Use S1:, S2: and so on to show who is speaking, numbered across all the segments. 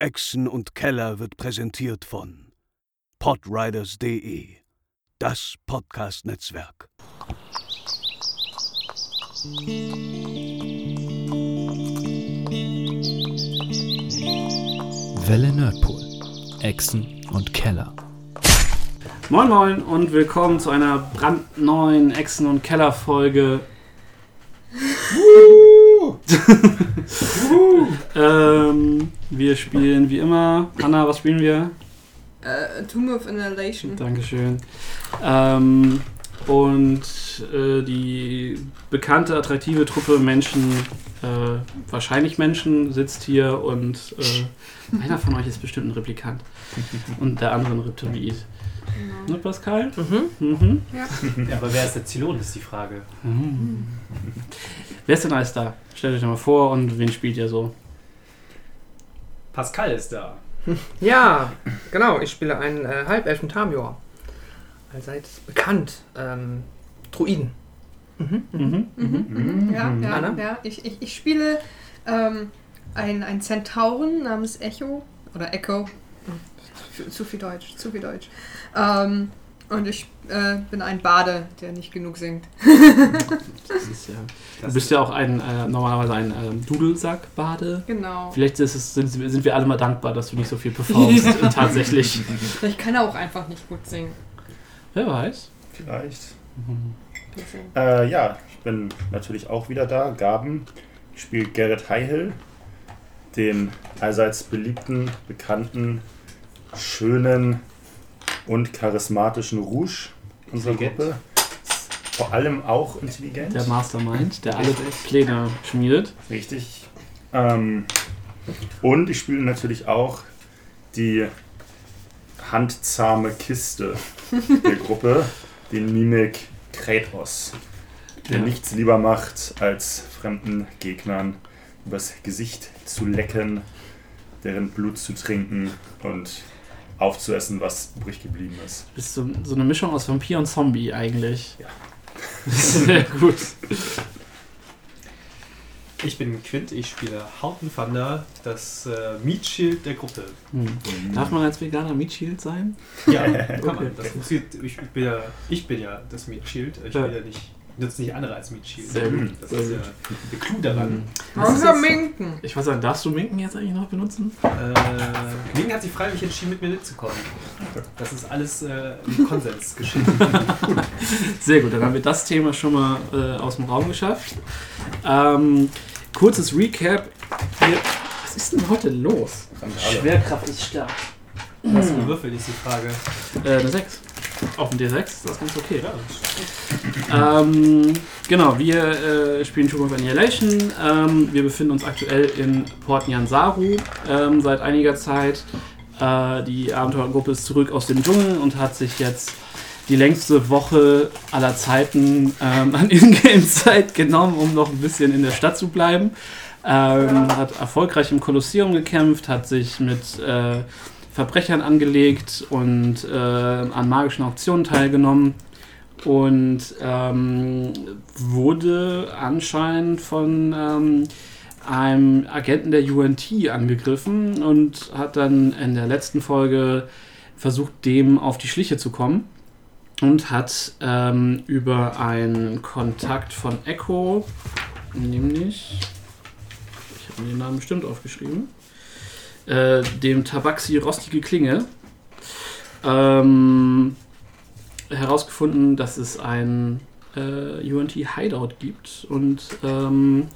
S1: Echsen und Keller wird präsentiert von podriders.de, das Podcast-Netzwerk.
S2: Welle Nerdpool. Echsen und Keller.
S3: Moin Moin und willkommen zu einer brandneuen Echsen- und Keller-Folge. ähm, wir spielen wie immer. Anna, was spielen wir?
S4: Äh, Tomb of Annihilation.
S3: Dankeschön. Ähm, und äh, die bekannte, attraktive Truppe Menschen, äh, wahrscheinlich Menschen, sitzt hier und äh, einer von euch ist bestimmt ein Replikant und der andere ein Reptiloid.
S4: Genau.
S3: Ne, Pascal? Mhm. mhm.
S5: Ja, aber wer ist der Zylon, ist die Frage.
S3: Mhm. Wer ist denn alles da? Stellt euch doch mal vor und wen spielt ihr so?
S5: Pascal ist da.
S6: Ja, genau. Ich spiele einen äh, Halbelfen Tamior. Allseits bekannt. Ähm, Druiden. Mhm.
S3: Mhm.
S4: Mhm. Mhm. Ja, ja,
S6: Anna?
S4: ja. Ich, ich, ich spiele ähm, einen, einen Zentauren namens Echo oder Echo. Zu, zu viel Deutsch, zu viel Deutsch. Ähm, und ich äh, bin ein Bade, der nicht genug singt.
S3: Das ist ja, du bist ja auch ein, äh, normalerweise ein ähm, Dudelsack-Bade.
S4: Genau.
S3: Vielleicht ist es, sind, sind wir alle mal dankbar, dass du nicht so viel performst, äh, tatsächlich.
S4: Vielleicht kann er auch einfach nicht gut singen.
S3: Wer weiß.
S7: Vielleicht. Äh, ja, ich bin natürlich auch wieder da. Gaben spielt Gerrit Heihill, den allseits beliebten, bekannten, schönen und charismatischen Rouge unserer
S5: Intelligent.
S7: Gruppe. Vor allem auch intelligent.
S3: Der Mastermind, der alle Pläne schmiedet.
S7: Richtig. Ähm, und ich spiele natürlich auch die handzahme Kiste der Gruppe, den Mimik Kratos, der
S3: Ja.
S7: nichts lieber macht, als fremden Gegnern übers Gesicht zu lecken, deren Blut zu trinken und aufzuessen, was übrig geblieben ist.
S3: Bist so, so eine Mischung aus Vampir und Zombie eigentlich.
S7: Ja.
S3: Sehr gut.
S5: Ich bin Quint, ich spiele Hauten Thunder, das äh, Meat-Shield der Gruppe.
S3: Hm. Darf man als Veganer Meat Shield sein?
S5: Ja, kann
S3: Okay.
S5: man. Das funktioniert. Ich bin ja, ich bin ja das Meat-Shield. Ich
S3: Ja.
S5: bin ja nicht, nutze nicht andere als Meat-Shield.
S3: Sehr gut.
S5: Das
S3: Sehr
S5: ist ja
S3: gut. Mhm.
S5: der Clou daran.
S4: Außer Minken.
S3: Ich weiß nicht, darfst du Minken jetzt eigentlich noch benutzen?
S5: Äh, Ming hat sich freiwillig entschieden, mit mir mitzukommen. Das ist alles äh, im Konsens geschehen.
S3: Sehr gut, dann haben wir das Thema schon mal äh, aus dem Raum geschafft. Ähm, kurzes Recap. Wir, was ist denn heute los? Schwerkraft ist stark.
S5: Was für Würfel ist die Frage.
S3: Äh, eine 6. Auf dem D6, das ist ganz okay.
S5: Ja,
S3: Ähm, genau, wir äh, spielen Tomb of Annihilation. Ähm, wir befinden uns aktuell in Port Nyansaru ähm, seit einiger Zeit. Äh, die Abenteuergruppe ist zurück aus dem Dschungel und hat sich jetzt die längste Woche aller Zeiten ähm, an Ingame-Zeit genommen, um noch ein bisschen in der Stadt zu bleiben. Ähm, hat erfolgreich im Kolosseum gekämpft, hat sich mit äh, Verbrechern angelegt und äh, an magischen Auktionen teilgenommen und ähm, wurde anscheinend von ähm, einem Agenten der UNT angegriffen und hat dann in der letzten Folge versucht, dem auf die Schliche zu kommen und hat ähm, über einen Kontakt von Echo, nämlich, ich habe mir den Namen bestimmt aufgeschrieben, äh, dem Tabaxi Rostige Klinge, ähm, herausgefunden, dass es ein äh, UNT-Hideout gibt und ähm,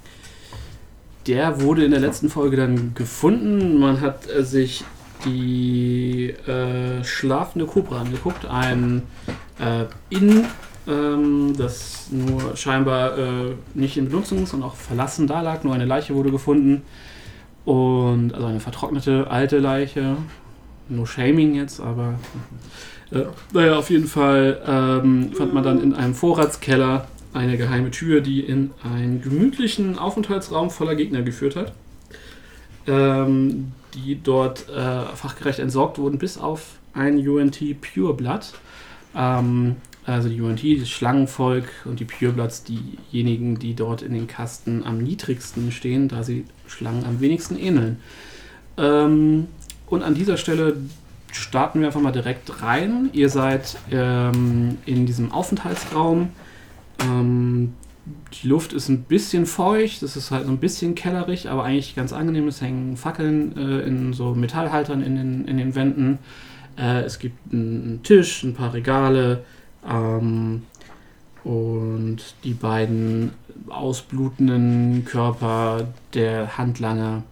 S3: der wurde in der letzten Folge dann gefunden. Man hat äh, sich die äh, schlafende Kobra angeguckt, ein äh, Inn, ähm, das nur scheinbar äh, nicht in Benutzung ist und auch verlassen da lag. Nur eine Leiche wurde gefunden und also eine vertrocknete alte Leiche. No shaming jetzt, aber äh, naja, auf jeden Fall ähm, fand man dann in einem Vorratskeller eine geheime Tür, die in einen gemütlichen Aufenthaltsraum voller Gegner geführt hat, ähm, die dort äh, fachgerecht entsorgt wurden, bis auf ein UNT Pureblood. Ähm, also die UNT, das Schlangenvolk und die Purebloods, diejenigen, die dort in den Kasten am niedrigsten stehen, da sie Schlangen am wenigsten ähneln. Ähm, und an dieser Stelle starten wir einfach mal direkt rein. Ihr seid ähm, in diesem Aufenthaltsraum. Ähm, die Luft ist ein bisschen feucht, es ist halt so ein bisschen kellerig, aber eigentlich ganz angenehm. Es hängen Fackeln äh, in so Metallhaltern in den, in den Wänden. Äh, es gibt einen einen Tisch, ein paar Regale ähm, und die beiden ausblutenden Körper der Handlanger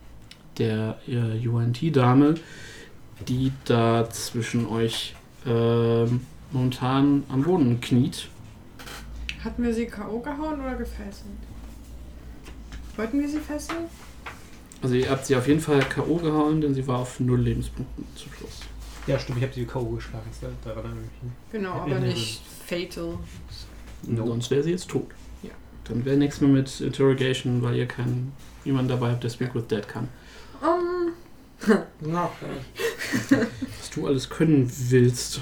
S3: der äh, UNT-Dame, die da zwischen euch ähm, momentan am Boden kniet.
S8: Hatten wir sie K.O. gehauen oder gefesselt? Wollten wir sie fesseln?
S3: Also ihr habt sie auf jeden Fall K.O. gehauen, denn sie war auf null Lebenspunkten zum Schluss.
S5: Ja, stimmt, ich habe die K.O. geschlagen. Das- Daran erinnere ich mich.
S8: Genau,
S5: Ja,
S8: aber
S5: nee,
S8: nicht fatal.
S3: No. Sonst wäre sie jetzt tot.
S8: Ja.
S3: Dann wäre nichts mehr mit Interrogation, weil ihr keinen jemanden dabei habt, der Speak with Dead kann.
S9: Um,
S6: Na,
S3: Was du alles können willst,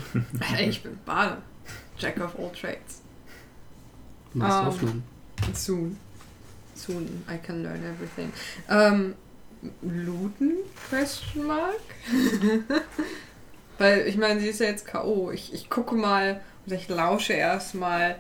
S9: ich bin Bade. Jack of all trades.
S3: machst
S9: Ähm,
S3: Hoffnung.
S9: Soon. Soon I can learn everything. Ähm, looten? Question mark? Weil ich meine, sie ist ja jetzt K.O. Ich, ich gucke mal oder ich lausche erstmal,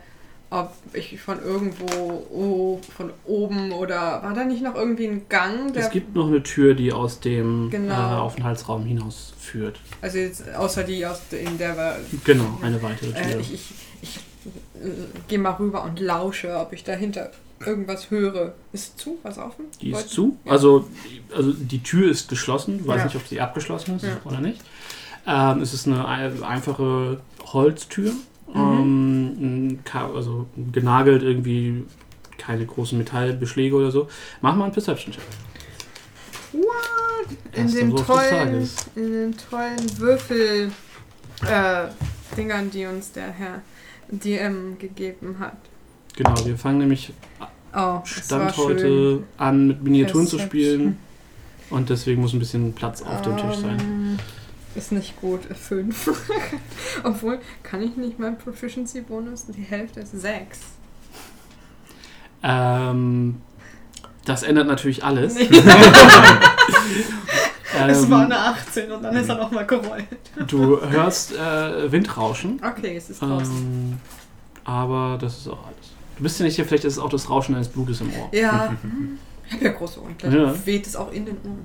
S9: ob ich von irgendwo, oh, von oben oder war da nicht noch irgendwie ein Gang? Der,
S3: Es gibt noch eine Tür, die aus dem
S9: Genau.
S3: äh, Aufenthaltsraum hinausführt.
S9: also jetzt, außer die, aus, in der wir
S3: Genau, eine weitere Tür.
S9: Äh, ich ich, ich äh, gehe mal rüber und lausche, ob ich dahinter irgendwas höre. Ist zu? Was offen?
S3: die ist
S9: Wollten-
S3: zu.
S9: Ja.
S3: Also, also die Tür ist geschlossen. Weiß
S9: Ja.
S3: nicht, ob sie abgeschlossen ist
S9: Ja.
S3: oder nicht. Ähm, es ist eine ei- einfache Holztür.
S9: Mhm.
S3: Ähm, ein Ka- also genagelt irgendwie keine großen Metallbeschläge oder so. Mach mal einen Perception-Check.
S9: What? In
S3: Erster
S9: den,
S3: Wurf des
S9: tollen,
S3: Tages.
S9: in den tollen Würfel äh, Dingern, die uns der Herr DM gegeben hat.
S3: Genau, wir fangen nämlich
S9: Oh, das war
S3: Stand
S9: schön.
S3: heute an, mit Miniaturen zu
S9: Perception.
S3: spielen. Und deswegen muss ein bisschen Platz auf dem Tisch sein.
S9: Ähm, Ist nicht gut, äh, fünf. Obwohl, kann ich nicht meinen Proficiency-Bonus? Die Hälfte ist sechs.
S3: Ähm, das ändert natürlich alles.
S8: Es war
S3: ähm,
S8: eine 18 und dann ist er nochmal gerollt.
S3: du hörst äh, Windrauschen,
S9: Okay, es ist draußen.
S3: ähm, aber das ist auch alles. Du bist ja nicht hier, vielleicht ist es auch das Rauschen deines Blutes im Ohr.
S9: Ja, ich habe ja große Ohren. Vielleicht
S3: Ja.
S9: weht es auch in den Ohren.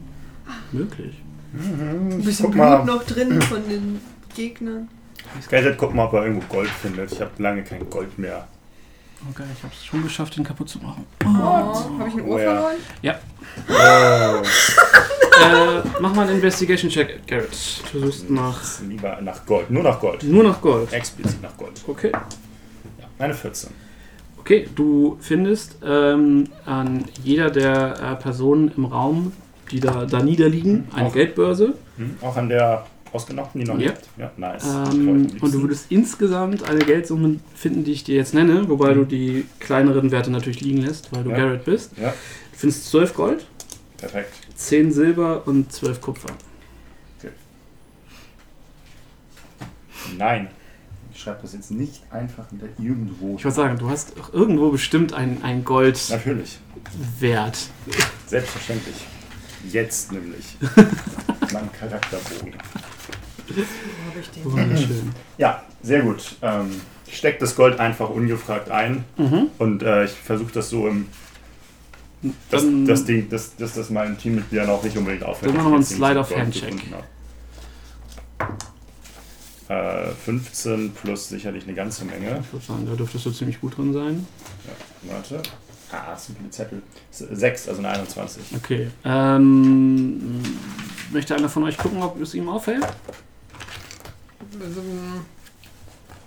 S3: Möglich.
S8: Ein
S7: Mhm,
S8: bisschen
S7: guck
S8: Blut
S7: mal.
S8: noch drin von den Gegnern.
S7: Gerrit, guck mal, ob er irgendwo Gold findet. Ich habe lange kein Gold mehr.
S3: Okay, ich habe es schon geschafft, den kaputt zu machen.
S9: Oh, habe ich ein Ohr
S7: Oh ja.
S9: verloren?
S7: Oh,
S3: äh, mach mal einen Investigation-Check, Garrett. Du suchst nach
S7: lieber nach Gold. Nur nach Gold.
S3: nur nach Gold.
S7: Explizit nach Gold.
S3: Okay.
S7: Ja, eine 14.
S3: Okay, du findest ähm, an jeder der äh, Personen im Raum, die da, da niederliegen, eine
S7: Auch-
S3: Geldbörse.
S7: Hm? Auch an der ausgenommenen, die noch
S3: Ja.
S7: lebt. Ja, nice.
S3: Ähm, und du würdest insgesamt eine Geldsumme finden, die ich dir jetzt nenne, wobei du die kleineren Werte natürlich liegen lässt, weil du
S7: Mhm. Ja.
S3: Garrett bist.
S7: Ja.
S3: Du findest 12 Gold,
S7: Perfekt.
S3: 10 Silber und 12 Kupfer.
S7: Nein. Ich schreibe das jetzt nicht einfach wieder irgendwo.
S3: Ich würde sagen, du hast auch irgendwo bestimmt einen, einen Goldwert.
S7: Natürlich. Selbstverständlich. Jetzt nämlich. mein Charakterbogen.
S9: Wo habe ich den?
S3: Wunderschön.
S7: Ja, sehr gut. Ähm, ich stecke das Gold einfach ungefragt ein
S3: Mhm.
S7: und äh, ich versuche das so im. Dass,
S3: Dann-
S7: dass, die, dass, dass das mein Teammitgliedern auch nicht unbedingt auffällt.
S3: Dann machen wir
S7: dass ich
S3: einen
S7: jetzt
S3: Slide of
S7: nicht so
S3: Hand
S7: Gold gefunden habe. Äh, 15 plus sicherlich eine ganze Menge.
S3: Ich würde sagen, da dürftest du ziemlich gut drin sein.
S7: Warte. Ah, es sind viele Zettel. 6, also eine 21.
S3: Okay. Ähm, möchte einer von euch gucken, ob es ihm auffällt?
S9: Also, mm,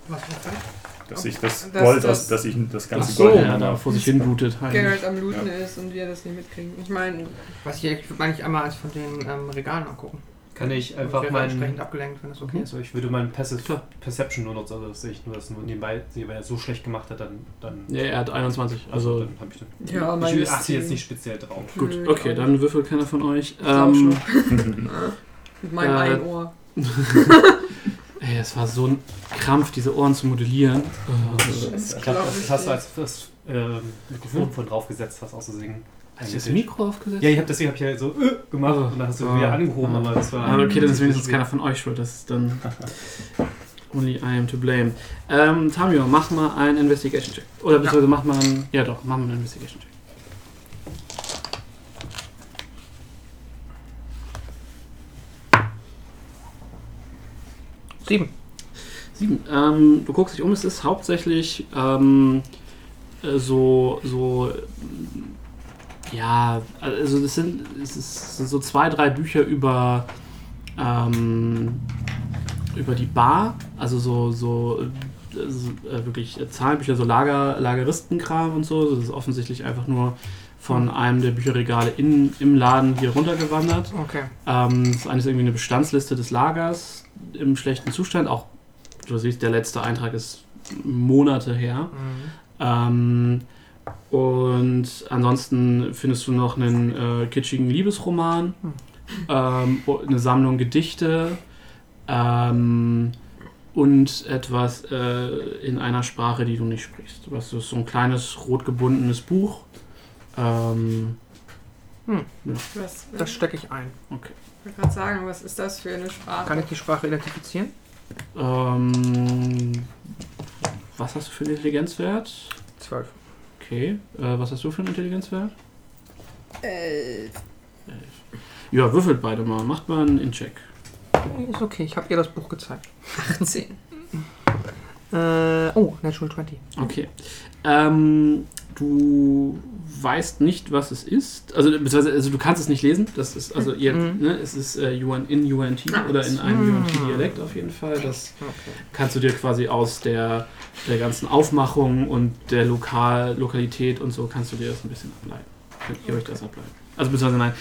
S6: was war das?
S7: Dass ich das
S9: Das-
S7: Gold,
S9: das-
S7: aus, dass ich das
S3: Ach
S7: ganze
S3: so,
S7: Gold
S3: ja,
S7: in
S3: da
S7: meiner-
S3: vor sich hin blutet.
S9: Garrett am Looten ist und wir das nicht mitkriegen. Ich meine,
S6: Was ich eigentlich, würde ich einmal eins von den ähm, Regalen angucken.
S5: Kann ich
S6: ich
S5: einfach Mhm.
S6: wäre entsprechend
S5: meinen.
S6: abgelenkt, wenn das okay
S5: Okay,
S6: ist.
S5: so Also ich würde meinen Passive
S3: Klar.
S5: Perception nur nutzen, also dass ich nur das nur nebenbei sehe, wenn er es so schlecht gemacht hat, dann. dann
S3: Ja, er hat 21, also
S5: dann hab ich den.
S9: ja, genau mein
S5: Ich achte jetzt nicht speziell drauf.
S3: gut.
S9: Nö,
S3: Okay,
S9: ich
S3: dann würfelt keiner von euch.
S9: lausche
S3: Ähm,
S7: Mhm.
S9: Mit meinem
S3: Äh,
S9: einen Ohr.
S3: ey, es war so ein Krampf, diese Ohren zu modellieren. Äh,
S5: Das,
S9: glaub
S5: das,
S9: ich
S5: hast du
S9: dir.
S5: als das ähm, Mikrofon von draufgesetzt hast, auszusingen.
S3: Hm. Hast du das Mikro aufgesetzt?
S5: Ja, ich hab, deswegen habe ich ja so äh, gemacht und dann hast du
S3: Ah.
S5: wieder angehoben,
S3: Ah.
S5: aber das war.
S3: Ah, okay, dann ist wenigstens
S5: schwierig.
S3: keiner von euch schuld. Das ist dann. Only I am to blame. Ähm, Tamio, mach mal einen Investigation Check. Oder beziehungsweise mach mal einen. Ja, doch, mach mal einen Investigation Check.
S6: Sieben.
S3: Sieben. Ähm, du guckst dich um, es ist hauptsächlich ähm, äh, so, so, ähm, ja, also es sind, es ist, sind so zwei, drei Bücher über, ähm, über die Bar, also so, so, äh, so äh, wirklich äh, Zahlenbücher, so Lager, Lageristenkram und so. Das ist offensichtlich einfach nur von einem der Bücherregale in, im Laden hier runtergewandert.
S6: Okay.
S3: Ähm, das eine ist irgendwie eine Bestandsliste des Lagers im schlechten Zustand. Auch, du siehst, der letzte Eintrag ist Monate her.
S6: Mhm.
S3: Ähm, und ansonsten findest du noch einen äh, kitschigen Liebesroman,
S6: Hm.
S3: ähm, o- eine Sammlung Gedichte ähm, und etwas äh, in einer Sprache, die du nicht sprichst. Was ist so ein kleines rot gebundenes Buch. Ähm,
S9: Was,
S6: Das stecke ich ein.
S9: Ich wollte gerade sagen, was ist das für eine Sprache?
S6: Kann ich die Sprache identifizieren?
S3: Ähm, was hast du für einen Intelligenzwert?
S6: Zwölf.
S3: Okay. Äh, was hast du für einen Intelligenzwert?
S4: Äh,
S3: Ja, würfelt beide mal. Macht mal einen Incheck.
S6: Ist okay, ich habe ihr das Buch gezeigt.
S4: 18.
S6: Äh, oh, Natural 20.
S3: Okay. Ähm, du weißt nicht, was es ist. Also, beziehungsweise, also du kannst es nicht lesen. Das ist, also ihr,
S6: Mhm.
S3: ne, es ist äh, UN in UNT
S4: Ah,
S3: oder in einem
S6: mhm.
S3: UNT-Dialekt auf jeden Fall. Das
S6: Okay.
S3: kannst du dir quasi aus der, der ganzen Aufmachung und der Lokal Lokalität und so kannst du dir das ein bisschen ableiten. Könnt ihr euch das ableiten? Also beziehungsweise nein,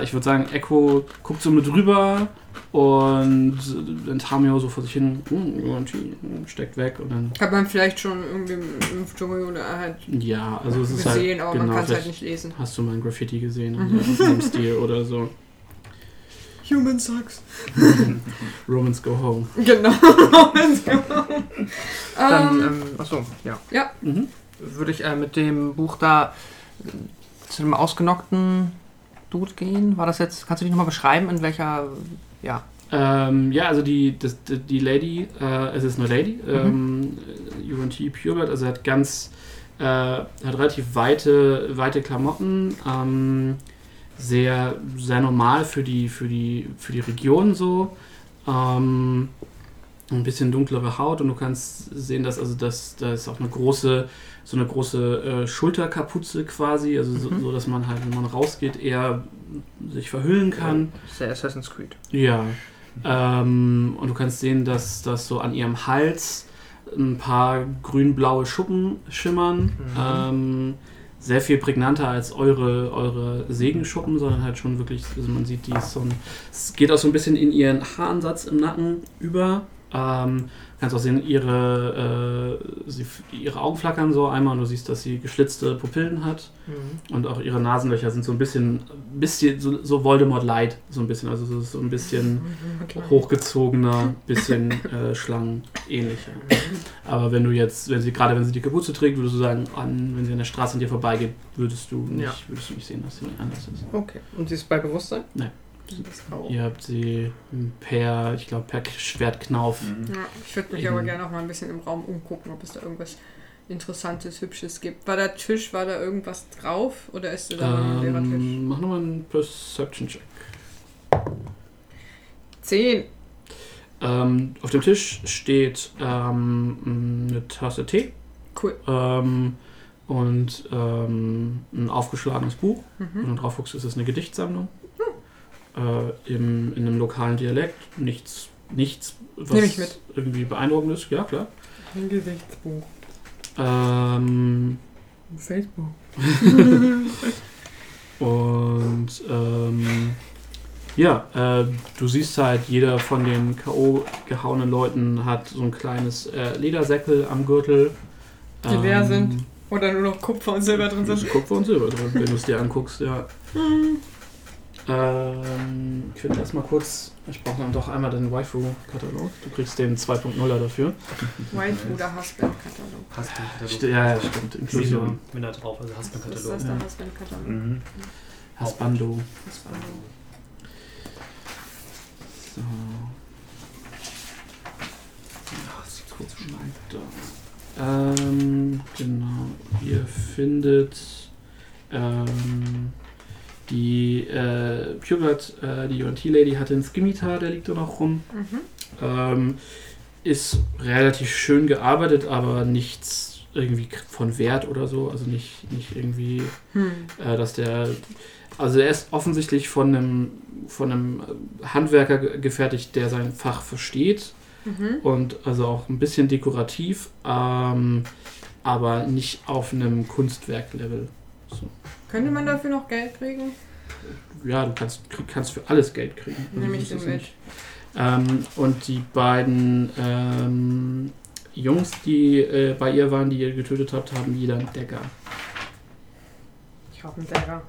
S3: äh, ich würde sagen, Echo guckt so mit drüber und dann Tamio so vor sich hin hm, und hm, steckt weg und dann
S9: Hat man vielleicht schon irgendwie im im Dschungel oder halt
S3: ja, also es ist halt
S9: gesehen, aber man
S3: genau,
S9: kann es halt
S3: vielleicht-
S9: nicht Mhm. lesen.
S3: Hast du mal ein Graffiti gesehen in so einem Stil oder so?
S9: Human sucks.
S3: Romans go home.
S9: Genau. Let's go.
S6: Dann,
S9: Ähm,
S6: ähm, achso, ja.
S3: Mhm.
S6: Würde ich äh, mit dem Buch da äh, zu dem ausgenockten Dude gehen? War das jetzt, kannst du dich nochmal beschreiben, in welcher, ja.
S3: Ähm, ja, also die, das, die- die Lady, äh, es ist eine Lady, ähm, UNT Pureblood, also hat ganz, äh, hat relativ weite, weite Klamotten, ähm, sehr, sehr normal für die, für die, für die Region so, ähm, ein bisschen dunklere Haut und du kannst sehen, dass also das, da ist auch eine große, so eine große äh, Schulterkapuze quasi, also so,
S6: Mhm.
S3: so, dass man halt, wenn man rausgeht, eher sich verhüllen kann.
S6: Äh, Sehr Assassin's Creed.
S3: Ja. Ähm, und du kannst sehen, dass, dass so an ihrem Hals ein paar grün-blaue Schuppen schimmern. Ähm, sehr viel prägnanter als eure, eure Segenschuppen, sondern halt schon wirklich, also man sieht, die ist so ein, es geht auch so ein bisschen in ihren Haaransatz im Nacken über. Ähm, kannst auch sehen, ihre, äh, sie, ihre Augen flackern so einmal und du siehst, dass sie geschlitzte Pupillen hat.
S6: Mhm.
S3: Und auch ihre Nasenlöcher sind so ein bisschen, bisschen so, so Voldemort-Light, so ein bisschen, also so, so ein bisschen hochgezogener, bisschen äh, schlangenähnlicher. Aber wenn du jetzt, wenn sie, gerade wenn sie die Kapuze trägt, würdest du sagen, an, wenn sie an der Straße an dir vorbeigeht, würdest du nicht,
S6: Ja.
S3: würdest du nicht sehen, dass sie anders ist.
S6: Okay. Und sie ist bei Bewusstsein?
S3: Ihr habt sie per, ich glaube, per Schwertknauf.
S7: Mhm.
S9: ja, ich würde mich
S3: Eben.
S9: aber gerne noch mal ein bisschen im Raum umgucken, ob es da irgendwas Interessantes, Hübsches gibt. War da Tisch, war da irgendwas drauf oder ist da nur ein leerer Tisch?
S3: Ähm, mach nochmal einen Perception-Check.
S9: Zehn.
S3: Ähm, auf dem Tisch steht ähm, eine Tasse Tee.
S9: Cool.
S3: Ähm, und ähm, ein aufgeschlagenes Buch.
S9: Mhm.
S3: Wenn du drauf guckst, ist es eine Gedichtsammlung.
S9: Hm.
S3: Äh, im, in einem lokalen Dialekt. Nichts, nichts was
S9: Nehm ich mit.
S3: irgendwie beeindruckend ist. Ja, klar.
S6: Ein Gesichtsbuch.
S3: Ähm,
S6: Facebook.
S3: und ähm, ja, äh, du siehst halt, jeder von den K.O. gehauenen Leuten hat so ein kleines äh, Ledersäckel am Gürtel. Ähm,
S9: Die leer sind. Oder nur noch Kupfer und Hm. Silber drin
S3: Das
S9: sind.
S3: ist Kupfer und Silber drin, wenn du es dir anguckst, ja. Ähm, ich würde erstmal kurz. Ich brauche dann doch einmal den Waifu-Katalog. Du kriegst den 2.0er dafür.
S9: Waifu oder Husband-Katalog.
S5: Hast du einen Katalog?
S3: St- Ja, ja, stimmt. Inklusion.
S5: Inklusion. Bin da drauf, also hast du einen
S9: Das ist das
S5: Katalog.
S9: der Husband-Katalog.
S7: Mhm.
S3: Hasbando.
S9: Husband.
S3: So. Ach, das ist kurz schon mal da. Ähm, genau. Ihr findet ähm, die äh, Pureblood, äh, die UNT Lady hatte einen Skimitar, der liegt da noch rum.
S9: Mhm.
S3: Ähm, ist relativ schön gearbeitet, aber nichts irgendwie k- von Wert oder so. Also nicht, nicht irgendwie
S9: Hm.
S3: äh, dass der, also er ist offensichtlich von einem, von einem Handwerker ge- gefertigt, der sein Fach versteht
S9: Mhm.
S3: und also auch ein bisschen dekorativ, ähm, aber nicht auf einem Kunstwerk-Level.
S9: Könnte man dafür noch Geld kriegen?
S3: Ja, du kannst, krieg- kannst für alles Geld kriegen. Also
S9: Nehme
S3: das
S9: ich den
S3: ist
S9: mit.
S3: nicht- Ähm, und die beiden ähm, Jungs, die äh, bei ihr waren, die ihr getötet habt, haben jeder einen Decker.
S6: Ich habe einen Dagger.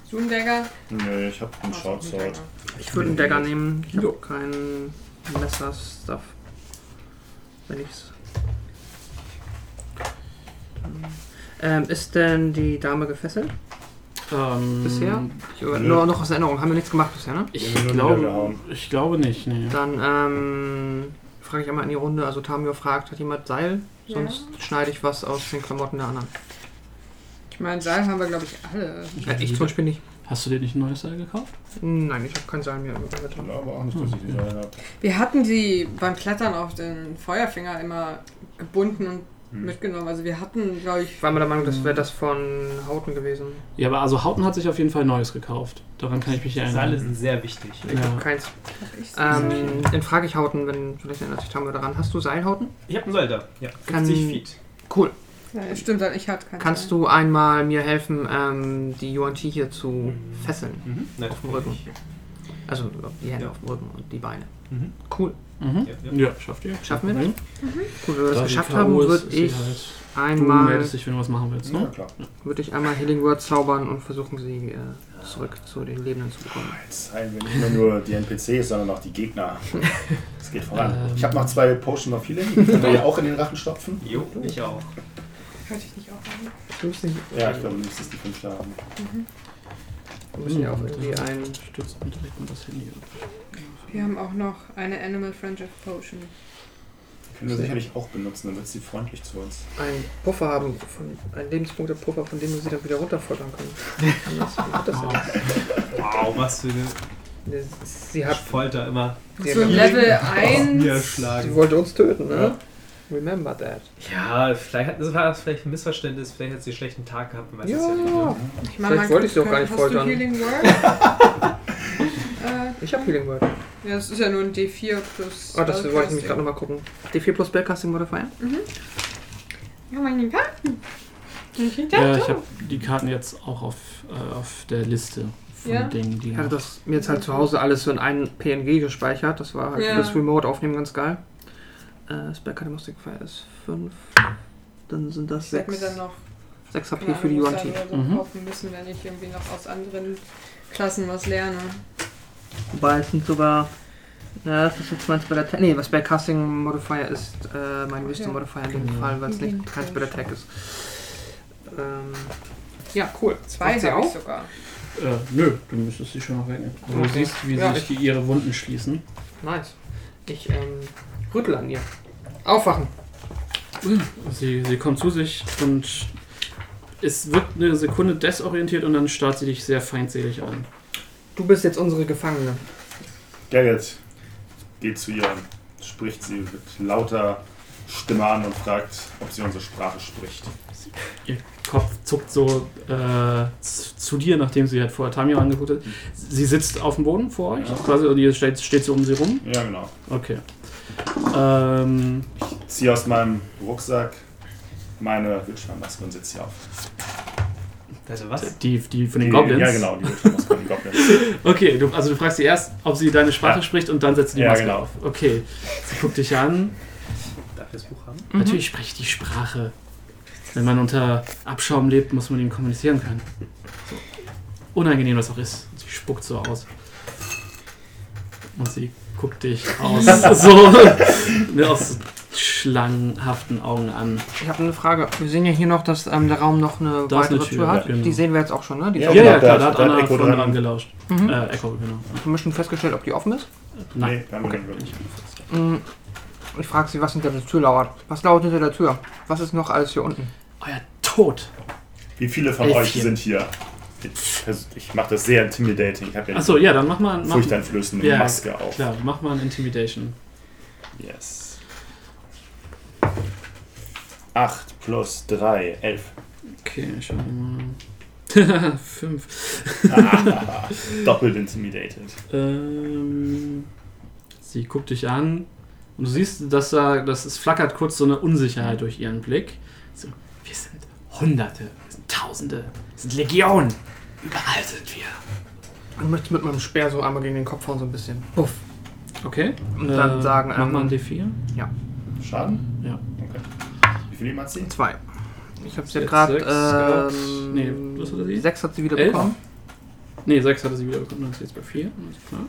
S9: Hast du einen Dagger?
S7: Nö, ich hab einen
S9: Hast du einen
S7: Short Sword.
S9: Dagger?
S6: Ich würde einen Dagger nehmen. Ich habe keinen Messer-Stuff. Wenn ich's. Ähm, ist denn die Dame gefesselt?
S3: Ähm,
S6: Bisher? Ich,
S7: Nö.
S6: nur noch aus Erinnerung. Haben wir nichts gemacht bisher, ne?
S3: Ich
S7: Irgendwie nur
S3: glaube,
S7: niedergehauen.
S3: ich glaube nicht. Nee.
S6: Dann ähm, frage ich einmal in die Runde. Also Tamio fragt, hat jemand Seil?
S9: Ja.
S6: Sonst schneide ich was aus den Klamotten der anderen.
S9: Ich meine, Seil haben wir, glaube ich, alle.
S6: Äh, ich zum Beispiel nicht.
S3: Hast du dir nicht ein neues Seil gekauft?
S6: Nein, ich habe kein Seil mehr. im
S7: Ich
S6: Inventar.
S7: glaube Genau, auch nicht, dass ich die Säule hab.
S9: Wir hatten sie beim Klettern auf den Feuerfinger immer gebunden und
S7: Hm.
S9: mitgenommen. Also wir hatten, glaube ich,
S6: Ich war mir der Meinung, das wäre das von Hauten gewesen.
S3: Ja, aber also Hauten hat sich auf jeden Fall Neues gekauft. Daran kann ich mich
S5: Seile
S3: erinnern.
S5: sind sehr wichtig.
S6: Ich
S3: Ja.
S6: habe keins.
S9: ich
S6: Ähm, dann frage ich Hauten, wenn vielleicht erinnert sich Tamio daran. Hast du Seilhauten?
S5: Ich hab einen Seil da. Ja, 50
S6: Kann-
S5: Feet.
S6: Cool.
S9: ja, stimmt, ich hatte keinen
S6: Kannst du einmal mir helfen, ähm, die Yuan Ti hier zu fesseln?
S5: Mhm. Nein,
S6: Auf dem Rücken. Also die Hände
S5: Ja.
S6: auf dem Rücken und die Beine.
S5: Mhm.
S6: Cool.
S3: Mhm.
S5: Ja, ja.
S3: Ja, schafft ihr.
S6: Schaffen wir
S3: das?
S6: Cool, wenn wir das
S3: Da
S6: geschafft
S3: die
S6: haben,
S3: K.O. ist,
S6: würde
S3: ist sie
S6: ich
S3: halt- Du
S6: einmal
S3: meldest dich, wenn du was machen willst,
S7: Ja,
S3: ne?
S7: klar.
S6: würde ich einmal Healing Word zaubern und versuchen sie äh, zurück zu den Lebenden zu bekommen.
S7: Jetzt heilen wir nicht mehr nur die NPCs, sondern auch die Gegner. Es geht voran.
S3: Ähm.
S7: Ich habe noch zwei Potion of Healing. Die können wir ja auch in den Rachen stopfen.
S5: Jo, ich auch.
S9: Könnte ich nicht auch haben.
S6: Ich muss nicht,
S7: Ja, ich glaube, du müsstest die fünf da haben.
S9: Mhm.
S6: wir müssen ja auch irgendwie
S3: Hm.
S6: ein.
S3: Stützt und legt man das Handy ab.
S9: Wir haben auch noch eine Animal Friendship Potion.
S7: Die können wir sicherlich auch benutzen, dann wird sie freundlich zu uns.
S6: einen Puffer haben, von, einen Lebenspunkt der Puffer, von dem wir sie dann wieder runterfordern können. Anders wird das ja nicht.
S5: Wow, was für eine
S3: Oh.
S6: Sie hat.
S5: Folter immer.
S9: So Level 1.
S6: Sie
S5: Niederschlagen.
S6: wollte uns töten, ne? Remember that.
S5: Ja, vielleicht hat, das war das vielleicht ein Missverständnis, vielleicht hat sie einen schlechten Tag gehabt, man weiß es ja nicht.
S6: Ja,
S9: Ich meine,
S6: Vielleicht wollte ich sie auch gar nicht
S9: hast
S6: foltern.
S9: Du Healing Word? äh,
S6: ich habe Healing Word.
S9: ja, das ist ja nur ein D4 plus.
S6: Oh, das wollte ich
S9: äh,
S6: nämlich
S9: Casting.
S6: gerade nochmal gucken. D4 plus Spellcasting Modifier?
S9: Ja, meine Karten. Ich
S3: Ja, ich habe die Karten jetzt auch auf, äh, auf der Liste von
S9: Ja.
S3: Dingen, die
S6: Ich hatte das mir jetzt halt zu Hause alles so in einen PNG gespeichert. Das war halt
S9: Ja.
S6: für das Remote-Aufnehmen ganz geil. Äh, Spellcasting Modifier ist 5. Dann sind das
S9: sag mir dann
S6: 6
S9: noch.
S6: HP für die
S9: keine Ahnung,
S6: Yuan
S9: was
S6: Ti.
S9: da so
S3: Mhm.
S9: kaufen müssen, wenn ich irgendwie noch aus anderen Klassen was lerne.
S6: Wobei es sind sogar. Ja, das ist jetzt mein Spell Attack. Nee, was Spellcasting Modifier ist, äh, mein Wisdom Modifier in dem
S3: Genau.
S6: Fall,
S9: Mhm.
S6: weil es nicht kein Spell Attack ist. Ähm, ja, cool.
S9: Zwei
S6: Macht sie
S9: habe ich
S6: auch?
S9: sogar.
S3: Äh, nö, du müsstest sie schon noch wegnehmen. Du
S6: Okay.
S3: siehst, wie
S6: Ja,
S3: sich die ihre Wunden schließen.
S6: Nice. Ich ähm, rüttel an ihr. Aufwachen.
S3: Sie, sie kommt zu sich und es wird eine Sekunde desorientiert und dann starrt sie dich sehr feindselig an.
S6: Du bist jetzt unsere Gefangene.
S7: Gerrit geht zu ihr, spricht sie mit lauter Stimme an und fragt, ob sie unsere Sprache spricht.
S3: Kopf zuckt so äh, z- zu dir, nachdem sie halt vorher Tamio angeguckt hat. Sie sitzt auf dem Boden vor euch,
S7: Ja.
S3: quasi, und ihr steht, steht so um sie rum.
S7: Ja, genau.
S3: Okay. Ähm,
S7: Ziehe aus meinem Rucksack meine Wildschweinmaske und setze sie auf.
S5: Also was?
S3: die, die von den
S7: Die-
S3: Goblins.
S7: Ja, genau, die Wildschweinmaske von den Goblins.
S3: Okay, du, also du fragst sie erst, ob sie deine Sprache
S7: Ja.
S3: spricht und dann setzt sie die
S7: Ja,
S3: Maske
S7: genau.
S3: auf. Okay. Sie guckt dich an. Mhm.
S5: Darf ich das Buch haben?
S3: Natürlich spreche ich die Sprache. Wenn man unter Abschaum lebt, muss man ihn kommunizieren können. unangenehm das auch ist. Sie spuckt so aus. Und sie guckt dich aus so mit aus schlangenhaften Augen an.
S6: Ich habe eine Frage. Wir sehen ja hier noch, dass ähm, der Raum noch eine
S3: Da ist
S6: weitere
S3: eine Tür,
S6: Tür hat.
S3: ja, genau.
S6: Die sehen wir jetzt auch schon, ne? Die
S7: Ja,
S3: Ja,
S6: Tür.
S7: genau,
S3: ja, klar,
S7: da-
S3: da hat
S7: da hat
S3: Anna
S7: Echo
S3: von
S7: dran.
S3: dran gelauscht.
S6: Mhm.
S3: Äh, Echo, genau.
S6: Wir haben schon festgestellt, ob die offen ist.
S3: Nein.
S7: Nee, da haben wir
S6: Okay.
S7: den wirklich.
S6: Mhm. Ich frage sie, was hinter der Tür lauert. Was lauert hinter der Tür? Was ist noch alles hier unten?
S3: Euer Tod.
S7: Wie viele von euch
S3: Elfchen.
S7: sind hier? Ich, vers- ich mache das sehr intimidating. Ich habe ja
S3: Achso, ja, dann mach mal.
S7: die
S3: Mach,
S7: furchteinflößende
S3: Ja,
S7: Maske auf.
S3: klar, mach mal ein Intimidation.
S7: Yes. 8 plus 3, 11.
S3: Okay, schauen wir mal. Fünf.
S7: Doppelt intimidated.
S3: Ähm, sie guckt dich an und du siehst, dass da, dass es flackert kurz so eine Unsicherheit durch ihren Blick. So, wir sind Hunderte, wir sind Tausende, wir sind Legionen. Überall sind wir.
S6: Ich möchte mit meinem Speer so einmal gegen den Kopf hauen, so ein bisschen. Puff.
S3: Okay. Äh,
S6: Und dann sagen,
S3: mach mal ein
S6: ähm,
S3: D4.
S7: Schaden?
S3: Ja.
S7: Okay. Wie viel hat sie?
S6: Zwei. Ich habe sie
S3: Jetzt
S6: gerade.
S3: sechs gehabt.
S6: Ähm,
S3: Nee, was hat sie?
S6: Sechs hat sie wieder
S3: Elf?
S6: bekommen.
S3: Ne, 6 hatte sie wiederbekommen, dann ist sie jetzt bei 4. Klar.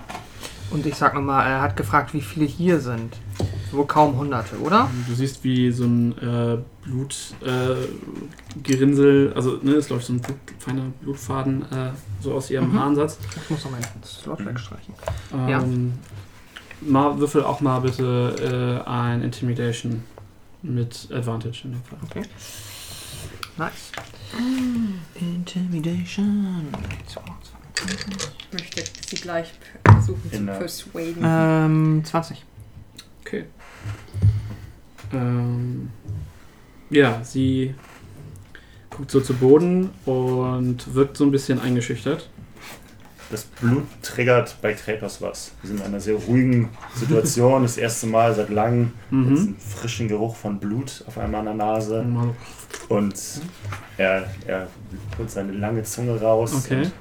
S6: Und ich sag nochmal, er hat gefragt, wie viele hier sind. Wohl kaum hunderte, oder?
S3: Du siehst, wie so ein äh, Blutgerinnsel, äh, Gerinnsel- also ne, es läuft so ein Blut, feiner Blutfaden äh, so aus ihrem
S6: Mhm.
S3: Haaransatz.
S6: Ich muss noch meinen
S3: Mhm.
S6: Slot wegstreichen.
S3: Ähm,
S6: Ja.
S3: Mal würfel auch mal bitte äh, ein Intimidation mit Advantage in dem Fall.
S6: Nice. Intimidation.
S9: Ich möchte sie gleich versuchen zu
S7: In der-
S3: Mhm.
S9: persuaden.
S6: Ähm, 20.
S3: Ähm, ja, sie guckt so zu Boden und wirkt so ein bisschen eingeschüchtert.
S7: Das Blut triggert bei Kratos was. Wir sind in einer sehr ruhigen Situation. Das erste Mal seit langem. Mhm.
S3: Mhm.
S7: Einen frischen Geruch von Blut auf einmal an der Nase.
S3: äh, Mal-
S7: Und er, er holt seine lange Zunge raus
S3: Okay.
S7: und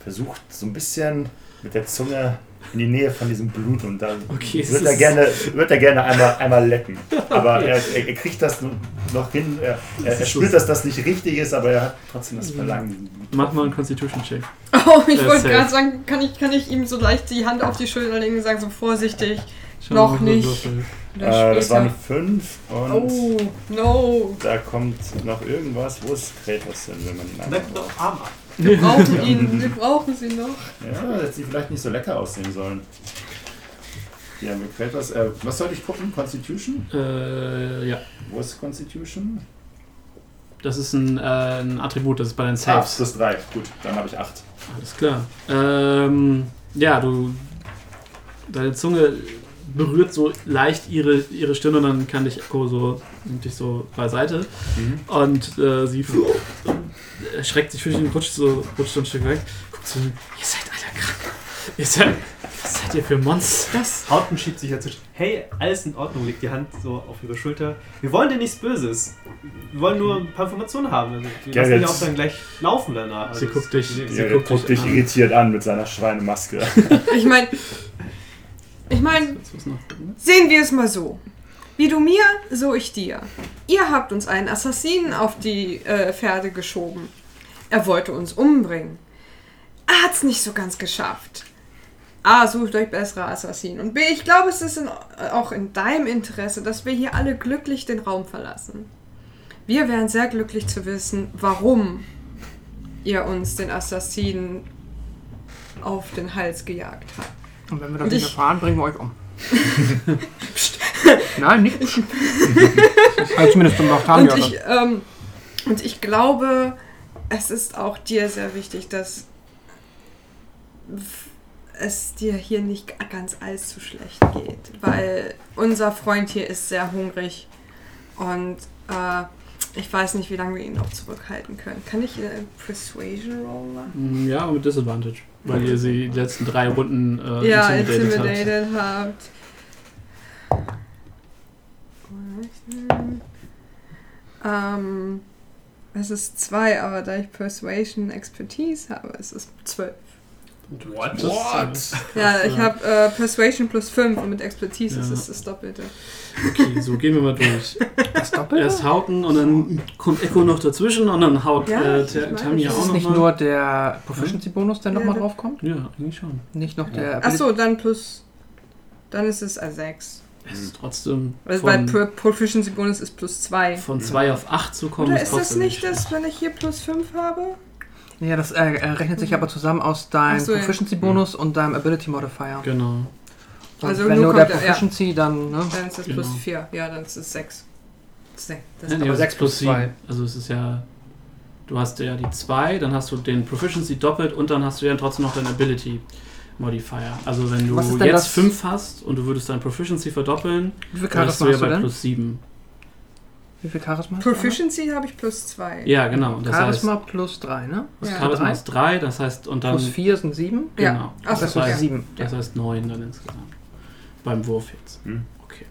S7: versucht so ein bisschen mit der Zunge in die Nähe von diesem Blut und dann
S3: Okay, es
S7: wird, er
S3: ist-
S7: gerne, wird er gerne einmal, einmal lecken. Aber er, er, er kriegt das nun noch hin, er, er, er spürt, dass das nicht richtig ist, aber er hat trotzdem das Verlangen.
S3: Mhm. Mach mal einen Constitution-Check.
S9: Oh, ich
S3: Äh,
S9: wollte
S3: safe.
S9: gerade sagen, kann ich, kann ich ihm so leicht die Hand auf die Schulter legen und sagen, so vorsichtig.
S3: Schau mal,
S9: Noch
S3: wie du
S9: nicht.
S3: würfelst.
S9: Oder
S7: Äh, das war eine
S9: später.
S7: 5 und
S9: Oh, no.
S7: da kommt noch irgendwas. Wo ist Kratos denn, wenn man ihn
S5: Bleibt
S7: einmal
S5: doch arm ab.
S9: Wir brauchen ihn, wir brauchen sie noch.
S7: Ja, dass die vielleicht nicht so lecker aussehen sollen. Ja, mir Kratos. Äh, was sollte ich gucken? Constitution?
S3: Äh, ja,
S7: Wo ist Constitution?
S3: das ist ein, äh, ein Attribut, das ist bei den
S7: Ah,
S3: Saves.
S7: plus 3. Gut, dann habe ich 8.
S3: Alles klar. Ähm, ja, du. Deine Zunge berührt so leicht ihre, ihre Stirn und dann kann dich Echo so, nimmt dich so beiseite. Und äh, sie erschreckt sich fürchterlich und rutscht so rutscht so ein Stück weg. Guckt so, ihr seid alle krank. Ihr seid, was seid ihr für Monster?
S5: Hauten schiebt sich dazwischen. Hey, alles in Ordnung, legt die Hand so auf ihre Schulter. Wir wollen dir nichts Böses. Wir wollen nur ein paar Informationen haben. Also, wir
S7: Ja,
S5: lassen dich
S7: jetzt-
S5: auch dann gleich laufen danach. Also,
S3: Sie guckt dich-
S5: das-
S3: Sie guckt dich an.
S7: irritiert an mit seiner Schweinemaske.
S9: Ich meine, ich meine,
S3: Jetzt muss noch gucken, ne?
S9: sehen wir es mal so. Wie du mir, so ich dir. Ihr habt uns einen Assassinen auf die äh, Pferde geschoben. Er wollte uns umbringen. Er hat's nicht so ganz geschafft. A, sucht euch bessere Assassinen. Und B, ich glaube, es ist in, äh, auch in deinem Interesse, dass wir hier alle glücklich den Raum verlassen. Wir wären sehr glücklich zu wissen, warum ihr uns den Assassinen auf den Hals gejagt habt.
S6: Und wenn wir das
S9: Und
S6: nicht
S9: ich-
S6: erfahren, bringen wir euch um. Nein, nicht. bestimmt. also zumindest zum Nachtan.
S9: Und ich, ähm, und ich glaube, es ist auch dir sehr wichtig, dass es dir hier nicht ganz allzu schlecht geht, weil unser Freund hier ist sehr hungrig und äh, ich weiß nicht, wie lange wir ihn noch zurückhalten können. Kann ich hier einen Persuasion Roll machen?
S3: Mm, Ja, mit Disadvantage. Weil ihr sie die letzten drei Runden äh,
S9: ja,
S3: intimidated habt.
S9: intimidated habt. Ähm, es ist zwei, aber da ich Persuasion Expertise habe, es ist zwölf.
S3: What?
S9: Ja, ich habe äh, Persuasion plus 5 und mit Expertise ist
S3: Ja.
S9: es das Doppelte.
S3: Okay, so gehen wir mal durch.
S6: Das Doppelte?
S3: Erst Hauten und dann kommt Echo noch dazwischen und dann haut
S9: Ja,
S3: äh,
S9: ich
S3: Ta-
S9: meine,
S3: Tamia
S9: das
S6: Ist
S3: auch
S6: es nicht
S3: nochmal.
S6: nur der Proficiency-Bonus, der
S9: Ja,
S6: nochmal
S9: der-
S6: draufkommt?
S3: Ja, eigentlich schon.
S6: Nicht noch der.
S9: Achso, dann plus. Dann ist es A6.
S3: Es
S6: Hm.
S3: ist trotzdem
S9: Also bei
S3: von,
S9: Pro- Proficiency Bonus ist plus 2.
S3: von 2 auf 8 zu kommen.
S9: Oder ist das
S3: trotzdem
S9: nicht
S3: schlecht.
S9: das, wenn ich hier plus 5 habe?
S6: Ja, das äh, äh, rechnet sich aber zusammen aus deinem
S9: Ach so, ja.
S6: Proficiency-Bonus und deinem Ability-Modifier.
S3: Genau.
S6: Und
S9: Also
S6: wenn
S9: nur
S6: nur der
S9: kommt der- ja.
S6: Proficiency, dann. Ne?
S9: Dann ist das
S3: Genau.
S9: plus 4. Ja, dann ist es 6. Das
S3: Ja,
S9: ist
S3: nee,
S6: aber
S3: es ist
S6: sechs plus
S3: sieben.
S6: zwei.
S3: Also es ist ja. Du hast ja die 2, dann hast du den Proficiency doppelt und dann hast du ja trotzdem noch deinen Ability Modifier. Also wenn du
S6: Was ist denn
S3: jetzt
S6: das-
S3: 5 hast und du würdest dein Proficiency verdoppeln,
S6: Wie viel
S3: dann bist du
S6: Charisma
S3: ja
S6: hast du
S3: Also bei
S6: denn?
S3: plus 7.
S6: Wie viel Charisma hast du?
S9: Proficiency habe ich plus 2.
S3: Ja, genau. Das heißt,
S6: Charisma plus 3, ne?
S3: das
S9: Ja.
S3: Charisma
S6: Drei.
S3: ist 3, das heißt, und dann.
S6: Plus 4 sind 7.
S9: Ja.
S3: Genau.
S9: Ach so,
S3: das,
S6: Ähm, Das
S9: ja.
S6: sind
S3: heißt,
S6: 7.
S3: das heißt 9 dann insgesamt. Beim Wurf jetzt.
S7: Hm.
S3: Okay.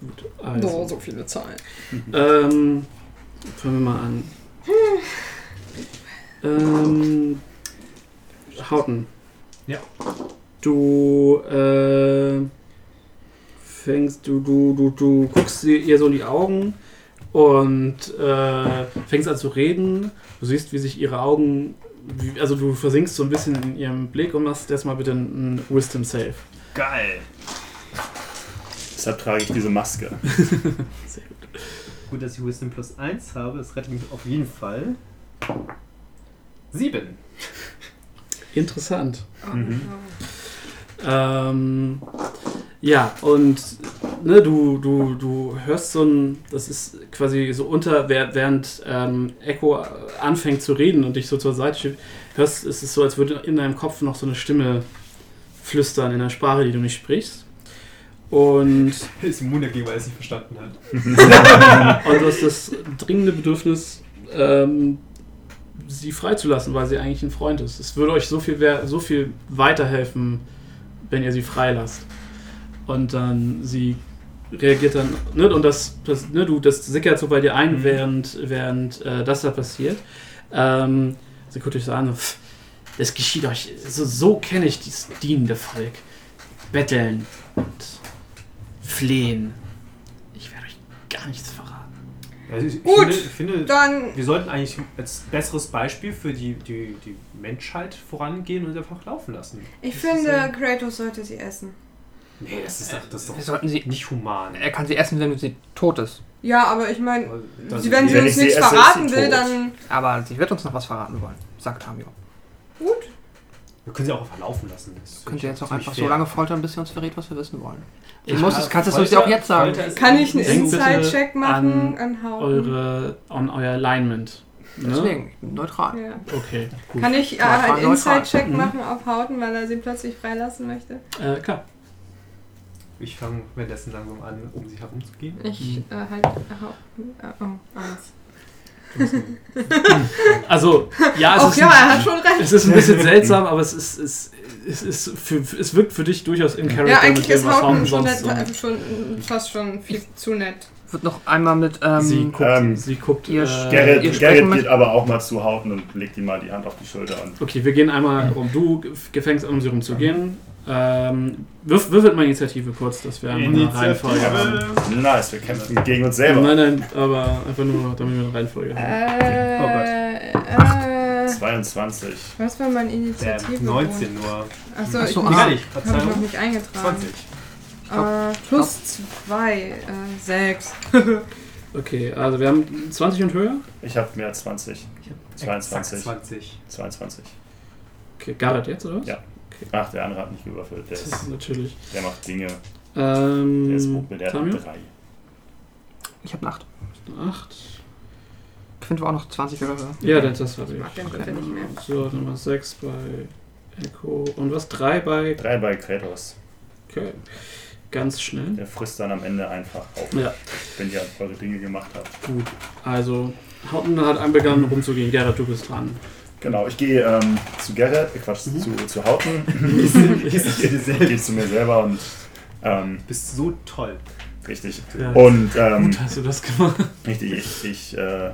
S3: Gut. Also.
S9: Boah, so viele Zahlen.
S3: Ähm, fangen wir mal an. Ähm, Hauten.
S5: Ja.
S3: Du, äh, fängst, du, du, du, du guckst sie- ihr so in die Augen und äh, fängst an zu reden. Du siehst, wie sich ihre Augen, wie, also du versinkst so ein bisschen in ihrem Blick und machst erstmal bitte einen Wisdom Save.
S7: Geil. Deshalb trage ich diese Maske.
S3: Sehr gut.
S5: Gut, dass ich Wisdom plus 1 habe. Das rettet mich auf jeden Fall. 7.
S3: Interessant.
S9: Oh,
S7: Mhm.
S9: oh.
S3: Ähm, ja, und ne, du, du, du hörst so ein, das ist quasi so unter, wer- während ähm, Echo anfängt zu reden und dich so zur Seite schiebt, hörst, ist es so, als würde in deinem Kopf noch so eine Stimme flüstern in der Sprache, die du nicht sprichst. Und,
S5: Ist immun dagegen, weil er es nicht verstanden hat.
S3: und du hast das dringende Bedürfnis, ähm, sie freizulassen, weil sie eigentlich ein Freund ist. Es würde euch so viel, wer- so viel weiterhelfen, wenn ihr sie freilasst. Und dann sie reagiert dann, ne, und das, das, ne, du, das sickert so bei dir ein,
S7: Mhm.
S3: während, während äh, das da passiert. Ähm, sie guckt euch so an, so, "Pff, es geschieht euch, so, so kenne ich dieses dienende Volk. Betteln und flehen. Ich werde euch gar nichts verraten.
S5: Also ich, ich
S9: Gut,
S5: Finde, finde,
S9: Dann.
S5: wir sollten eigentlich als besseres Beispiel für die, die, die Menschheit vorangehen und einfach laufen lassen.
S9: Ich
S5: Das
S9: finde,
S5: Ist, äh,
S9: Kratos sollte sie essen.
S5: nee, das ist, doch- das ist
S6: Wir
S5: doch
S6: sollten sie.
S5: nicht human. Also,
S6: Er kann sie essen, wenn sie tot ist.
S9: Ja, aber ich meine,
S5: Das-
S9: sie- wenn sie
S7: wenn
S9: uns
S7: ich sie
S9: nichts
S7: esse, ist sie
S9: verraten will,
S7: tot.
S9: dann.
S6: Aber sie wird uns noch was verraten wollen, sagt Tamio.
S9: Gut.
S5: Wir können sie auch einfach laufen lassen. Das
S6: Könnt ihr jetzt auch
S5: ziemlich
S6: einfach
S5: fair.
S6: so lange foltern, bis sie uns verrät, was wir wissen wollen. Du
S3: Ich
S6: musst es, kannst es uns ja auch jetzt sagen.
S5: Folter ist
S9: Kann
S5: eigentlich
S9: ich einen
S3: Denkt bitte
S9: Inside-Check machen?
S3: an
S9: An Hauten?
S3: Eure, on euer Alignment. Ne?
S6: Deswegen, ich bin neutral.
S9: Ja.
S3: Okay, gut.
S9: Kann ich äh,
S6: Ja,
S9: einen
S6: neutral.
S9: Inside-Check
S3: Mhm.
S9: machen auf Hauten, weil er sie plötzlich freilassen möchte?
S3: Äh, klar.
S5: Ich fange währenddessen langsam an, um sie herumzugehen.
S9: Ich äh, halt Hauten. Äh, oh, eins.
S3: Also, ja, es
S9: Ach
S3: ist
S9: ja,
S3: ein-
S9: er hat schon recht.
S3: Es ist ein bisschen seltsam, aber es ist, es, es ist für, es wirkt für dich durchaus in Character
S9: Ja, eigentlich ist Hauten
S3: Hauten
S9: schon,
S3: sonst
S9: nett,
S3: so.
S9: äh, schon fast schon viel zu nett.
S6: Wird noch einmal mit. Ähm,
S3: Sie guckt,
S7: ähm,
S3: sie guckt.
S6: ihr
S7: Gerrit,
S6: ihr
S3: Äh,
S6: sprechen
S7: Gerrit
S6: mit-
S7: geht aber auch mal zu Hauten und legt ihm mal die Hand auf die Schulter an.
S3: okay, wir gehen einmal rum. Du gefängst an, um sie rumzugehen. Ähm, wirf, würfelt mal Initiative kurz, dass wir einmal eine Reihenfolge haben.
S7: Nice, wir kämpfen gegen uns selber.
S3: Nein, nein, aber einfach nur, damit wir eine Reihenfolge haben.
S9: Äh, äh,
S7: 22.
S9: was war mein
S5: Der
S9: Initiative?
S5: 19 nur.
S9: Achso,
S6: Ach so,
S9: ich
S6: ah.
S5: Gar nicht,
S9: habe ich noch
S5: Verzeihung.
S9: nicht eingetragen.
S5: 20.
S9: Äh, plus äh, 2, 6. Äh.
S3: Okay, also wir haben 20 und höher.
S7: Ich habe mehr als 20.
S3: Ich hab
S7: 22.
S5: 20.
S7: 22.
S3: Okay, Garrett jetzt, oder was?
S7: Ja. Ach, der andere hat nicht gewürfelt. Der,
S3: Das
S7: ist,
S3: ist natürlich.
S7: der macht Dinge. Der ist
S3: Ähm,
S7: Popel, der hat
S3: Tamio?
S7: 3.
S6: Ich habe Nacht.
S3: 8.
S6: Quint war auch noch 20 oder so.
S3: Ja, das, das habe
S9: Ich
S3: ich.
S9: mag den Ritter nicht mehr.
S3: So, dann war 6 bei Echo und was? 3 bei.
S7: 3 bei Kratos.
S3: Okay. Ganz schnell.
S7: Der frisst dann am Ende einfach auf,
S3: Ja,
S7: wenn ihr eure Dinge gemacht habt.
S3: gut. Also, Haupten hat anbegonnen rumzugehen. Gerhard, du bist dran.
S7: Genau, ich gehe ähm, zu Gerrit, äh, Quatsch,
S3: Mhm.
S7: zu, zu Hauten. gehe zu mir selber und ähm,
S5: Bist so toll.
S7: richtig.
S3: Ja.
S7: Und ähm,
S3: Gut, hast du das gemacht?
S7: richtig, ich, ich äh,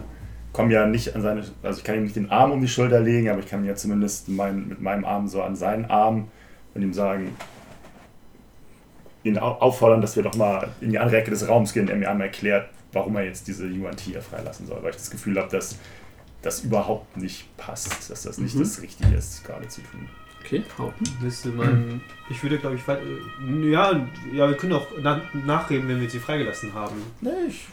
S7: komme ja nicht an seine, also ich kann ihm nicht den Arm um die Schulter legen, aber ich kann ja zumindest mein, mit meinem Arm so an seinen Arm und ihm sagen, ihn au- auffordern, dass wir doch mal in die andere Ecke des Raums gehen, der mir einmal erklärt, warum er jetzt diese Yuan Tia freilassen soll, weil ich das Gefühl habe, dass das überhaupt nicht passt, dass das nicht
S3: Mhm.
S7: das Richtige ist, gerade zu tun.
S3: Okay, Haupen.
S5: Müsste man. Ich würde, glaube ich, weit, äh, ja, ja, wir können auch na, nachreden, wenn wir sie freigelassen haben.
S7: Nee, ich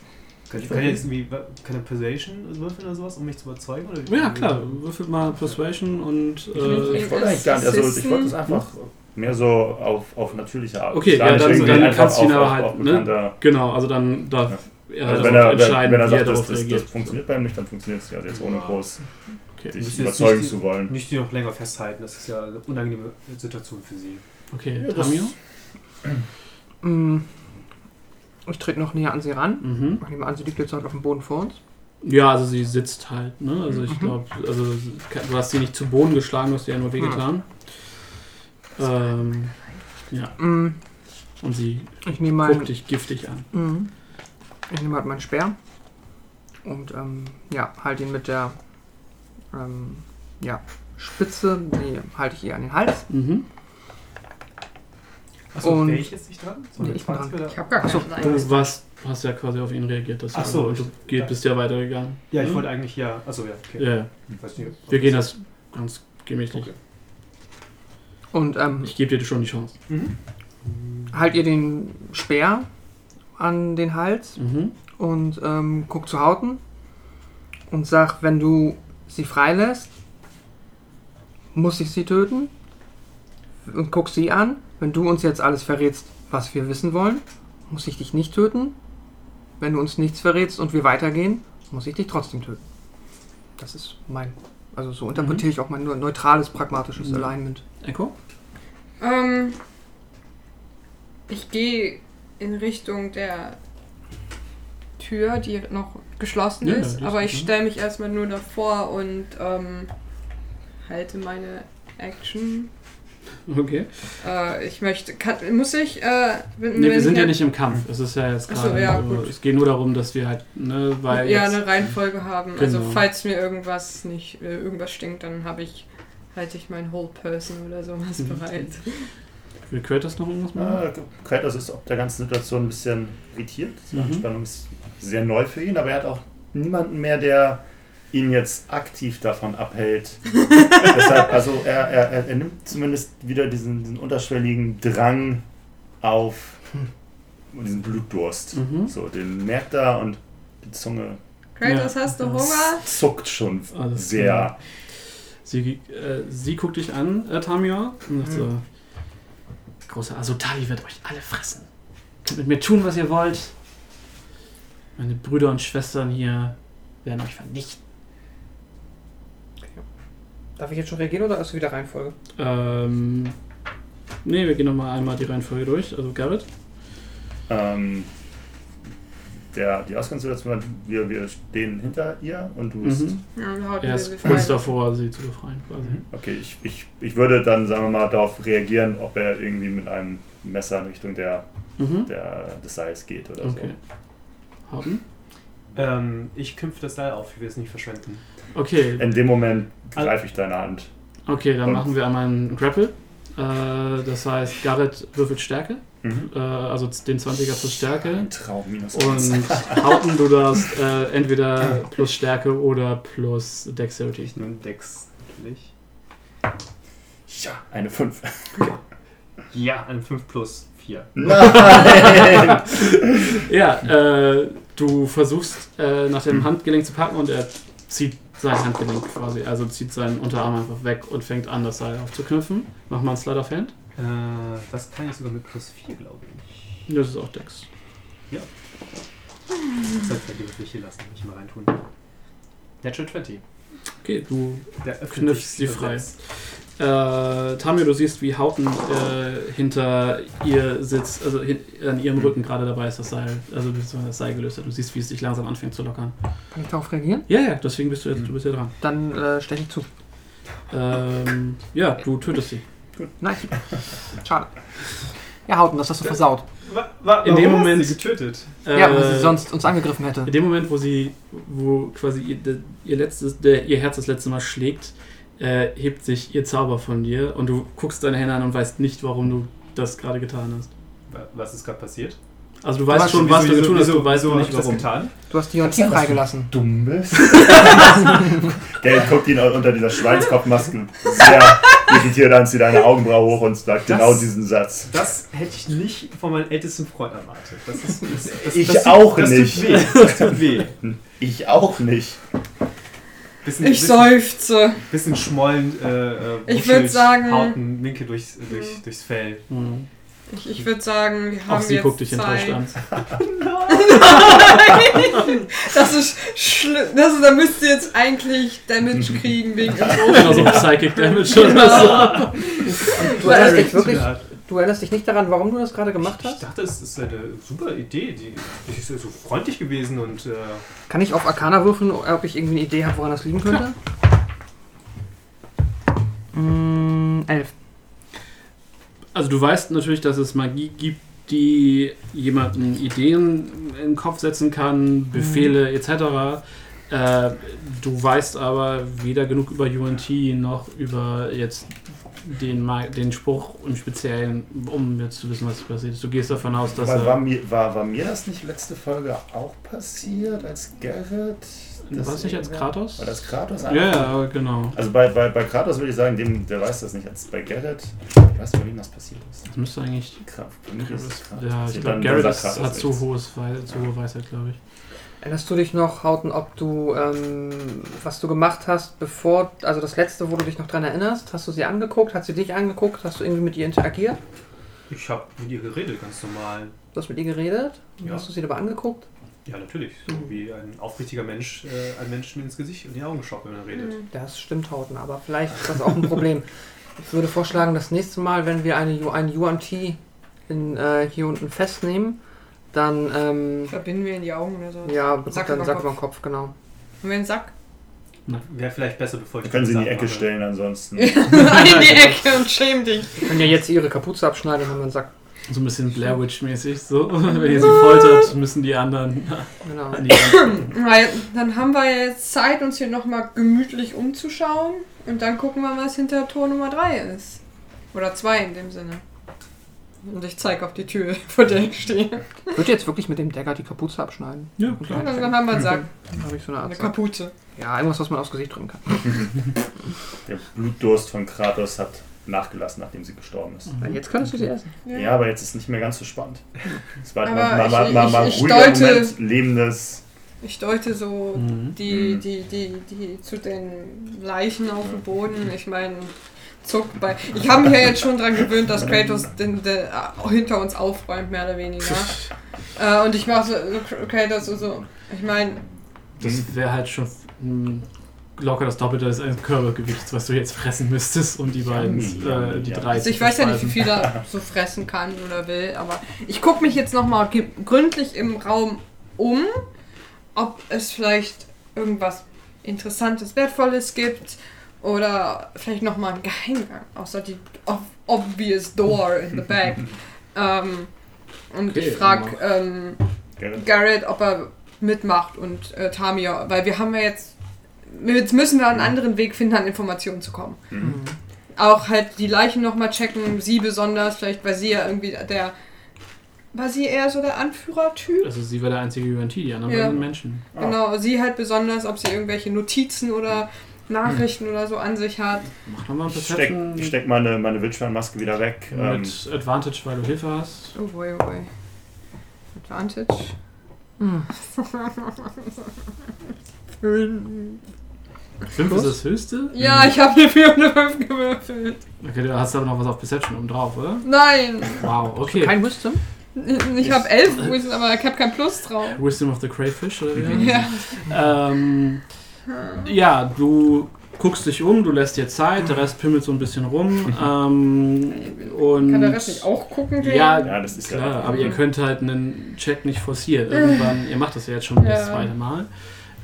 S5: Kann ich kann ich jetzt irgendwie wa- keine Persuasion würfeln oder sowas, um mich zu überzeugen? Oder wie-
S3: Ja, klar, würfelt mal Persuasion und. Äh,
S9: eh.
S7: Ich wollte eigentlich gar nicht, also ich wollte es
S9: Assisten.
S7: einfach mehr so auf, auf natürliche Art.
S3: Okay,
S7: Gar
S3: ja,
S7: nicht
S3: dann-
S7: irgendwie
S3: dann
S7: einfach
S3: kannst du ihn
S7: auf-
S3: aber
S7: auf-
S3: halt,
S7: auf
S3: ne?
S7: bekannter-
S3: genau, also dann darf er
S7: Also
S3: halt
S7: wenn
S3: auch
S7: er, wenn,
S3: entscheiden,
S7: wenn er
S3: wie er
S7: sagt,
S3: darauf
S7: das, das, das
S3: reagiert.
S7: funktioniert bei ihm nicht, dann funktioniert es ja also jetzt ohne groß
S3: Okay.
S5: Müsst
S7: dich
S5: ihr jetzt
S7: überzeugen
S5: nicht-
S7: zu wollen.
S5: Nicht die noch länger festhalten, das ist ja eine unangenehme Situation für sie.
S3: Okay,
S7: Ja, das-
S3: Tamio.
S6: Mm. Ich trete noch näher an sie ran.
S3: Mhm.
S6: Ich nehme an, sie liegt jetzt dort auf dem Boden vor uns.
S3: Ja, also sie sitzt halt, ne? Also
S5: Mhm.
S3: ich glaube, also du hast sie nicht zu Boden geschlagen, du hast ihr ja nur wehgetan. Ähm,
S6: Mm.
S3: und sie
S6: Ich nehme
S3: guckt
S6: mein,
S3: dich giftig an.
S6: Mhm. ich nehme halt meinen Speer und ähm, ja, halte ihn mit der ähm, ja, Spitze, nee, halte ich ihr an den Hals.
S3: Mhm.
S5: Achso,
S6: Und-
S5: wäre ich jetzt nicht dran? So
S6: Nee,
S5: eine
S6: ich bin
S5: 20 oder?
S4: Ich habe gar
S6: Achso.
S4: keinen Nein.
S3: Du warst, hast ja quasi auf ihn reagiert. Das
S5: Äh, Ach so,
S3: und du
S5: ich-
S3: geh-
S5: ja.
S3: bist ja weitergegangen.
S5: Ja, ich
S3: ne?
S5: wollte eigentlich ja. Achso, ja, okay.
S3: Ja, ja.
S5: Ich weiß nicht, ob
S3: wir gehen
S5: das-
S3: das ganz gemächlich.
S5: Okay.
S6: Und ähm,
S3: Ich gebe dir schon die Chance.
S5: Mhm.
S6: halt ihr den Speer an den Hals
S3: Mhm.
S6: und ähm, guck zu Hauten und sag, wenn du sie freilässt, muss ich sie töten und guck sie an. Wenn du uns jetzt alles verrätst, was wir wissen wollen, muss ich dich nicht töten. Wenn du uns nichts verrätst und wir weitergehen, muss ich dich trotzdem töten. Das ist mein, also so interpretiere ich auch mein neu- neutrales, pragmatisches
S3: Mhm.
S6: Alignment.
S3: Echo?
S9: Ähm, ich gehe in Richtung der Tür, die noch geschlossen
S3: Ja,
S9: ist,
S3: die ist
S9: aber ich
S3: offen.
S9: stelle mich erstmal nur davor und ähm, halte meine Action.
S3: Okay.
S9: Äh, ich möchte, kann, muss ich, äh, wenn,
S3: Nee,
S9: wenn
S3: wir sind
S9: ich
S3: ja
S9: halt-
S3: nicht im Kampf. Es ist ja jetzt
S9: Ach so,
S3: gerade.
S9: ja,
S3: nur-
S9: gut.
S3: es geht nur darum, dass wir halt, ne, weil.
S9: ja,
S3: jetzt,
S9: eine Reihenfolge haben.
S3: Genau.
S9: Also falls mir irgendwas nicht, äh, irgendwas stinkt, dann habe ich, halte ich mein Whole Person oder sowas
S3: Mhm.
S9: bereit.
S3: Will Kratos noch irgendwas machen?
S7: Ah, Kratos ist ob der ganzen Situation ein bisschen irritiert. Die
S3: Mhm.
S7: Anspannung ist sehr neu für ihn, aber er hat auch niemanden mehr, der ihn jetzt aktiv davon abhält. Deshalb, also er, er, er, er nimmt zumindest wieder diesen, diesen unterschwelligen Drang auf und diesen Blutdurst.
S5: Äh.
S3: Mhm.
S7: So, den merkt er und die Zunge
S9: Kratos,
S3: Ja.
S9: hast du Hunger?
S7: zuckt schon
S3: Alles
S7: sehr.
S3: klar. Sie, äh, sie guckt dich an, äh, Tamio, und sagt so: Großer Asotali wird euch alle fressen. Könnt mit mir tun, was ihr wollt. Meine Brüder und Schwestern hier werden euch vernichten.
S6: Darf ich jetzt schon reagieren oder ist wieder Reihenfolge?
S3: Ähm. Nee, wir gehen nochmal einmal die Reihenfolge durch. Also, Garrett.
S7: Ähm, der, die Ausgangssituation war, wir, wir stehen hinter ihr und du bist.
S3: Mhm.
S9: Ja, dann haut
S3: Er
S9: mir
S3: ist
S9: die
S3: kurz
S9: Pfeile.
S3: davor, sie zu befreien, quasi.
S7: Okay, ich, ich, ich würde dann, sagen wir mal, darauf reagieren, ob er irgendwie mit einem Messer in Richtung der,
S3: Mhm.
S7: der, des Seils geht oder
S3: Okay. Haben?
S5: Ähm, ich kämpfe das Seil auf, wir es nicht verschwenden.
S7: so.
S3: Okay,
S7: In dem Moment greife ich deine Hand.
S3: okay, dann
S7: Und-
S3: machen wir einmal einen Grapple. Äh, das heißt, Garrett würfelt Stärke,
S7: Mhm.
S3: äh, also den 20er plus Stärke.
S7: Ein Traum minus eins.
S3: Und Hauten, du darfst äh, entweder plus Stärke oder plus Dexterity.
S5: Ich nehme Dex natürlich.
S7: Ja, eine 5.
S5: Ja, ein 5 plus 4.
S7: Nein!
S3: Ja, äh, du versuchst äh, nach dem Handgelenk zu packen und er zieht sein Handgelenk quasi, also zieht seinen Unterarm einfach weg und fängt an, das Seil aufzuknüpfen. Mach mal ein Slide of Hand.
S5: Äh, das kann ich sogar mit plus 4, glaube ich.
S3: Das ist auch Dex.
S5: Das heißt, die Würfel hier lassen, nicht mal reintun. Natural 20.
S3: Okay, du
S5: Der öffnet
S3: Knüpft
S5: sich
S3: sie
S5: das
S3: frei.
S5: Seil.
S3: Äh, Tamio, du siehst, wie Hauten äh, hinter ihr sitzt, also hin, an ihrem Rücken gerade dabei ist das Seil, also beziehungsweise das Seil gelöst hat. Du siehst, wie es dich langsam anfängt zu lockern.
S6: Kann ich darauf reagieren?
S3: Ja, ja, deswegen bist du jetzt, du bist ja dran.
S6: Dann äh, steche ich zu.
S3: Ähm, ja, du tötest sie.
S6: Nice. Schade. Ja, Hauten, das hast du versaut.
S5: Wa wa
S3: In dem
S5: warum hast du
S3: Moment-
S5: sie getötet.
S6: Ja, weil
S3: Äh,
S6: sie sonst uns angegriffen hätte.
S3: In dem Moment, wo sie, wo quasi ihr, ihr letztes, der, ihr Herz das letzte Mal schlägt, äh, hebt sich ihr Zauber von dir und du guckst deine Hände an und weißt nicht, warum du das gerade getan hast.
S5: Wa- Was ist gerade passiert?
S3: Also du weißt
S6: weißt
S3: schon,
S5: Wieso-
S3: was du
S5: wieso-
S3: getan hast,
S5: wieso-
S3: du weißt
S5: wieso
S3: nur
S5: hab
S3: nicht
S5: ich das
S3: warum.
S5: getan?
S6: Du hast Dionti
S7: Was- was-
S6: freigelassen.
S7: Dumm bist. Gail guckt ihn unter dieser Schweinskopfmaske sehr irritiert an, zieht eine Augenbraue hoch und sagt
S5: Das-
S7: genau diesen Satz.
S5: Das hätte ich nicht von meinem ältesten Freund erwartet. Das ist, das, das,
S7: Ich
S5: das tut-
S7: auch
S5: das
S7: nicht.
S5: Tut weh. Das tut weh.
S7: Ich auch nicht.
S5: Bisschen,
S9: Ich
S5: bisschen,
S9: seufze.
S5: bisschen schmollen, äh, äh,
S9: Ich würd
S5: wuschelt,
S9: sagen-
S5: Hauten, Winkel durchs, durch, durchs Fell.
S3: Mhm.
S9: Ich, ich würde sagen, wir haben
S3: Auch sie
S9: jetzt
S3: guckt dich enttäuscht
S9: Zeit.
S3: an.
S9: Das ist schlimm. Das ist, da müsst ihr jetzt eigentlich Damage kriegen wegen
S3: Genau so Psychic Damage
S6: Genau.
S3: oder so.
S6: Du erinnerst dich
S5: Tut
S6: wirklich,
S5: mir leid.
S6: du erinnerst dich nicht daran, warum du das gerade gemacht
S5: Ich
S6: hast?
S5: dachte, es ist eine super Idee. Die, die ist so freundlich gewesen und äh,
S6: Kann ich auf Arcana würfeln, ob ich irgendwie eine Idee habe, woran das liegen könnte? Mm, elf.
S3: Also du weißt natürlich, dass es Magie gibt, die jemanden Ideen in den Kopf setzen kann,
S7: Mhm.
S3: Befehle etc. Äh, du weißt aber weder genug über UNT noch über jetzt den, Ma- den Spruch im Speziellen, um jetzt zu wissen, was passiert ist. Du gehst davon aus, dass
S7: War, war,
S3: er...
S7: mir, war, war mir das nicht letzte Folge auch passiert als Gerrit? Das
S3: War es nicht als Kratos?
S7: War das Kratos?
S3: Ja, ja, genau.
S7: Also bei, bei, bei Kratos würde ich sagen, dem, der weiß das nicht. Als bei Gerrit, ich weiß nicht, wem das passiert ist.
S3: Das müsste eigentlich...
S7: Kraft, für mich ist es Kratos.
S3: Ja, ich
S7: Und
S3: glaube,
S7: dann-
S3: Garrett
S7: dann
S3: ist,
S7: sagt Kratos
S3: hat zu,
S7: nichts.
S3: hohes, Wei- zu hohe Weisheit, glaube ich.
S6: Erinnerst du dich noch, Hauten, ob du, ähm, was du gemacht hast, bevor, also das letzte, wo du dich noch dran erinnerst, hast du sie angeguckt, hat sie dich angeguckt, hast du irgendwie mit ihr interagiert,
S5: ich habe mit ihr geredet, ganz normal.
S6: du hast mit ihr geredet,
S5: Ja.
S6: hast du sie dabei angeguckt?
S5: Ja, natürlich. So wie ein aufrichtiger Mensch äh, einem Menschen ins Gesicht und in die Augen schaut, wenn er redet.
S6: Das stimmt, Hauten, aber vielleicht ist das auch ein Problem. Ich würde vorschlagen, das nächste Mal, wenn wir eine, Ju- einen UMT in, äh, hier unten festnehmen, dann, ähm,
S9: Verbinden wir in die Augen oder so.
S6: ja,
S9: Sack
S6: dann
S9: über
S6: sag
S9: Kopf.
S6: über den Kopf, genau.
S9: Haben wir einen Sack?
S5: Wäre vielleicht besser, bevor ich
S7: Wir können sie in die
S5: das
S7: Ecke
S5: mache.
S7: stellen, ansonsten.
S9: in die Ecke und schäm dich.
S6: Wir können ja jetzt ihre Kapuze abschneiden und haben einen Sack.
S3: So ein bisschen Blair Witch-mäßig. So. Wenn ihr sie foltert, müssen die anderen
S6: Genau.
S3: an die Wand.
S9: Weil dann haben wir jetzt Zeit, uns hier nochmal gemütlich umzuschauen und dann gucken wir, was hinter Tor Nummer 3 ist. Oder 2 in dem Sinne. Und ich zeige auf die Tür, vor der ich stehe.
S6: Würdet ihr jetzt wirklich mit dem Dagger die Kapuze abschneiden?
S3: Ja,
S9: Und
S3: klar.
S9: dann, dann haben wir einen Sack,
S6: Habe ich so eine Art
S9: eine
S6: Sack.
S9: Kapuze.
S6: Ja, irgendwas, was man aufs Gesicht drücken kann.
S7: Der Blutdurst von Kratos hat nachgelassen, nachdem sie gestorben ist.
S6: Weil jetzt könntest du sie essen.
S7: Ja, aber jetzt ist nicht mehr ganz so spannend. Es war
S9: Aber
S7: mal, mal, mal,
S9: ich-
S7: mal,
S9: ich-
S7: mal
S9: ich
S7: ruhiger
S9: deute-
S7: Moment, lebendes.
S9: Ich deute so
S3: Mhm.
S9: die,
S7: Mhm.
S9: die, die, die zu den Leichen auf dem Boden. Ich meine, zuckt bei. Ich habe mich ja jetzt schon dran gewöhnt, dass Kratos den, den, äh, hinter uns aufräumt, mehr oder weniger. äh, und ich mache so, so Kratos so, so. Ich meine,
S3: Das wäre halt schon mh, locker das Doppelte des Körpergewichts, was du jetzt fressen müsstest, um die beiden,
S7: Ja,
S3: äh, die
S7: ja.
S3: drei
S9: also
S3: zu
S9: ich weiß ja nicht, wie
S3: verspeisen.
S9: viel er so fressen kann oder will, aber ich gucke mich jetzt nochmal gründlich im Raum um, ob es vielleicht irgendwas Interessantes, Wertvolles gibt oder vielleicht nochmal einen Geheimgang, außer die ob- obvious door in the back. ähm, und
S3: Okay,
S9: ich frage ähm,
S7: Gerrit,
S9: Garrett, ob er mitmacht und äh, Tamir, weil wir haben ja jetzt, jetzt müssen wir einen anderen Weg finden, an Informationen zu kommen.
S3: Hm.
S7: Mhm.
S9: Auch halt die Leichen nochmal checken, sie besonders, vielleicht war sie ja irgendwie der, war sie eher so der Anführertyp?
S3: Also sie war der einzige UNT, die anderen
S9: Ja.
S3: waren Menschen.
S7: Ah.
S9: Genau, sie halt besonders, ob sie irgendwelche Notizen oder Nachrichten oder so an sich hat.
S3: Mach nochmal ein
S7: ich steck,
S3: Perception
S7: ich
S3: mit
S7: steck meine, meine Wildschweinmaske wieder weg. Ähm,
S3: Advantage, weil du Hilfe hast.
S9: Oh boy, oh boy. Advantage.
S3: Fünf ist das höchste.
S9: Ja, ich habe eine 4 und eine 5 gewürfelt.
S3: Okay, du hast aber noch was auf Perception oben drauf, oder?
S9: Nein,
S3: Wow,
S9: Also
S3: okay.
S6: Kein Wisdom?
S9: ich habe 11 Wisdom, aber ich habe kein Plus drauf.
S3: Wisdom of the Crayfish, oder wie?
S9: Ja.
S3: Ähm, ja, du guckst dich um, du lässt dir Zeit, der Rest pimmelt so ein bisschen rum. Ähm, und
S9: Mhm. Kann der Rest nicht auch gucken gehen?
S3: Ja,
S7: ja, das ist
S3: Klar,
S7: ja.
S3: aber ihr könnt halt einen Check nicht forcieren. Irgendwann, ihr macht das ja jetzt schon das
S9: Ja.
S3: zweite Mal.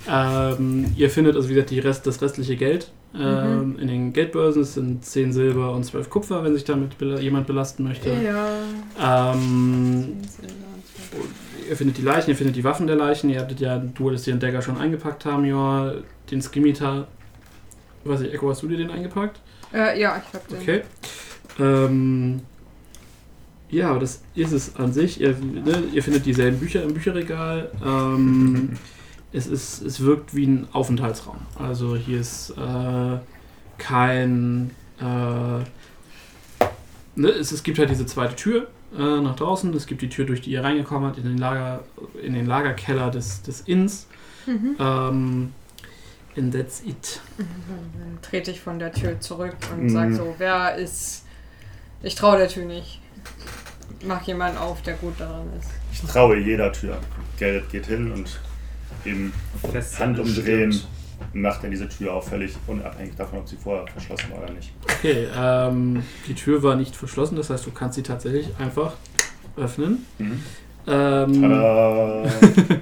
S3: Ähm, ihr findet also, wie gesagt, die Rest, das restliche Geld ähm, in den Geldbörsen. Es sind 10 Silber und 12 Kupfer, wenn sich damit bela- jemand belasten möchte.
S4: Ja.
S3: Ähm, ihr findet die Leichen, ihr findet die Waffen der Leichen. Ihr habtet ja, du hattest dir den Dagger schon eingepackt, Hamior, den Skimitar. Weiß ich, Echo, hast du dir den eingepackt?
S4: Äh, ja, ich hab den.
S3: Okay. Ähm, ja, aber das ist es an sich. Ihr, ne, ihr findet dieselben Bücher im Bücherregal.
S7: Mhm.
S3: Ähm, es, ist, es wirkt wie ein Aufenthaltsraum. Also hier ist äh, kein. Äh, ne, es, es gibt halt diese zweite Tür äh, nach draußen. Es gibt die Tür, durch die ihr reingekommen seid, in den, Lager, in den Lagerkeller des, des Inns.
S4: Mhm.
S3: Ähm, and that's it.
S9: Dann trete ich von der Tür zurück und
S7: Mhm.
S9: sag so, wer ist. Ich traue der Tür nicht. Mach jemanden auf, der gut daran ist.
S7: Ich traue jeder Tür. Gerrit geht hin und eben
S5: Fest
S7: Hand umdrehen
S5: bestimmt.
S7: macht er diese Tür auf, völlig unabhängig davon, ob sie vorher verschlossen war oder nicht.
S3: Okay, ähm, die Tür war nicht verschlossen, das heißt, du kannst sie tatsächlich einfach öffnen.
S7: Mhm.
S3: Ähm,
S7: Tada!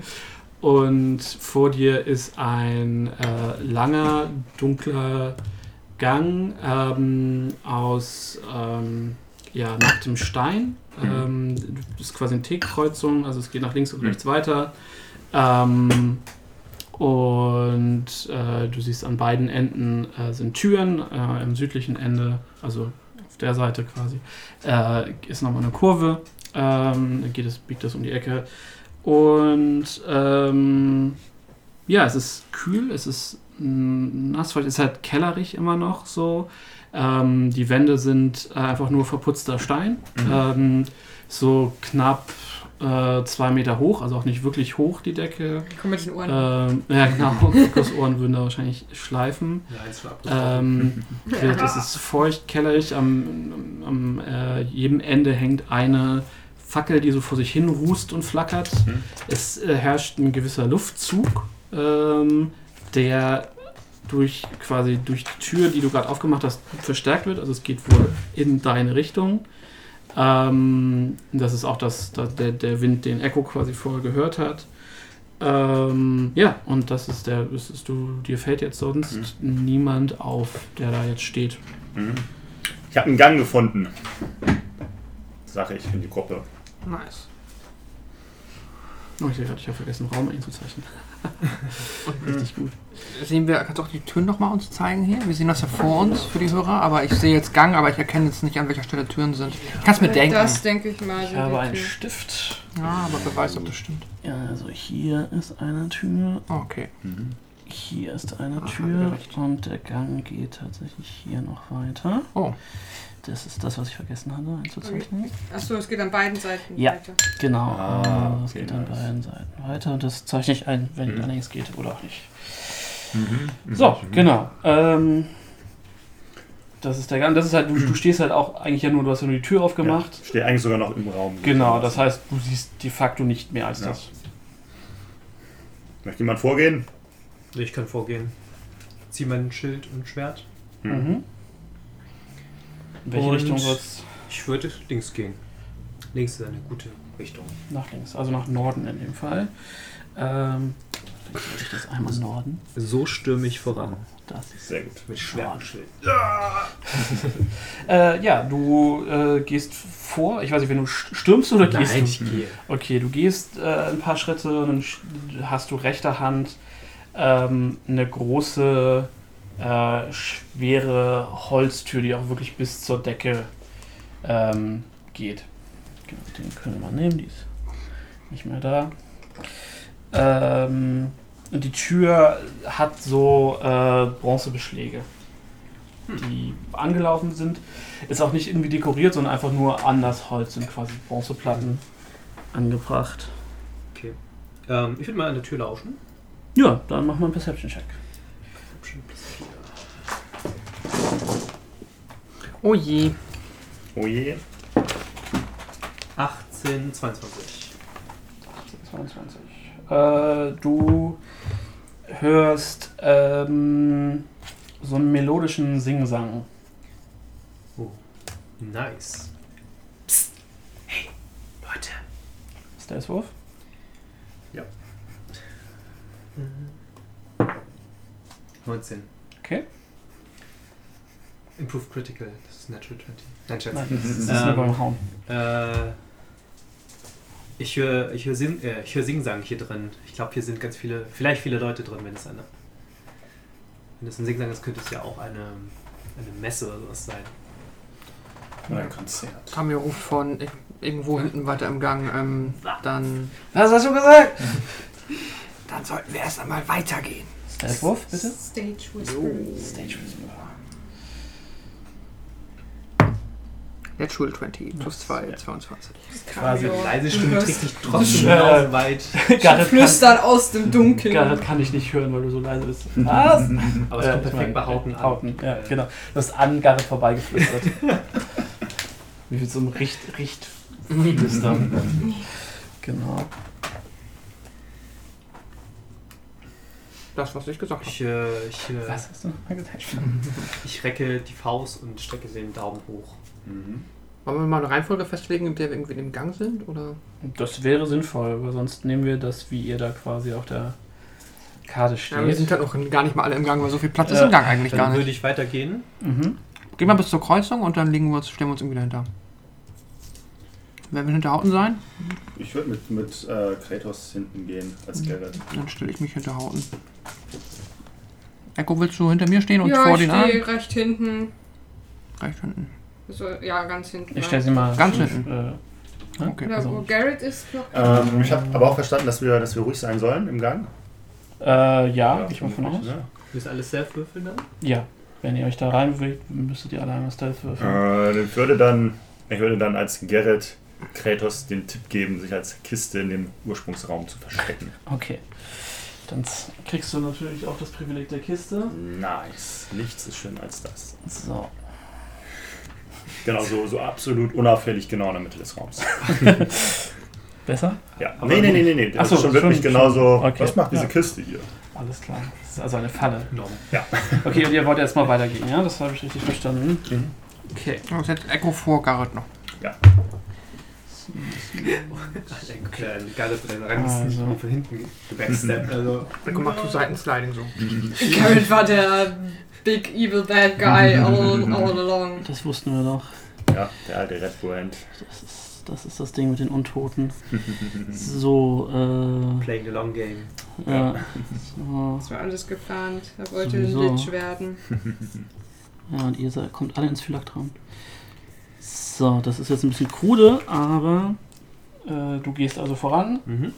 S3: und vor dir ist ein äh, langer, dunkler Gang ähm, aus ähm, ja, nacktem Stein. Ähm, das ist quasi eine T-Kreuzung, also es geht nach links und
S7: Mhm.
S3: rechts weiter. Ähm, und äh, du siehst an beiden Enden äh, sind Türen. Äh, Im südlichen Ende, also auf der Seite quasi, äh, ist nochmal eine Kurve. Ähm, dann geht es, biegt das um die Ecke. Und ähm, ja, es ist kühl, es ist mm, nass, vielleicht ist halt kellerig immer noch so. Ähm, die Wände sind äh, einfach nur verputzter Stein. Ähm, so knapp äh, zwei Meter hoch, also auch nicht wirklich hoch die Decke.
S9: Komm mit den Ohren.
S3: Ähm, ja, genau. Kokos Ohren würden da wahrscheinlich schleifen.
S5: Ja, eins schon abgebrochen.
S3: Ähm, wild, es ist feucht, kellerig. Am, am äh, jedem Ende hängt eine Fackel, die so vor sich hin rußt und flackert.
S7: Mhm.
S3: Es äh, herrscht ein gewisser Luftzug, ähm, der durch quasi durch die Tür, die du gerade aufgemacht hast, verstärkt wird. Also es geht wohl in deine Richtung. Ähm, das ist auch das, da- der, der Wind, den Echo quasi vorher gehört hat. Ähm, ja, und das ist der, das ist du, dir fällt jetzt sonst niemand auf, der da jetzt steht.
S7: Mhm. Ich habe einen Gang gefunden. Sag ich in die Gruppe.
S6: Nice.
S3: Oh, ich sehe gerade, ich habe vergessen, Raum einzuzeichnen. Richtig gut.
S6: Sehen wir, kannst du auch die Türen nochmal uns zeigen hier? Wir sehen das ja vor uns für die Hörer, aber ich sehe jetzt Gang, aber ich erkenne jetzt nicht, an welcher Stelle Türen sind. Ich kann es mir
S9: Äh,
S6: denken.
S9: Das denke ich mal.
S3: Ich
S9: sind
S3: habe
S9: die
S3: einen
S9: Tür.
S3: Stift.
S6: Ja, aber wer weiß, ob das stimmt.
S3: Ja, also hier ist eine Tür,
S6: Okay.
S7: Mhm.
S3: hier ist eine
S6: Ach, hat er
S3: Tür
S6: recht.
S3: und der Gang geht tatsächlich hier noch weiter.
S6: Oh.
S3: Das ist das, was ich vergessen hatte einzuzeichnen.
S9: Achso, es geht an beiden Seiten
S3: Ja.
S9: weiter.
S3: Genau,
S7: Ah,
S3: äh, das
S7: okay,
S3: geht an
S7: nice.
S3: beiden Seiten weiter und das zeichne ich ein, wenn
S7: Mhm.
S3: allerdings geht oder auch nicht. So,
S7: ne?
S3: genau. Ähm, das ist der Gang. Das ist halt, du, du stehst halt auch eigentlich ja nur, du hast ja nur die Tür aufgemacht.
S7: Ja, stehe eigentlich sogar noch im Raum.
S3: Genau, das heißt, du siehst de facto nicht mehr als
S7: Ja.
S3: das.
S7: Möchte jemand vorgehen?
S5: Ich kann vorgehen. Zieh mein Schild und Schwert.
S7: Hm.
S3: Mhm. In welche
S5: Und-
S3: Richtung wird's?
S5: Ich würde links gehen. Links ist eine gute Richtung.
S3: Nach links, also nach Norden in dem Fall. Ähm, dann soll ich das einmal Norden.
S5: So stürme ich voran.
S3: Das ist
S7: Sehr gut.
S5: Mit Schwert und Schild.
S3: äh, ja, du äh, gehst vor. Ich weiß nicht, wenn du st- stürmst oder gehst du?
S5: ich gehe.
S3: Okay, du gehst äh, ein paar Schritte und dann sch- hast du rechter Hand ähm, eine große, äh, schwere Holztür, die auch wirklich bis zur Decke ähm, geht. Genau, den können wir mal nehmen, die ist nicht mehr da. Ähm, und die Tür hat so äh, Bronzebeschläge, die angelaufen sind. Ist auch nicht irgendwie dekoriert, sondern einfach nur an das Holz sind quasi Bronzeplatten angebracht.
S5: Ähm, ich würde mal an der Tür lauschen.
S3: Ja, dann machen wir einen Perception-Check.
S6: Oh je.
S7: Oh je.
S5: 18, 22.
S3: 22. Äh, du hörst ähm, so einen melodischen Singsang.
S5: Nice. Psst. Hey, Leute.
S3: Ist der Wurf?
S5: Ja. 19.
S3: Okay.
S5: Improve Critical. Das ist Natural 20. Nein, Scherz.
S3: Nein, das ist nur
S5: Ähm,
S3: beim Hauen.
S5: Äh, ich höre ich hör Sing, äh, ich hör Singsang hier drin. Ich glaube, hier sind ganz viele, vielleicht viele Leute drin, wenn es eine. Wenn es ein Singsang ist, könnte es ja auch eine, eine Messe oder sowas sein.
S7: Oder ein Konzert.
S6: Tamio ruft von ir- irgendwo hinten weiter im Gang. Ähm, dann,
S3: Was hast du gesagt?
S6: dann sollten wir erst einmal weitergehen.
S3: Stealth-Wurf, bitte.
S9: Stage Whisper.
S3: Stage Whisper.
S6: Natural 20 plus 2, 22.
S5: Quasi
S9: Cameo.
S5: leise Stimme
S9: hörst-
S5: trägt dich
S3: Ich,
S5: trotzdem
S3: äh,
S5: genauso weit.
S3: Gareth kann,
S9: Flüstern aus dem Dunkeln.
S3: Gareth kann ich nicht hören, weil du so leise bist. Was?
S5: Aber es
S3: Äh,
S5: kommt
S3: ich
S5: perfekt
S3: mein,
S5: bei Hauten an. Äh,
S3: Hauten, ja, genau. Du hast an Gareth vorbeigeflüstert. Wie mit so einem Richt, Richt Flüster. genau.
S6: Das, was ich gesagt habe.
S5: Ich, äh, ich, äh,
S3: Was hast du nochmal gesagt?
S5: ich recke die Faust und strecke den Daumen hoch.
S7: Mhm.
S6: Wollen wir mal eine Reihenfolge festlegen, in der wir irgendwie im Gang sind? Oder?
S3: Das wäre sinnvoll, weil sonst nehmen wir das, wie ihr da quasi auf der Karte steht.
S6: Ja, wir sind halt noch gar nicht mal alle im Gang, weil so viel Platz ist
S3: Ja.
S6: im Gang eigentlich gar
S5: Dann
S6: nicht.
S5: würde ich weitergehen.
S3: mhm.
S6: Gehen wir bis zur Kreuzung und dann legen wir uns, stellen wir uns irgendwie dahinter. Wenn wir hinter Hauten sein,
S7: Ich würde mit, mit äh, Kratos hinten gehen als Gerrit.
S6: dann stelle ich mich hinter Hauten. Echo, willst du hinter mir stehen und
S9: Ja,
S6: vor
S9: ich
S6: den anderen?
S9: stehe recht hinten.
S6: Recht hinten.
S9: So, ja, ganz hinten.
S3: Ich stelle sie also- mal.
S6: Ganz
S3: fünf,
S6: hinten.
S3: Äh,
S6: Okay.
S9: ja, wo Garrett ist noch.
S7: Ähm, ich habe aber auch verstanden, dass wir, dass wir ruhig sein sollen im Gang.
S3: äh, ja, ich mal von aus.
S7: ne?
S5: Müsst ihr alles selbst würfeln dann?
S3: Ja, wenn ihr euch da reinbewegt, müsstet ihr alle einmal Stealth würfeln.
S7: Äh, ich, würde dann, ich würde dann als Gerrit Kratos den Tipp geben, sich als Kiste in dem Ursprungsraum zu verstecken.
S3: Okay. Dann z- kriegst du natürlich auch das Privileg der Kiste.
S7: Nice. Nichts ist schöner als das.
S3: So.
S7: Genau, so, so absolut unauffällig genau in der Mitte des Raums.
S3: Besser?
S7: Ja.
S3: Aber
S7: Nee, nee, nee, nee, nee.
S3: Ach
S7: Das
S3: so,
S7: ist schon wirklich
S3: schon-
S7: genauso.
S3: schon. Okay.
S7: Was macht diese
S3: Ja.
S7: Kiste hier?
S3: Alles klar. Das ist also eine Falle.
S5: No.
S3: Okay, und ihr wollt erstmal weitergehen, ja? Das habe ich richtig verstanden.
S7: Mhm.
S3: Okay.
S6: Jetzt hätte Echo vor Garrett noch.
S5: Ein kleiner Gareth drin rein, ist nicht
S3: Also.
S5: nur von hinten
S3: Mhm.
S5: gebackstabbt. Also,
S6: Echo macht so Seitensliding so.
S9: Garrett war der Big Evil Bad Guy all, all along.
S3: Das wussten wir doch.
S7: Ja, der alte Red Brand.
S3: Das ist das, ist das Ding mit den Untoten. So,
S5: playing the long game.
S3: äh. Ja. So.
S9: Das war alles geplant. Er wollte ein
S3: Sowieso.
S9: Lich werden.
S3: Ja, und ihr seid, kommt alle ins Phylaktraum. So, das ist jetzt ein bisschen krude, aber äh, du gehst also voran
S5: Mhm.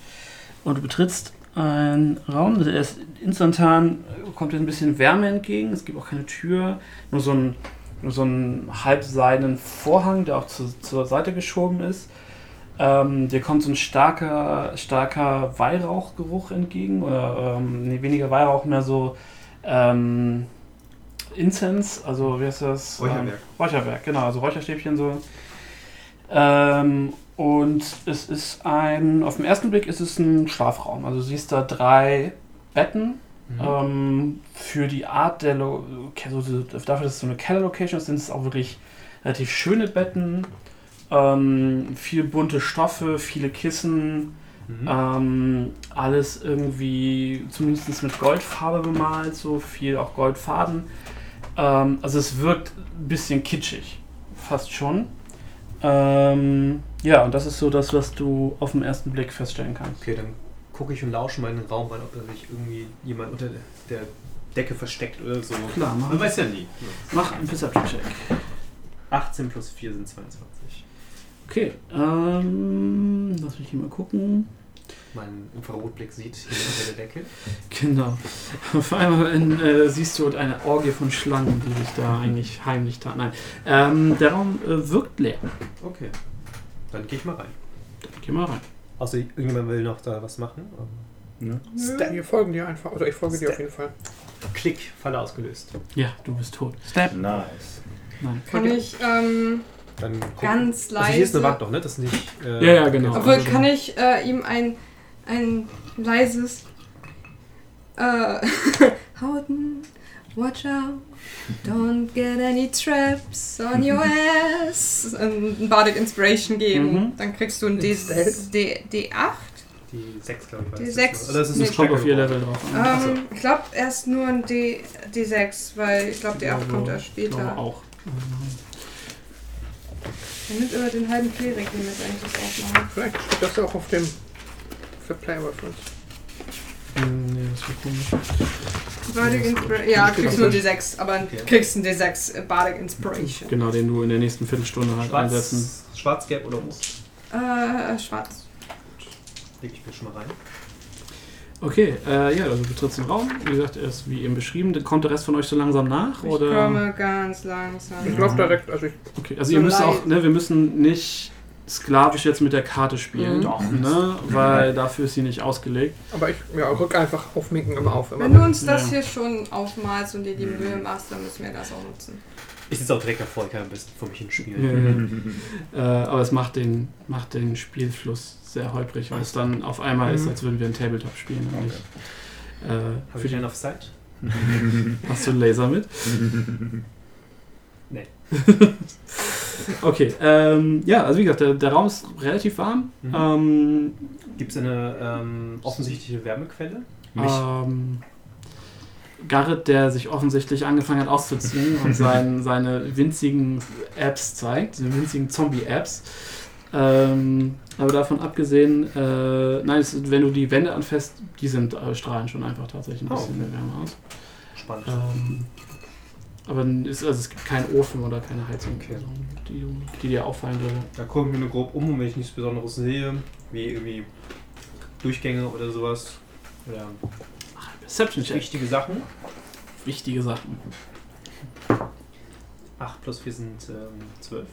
S3: und du betrittst einen Raum. Der ist instantan äh, kommt dir ein bisschen Wärme entgegen. Es gibt auch keine Tür, nur so ein nur so einen halbseidenen Vorhang, der auch zu, zur Seite geschoben ist. Ähm, dir kommt so ein starker, starker Weihrauchgeruch entgegen, oder ähm, nee, weniger Weihrauch, mehr so ähm, Incense, also wie heißt das? Ähm,
S5: Räucherwerk.
S3: Räucherwerk, genau, also Räucherstäbchen so. Ähm, und es ist ein, auf den ersten Blick ist es ein Schlafraum. Also du siehst da drei Betten, ähm, für die Art der Lo Ke- so, so, dafür, dass es so eine Keller-Location ist, sind es auch wirklich relativ schöne Betten, ähm, viel bunte Stoffe, viele Kissen,
S5: Mhm.
S3: ähm, alles irgendwie zumindest mit Goldfarbe bemalt, so viel auch Goldfaden. Ähm, also es wirkt ein bisschen kitschig, fast schon. Ähm, ja, und das ist so das, was du auf den ersten Blick feststellen kannst.
S5: Okay, dann gucke ich und lausche mal in den Raum, weil ob da sich irgendwie jemand unter der Decke versteckt oder so.
S3: Klar, mach,
S5: Man weiß ja nie.
S3: mach einen Perception-Check.
S5: 18 plus 4 sind 22.
S3: Okay, ähm, lass mich hier mal gucken.
S5: Mein Infrarotblick sieht hier unter der Decke.
S3: Genau. Auf einmal in, äh, siehst du eine Orgie von Schlangen, die sich da eigentlich heimlich da. Nein, ähm, der Raum äh, wirkt leer.
S5: Okay, dann gehe ich mal rein.
S3: Geh mal rein.
S5: Außer irgendjemand will noch da was machen.
S7: Ne?
S6: Wir folgen dir einfach. Oder ich folge dir auf jeden Fall.
S5: Klick, Falle ausgelöst.
S3: Ja, du bist tot.
S7: Nice.
S3: Nein.
S9: Kann ich, ähm,
S5: Dann guck-
S9: ganz
S5: also hier ist eine
S9: leise.
S5: Wand noch, ne? Das ist nicht. äh,
S3: Ja, ja, genau.
S9: Obwohl,
S5: okay.
S9: kann ich äh, ihm ein, ein leises äh, Howden, watch out, don't get any traps on your ass. Ein Bardic Inspiration geben.
S3: Mhm.
S9: Dann kriegst du ein D, D, D8.
S5: Die Die 6, glaube ich, war
S9: Die
S5: das
S9: sechs.
S5: letzte Mal. Oder ist es
S9: Nee.
S5: ein
S3: Es kommt
S5: Stärke
S3: auf ihr
S5: geworden?
S3: Level drauf Also, an. Achso,
S9: Ähm, ich glaube erst nur ein D, D6, weil ich glaube, die 8
S3: Ja,
S9: kommt
S3: so.
S9: erst
S3: ich glaube
S9: später.
S3: auch.
S9: Dann nimmt über den halben Klerik, den wir jetzt eigentlich das aufmachen.
S6: Vielleicht steht das ja auch auf dem für Play Reference.
S3: Hm, Nee, das wird komisch.
S9: Bardic Inspiration. Ja,
S6: Steht
S9: kriegst
S6: auf
S9: nur D6, aber
S5: Okay.
S9: kriegst ein D6 äh, Bardic Inspiration.
S3: Genau, den du in der nächsten Viertelstunde halt einsetzen.
S5: Schwarz, Schwarz, gelb oder rot?
S9: Äh, schwarz.
S5: Leg ich mir schon mal rein.
S3: Okay, äh, ja, also du betrittst den Raum. Wie gesagt, er ist wie eben beschrieben. Dann Kommt der Rest von euch so langsam nach?
S9: Ich
S3: Oder?
S9: komme ganz langsam.
S6: Ich laufe direkt, also ich
S3: Okay, also
S9: so
S3: ihr müsst
S9: leid.
S3: auch, ne, wir müssen nicht sklavisch jetzt mit der Karte spielen.
S9: Mhm.
S3: Doch, ne? Weil dafür ist sie nicht ausgelegt.
S6: Aber ich ja, rück einfach auf Minken immer auf. Immer.
S9: Wenn du uns das
S3: Ja.
S9: hier schon aufmalst und dir die Mühe machst, dann müssen wir das auch nutzen.
S5: Ich sitze auch direkt davor, ich kann am besten vor mich hinspielen.
S3: Ja.
S7: Mhm.
S3: Äh, aber es macht den, macht den Spielfluss sehr holprig, weil es dann auf einmal ist,
S6: Mhm.
S3: als würden wir einen Tabletop spielen. Und nicht, äh,
S5: Habe
S3: für
S5: ich
S3: die,
S5: einen auf Sight?
S3: hast du einen Laser mit?
S5: Nee.
S3: okay, ähm, ja, also wie gesagt, der, der Raum ist relativ warm.
S5: Mhm.
S3: Ähm,
S5: Gibt es eine ähm, offensichtliche Wärmequelle?
S7: Mich.
S3: Ähm, Garrett, der sich offensichtlich angefangen hat auszuziehen und sein, seine winzigen Apps zeigt, diese winzigen Zombie-Apps. Ähm, aber davon abgesehen, äh, nein, es, wenn du die Wände anfasst, die sind äh, strahlen schon einfach tatsächlich ein
S5: Oh.
S3: bisschen mehr Wärme aus.
S5: Spannend.
S3: Ähm, aber es, also es gibt keinen Ofen oder keine Heizung,
S5: Okay.
S3: also, die, du- die dir auffallen würde.
S5: Da gucke ich mir nur grob um und wenn ich nichts Besonderes sehe, wie irgendwie Durchgänge oder sowas. Oder
S3: Perception-Check,
S5: wichtige Sachen.
S3: wichtige Sachen.
S5: 8 plus 4 sind ähm, 12.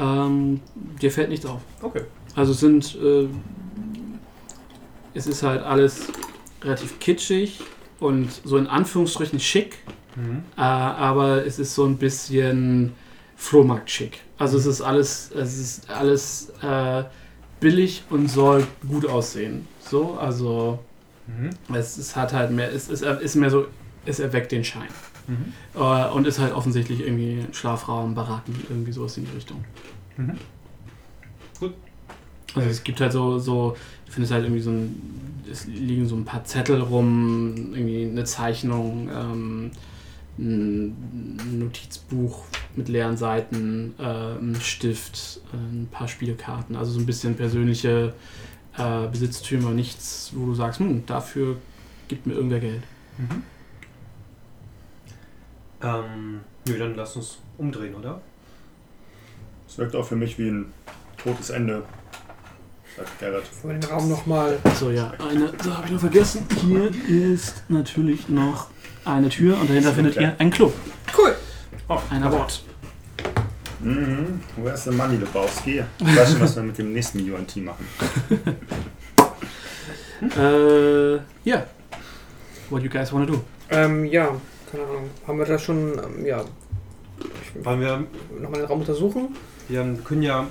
S3: Ähm, dir fällt nichts auf.
S5: Okay.
S3: Also es sind, äh, es ist halt alles relativ kitschig und so in Anführungsstrichen schick,
S5: Mhm.
S3: äh, aber es ist so ein bisschen Flohmarkt-schick. Also es ist alles, es ist alles äh, billig und soll gut aussehen. So, also
S5: Mhm.
S3: es, es hat halt mehr, es, es ist mehr so, es erweckt den Schein.
S5: Mhm.
S3: Äh, und ist halt offensichtlich irgendwie ein Schlafraum, Baracken, irgendwie sowas in die Richtung.
S5: Mhm. Gut.
S3: Also es gibt halt so, so, du findest halt irgendwie so ein, es liegen so ein paar Zettel rum, irgendwie eine Zeichnung, ähm, ein Notizbuch mit leeren Seiten, äh, ein Stift, äh, ein paar Spielkarten, also so ein bisschen persönliche äh, Besitztümer, nichts, wo du sagst, hm, dafür gibt mir irgendwer Geld.
S5: Mhm. Ähm, nö, dann lass uns umdrehen, oder?
S7: Das wirkt auch für mich wie ein totes Ende, sagt Gerrit.
S6: Wenn wir den Raum nochmal.
S3: So, ja, eine, so habe ich nur vergessen. Hier ist natürlich noch eine Tür und dahinter findet ihr ein Klo.
S9: Cool.
S5: Oh,
S3: Ein Abort.
S7: Mhm. Where's the money, Lebowski? Ich weiß schon, was wir mit dem nächsten UNT machen.
S3: Äh, ja. What you guys wanna do?
S6: Ähm, ja, keine Ahnung. Haben wir da schon. Ähm, ja. Ich-
S5: Wollen wir,
S6: Nochmal den Raum untersuchen?
S5: wir können ja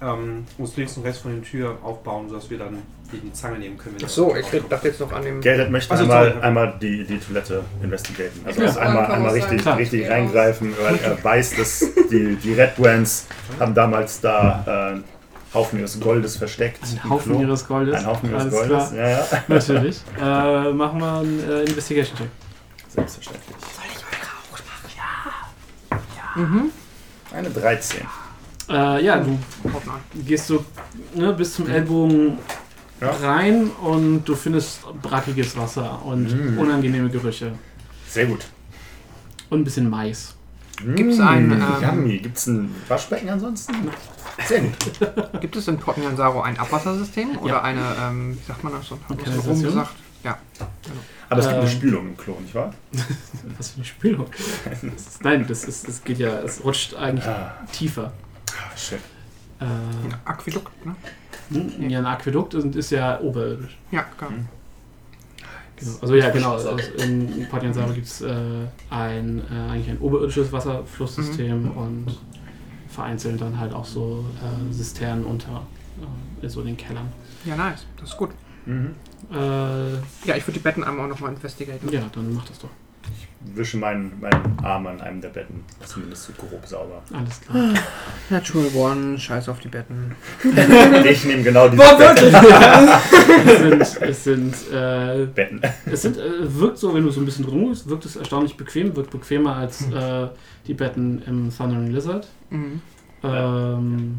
S5: ähm, uns links und rechts von den Türen aufbauen, sodass wir dann die, die Zange nehmen können. wenn wir
S6: Achso,
S5: das
S6: ich red- dachte jetzt noch an dem.
S7: Gerrit möchte
S5: Also,
S7: einmal,
S5: sorry.
S7: einmal die, die Toilette investigaten. Also
S3: Ja.
S7: erst einmal,
S9: Kann
S7: einmal
S9: man
S7: richtig,
S3: sagen.
S7: richtig
S9: Klar.
S7: reingreifen, weil er weiß, dass die, die Red Brands haben damals da äh, einen Haufen ihres Goldes versteckt.
S3: Ein
S7: im
S3: Haufen
S7: Klo.
S3: ihres Goldes.
S7: Ein Haufen ihres
S3: Alles
S7: Goldes.
S3: klar.
S7: Ja, ja.
S3: Natürlich. äh, machen wir einen äh, Investigation-Check.
S7: Selbstverständlich.
S6: Mhm.
S7: Eine 13.
S3: Äh, ja, du
S7: Oh,
S6: Haut mal.
S3: gehst so ne, bis zum Ellbogen
S7: Ja.
S3: rein und du findest brackiges Wasser und
S7: Mhm.
S3: unangenehme Gerüche.
S7: Sehr gut.
S3: Und ein bisschen Mais.
S6: Gibt's ein, ähm,
S7: Mmh, Yummy. Gibt's ein Waschbecken ansonsten? Sehr gut.
S6: Gibt es in Port Nianzaro ein Abwassersystem? Oder eine, ähm, wie sagt man das so? Hat man das so
S3: Kanalisation?
S6: rumgesagt? Ja.
S7: Aber es gibt eine
S6: Äh,
S3: Ähm.
S7: Spülung im Klo, nicht wahr?
S3: Was für eine Spülung. Das ist, nein, das, ist, das geht ja, es rutscht eigentlich
S7: Ah,
S3: tiefer.
S6: ah,
S7: schön.
S3: Äh,
S6: Ein Aquädukt, ne?
S3: hm, ja, ein Aquädukt ist, ist ja oberirdisch.
S6: Ja, genau.
S3: Genau. Also ja, genau. Also in Patiansara gibt es äh, ein, äh, eigentlich ein oberirdisches Wasserflusssystem und vereinzelt dann halt auch so äh, Zisternen unter äh, in so den Kellern.
S6: Ja, nice. Das ist gut.
S7: Mhm.
S3: Äh,
S6: Ja, ich würde die Betten einmal auch nochmal investigaten.
S3: ja, dann mach das doch.
S7: wische meinen, meinen Arm an einem der Betten. Zumindest so grob sauber.
S3: Alles klar.
S6: Natural One, scheiß auf die Betten.
S7: Ich nehme genau diese Betten.
S3: es sind, es sind, äh,
S7: Betten.
S3: es sind äh, wirkt so, wenn du so ein bisschen rumgehst, wirkt es erstaunlich bequem, wirkt bequemer als äh, die Betten im Thundering Lizard.
S6: Mhm.
S3: Ähm,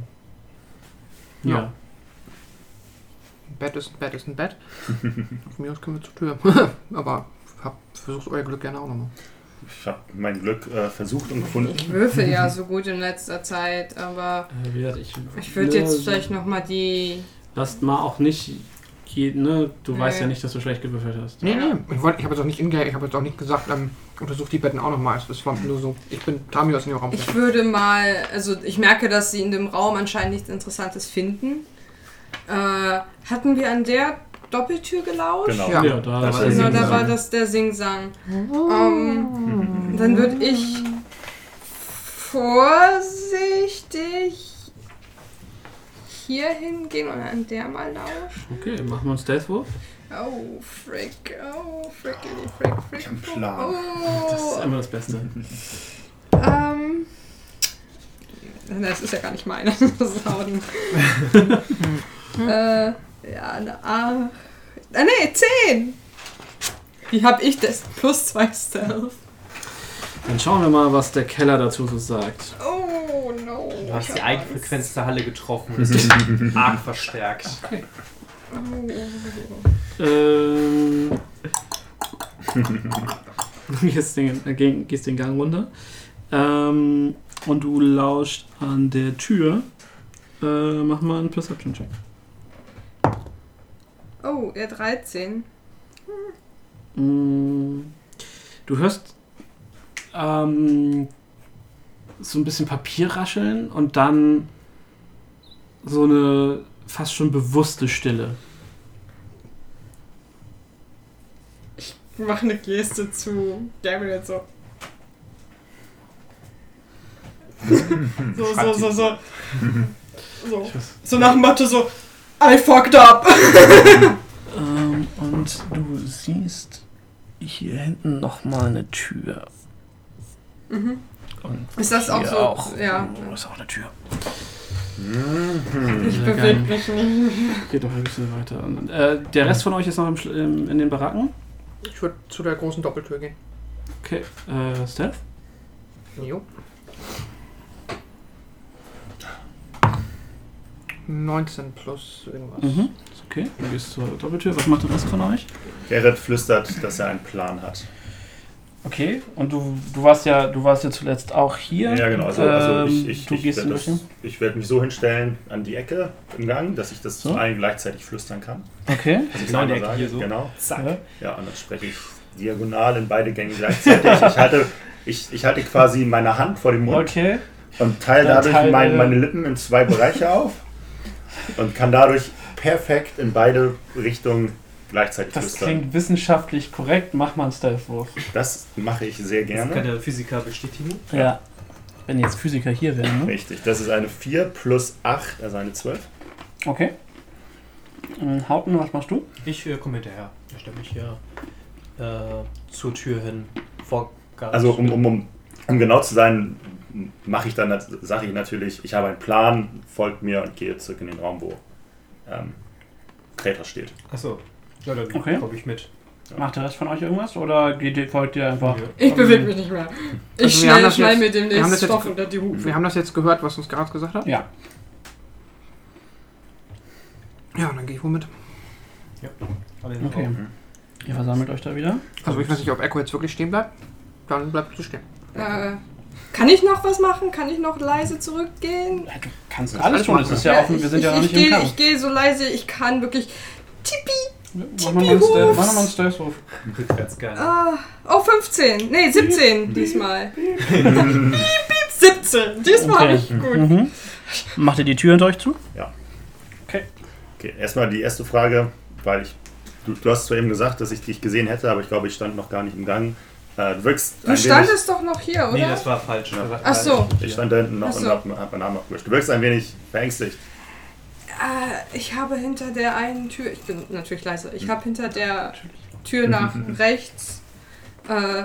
S3: ja.
S6: Ja. Ein Bett ist ein Bett ist ein Bett. Von mir aus können wir zur Tür. Aber hab, versucht euer Glück gerne auch nochmal.
S7: Ich habe mein Glück äh, versucht und
S9: Ich
S7: gefunden.
S9: würfel ja so gut in letzter Zeit, aber
S3: Äh, wie gesagt, ich,
S9: ich würde jetzt vielleicht nochmal die.
S3: Lasst mal auch nicht. Je, ne, du
S9: Nee.
S3: weißt ja nicht, dass du schlecht gewürfelt hast.
S6: Nee, nee. Ich, wollt- ich habe jetzt auch nicht in ich habe jetzt auch nicht gesagt, ähm, untersucht die Betten auch nochmal. Es war nur so, ich bin Tamios in den Raum.
S9: Ich würde mal, also ich merke, dass sie in dem Raum anscheinend nichts Interessantes finden. Äh, hatten wir an der Doppeltür gelauscht?
S7: Genau.
S6: Ja.
S3: Ja, da
S7: Das
S3: war
S7: ist
S9: Genau,
S7: Singsang.
S9: da war das der Singsang. Ähm,
S7: Mhm.
S9: dann würde ich vorsichtig hier hingehen oder an der mal lauschen.
S3: Okay, machen wir uns Stealth-Wurf.
S9: Oh, frick, oh, frickity, frick, frick.
S7: Am
S9: frick.
S7: Schlag.
S3: Das ist
S9: Oh,
S3: immer das Beste.
S9: ähm. Nein, das ist ja gar nicht meine. Das ist auch ein- äh, ja, eine A. Ah, nee, 10! Wie hab ich das? Plus 2 Stealth.
S3: Dann schauen wir mal, was der Keller dazu so sagt.
S9: Oh, no.
S5: Du hast
S9: Ich
S5: die
S9: hab
S5: Eigenfrequenz der Halle getroffen und ist arg verstärkt.
S9: Oh.
S3: Ähm. gehst, den, äh, geh- gehst den Gang runter. Ähm, und du lauscht an der Tür. Äh, mach mal einen Perception-Check.
S9: Angst. Oh, er 13.
S3: Mm, Du hörst ähm, so ein bisschen Papier rascheln und dann so eine fast schon bewusste Stille.
S9: Mach eine Geste zu Gabriel so. so, so, so, so. So, so nach dem Motto so, I fucked up.
S10: Ähm, und du siehst hier hinten nochmal eine Tür.
S9: Mhm.
S10: Und
S9: Ist das auch
S10: hier
S9: so?
S10: Auch.
S9: Ja.
S10: Oh, ist auch eine Tür.
S7: Mhm.
S9: Ich
S3: Dieser
S9: bewege
S3: Gang
S9: mich nicht.
S3: Geht noch ein bisschen weiter. Und, äh, der Rest von euch ist noch im, Schl- im, in den Baracken.
S6: Ich würde zu der großen Doppeltür gehen.
S3: Okay, äh, Steph?
S6: Jo. 19 plus irgendwas.
S9: Mhm.
S3: Ist okay. Du gehst zur Doppeltür. Was macht der Rest von euch?
S7: Gerrit flüstert, dass er einen Plan hat.
S10: Okay, und du, du warst ja, du warst ja zuletzt auch hier.
S7: Ja, genau. Also, also ich,
S10: Ähm,
S7: ich,
S10: du
S7: ich
S10: gehst ein
S7: werde
S10: bisschen.
S7: werd mich so hinstellen an die Ecke im Gang, dass ich das
S10: So?
S7: zu allen gleichzeitig flüstern kann.
S10: Okay.
S7: Also
S5: Genau in der
S7: einmal
S5: Ecke hier so.
S7: Genau.
S10: Ja.
S7: Ja, und dann spreche ich diagonal in beide Gänge gleichzeitig. ich, halte, ich, ich halte quasi meine Hand vor dem Mund
S10: Okay.
S7: und teile
S10: Dann
S7: dadurch
S10: teile-
S7: mein, meine Lippen in zwei Bereiche auf und kann dadurch perfekt in beide Richtungen gleichzeitig
S10: Das
S7: flüstern.
S10: klingt wissenschaftlich korrekt. Mach mal einen Stealth-Wurf.
S7: Das mache ich sehr
S5: Das
S7: gerne.
S5: kann der Physiker bestätigen.
S10: Ja. Wenn jetzt Physiker hier wären, ne?
S7: Richtig, das ist eine 4 plus 8, also eine 12.
S10: Okay. Ähm, Haupten, was machst du?
S5: Ich äh, komme hinterher. Ich stelle mich hier äh, zur Tür hin. Vor Garage.
S7: Also um, um, um, um genau zu sein, mache ich dann sage ich natürlich, ich habe einen Plan, folgt mir und gehe zurück in den Raum, wo ähm, Kratos steht.
S5: Achso. Ja, dann
S10: Okay.
S5: komme ich mit.
S10: Macht der Rest von euch irgendwas oder geht, ihr- folgt ihr einfach?
S5: Ja.
S9: Ich bewege mich nicht mehr. Ich
S6: Also wir haben
S9: schnell,
S6: das
S9: schnell
S6: jetzt-
S9: mir
S6: wir haben das
S9: demnächst
S6: jetzt-
S9: Stoff unter die Hufe.
S6: Wir haben das jetzt gehört, was uns gerade gesagt hat.
S10: Ja.
S6: Ja, und dann gehe ich wohl mit.
S5: Alle in den
S10: Okay.
S5: Raum.
S10: Ihr versammelt euch da wieder.
S6: Also ich weiß nicht, ob Echo jetzt wirklich stehen bleibt. Dann bleibt sie stehen.
S9: Äh, kann ich noch was machen? Kann ich noch leise zurückgehen?
S10: Ja, Du kannst
S7: Das
S10: alles
S6: alles
S10: tun, es
S6: machen.
S10: ist ja offen, wir sind
S9: ich,
S10: ja noch
S9: ich,
S10: nicht
S9: ich gehe-
S10: im Kampf.
S9: Ich gehe so leise, ich kann wirklich. Tippi!
S10: Mach mal einen Stealth- mach mal einen Stealth-Wurf.
S5: Rückwärts gerne.
S9: Ah, oh, 15. Nee, 17 diesmal. Piep, piep, 17. Diesmal hab
S10: Okay.
S9: ich gut.
S10: Mhm. Macht ihr die Tür hinter euch zu?
S7: Okay, erstmal die erste Frage, weil ich, du, du hast zwar eben gesagt, dass ich dich gesehen hätte, aber ich glaube, ich stand noch gar nicht im Gang. Äh, du wirkst
S9: Du
S7: ein wenig,
S9: standest doch noch hier, oder?
S5: Nee, das war falsch.
S7: Ja.
S5: Das war
S9: Ach so.
S5: falsch.
S7: ich stand da hinten noch
S9: Ach so.
S7: und habe hab meinen Arm abgewischt. Du wirkst ein wenig verängstigt.
S9: äh, ich habe hinter der einen Tür, ich bin natürlich leise, ich habe hinter der Tür nach rechts äh,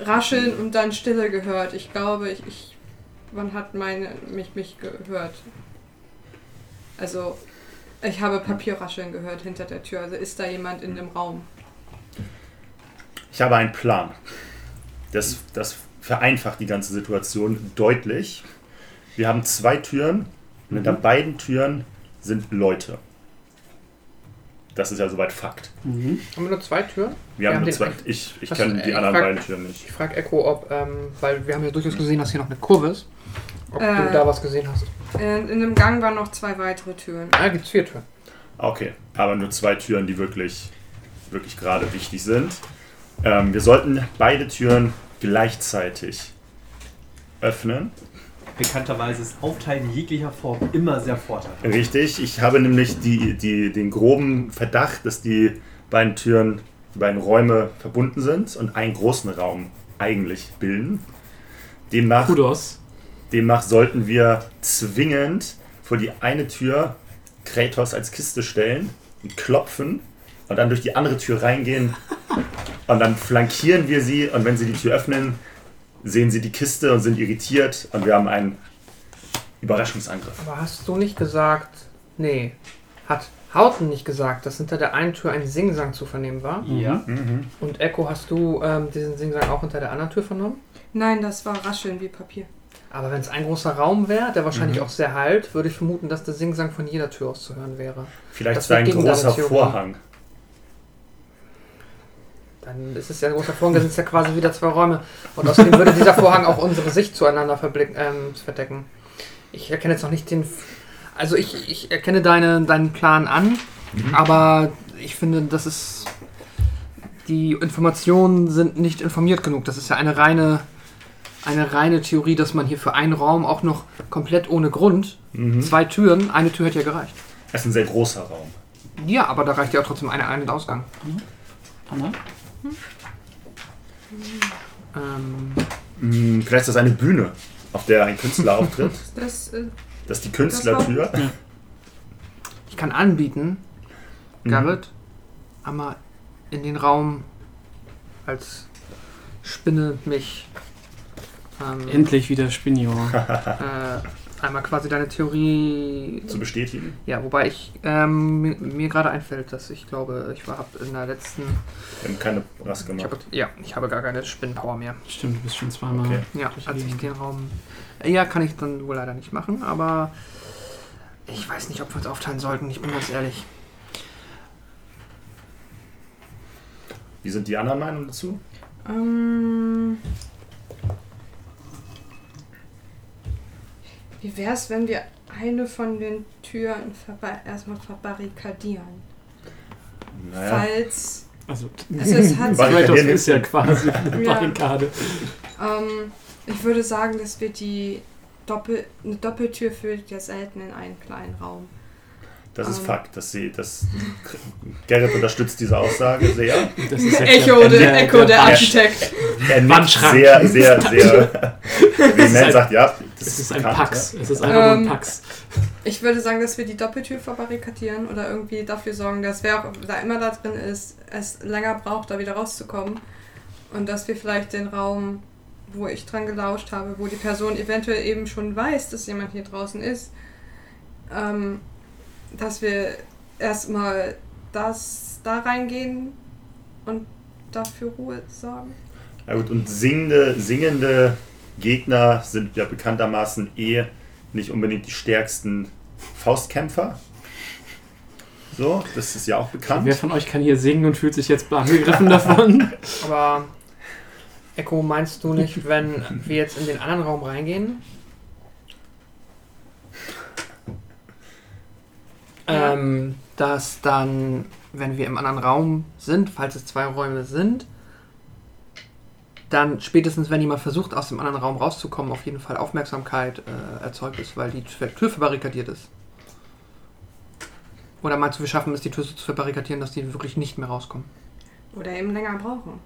S9: Rascheln und dann Stille gehört. Ich glaube, ich, ich man hat meine, mich, mich gehört. Also, ich habe Papierrascheln gehört hinter der Tür. Also ist da jemand in dem Raum?
S7: Ich habe einen Plan. Das, das vereinfacht die ganze Situation deutlich. Wir haben zwei Türen und
S6: Mhm.
S7: hinter beiden Türen sind Leute. Das ist ja soweit Fakt.
S6: Haben wir nur zwei Türen?
S7: Wir, haben
S6: haben
S7: nur
S6: den
S7: zwei.
S6: einen.
S7: Ich, ich
S6: Achso,
S7: kenne
S6: äh,
S7: die
S6: ich
S7: anderen
S6: frag-
S7: beiden Türen nicht.
S6: Ich frage Echo, ob, ähm, weil wir haben ja durchaus gesehen, dass hier noch eine Kurve ist. Ob
S9: Äh.
S6: du da was gesehen hast.
S9: Äh, in dem Gang waren noch zwei weitere Türen.
S6: Ah, gibt's vier Türen.
S7: Okay, aber nur zwei Türen, die wirklich, wirklich gerade wichtig sind. Ähm, wir sollten beide Türen gleichzeitig öffnen.
S5: Bekannterweise ist Aufteilen jeglicher Form immer sehr vorteilhaft.
S7: Richtig, ich habe nämlich die, die, den groben Verdacht, dass die beiden Türen, die beiden Räume verbunden sind und einen großen Raum eigentlich bilden. Demnach,
S3: Kudos.
S7: demnach sollten wir zwingend vor die eine Tür Kratos als Kiste stellen und klopfen und dann durch die andere Tür reingehen und dann flankieren wir sie und wenn sie die Tür öffnen, sehen sie die Kiste und sind irritiert und wir haben einen Überraschungsangriff.
S6: Aber hast du nicht gesagt. Nee. Hat Hauten nicht gesagt, dass hinter der einen Tür ein Singsang zu vernehmen war?
S5: Ja.
S6: Und Echo, hast du ähm, diesen Singsang auch hinter der anderen Tür vernommen?
S9: Nein, das war Rascheln wie Papier.
S6: Aber wenn es ein großer Raum wäre, der wahrscheinlich auch sehr halt, würde ich vermuten, dass der Singsang von jeder Tür aus zu hören wäre.
S7: Vielleicht
S6: Das
S7: ist da ein
S6: liegt gegen
S7: großer
S6: deine Theorie.
S7: Vorhang.
S6: Dann ist es ja ein großer Vorhang, da sind es ja quasi wieder zwei Räume. Und außerdem würde dieser Vorhang auch unsere Sicht zueinander verblicken, ähm, verdecken. Ich erkenne jetzt noch nicht den. F also ich, ich erkenne deine, deinen Plan an, aber ich finde, das ist. Die Informationen sind nicht informiert genug. Das ist ja eine reine, eine reine Theorie, dass man hier für einen Raum auch noch komplett ohne Grund, zwei Türen, eine Tür hätte ja gereicht.
S7: Es ist ein sehr großer Raum.
S6: Ja, aber da reicht ja auch trotzdem eine Ein- und Ausgang.
S10: Anna?
S6: Ähm,
S7: Hm, Vielleicht ist das eine Bühne, auf der ein Künstler auftritt.
S9: Das, äh,
S7: Das ist die
S9: Das war-
S7: Künstlertür.
S6: Ich kann anbieten,
S7: Mhm.
S6: Garrett, einmal in den Raum als Spinne mich ähm,
S10: Endlich wieder Spinior.
S6: äh, einmal quasi deine Theorie.
S7: Zu bestätigen.
S6: Ja, wobei ich ähm, mir, mir gerade einfällt, dass ich glaube, ich habe in der letzten.
S7: Wir haben keine Rasse
S6: Ich
S7: gemacht.
S6: habe, ja, ich habe gar keine Spinnenpower mehr.
S10: Stimmt, du bist schon zweimal.
S7: Okay.
S6: Ja,
S10: Durch die
S6: als ich
S10: Gegend.
S6: den Raum. Äh, Ja, kann ich dann wohl leider nicht machen, aber ich weiß nicht, ob wir uns aufteilen sollten, ich bin ganz ehrlich.
S7: Wie sind die anderen Meinungen dazu?
S9: ähm, wie wäre es, wenn wir eine von den Türen verba erstmal verbarrikadieren?
S7: Naja.
S9: Falls.
S10: Also,
S9: Also es hat sich,
S7: Weil-
S10: Kratos
S7: Barrikadieren
S10: ist ja quasi eine
S9: Ja.
S10: Barrikade.
S9: ähm, ich würde sagen, dass wir die Doppel, eine Doppeltür führt ja selten in einen kleinen Raum.
S7: Das ist
S9: Ähm.
S7: Fakt. Dass sie, das, Gerrit unterstützt diese Aussage sehr.
S10: Das ist ja
S9: Echo,
S10: klar.
S9: der,
S10: Der-
S9: Echo, der
S10: der-
S9: Architekt.
S7: Er nimmt
S10: Wandschrank.
S7: sehr, sehr, sehr. Vehement
S10: ein-
S7: sagt, ja. Das
S10: Es ist ein
S7: bekannt,
S10: Pax. Es ist einfach nur ein
S9: Ähm,
S10: Pax.
S9: Ich würde sagen, dass wir die Doppeltür verbarrikadieren oder irgendwie dafür sorgen, dass wer auch da immer da drin ist, es länger braucht, da wieder rauszukommen. Und dass wir vielleicht den Raum, wo ich dran gelauscht habe, wo die Person eventuell eben schon weiß, dass jemand hier draußen ist, ähm, dass wir erstmal das da reingehen und dafür Ruhe sorgen.
S7: Ja. Na gut, und singende, singende Gegner sind ja bekanntermaßen eh nicht unbedingt die stärksten Faustkämpfer. So, das ist ja auch bekannt.
S10: Wer von euch kann hier singen und fühlt sich jetzt angegriffen davon?
S6: Aber Echo, meinst du nicht, wenn wir jetzt in den anderen Raum reingehen? Ähm, dass dann, wenn wir im anderen Raum sind, falls es zwei Räume sind, dann spätestens, wenn jemand versucht, aus dem anderen Raum rauszukommen, auf jeden Fall Aufmerksamkeit äh, erzeugt ist, weil die Tür Tür verbarrikadiert ist. Oder meinst du, wir schaffen es, die Tür so zu verbarrikadieren, dass die wirklich nicht mehr rauskommen?
S9: Oder eben länger brauchen.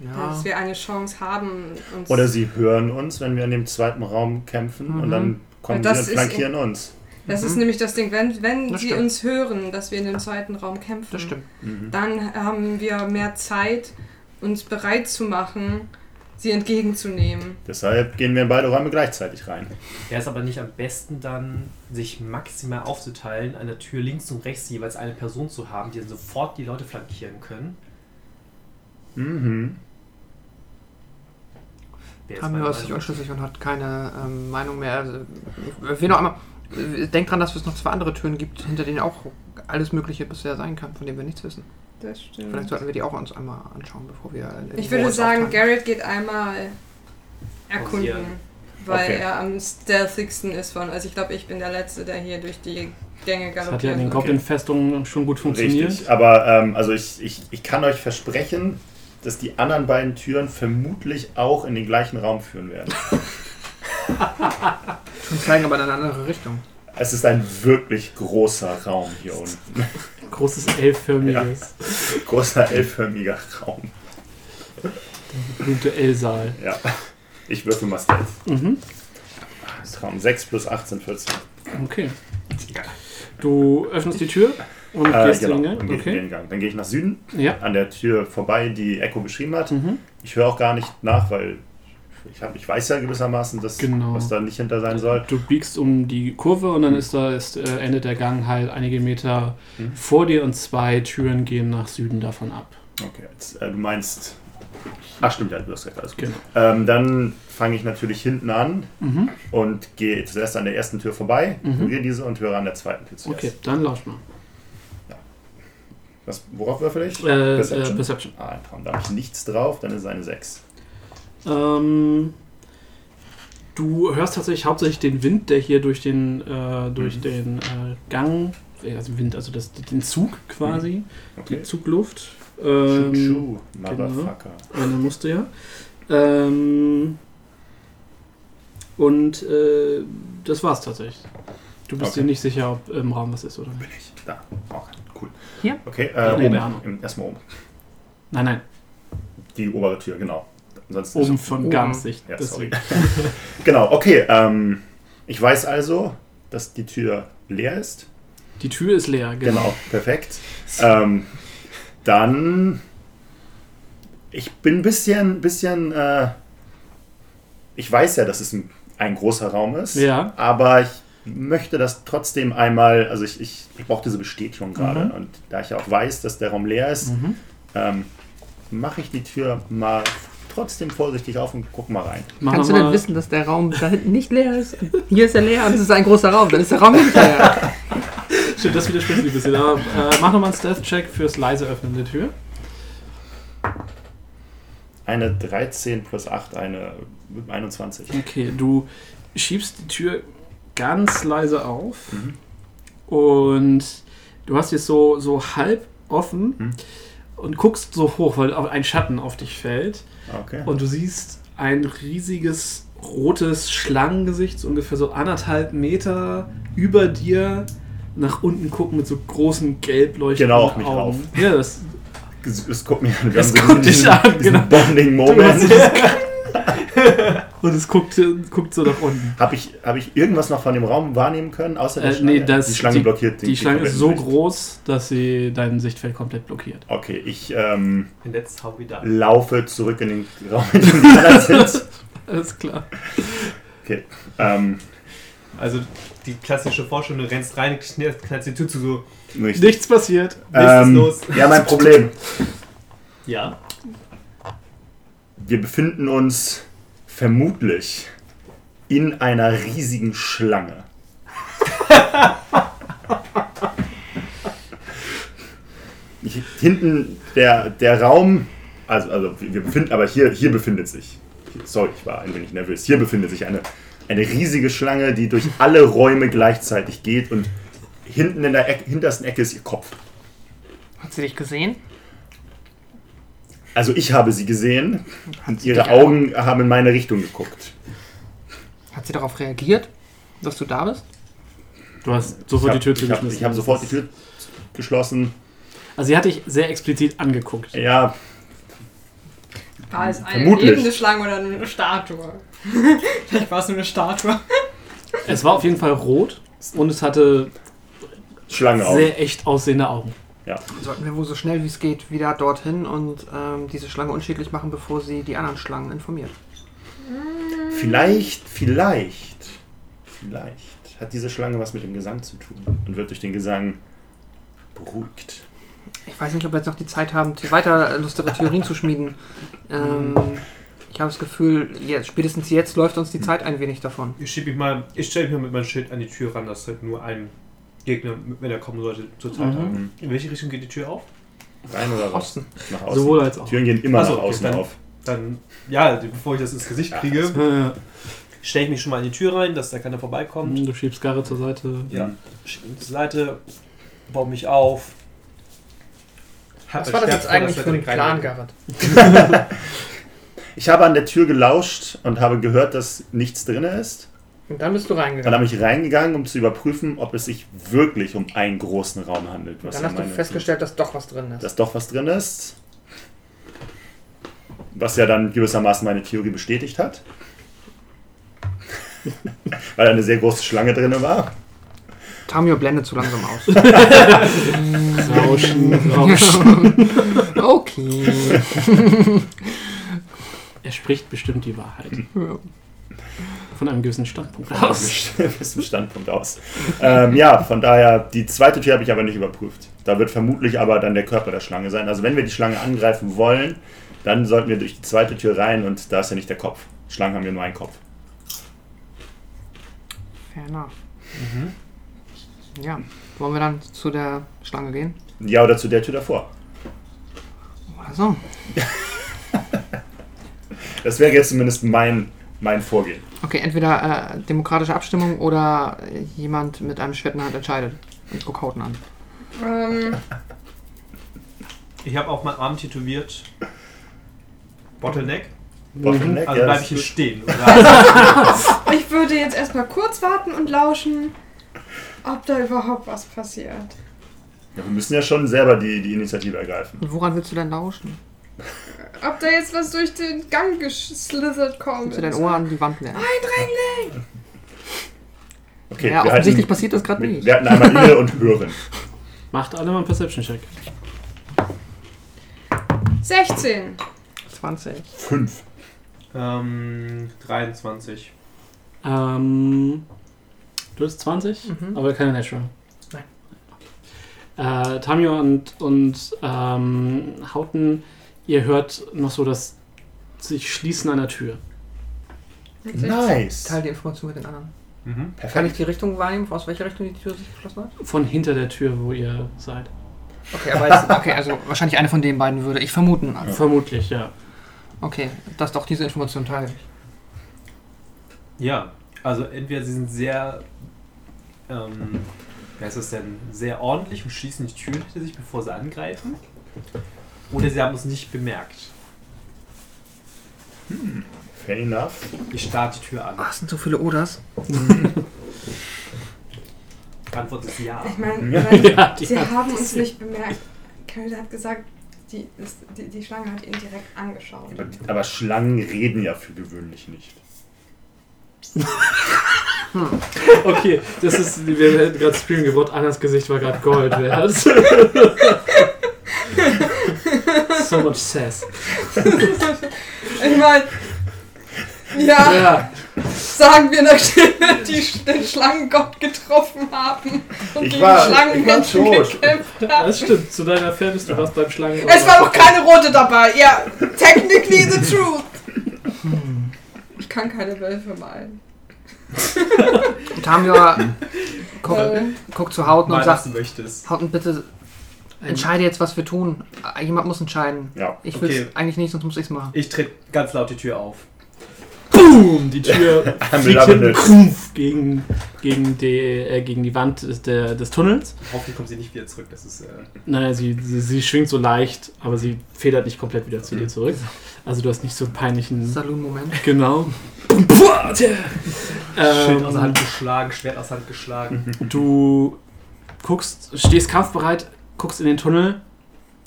S6: Ja.
S9: Dass wir eine Chance haben, uns
S7: Oder sie hören uns, wenn wir in dem zweiten Raum kämpfen und
S6: Mhm.
S7: dann kommen
S9: Ja, das
S7: sie und
S9: ist eh-
S7: flankieren uns.
S9: Das
S6: Mhm.
S9: ist nämlich das Ding, wenn, wenn
S6: Das
S9: sie
S6: stimmt.
S9: uns hören, dass wir in dem zweiten Raum kämpfen,
S6: Das stimmt.
S7: Mhm.
S9: dann haben wir mehr Zeit, uns bereit zu machen, sie entgegenzunehmen.
S7: Deshalb gehen wir in beide Räume gleichzeitig rein.
S5: Wäre es aber nicht am besten dann, sich maximal aufzuteilen, an der Tür links und rechts jeweils eine Person zu haben, die dann sofort die Leute flankieren können?
S7: Mhm.
S5: Wäre jetzt
S6: Haben
S5: meine
S6: wir sich
S5: Meinung.
S6: unschlüssig und hat keine ähm, Meinung mehr. Also, äh, wen auch immer. Äh, Denkt dran, dass es noch zwei andere Türen gibt, hinter denen auch alles Mögliche bisher sein kann, von dem wir nichts wissen.
S9: Das stimmt.
S6: Vielleicht sollten wir die auch uns einmal anschauen, bevor wir. äh,
S9: Ich
S6: die
S9: würde
S6: Walls
S9: sagen,
S6: aufteilen.
S9: Garrett geht einmal erkunden,
S5: Pausieren.
S9: weil
S7: Okay.
S9: er am stealthigsten ist von. Also ich glaube, ich bin der Letzte, der hier durch die Gänge
S3: Das hat ja
S9: galoppiert.
S3: in den
S9: wird.
S3: Goblin-Festungen schon gut funktioniert.
S7: Richtig. Aber ähm, also ich, ich, ich kann euch versprechen, dass die anderen beiden Türen vermutlich auch in den gleichen Raum führen werden.
S6: Schon zeigen aber in eine andere Richtung.
S7: Es ist ein wirklich großer Raum hier unten.
S3: Großes L-förmiges,
S7: Großer L-förmiger Raum.
S3: berühmte L-Saal.
S7: Ja. Ich würfel mal Stealth.
S3: Mhm.
S7: Traum 6 plus 18, 14.
S3: Okay. Du öffnest die Tür und gehst
S7: genau,
S3: den Gang.
S7: Dann gehe ich in
S3: Okay.
S7: den Gang. Dann gehe ich nach Süden,
S3: Ja.
S7: an der Tür vorbei, die Echo beschrieben hat.
S3: Mhm.
S7: Ich höre auch gar nicht nach, weil ich, hab, ich weiß ja gewissermaßen, dass,
S3: Genau.
S7: was da nicht hinter sein soll.
S3: Du biegst um die Kurve und dann ist da ist, äh, endet der Gang halt einige Meter
S7: Mhm.
S3: vor dir und zwei Türen gehen nach Süden davon ab.
S7: Okay, jetzt, äh, du meinst. Ach, stimmt, ja, du hast recht. Alles gut.
S3: Genau.
S7: Ähm, dann fange ich natürlich hinten an
S3: Mhm.
S7: und gehe zuerst an der ersten Tür vorbei,
S3: Mhm.
S7: probiere diese und höre an der zweiten Tür zuerst.
S3: Okay, dann lausch mal.
S7: Was, worauf würfel ich?
S3: Äh,
S7: Perception.
S3: Äh, Perception.
S7: Ah, ein Traum. Da habe ich nichts drauf, dann ist es eine 6.
S3: Ähm, du hörst tatsächlich hauptsächlich den Wind, der hier durch den, äh, durch
S7: Mhm.
S3: den äh, Gang, äh, also Wind, also das, den Zug quasi,
S7: Mhm. Okay.
S3: die Zugluft. Ähm, genau.
S7: Choo-choo, Motherfucker.
S3: Eine musste ja. Ähm, und äh, das war's tatsächlich. Du bist
S7: Okay.
S3: dir nicht sicher, ob im Raum was ist oder nicht.
S7: Bin ich. Da. Okay, cool.
S3: Hier?
S7: Okay,
S3: Ja,
S7: äh,
S3: nee,
S7: oben.
S3: da.
S7: Im- Erstmal oben.
S3: Nein, nein,
S7: Die obere Tür, genau. Ansonsten
S3: oben von
S6: Oben.
S3: ganz Sicht.
S7: Ja, sorry.
S3: deswegen.
S7: Genau, okay. Ähm, ich weiß also, dass die Tür leer ist.
S3: Die Tür ist leer, genau.
S7: Genau, perfekt. Ähm, dann. Ich bin ein bisschen. bisschen äh, ich weiß ja, dass es ein, ein großer Raum ist.
S3: Ja.
S7: Aber ich möchte das trotzdem einmal. Also, ich, ich, ich brauche diese Bestätigung gerade. Und da ich ja auch weiß, dass der Raum leer ist,
S3: Mhm.
S7: ähm, mache ich die Tür mal trotzdem vorsichtig auf und guck mal rein.
S3: Mach
S6: Kannst du
S3: noch
S6: denn
S3: mal-
S6: wissen, dass der Raum da hinten nicht leer ist? Hier ist er leer und es ist ein großer Raum, dann ist der Raum nicht leer.
S3: Stimmt, das widerspricht sich ein bisschen. Aber äh, mach nochmal einen Stealth-Check fürs leise Öffnen der Tür.
S7: Eine 13 plus 8, eine 21.
S3: Okay, du schiebst die Tür ganz leise auf
S7: Mhm.
S3: und du hast jetzt so, so halb offen
S7: Mhm.
S3: und guckst so hoch, weil auf- ein Schatten auf dich fällt
S7: Okay.
S3: und du siehst ein riesiges rotes Schlangengesicht, so ungefähr so anderthalb Meter über dir nach unten gucken mit so großen gelb leuchtenden
S7: Genau, auf mich rauf.
S3: Augen. Ja, das,
S7: Es, es guckt mich an. Wir
S3: Es
S7: haben so
S3: guckt dich
S7: diesen,
S3: an,
S7: diesen
S3: genau.
S7: bonding moment
S3: und es guckt, guckt so nach unten.
S7: Habe ich, hab ich irgendwas noch von dem Raum wahrnehmen können, außer der
S3: Äh,
S7: Schlange?
S3: nee, das-
S7: die Schlange
S3: die-
S7: blockiert den
S3: Die Schlange ist so
S7: kompletten Sicht.
S3: groß, dass sie dein Sichtfeld komplett blockiert.
S7: Okay, ich ähm,
S5: And that's how we die.
S7: laufe zurück in den Raum, in dem wir alle sind.
S3: Alles klar.
S7: Ähm,
S5: Also die klassische Vorstellung, du rennst rein, knall- knallst die Tür zu, so,
S7: nicht.
S3: Nichts passiert.
S5: nichts
S7: ähm,
S5: ist los.
S7: Ja, mein Problem.
S5: Ja.
S7: Wir befinden uns vermutlich in einer riesigen Schlange. Ich- Hinten der, der Raum, also, also wir befinden, aber hier, hier befindet sich, sorry, ich war ein wenig nervös, hier befindet sich eine, eine riesige Schlange, die durch alle Räume gleichzeitig geht und hinten in der Eck, hintersten Ecke ist ihr Kopf.
S6: Hat sie dich gesehen?
S7: Also ich habe sie gesehen und
S6: sie
S7: ihre
S6: dich-
S7: Augen haben in meine Richtung geguckt.
S6: Hat sie darauf reagiert, dass du da bist?
S3: Du hast sofort die Tür
S7: Ich habe
S3: zugeschmissen.
S7: hab sofort die Tür geschlossen.
S3: Also sie hat dich sehr explizit angeguckt.
S7: Ja,
S9: War es eine
S7: Vermutlich.
S9: lebende Schlange oder eine Statue? Vielleicht war es nur eine Statue.
S3: Es war auf jeden Fall rot und es hatte
S7: Schlange auf.
S3: sehr echt aussehende Augen.
S6: Sollten wir wohl so schnell wie es geht wieder dorthin und ähm, diese Schlange unschädlich machen, bevor sie die anderen Schlangen informiert.
S7: Vielleicht, vielleicht, vielleicht hat diese Schlange was mit dem Gesang zu tun und wird durch den Gesang beruhigt.
S6: Ich weiß nicht, ob wir jetzt noch die Zeit haben, die weiter lustige Theorien zu schmieden. Ähm, ich habe das Gefühl, jetzt, spätestens jetzt läuft uns die Zeit ein wenig davon.
S5: Ich, schieb mich mal- ich stelle mich mal mit meinem Schild an die Tür ran, dass halt nur ein Gegner, wenn er kommen sollte, zur Zeit haben.
S7: Mhm.
S5: In welche Richtung geht die Tür auf?
S7: Rein oder raus?
S6: Osten.
S7: Nach außen.
S3: Sowohl als auch.
S7: Türen gehen immer
S5: Ach so,
S7: nach
S5: okay,
S7: außen
S5: dann-
S7: auf.
S5: Dann, ja, bevor ich das ins Gesicht kriege,
S3: Ja,
S5: stelle ich mich schon mal in die Tür rein, dass da keiner vorbeikommt.
S3: Äh, Du schiebst Garre zur Seite.
S5: Ja. Schieb mich zur Mhm. Seite, baue mich auf. Hab
S6: Was
S5: ein
S6: war das
S5: Schwert
S6: jetzt
S5: vor, dass
S6: eigentlich
S5: er
S6: für ein
S5: direkt rein-
S6: Plan, Garrett?
S7: Ich habe an der Tür gelauscht und habe gehört, dass nichts drin ist.
S6: Und dann bist du
S7: Dann
S6: reingegangen.
S7: habe ich reingegangen, um zu überprüfen, ob es sich wirklich um einen großen Raum handelt. was
S6: Dann
S7: ja
S6: hast du
S7: meine-
S6: festgestellt, dass doch was drin ist.
S7: dass doch was drin ist. Was ja dann gewissermaßen meine Theorie bestätigt hat. Weil da eine sehr große Schlange drin war.
S6: Tamio blendet zu langsam aus.
S3: Rauschen,
S6: okay.
S3: Er spricht bestimmt die Wahrheit. Von einem gewissen Standpunkt aus.
S7: Bis zum Standpunkt aus. Ähm, ja, von daher, die zweite Tür habe ich aber nicht überprüft. Da wird vermutlich aber dann der Körper der Schlange sein. Also wenn wir die Schlange angreifen wollen, dann sollten wir durch die zweite Tür rein und da ist ja nicht der Kopf. Schlangen haben ja nur einen Kopf.
S6: Fair enough. Ja. Wollen wir dann zu der Schlange gehen?
S7: Ja, oder zu der Tür davor.
S6: Oder so.
S7: Das wäre jetzt zumindest mein, mein Vorgehen.
S6: Okay, entweder äh, demokratische Abstimmung oder äh, jemand mit einem Schwert in der Hand entscheidet. Ich guck Hauten an.
S4: Ähm,
S5: Ich habe auch meinen Arm tätowiert. Bottleneck.
S7: Bottleneck,
S5: Also
S7: ja,
S5: bleibe
S7: das
S5: ich hier
S7: ist
S5: stehen. Oder?
S9: Ich würde jetzt erstmal kurz warten und lauschen, ob da überhaupt was passiert.
S7: gut. ja, wir müssen ja schon selber die, die Initiative ergreifen.
S6: Und woran willst du denn lauschen?
S9: Ob da jetzt was durch den Gang geslithert kommt.
S6: Willst du dein Ohr an die Wand leeren?
S9: Eindringling!
S7: Okay,
S6: ja,
S7: wir
S6: offensichtlich
S7: halten-
S6: passiert das gerade
S7: Wir
S6: nicht.
S7: wir hatten einmal inne und hören.
S3: Macht alle mal einen Perception-Check.
S9: 16.
S6: 20.
S7: Fünf.
S5: ähm, 23.
S3: Ähm, du hast 20,
S6: Mhm.
S3: aber keine Natural.
S6: Nein.
S3: Äh, Tamio und, und ähm, Hauten, ihr hört noch so das sich Schließen einer Tür.
S7: Nice.
S6: Teil die Information mit den anderen.
S5: Mhm.
S6: Kann ich
S7: Perfekt.
S6: die Richtung wahrnehmen, aus welcher Richtung die Tür sich geschlossen hat?
S3: Von hinter der Tür, wo ihr seid.
S6: Okay, aber jetzt, okay, also wahrscheinlich eine von den beiden würde ich vermuten.
S3: Vermutlich, ja.
S6: Okay, dass doch diese Information teile ich.
S5: Ja, also entweder sie sind sehr, ähm, wer ist das denn, sehr ordentlich und schließen die Tür hinter sich, bevor sie angreifen. Oder sie haben uns nicht bemerkt.
S7: Fair enough.
S5: Ich starte die Tür an.
S6: Ach, es sind so viele Oders.
S5: Antwort ist ja.
S9: Ich meine, wenn-
S3: Ja, die
S9: sie haben uns nicht bemerkt. Carol hat gesagt, die, ist, die, die Schlange hat ihn direkt angeschaut.
S7: Aber, aber Schlangen reden ja für gewöhnlich nicht.
S3: Okay, das ist, wir hätten gerade Stream gebaut, Annas Gesicht war gerade Gold wert. so much sass.
S9: Ich meine, ja,
S3: Ja,
S9: sagen wir, nachdem wir die, den Schlangengott getroffen haben und
S7: Ich
S9: gegen
S7: war-
S9: Schlangenmenschen
S7: ich war tot.
S9: gekämpft haben.
S3: das stimmt. Zu deiner Fairness, du warst beim Schlangen.
S9: Es war noch keine rote dabei. Ja, technically the truth.
S7: Hm.
S9: Ich kann keine Wölfe malen.
S6: Tamio
S7: Hm.
S6: guckt,
S9: Äh.
S6: guckt zu Hauten und
S5: Mal, was du
S6: sagt,
S5: möchtest.
S6: Hauten, bitte entscheide jetzt, was wir tun. Äh, Jemand muss entscheiden.
S7: Ja.
S6: Ich
S5: Okay.
S6: will es eigentlich nicht, sonst muss ich es machen.
S5: Ich trete ganz laut die Tür auf.
S3: Boom! Die Tür fliegt
S7: loving
S3: hinten
S7: it.
S3: krumpf gegen, gegen, die, äh, gegen die Wand des, der, des Tunnels.
S5: Hoffentlich kommt sie nicht wieder zurück. Das ist, äh,
S3: Naja, sie, sie, sie schwingt so leicht, aber sie federt nicht komplett wieder zu dir zurück. Also du hast nicht so einen peinlichen...
S6: Saloon-Moment.
S3: Genau. Boom, puah, tja.
S5: Schild aus
S3: Ähm,
S5: der Hand geschlagen, Schwert aus der Hand geschlagen.
S3: Du guckst, stehst kampfbereit, guckst in den Tunnel.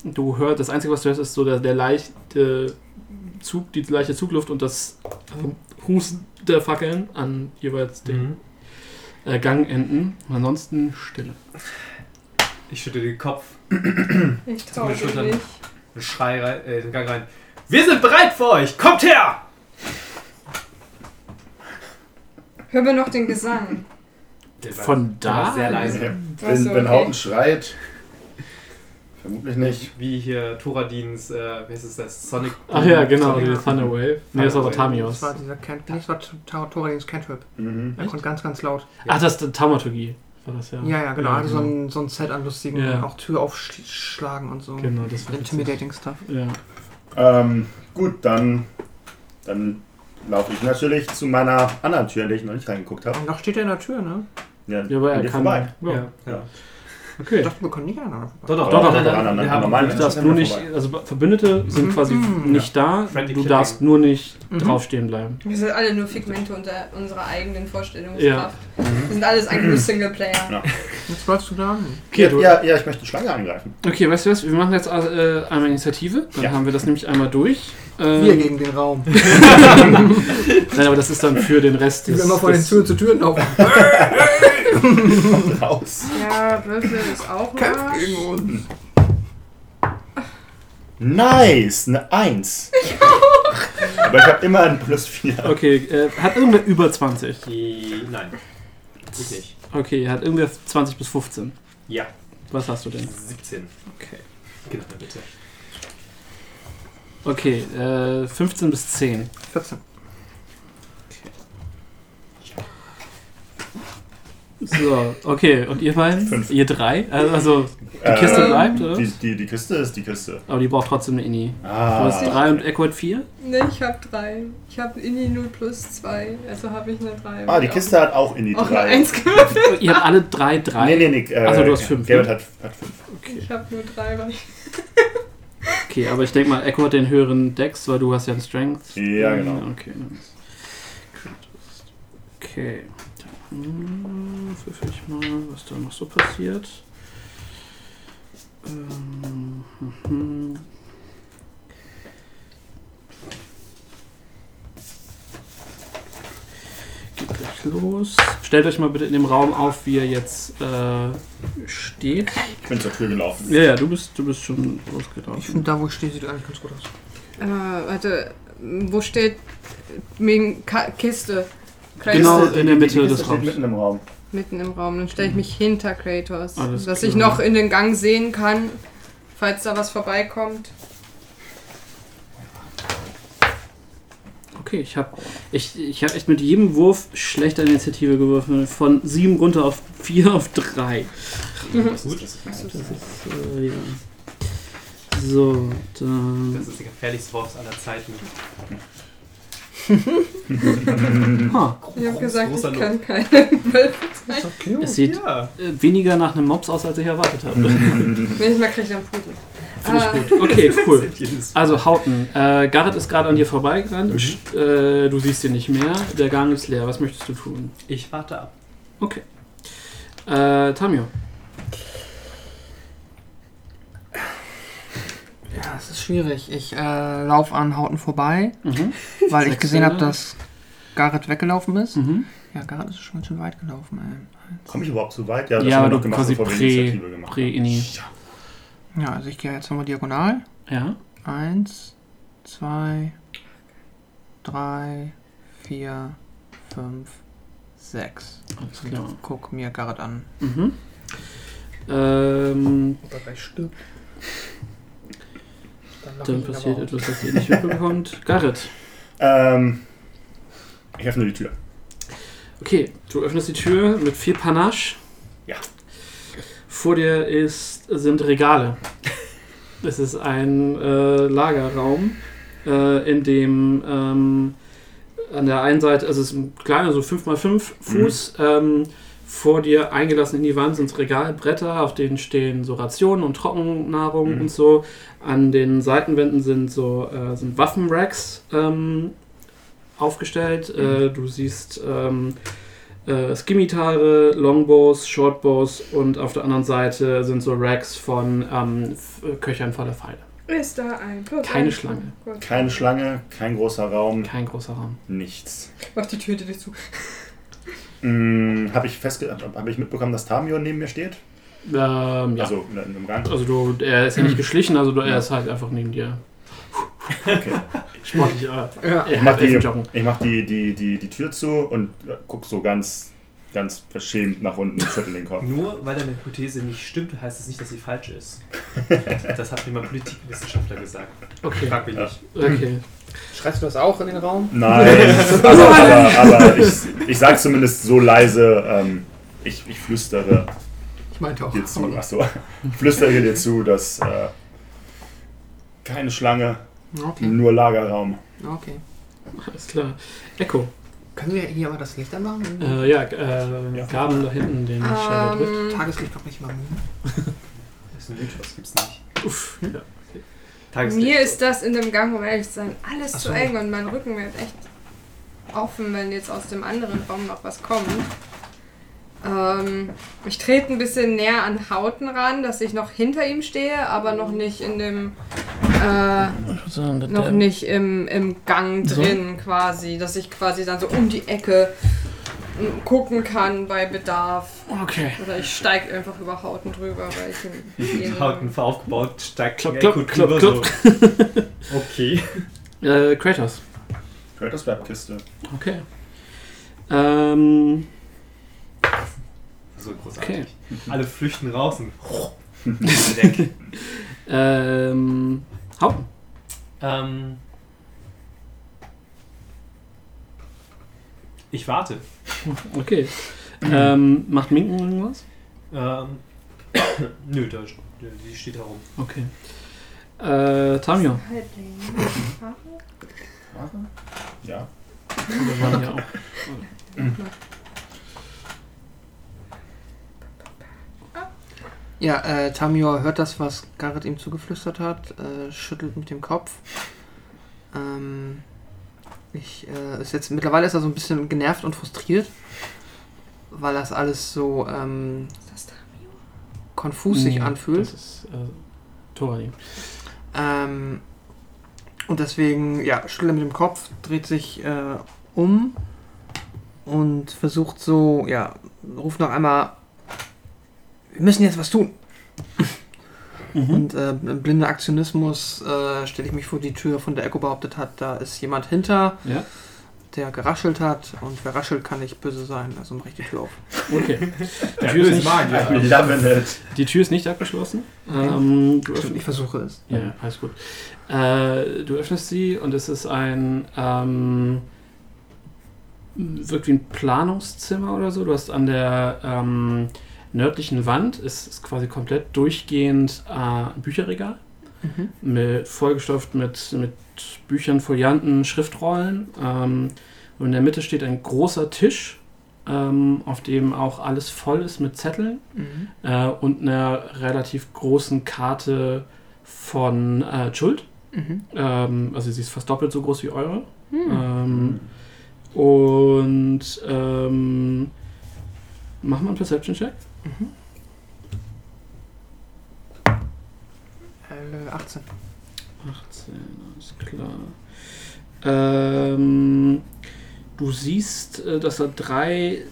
S3: Du hörst, das Einzige, was du hörst, ist so der, der leichte Zug, die leichte Zugluft und das Husten der Fackeln an jeweils den
S5: Mhm.
S3: äh, Gangenden. Und ansonsten Stille.
S5: Ich schüttel den Kopf.
S9: Ich
S5: Zuck
S9: traue
S5: mit den
S9: mich
S5: Schultern.
S9: nicht.
S5: Ein Schrei rein, äh, den Gang rein. Wir sind bereit für euch! Kommt her!
S9: Hör mir noch den Gesang.
S5: Der war-
S3: Von
S5: der war
S3: da?
S5: Sehr leise.
S9: Ach so,
S11: Wenn, wenn
S9: okay.
S11: Hauten schreit, vermutlich nicht.
S5: Wie hier Toradins, äh, wie heißt es das? Sonic.
S3: Ach ja, genau,
S5: Sonic-
S3: die Thunderwave. Nee, das war aber
S6: Das
S3: Tamios.
S6: war dieser Cant nee, das war Tautorins Cantrip.
S11: Mhm.
S6: Er konnte ganz, ganz laut.
S3: Ach, das ist Taumaturgie. War das ja.
S6: Ja, ja, genau. Er hatte so ein, so ein Set an lustigen,
S3: Ja.
S6: auch Tür aufschlagen und so.
S3: Genau, das war
S6: Intimidating Stuff.
S3: Ja.
S11: Ähm, gut, dann, dann laufe ich natürlich zu meiner anderen Tür, in die ich noch nicht reingeguckt habe.
S6: Und noch steht er in der Tür, ne?
S3: ja, aber
S11: und
S3: er
S11: geht
S3: kann.
S11: vorbei.
S3: Ja.
S5: Ja, ja.
S6: Ich
S3: Okay.
S6: dachte, wir können nicht aneinander vorbei.
S5: Doch, doch,
S11: Aber
S5: doch,
S11: an
S5: doch,
S11: anderen,
S5: Wir
S11: an
S5: haben
S11: normalen
S3: Du
S11: Menschen
S3: darfst
S11: sind
S3: nur
S11: wir
S3: nicht,
S11: vorbei.
S3: also Verbündete sind
S6: Mhm.
S3: quasi
S6: Mhm.
S3: nicht da,
S5: Friendly
S3: du
S5: Killing.
S3: darfst nur nicht
S6: Mhm.
S3: draufstehen bleiben.
S9: Wir sind alle nur Figmente unter unserer eigenen Vorstellungskraft.
S3: Mhm.
S9: Wir sind alles eigentlich nur Singleplayer.
S6: Jetzt wolltest du da?
S3: Okay, du,
S11: Ja, ja, ich möchte die Schlange angreifen.
S3: okay, weißt du was, wir machen jetzt äh, einmal Initiative, dann
S11: Ja.
S3: haben wir das nämlich einmal durch. Ähm,
S6: Wir gegen den Raum.
S3: Nein, aber das ist dann für den Rest
S6: Die
S3: des...
S6: wir immer von den
S3: des-
S6: Türen zu Türen laufen.
S11: Raus.
S9: Ja, Würfel ist auch mal.
S6: Gegen uns.
S11: Nice, eine Eins. Aber ich habe immer einen Plus 4.
S3: Okay, äh, hat irgendwer über 20?
S5: Die- Nein. Ich nicht.
S3: Okay, hat irgendwer 20 bis 15?
S5: Ja.
S3: Was hast du denn?
S5: 17.
S3: Okay.
S5: Genau, bitte.
S3: Okay, äh, 15 bis 10.
S6: 14.
S3: So, okay, und ihr beiden?
S11: Fünf.
S3: Ihr drei? Also, also die Kiste bleibt, oder?
S11: Ähm, Die, die, die Kiste ist die Kiste.
S3: Aber die braucht trotzdem eine Inni. Du
S11: Ah,
S3: hast drei und Echo hat vier?
S9: Ne, ich hab drei. Ich hab Indie 0 plus 2, also hab ich eine 3.
S11: ah die Kiste hat auch in die
S9: Auch eine
S11: 3.
S9: 1 gewürfelt.
S3: Ihr habt alle drei drei.
S11: Nee, nee, nee. Äh,
S3: Ach so, du hast fünf,
S11: Gerrit
S3: ne?
S11: hat, hat fünf.
S3: Okay.
S9: Ich hab nur 3, weil ich.
S3: okay, aber ich denke mal, Echo hat den höheren Dex, weil du hast ja einen Strength.
S11: Ja, genau.
S3: Okay, dann ist- Okay. Dann hm, würfel ich mal, was da noch so passiert. Ähm, mhm. Geht gleich los. Stellt euch mal bitte in dem Raum auf, wie er jetzt äh, steht.
S11: Ich bin zur Tür gelaufen.
S3: Ja, ja, du bist, du bist schon
S6: Ich
S3: losgelaufen.
S6: finde, da wo ich stehe, sieht eigentlich ganz gut aus.
S9: Äh, warte, wo steht. Wegen Ka Kiste. Kratos
S3: Genau,
S11: Kiste,
S3: in der
S11: die-
S3: Mitte
S11: die Kiste
S3: des
S11: steht
S3: Raums.
S11: mitten im Raum.
S9: Mitten im Raum, dann stelle ich mich hinter Kratos.
S3: Alles
S9: dass
S3: klar.
S9: ich noch in den Gang sehen kann, falls da was vorbeikommt.
S3: Okay, ich habe ich, ich hab echt mit jedem Wurf schlechter Initiative geworfen. Von 7 runter auf 4 auf 3.
S5: Gut,
S3: So, ja. so dann.
S5: das ist der gefährlichste Wurf aller Zeiten.
S3: Ha,
S9: Ich habe
S5: Groß-
S9: gesagt,
S5: großer
S9: ich
S5: Lob.
S9: kann keine Wölfe sein.
S3: es sieht
S5: Ja.
S3: äh, weniger nach einem Mops aus, als ich erwartet habe.
S5: Mhm.
S9: Wenn ich mal kriege, dann Pudel.
S3: Finde
S9: Ah.
S3: ich gut. Okay, cool.
S5: Jedes-
S3: Also Hauten, äh, Garrett ist gerade an dir vorbeigerannt.
S5: Mhm.
S3: Äh, du siehst ihn nicht mehr. Der Gang ist leer. Was möchtest du tun?
S5: Ich warte ab.
S3: Äh, Tamio.
S6: Ja, es ist schwierig. Ich äh, laufe an Hauten vorbei,
S3: Mhm.
S6: weil ich
S3: Sagst
S6: gesehen
S3: du,
S6: habe,
S3: ne?
S6: dass Garrett weggelaufen ist.
S3: Mhm.
S6: Ja, Garrett ist schon ganz schön weit gelaufen,
S11: Komme ich überhaupt so weit? Ja,
S3: Ja,
S11: haben wir
S3: du
S11: noch gemacht,
S3: quasi
S11: bevor wir die
S3: prä-
S11: Initiative gemacht haben.
S3: Pre-Inni.
S6: ey. Ja, also ich gehe jetzt nochmal diagonal.
S3: Ja.
S6: Eins, zwei, drei, vier, fünf, sechs.
S3: Alles
S6: Und
S3: klar.
S6: guck mir Garrett an.
S3: Mhm. Ähm,
S6: Ob er gleich stirbt.
S3: dann passiert etwas, das ihr nicht mitbekommt. Garrett.
S11: Ähm, ich öffne die Tür.
S3: Okay, du öffnest die Tür mit viel Panache.
S11: Ja.
S3: Vor dir ist, sind Regale. Es ist ein äh, Lagerraum, äh, in dem ähm, an der einen Seite, also es ist ein kleiner, so 5x5 Fuß, ähm, vor dir eingelassen in die Wand sind Regalbretter, auf denen stehen so Rationen und Trockennahrung
S11: Mhm.
S3: und so. An den Seitenwänden sind so äh, sind Waffenracks ähm, aufgestellt.
S11: Mhm.
S3: Äh, du siehst ähm, äh, Scimitare, Longbows, Shortbows und auf der anderen Seite sind so Racks von ähm, F- Köchern voller Pfeile.
S9: Ist da ein Pudel? Oh
S3: Keine Schlange,
S9: Gut.
S11: Keine Schlange, kein großer Raum,
S3: kein großer Raum.
S11: nichts. Mm,
S9: Mach die Tür dir nicht zu.
S11: Hm, habe ich, festge- hab hab ich mitbekommen, dass Tamion neben mir steht?
S3: Ähm, ja. Also,
S11: Also in einem Rang.
S3: du, er ist ja nicht geschlichen, also du, er ist halt einfach neben dir.
S11: Okay.
S3: Sportlich, äh,
S6: Ja.
S3: er
S11: Ich mach
S3: hat
S11: die,
S3: echt joggen.
S11: ich mach die, die, die, die Tür zu und äh, guck so ganz, ganz verschämt nach unten und schüttel den Kopf.
S5: Nur weil deine Hypothese nicht stimmt, heißt es nicht, dass sie falsch ist. Das hat mir mal Politikwissenschaftler gesagt.
S3: Okay,
S5: Frag mich
S11: Ja.
S5: nicht.
S3: okay.
S6: Schreist du das auch in den Raum?
S11: Nein, aber, aber, aber ich, ich sag zumindest so leise, ähm, ich, ich flüstere
S6: Ich meinte auch.
S11: dir zu, ach so, ich flüstere dir zu, dass äh, keine Schlange,
S3: Mhm.
S6: Okay,
S11: nur Lagerraum.
S6: okay.
S3: Alles klar. Echo.
S6: Können wir hier aber das Licht anmachen?
S3: Äh, ja, äh,
S11: Ja.
S3: Gaben da hinten, den Shadow trifft.
S4: Ähm,
S6: Tageslicht doch nicht mal müde.
S5: Das ist ein Mythos, gibt's nicht.
S3: Uff. Ja.
S5: Tageslicht.
S9: Mir ist das in dem Gang, um ehrlich zu sein, alles
S6: Ach
S9: zu
S6: so.
S9: eng und mein Rücken wird echt offen, wenn jetzt aus dem anderen Raum noch was kommt. Ähm, ich trete ein bisschen näher an Hauten ran, dass ich noch hinter ihm stehe, aber noch nicht in dem äh,
S10: Ich würde sagen, dass
S9: noch
S10: der-
S9: nicht im, im Gang
S10: So.
S9: drin quasi, dass ich quasi dann so um die Ecke mm, gucken kann bei Bedarf.
S10: Okay.
S9: Oder ich steige einfach über Hauten drüber, weil ich ihn
S5: Die
S9: jeden-
S5: Hauten aufgebaut, stark
S3: Klopp,
S5: Echo
S3: klopp, klopp,
S5: drüber,
S3: klopp.
S5: So. Okay.
S3: Äh, Kratos.
S11: Kratos Webkiste.
S3: Okay. Ähm,
S5: So großartig.
S3: okay.
S5: Alle flüchten raus und weg.
S3: Ähm, Haupt.
S5: ähm, ich warte.
S3: Okay. ähm, macht Minken irgendwas?
S5: Ähm, nö, da, die steht herum.
S3: Okay. Äh, Tamio.
S9: Halbling.
S11: Ja.
S3: Wir waren ja auch.
S6: Ja, äh, Tamior hört das, was Garrett ihm zugeflüstert hat, äh, schüttelt mit dem Kopf. Ähm, ich äh, ist jetzt mittlerweile ist er so ein bisschen genervt und frustriert, weil das alles so ähm, konfus sich
S3: Nee,
S6: anfühlt.
S3: Mhm. Das ist äh, Torani.
S6: Ähm, und deswegen, ja, schüttelt er mit dem Kopf, dreht sich äh, um und versucht so, ja, ruft noch einmal, wir müssen jetzt was tun.
S3: Hm?
S6: Und äh, im blinder Aktionismus äh, stelle ich mich vor die Tür, von der Echo behauptet hat, da ist jemand hinter,
S3: Ja.
S6: der geraschelt hat. Und wer raschelt, kann nicht böse sein. Also mache ich die Tür auf.
S3: Okay.
S5: Der
S3: Tür ist
S5: böse
S3: nicht-
S5: Magier.
S11: Ich love it.
S3: Die Tür ist nicht abgeschlossen. Ähm, du
S6: Stimmt, ich
S3: öffnest,
S6: versuche es.
S3: ja, alles gut. Äh, du öffnest sie und es ist ein ähm, wirkt wie ein Planungszimmer oder so. Du hast an der ähm, nördlichen Wand ist, ist quasi komplett durchgehend äh, ein Bücherregal.
S6: Mhm.
S3: mit, vollgestopft mit, mit Büchern, Folianten, Schriftrollen. Ähm, und in der Mitte steht ein großer Tisch, ähm, auf dem auch alles voll ist mit Zetteln
S6: Mhm.
S3: äh, und einer relativ großen Karte von äh, Schuld.
S6: Mhm. Äh.
S3: Ähm, also sie ist fast doppelt so groß wie eure.
S6: Hm.
S3: Ähm, und ähm, mach mal einen Perception-Check.
S6: Äh, 18.
S3: 18, alles klar. Ähm, du siehst, äh, dass da drei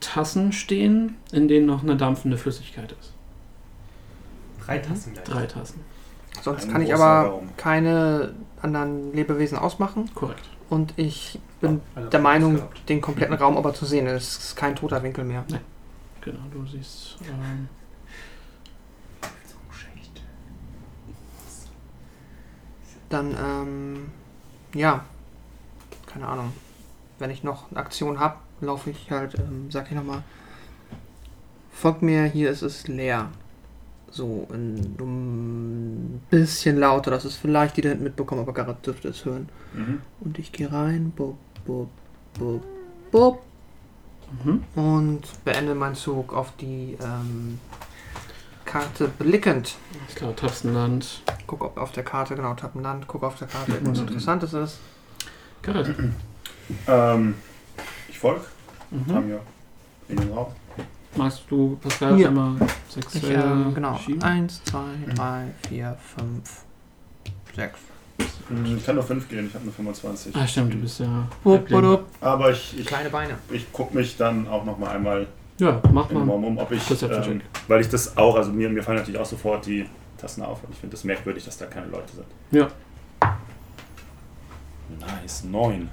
S3: Tassen stehen, in denen noch eine dampfende Flüssigkeit ist.
S5: Drei Tassen gleich.
S3: Drei Tassen,
S6: Sonst
S11: Ein
S6: kann ich
S11: großer
S6: aber
S11: Raum.
S6: keine anderen Lebewesen ausmachen.
S3: korrekt.
S6: Und ich bin
S5: Alle
S6: der
S5: haben
S6: Meinung,
S5: gehabt.
S6: den kompletten Raum aber zu sehen. Es ist kein toter Winkel mehr.
S3: Genau, du siehst. Ähm,
S5: Oh,
S6: Dann, ähm, ja, keine Ahnung. Wenn ich noch eine Aktion habe, laufe ich halt, ähm, sag ich nochmal, folgt mir, hier ist es leer. So, ein um, bisschen lauter, dass es vielleicht die da hinten mitbekommen, aber Garrett dürfte es hören.
S11: Mhm.
S6: Und ich gehe rein, bub, bub, bub, bub,
S3: mhm.
S6: und beende meinen Zug auf die ähm, Karte blickend.
S3: Ich glaube, Tapsenland.
S6: Guck ob auf der Karte, genau, tappen Land, guck auf der Karte, irgendwas Interessantes ist.
S3: Gerrit.
S11: Ähm, ich folge
S3: Mhm.
S11: Tamio in den Raum.
S3: Magst du Pascal
S6: Ja.
S3: einmal
S6: Ich,
S3: sexuell
S6: ähm, genau.
S3: schieben?
S6: Eins, zwei, drei, vier, fünf, sechs.
S11: Hm, Ich kann nur 5 gehen, ich habe nur 25.
S3: Ah, stimmt, du bist ja.
S6: Wupp,
S3: Halbling.
S6: wupp,
S11: Aber ich, ich,
S6: Kleine Beine.
S11: ich gucke mich dann auch nochmal einmal
S3: Ja, mach
S11: in dem
S3: mal.
S11: Raum, ob ich,
S3: Perception
S11: ähm, weil ich das auch, also mir, mir fallen natürlich auch sofort die Tassen auf und ich finde das merkwürdig, dass da keine Leute sind.
S3: Ja.
S11: Nice, neun.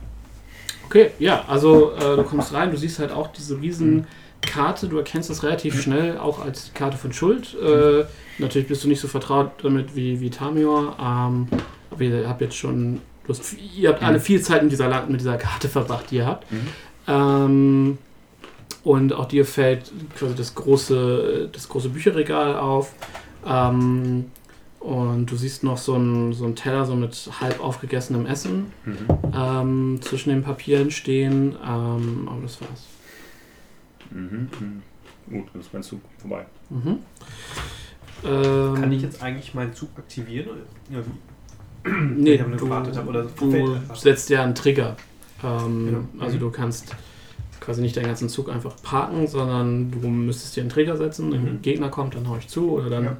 S3: Okay, ja, also äh, du kommst rein, du siehst halt auch diese riesen Karte, du erkennst das relativ schnell auch als die Karte von Schuld. Äh, natürlich bist du nicht so vertraut damit wie, wie Tamior, ähm, aber ihr habt jetzt schon, du hast, ihr habt alle viel Zeit mit dieser, La- mit dieser Karte verbracht, die ihr habt.
S11: Mhm.
S3: Ähm, und auch dir fällt quasi das große, das große Bücherregal auf. Ähm, und du siehst noch so einen so einen Teller so mit halb aufgegessenem Essen
S11: Mhm.
S3: ähm, zwischen den Papieren stehen. Ähm, aber das war's.
S11: Mhm. mhm. Gut, dann ist mein Zug vorbei.
S3: Mhm. Ähm,
S5: Kann ich jetzt eigentlich meinen Zug aktivieren? Oder- Ja,
S3: Nee,
S5: wenn ich
S3: du,
S5: gewartet habe oder so? Fällt
S3: du
S5: einfach.
S3: setzt ja einen Trigger. Ähm,
S5: Genau.
S3: Also
S5: Mhm.
S3: du kannst quasi nicht deinen ganzen Zug einfach parken, sondern du müsstest dir einen Trigger setzen. Wenn
S11: Mhm.
S3: ein Gegner kommt, dann hau ich zu oder dann.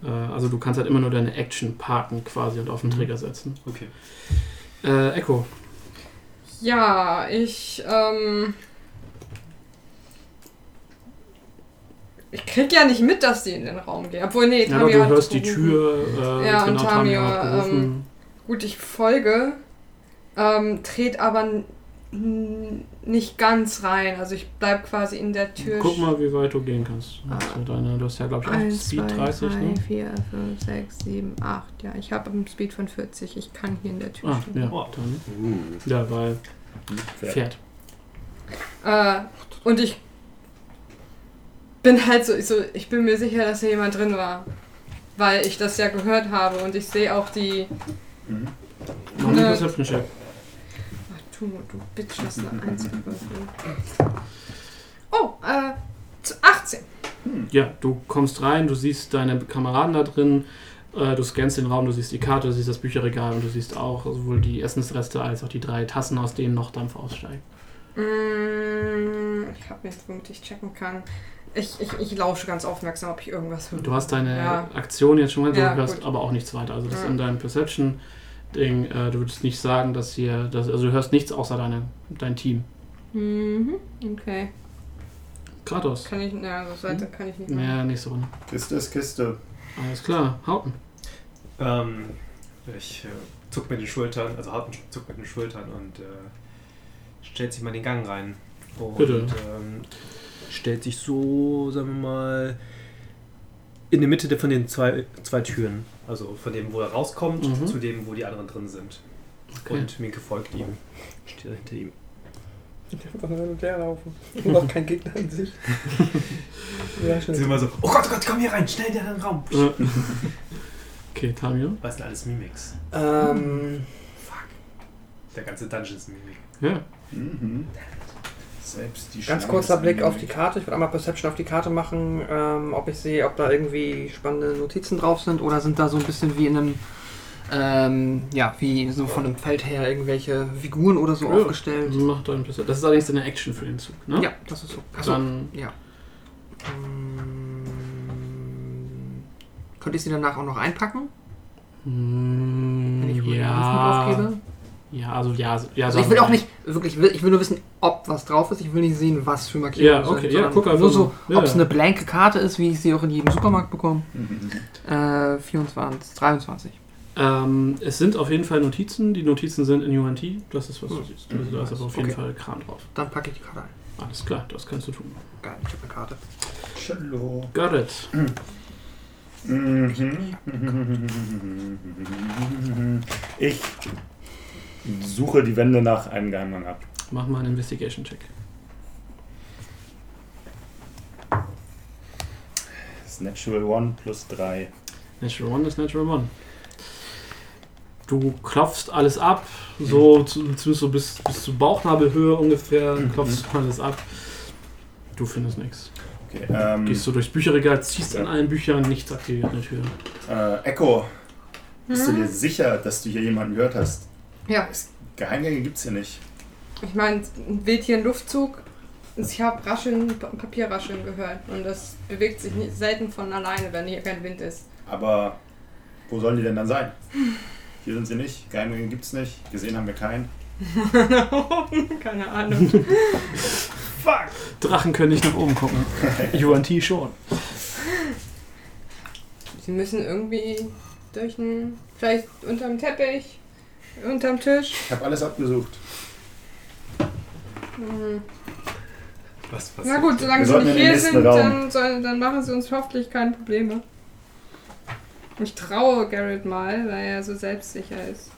S3: Äh, also du kannst halt immer nur deine Action parken quasi und auf den Trigger setzen.
S5: Mhm. Okay.
S3: Äh, Echo.
S9: Ja, ich, ähm. Ich krieg ja nicht mit, dass die in den Raum gehen. Obwohl, nee,
S3: Ja, doch,
S9: Tamio
S3: du
S9: hat
S3: hörst die
S9: gerufen.
S3: Tür. Äh,
S9: Ja, und
S3: genau, Tamio
S9: Tamio,
S3: hat gerufen.
S9: ähm, Gut, ich folge, ähm, dreht aber n- n- nicht ganz rein. Also ich bleib quasi in der Tür. Ah.
S3: Guck mal, wie weit du gehen kannst. Das ist ja deine, du hast ja, glaube ich, auch
S9: 1,
S3: Speed
S9: 2,
S3: 30,
S9: 3,
S3: ne?
S9: 4, 5, 6, 7, 8. Ja, ich habe einen Speed von 40. Ich kann hier in der Tür
S3: Ah,
S9: stehen.
S3: ja,
S5: Oh.
S3: dann.
S11: Uh,
S3: Ja, weil
S11: Pferd.
S3: Pferd.
S9: Äh, und ich bin halt so ich, so, ich bin mir sicher, dass hier jemand drin war. Weil ich das ja gehört habe und ich sehe auch die.
S11: Mhm.
S3: Mach einen
S9: Ne.
S3: Perception Check.
S9: Ach du, du Bitch, hast eine 1 gewürfelt. Oh, äh, zu 18.
S11: Mhm.
S3: Ja, du kommst rein, du siehst deine Kameraden da drin, äh, du scannst den Raum, du siehst die Karte, du siehst das Bücherregal und du siehst auch sowohl die Essensreste als auch die drei Tassen, aus denen noch Dampf aussteigt.
S9: Mm, ich habe nichts, womit ich checken kann. Ich, ich, ich lausche ganz aufmerksam, ob ich irgendwas höre.
S3: Du hast deine
S9: Ja.
S3: Aktion jetzt schon mal, du
S9: Ja,
S3: hörst
S9: gut.
S3: aber auch nichts weiter. Also das
S9: Ja.
S3: in deinem Perception Ding, äh, du würdest nicht sagen, dass hier, dass, also du hörst nichts außer deine, dein Team.
S9: Mhm, okay.
S3: Kratos.
S9: Kann ich, na, so weiter kann ich nicht machen.
S3: Ja, nächste Runde.
S11: Kiste ist Kiste.
S3: Alles klar, Haupten.
S5: Ähm, ich äh, zuck mit den Schultern, also harten zuck mit den Schultern und äh, stellt sich mal in den Gang rein. Und,
S3: Bitte.
S5: Ähm, stellt sich so, sagen wir mal, in der Mitte der- von den zwei, zwei Türen. Also von dem, wo er rauskommt,
S3: Mhm.
S5: zu dem, wo die anderen drin sind.
S3: Okay.
S5: Und Minke folgt ihm. Steht hinter ihm.
S6: Ich darf doch nur hin und her laufen. Und auch kein Gegner in sich. ja,
S5: Sind
S6: schön.
S5: immer so, oh Gott, oh Gott, komm hier rein, schnell in den anderen Raum.
S3: Äh. Okay, Tamio.
S5: Was sind alles Mimics?
S6: Ähm,
S5: Der ganze Dungeon ist ein Mimik.
S3: Ja.
S11: Mhm. Selbst die
S6: ganz
S11: Schlange
S6: kurzer
S11: ist
S6: Blick auf die
S11: angenehm.
S6: Karte. Ich würde einmal Perception auf die Karte machen, ähm, ob ich sehe, ob da irgendwie spannende Notizen drauf sind oder sind da so ein bisschen wie in einem, ähm, ja, wie so von einem Feld her irgendwelche Figuren oder so
S3: Ja.
S6: aufgestellt.
S3: Mach deinen Perception. Das ist allerdings eine Action für den Zug, ne?
S6: Ja, das ist so. Achso,
S3: Dann
S6: Ähm, Könnte ich sie danach auch noch einpacken, wenn ich
S3: Mm,
S6: mir die
S3: ja.
S6: Hand draufgebe?
S3: Ja, also ja, so- ja.
S6: Also ich
S3: sagen
S6: will
S3: wir
S6: auch nicht, wirklich, ich will, ich will nur wissen, ob was drauf ist. Ich will nicht sehen, was für
S3: Ja,
S6: Markierungen
S3: okay,
S6: sind.
S3: ja,
S6: sondern
S3: guck einfach
S6: Nur so,
S3: mal. Ja,
S6: ob es
S3: ja.
S6: eine blanke Karte ist, wie ich sie auch in jedem Supermarkt bekomme.
S11: Mhm.
S6: Äh, 24, 23.
S3: Ähm, es sind auf jeden Fall Notizen. Die Notizen sind in UNT. Das ist was du
S6: Hm.
S3: siehst. Also da ist aber auf jeden
S6: Okay.
S3: Fall Kram drauf.
S6: Dann packe ich die Karte ein.
S3: Alles klar, das kannst du tun.
S6: Geil, ich habe eine Karte.
S11: Cello.
S3: Garrett.
S11: Mhm. Ich suche die Wände nach einem Geheimgang ab.
S3: Mach mal einen Investigation-Check.
S11: Das ist Natural One plus 3.
S3: Natural One ist Natural One. Du klopfst alles ab,
S6: Mhm.
S3: so zu, zumindest so bis, bis zur Bauchnabelhöhe ungefähr, klopfst du alles ab. Du findest nichts.
S11: Okay,
S6: Mhm.
S11: ähm,
S3: Gehst du durchs Bücherregal, ziehst an allen Büchern, nichts aktiviert eine Tür.
S11: äh, Echo, bist du dir sicher, dass du hier jemanden gehört hast?
S9: Hm? Ja,
S11: Geheimgänge gibt's hier nicht.
S9: ich meine, ein Wildtier, ein Luftzug. Ich habe Rascheln, Pa- Papierrascheln gehört. Und das bewegt sich nicht, selten von alleine, wenn hier kein Wind ist.
S11: Aber wo sollen die denn dann sein? Hier sind sie nicht, Geheimgänge gibt's nicht, gesehen haben wir keinen.
S9: Keine Ahnung.
S7: fuck!
S3: Drachen können nicht nach oben gucken. UNT schon.
S9: Sie müssen irgendwie durch einen. Vielleicht unterm Teppich, unterm Tisch.
S7: Ich habe alles abgesucht.
S9: Hm.
S5: Was passiert?
S9: Na gut, solange
S7: Wir
S9: sie
S7: sollten
S9: nicht
S7: in den
S9: hier
S7: nächsten
S9: sind,
S7: Raum.
S9: dann, soll, dann machen sie uns hoffentlich keine Probleme. Ich traue Garrett mal, weil er so selbstsicher ist.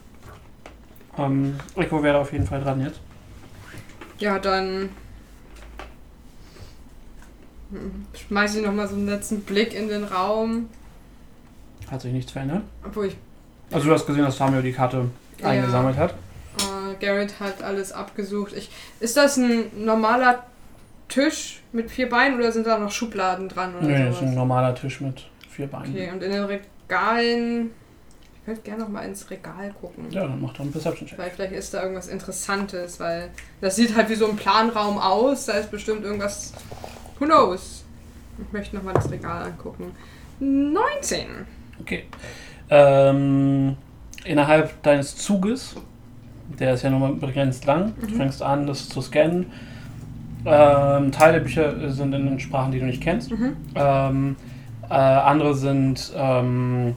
S3: Ähm, Echo wäre auf jeden Fall dran jetzt.
S9: Ja, dann schmeiße ich nochmal so einen letzten Blick in den Raum,
S3: Hat sich nichts verändert.
S9: obwohl ich,
S3: Also du hast gesehen, dass Tamio die Karte
S9: Ja.
S3: eingesammelt hat.
S9: äh, Garrett hat alles abgesucht. Ich, ist das ein normaler Tisch mit vier Beinen oder sind da noch Schubladen dran oder
S3: Nee, das ist ein
S9: sowas?
S3: normaler Tisch mit vier Beinen.
S9: Also Okay, und in den Regalen, ich würde gerne nochmal ins Regal gucken.
S3: Ja, dann macht er einen Perception-Check.
S9: Weil vielleicht ist da irgendwas Interessantes, weil das sieht halt wie so ein Planraum aus. Da ist bestimmt irgendwas. Who knows? Ich möchte nochmal das Regal angucken. 19.
S3: Okay. Ähm, innerhalb deines Zuges, der ist ja nur mal begrenzt lang,
S9: Mhm.
S3: du fängst an, das zu scannen. Ähm, Teile der Bücher sind in den Sprachen, die du nicht kennst.
S9: Mhm.
S3: Ähm, äh, andere sind ähm,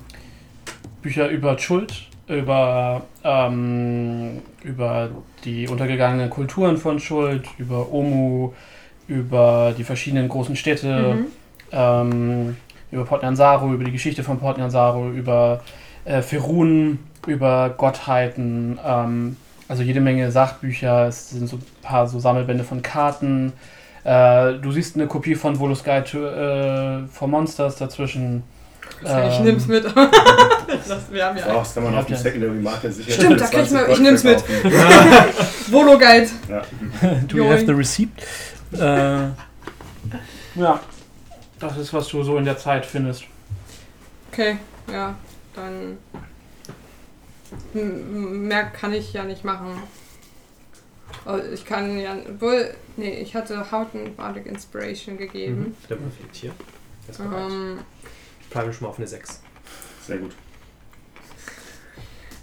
S3: Bücher über Schuld, über, ähm, über die untergegangenen Kulturen von Schuld, über Omu, über die verschiedenen großen Städte,
S9: Mhm.
S3: ähm, über Port Nyansaru, über die Geschichte von Port Nyansaru, über äh, Ferun, über Gottheiten, ähm, also jede Menge Sachbücher, es sind so ein paar so Sammelbände von Karten. Äh, du siehst eine Kopie von Volus Guide to, äh, for Monsters dazwischen.
S9: Ich
S3: Ähm,
S9: nimm's mit. das, wir haben ja
S7: Oh, das kann man
S3: Ich
S7: auf
S3: hab
S7: dem
S3: ja-
S7: Secondary Market sicher.
S9: Stimmt,
S7: für
S9: da krieg ich
S7: 20
S9: mal- ich
S7: Gold
S9: nehm's mit.
S7: verkaufen.
S9: Volo Guide.
S7: Ja.
S3: Do you have
S9: Joing.
S3: the receipt? äh, ja, das ist, was du so in der Zeit findest.
S9: Okay, ja, dann. M- m- Mehr kann ich ja nicht machen. Oh, Ich kann ja. Wohl. Nee, ich hatte Houghton Bardic Inspiration gegeben.
S5: Der perfekt hier. Ist bereit.
S9: Ähm,
S5: Ich plane schon mal auf eine 6.
S7: Sehr gut.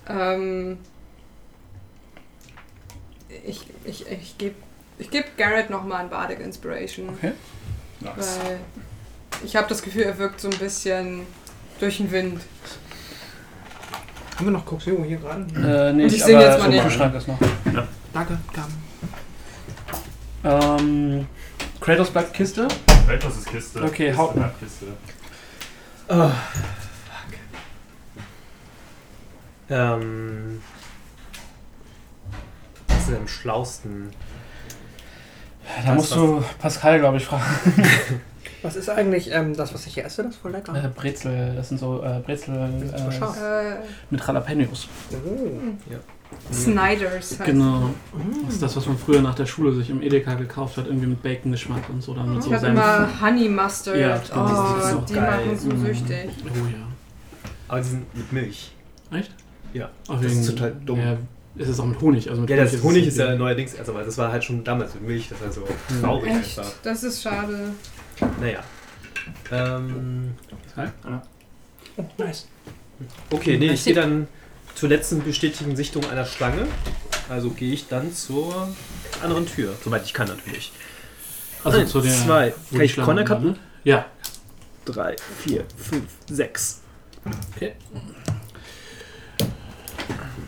S9: Ähm, ich ich, ich gebe ich geb Garrett nochmal ein Bardic Inspiration,
S7: Nice.
S9: weil ich habe das Gefühl, er wirkt so ein bisschen durch den Wind.
S6: Haben wir noch Coxio hier gerade?
S3: Äh, nee,
S9: Und ich
S3: ich
S9: sing
S3: aber
S9: jetzt mal
S3: im
S9: nicht.
S3: Kühlschrank ist noch.
S6: Danke, Gaben.
S3: Ähm, Kratos bleibt Kiste.
S7: Welches ist Kiste?
S3: Okay, haut mal.
S7: Kiste.
S5: Ähm. Was ist denn am schlausten?
S3: Da
S5: Das
S3: musst
S5: was-
S3: du Pascal, glaube ich, fragen.
S6: Was ist eigentlich ähm, das, was ich hier esse? Das ist voll lecker.
S3: Äh, Brezel, das sind so äh, Brezel
S6: Das ist voll
S3: äh,
S6: scharf.
S9: Äh,
S3: mit Jalapenos.
S6: Oh.
S9: Snyders heißt
S3: Mhm. Genau.
S6: Mm.
S3: Das ist das, was man früher nach der Schule sich im Edeka gekauft hat, irgendwie mit Bacon-Geschmack und so. Dann mit
S9: es.
S3: so
S9: Ich hatte
S3: Senf.
S9: immer Honey Mustard.
S3: Ja, stimmt, die sind
S9: oh,
S5: so
S9: die
S5: geil.
S9: machen so
S3: Mhm.
S9: süchtig.
S3: Oh ja.
S5: Aber die sind mit Milch.
S3: Auf
S5: Das ist
S3: jeden-
S5: total dumm.
S3: Ja, es ist auch mit Honig. Also mit
S5: Ja, das Honig ist ja
S3: irgendwie-
S5: neuerdings, also weil das war halt schon damals mit Milch, das war so
S3: Mhm.
S5: traurig
S9: Echt,
S5: einfach.
S9: das ist schade.
S5: Naja. Ähm,
S6: Oh, nice.
S5: okay, nee, ich gehe dann zur letzten bestätigten Sichtung einer Schlange. Also gehe ich dann zur anderen Tür, soweit ich kann natürlich.
S3: Also
S5: Eins,
S3: zu der.
S5: zwei.
S3: wo
S5: Kann
S3: die
S5: ich
S3: Schlange
S5: Connor
S3: war,
S5: cutten?
S3: ne? Ja.
S5: Drei, vier, fünf, sechs.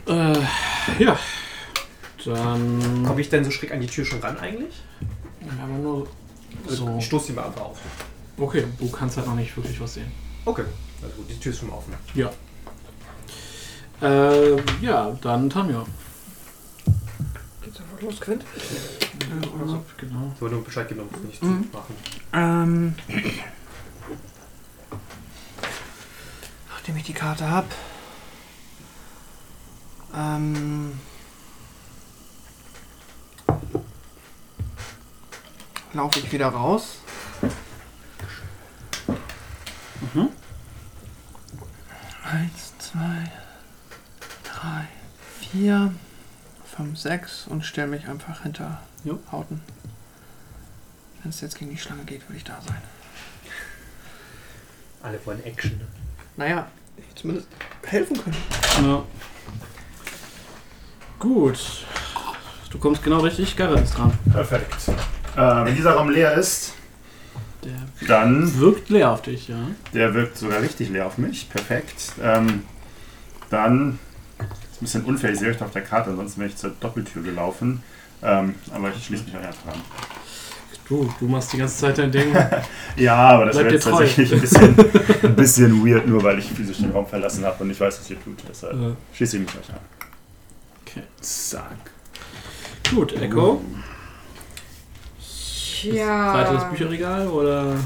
S3: Äh, ja. Dann.
S5: Komme ich denn so schräg an die Tür schon ran eigentlich?
S3: Wir haben nur
S5: Also
S3: so.
S5: Ich stoße die mal einfach auf.
S3: Okay, du kannst halt noch nicht wirklich was sehen.
S5: Okay. Also gut, die Tür ist schon mal offen.
S3: Äh, ja, dann Tamio.
S6: Geht's einfach los, Quint?
S3: Also, genau.
S5: Ich wollte nur Bescheid geben, um es nicht
S6: Mhm.
S5: zu machen.
S6: Ähm. Nachdem ich die Karte habe. Ähm. Laufe ich wieder raus.
S3: Mhm.
S6: Eins, zwei, drei, vier, fünf, sechs und stelle mich einfach hinter
S3: Jo.
S6: Hauten. Wenn es jetzt gegen die Schlange geht, würde ich da sein.
S5: Alle wollen Action. ne?
S6: Naja, zumindest helfen können.
S3: Ja. Gut. Du kommst genau richtig, Garrett ist dran.
S7: Perfekt. Äh, wenn dieser Raum leer ist,
S3: Der
S7: dann.
S3: wirkt leer auf dich, ja.
S7: Der wirkt sogar richtig leer auf mich. Perfekt. Ähm, dann. Ist ein bisschen unfair, ich sehe euch noch auf der Karte, ansonsten wäre ich zur Doppeltür gelaufen. Ähm, aber ich schließe mich auch einfach an.
S3: Du, du machst die ganze Zeit dein Ding.
S7: Ja, aber das
S3: Bleibt ihr
S7: wäre jetzt
S3: treu.
S7: tatsächlich ein bisschen, ein bisschen weird, nur weil ich physisch den Raum verlassen habe und ich weiß, was ihr tut. Deshalb
S3: Äh,
S7: schließe ich mich euch an.
S3: Okay.
S7: Zack.
S3: Gut, Echo.
S9: Ja.
S3: Weiteres Äh, Bücherregal oder?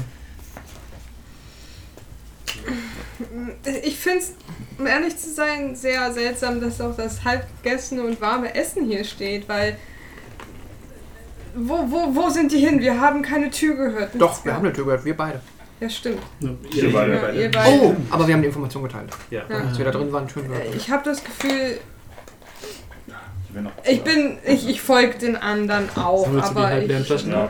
S9: Ich finde es, um ehrlich zu sein, sehr seltsam, dass auch das halbgessene und warme Essen hier steht, weil. Wo, wo, wo sind die hin? Wir haben keine Tür gehört. nichts
S6: Doch, wir
S9: gehört.
S6: haben eine Tür gehört, wir beide.
S9: Ja, stimmt.
S3: Ne,
S7: Ihr beide.
S9: Ja, ihr beide.
S6: Oh, aber wir haben die Information geteilt.
S5: Ja.
S6: Als wir da drin waren, Türen
S9: Äh,
S6: gehört.
S9: Ich habe das Gefühl,
S7: Ich bin, noch
S9: ich bin, ich, ich folge den anderen auch,
S3: Sammelst du die
S9: aber
S3: halb leeren
S9: ich,
S3: Flaschen?
S7: Ja.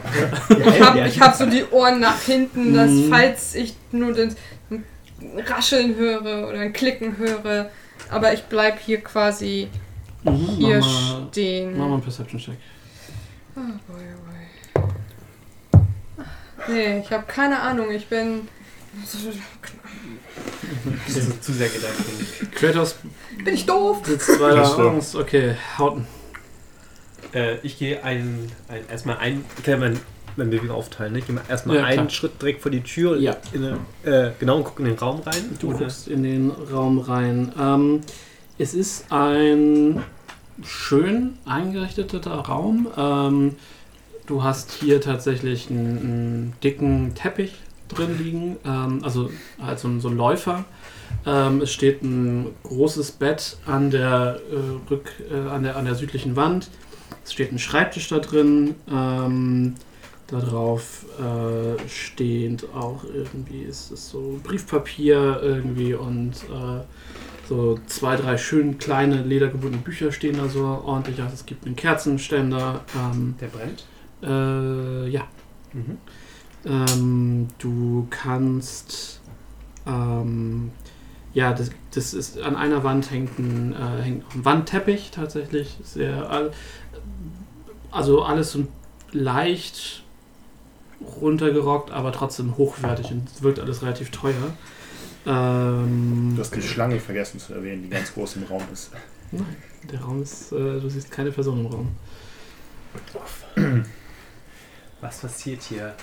S9: ich habe ich hab so die Ohren nach hinten, dass
S6: Mhm.
S9: falls ich nur das Rascheln höre oder ein Klicken höre, aber ich bleib hier quasi
S3: Mhm,
S9: hier
S3: mach mal,
S9: stehen.
S3: mach mal einen Perception-Check.
S9: Oh boy, oh boy. Nee, ich habe keine Ahnung, ich bin.
S5: Das ist zu sehr gedanklich.
S3: Kratos
S9: Bin ich doof?
S3: sitzt weiter
S7: Das stimmt.
S3: morgens. Okay, haut.
S5: Äh, ich gehe ein, ein, erstmal ein. Ich kann ja mein, meine Bewegung aufteilen. Ne? Ich gehe mal erstmal
S3: Ja,
S5: einen
S3: klar.
S5: Schritt direkt vor die Tür.
S3: Ja.
S5: In eine, äh, genau, und gucke in den Raum rein. äh,
S3: Du
S5: Oder-
S3: guckst in den Raum rein. Ähm, es ist ein schön eingerichteter Raum. Ähm, du hast hier tatsächlich einen, einen dicken Teppich drin liegen, ähm, also halt so, ein- so ein Läufer. Ähm, es steht ein großes Bett an der, äh, Rück, äh, an, der, an der südlichen Wand. Es steht ein Schreibtisch da drin. Ähm, Darauf äh, stehend auch irgendwie ist es so Briefpapier irgendwie und äh, so zwei, drei schön kleine ledergebundene Bücher stehen da so ordentlich. Also es gibt einen Kerzenständer. Ähm,
S5: Der brennt.
S3: äh, ja,
S5: Mhm.
S3: ähm, du kannst. Ähm, ja, das, das ist an einer Wand hängt ein, äh, hängt noch ein Wandteppich tatsächlich. Sehr, al- also alles so leicht runtergerockt, aber trotzdem hochwertig und wirkt alles relativ teuer. Ähm,
S7: du hast die Schlange vergessen zu erwähnen, die ganz groß im Raum ist.
S3: nein, der Raum ist. Äh, du siehst keine Person im Raum.
S5: Was passiert hier?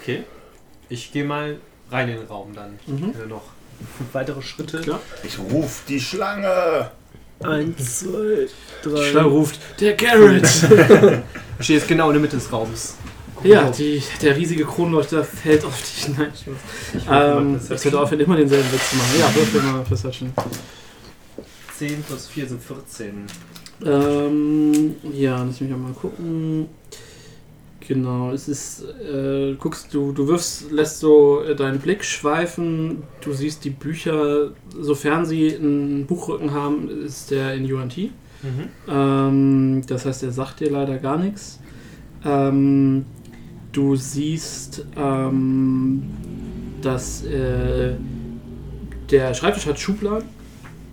S5: Okay. Ich gehe mal rein in den Raum dann.
S3: Mhm.
S5: Äh, noch fünf weitere Schritte.
S3: Klar.
S7: Ich ruf die Schlange!
S5: Eins, zwei,
S3: Die
S5: drei.
S3: Schlange ruft: Der Garrett!
S5: Steht jetzt genau in der Mitte des Raums.
S3: Ja, die, der riesige Kronleuchter fällt auf dich. Nein, Spaß. Ähm, ich
S5: hätte
S3: hätte aufhören, immer denselben Witz zu machen. Ja, würfel mal Perception.
S5: 10 plus 4 sind 14.
S3: Ähm, ja, lass mich auch mal gucken. Genau, es ist, äh, guckst du, du wirfst, lässt so äh, deinen Blick schweifen. Du siehst die Bücher, sofern sie einen Buchrücken haben, ist der in UNT.
S5: Mhm,
S3: Ähm, das heißt, er sagt dir leider gar nichts. Ähm, du siehst, ähm, dass äh, der Schreibtisch hat Schubladen.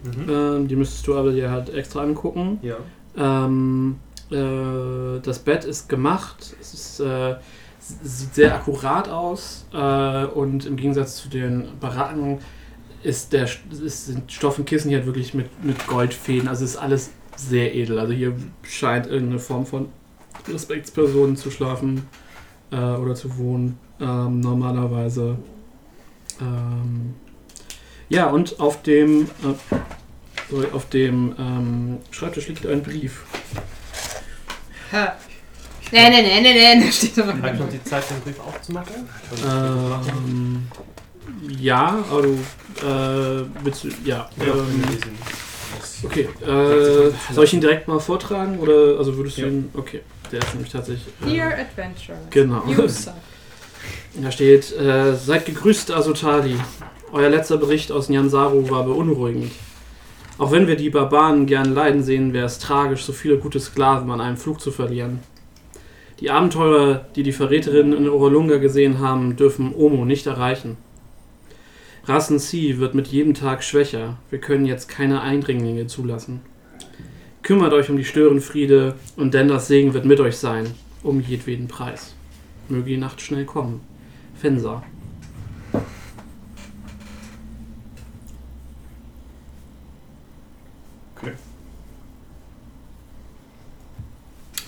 S5: Mhm.
S3: Ähm, die müsstest du aber dir halt extra angucken.
S5: Ja.
S3: Ähm, äh, das Bett ist gemacht. Es ist, äh, s- sieht sehr akkurat aus. Äh, und im Gegensatz zu den Baracken ist der, ist, sind Stoff und Kissen hier halt wirklich mit, mit Goldfäden. Also ist alles sehr edel. Also hier scheint irgendeine Form von Respektspersonen zu schlafen äh, oder zu wohnen. Ähm, normalerweise. Ähm, ja, und auf dem, äh, sorry, auf dem ähm, Schreibtisch liegt ein Brief.
S12: Ha. Nee, nee, nee, nee, nee, steht da noch.
S5: Habe ich noch die Zeit, den Brief aufzumachen?
S3: Ähm, ja, aber du, äh, willst du, ja.
S5: Ja,
S3: ähm,
S5: wir lesen.
S3: okay, äh, soll ich ihn direkt mal vortragen oder, also würdest du
S5: Ja.
S3: ihn, okay, der ist nämlich tatsächlich, äh,
S9: Dear Adventurer.
S3: genau.
S9: You suck.
S3: Da steht, äh, seid gegrüßt, Asotali. Euer letzter Bericht aus Nyansaru war beunruhigend. Auch wenn wir die Barbaren gern leiden sehen, wäre es tragisch, so viele gute Sklaven an einem Flug zu verlieren. Die Abenteurer, die die Verräterinnen in Orolunga gesehen haben, dürfen Omo nicht erreichen. Rassen C wird mit jedem Tag schwächer. Wir können jetzt keine Eindringlinge zulassen. Kümmert euch um die Störenfriede und Denders Segen wird mit euch sein, um jedweden Preis. Möge die Nacht schnell kommen. Finsa.
S13: Okay.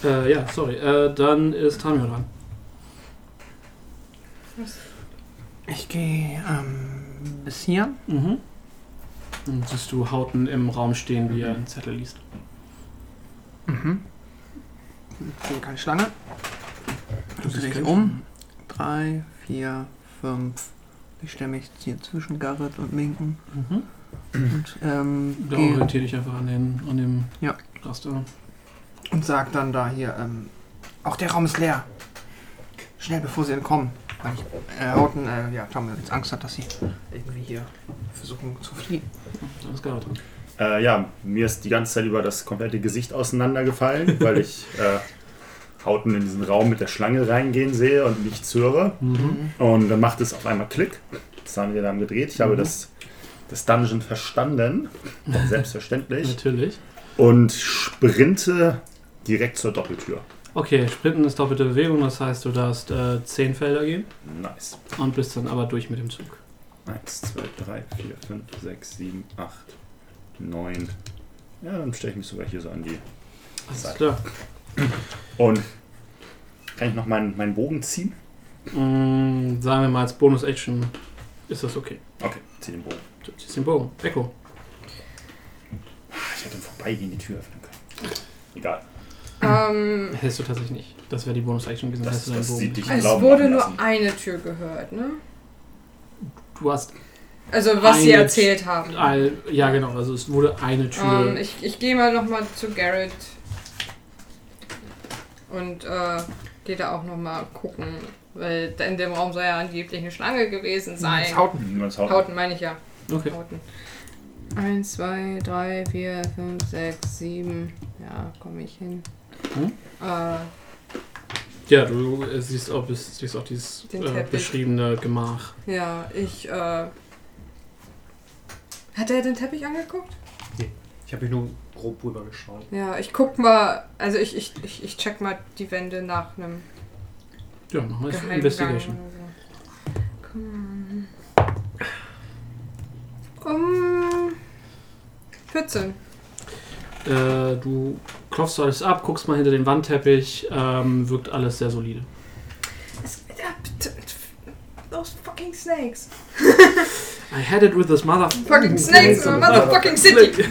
S3: Äh, ja, sorry. Äh, dann ist Tamio dran.
S6: Ich gehe ähm, bis hier.
S3: Mhm. Dann siehst du Hauten im Raum stehen, wie er einen Zettel liest.
S6: Mhm. Ich sehe keine Schlange. Du drehst dich um. Drei, vier, fünf. Ich stelle mich hier zwischen Garrett und Minken.
S3: Mhm.
S6: Und, ähm,
S3: Da
S6: gehe
S3: orientiere dich einfach an dem, an dem
S6: Ja.
S3: Raster.
S6: und sag dann da hier, ähm, auch der Raum ist leer. Schnell, bevor sie entkommen. Weil ich, äh, Horten, äh, ja, Tom jetzt Angst hat, dass sie irgendwie hier versuchen zu fliehen.
S3: Dann ist Garrett dran.
S7: Äh, ja, mir ist die ganze Zeit über das komplette Gesicht auseinandergefallen, weil ich äh, Hauten in diesen Raum mit der Schlange reingehen sehe und nichts höre.
S6: Mhm.
S7: Und dann macht es auf einmal Klick. Das haben wir dann gedreht. Ich habe das, das Dungeon verstanden. Selbstverständlich.
S3: Natürlich.
S7: Und sprinte direkt zur Doppeltür.
S3: Okay, Sprinten ist doppelte Bewegung, das heißt, du darfst äh, 10 Felder gehen
S7: Nice.
S3: und bist dann aber durch mit dem Zug.
S7: 1, 2, 3, 4, 5, 6, 7, 8, 9. Ja, dann stelle ich mich sogar hier so an die.
S3: Alles
S7: Zack.
S3: klar.
S7: Und kann ich noch meinen, meinen Bogen ziehen?
S3: Mm, sagen wir mal, als Bonus-Action ist das okay.
S7: Okay, zieh den Bogen.
S3: Du ziehst den Bogen. Echo.
S7: Ich hätte im Vorbeigehen die Tür öffnen können. Egal,
S9: Ähm,
S3: Hältst du tatsächlich nicht. Das wäre die Bonus-Action gewesen,
S7: das,
S3: hältst du deinen
S7: das
S3: Bogen.
S7: sieht dich
S9: es
S7: glauben
S9: wurde
S7: machen
S9: nur
S7: lassen.
S9: eine Tür gehört, ne?
S3: Du hast
S9: Also was sie
S3: Eine
S9: erzählt haben.
S3: all, ja genau, also es wurde eine Tür.
S9: Ähm, ich ich gehe mal nochmal zu Garrett und äh, gehe da auch nochmal gucken, weil da in dem Raum soll ja angeblich eine Schlange
S3: Hm,
S9: gewesen sein.
S6: Haut
S7: Niemals haut.
S9: Hauten meine ich ja.
S3: okay.
S9: Hauten. 1, 2, 3, 4, 5, 6, 7. Ja, komme ich hin.
S3: Hm?
S9: Äh,
S3: Ja, du äh, siehst auch, bis, siehst auch dieses
S9: Den
S3: äh,
S9: Teppich.
S3: beschriebene Gemach.
S9: ja, ich. Äh, hat er den Teppich angeguckt?
S5: Ich habe mich nur grob rüber geschaut.
S9: Ja, ich guck mal. Also ich, ich, ich, ich check mal die Wände nach einem
S3: Ja, machen wir jetzt
S9: Geheimgang
S3: Investigation.
S9: oder so. Come on. Um 14.
S3: Äh, du klopfst alles ab, guckst mal hinter den Wandteppich, ähm, wirkt alles sehr solide.
S9: Those fucking snakes.
S3: I had it with this mother...
S7: Oh,
S9: Fucking snakes in a motherfucking city.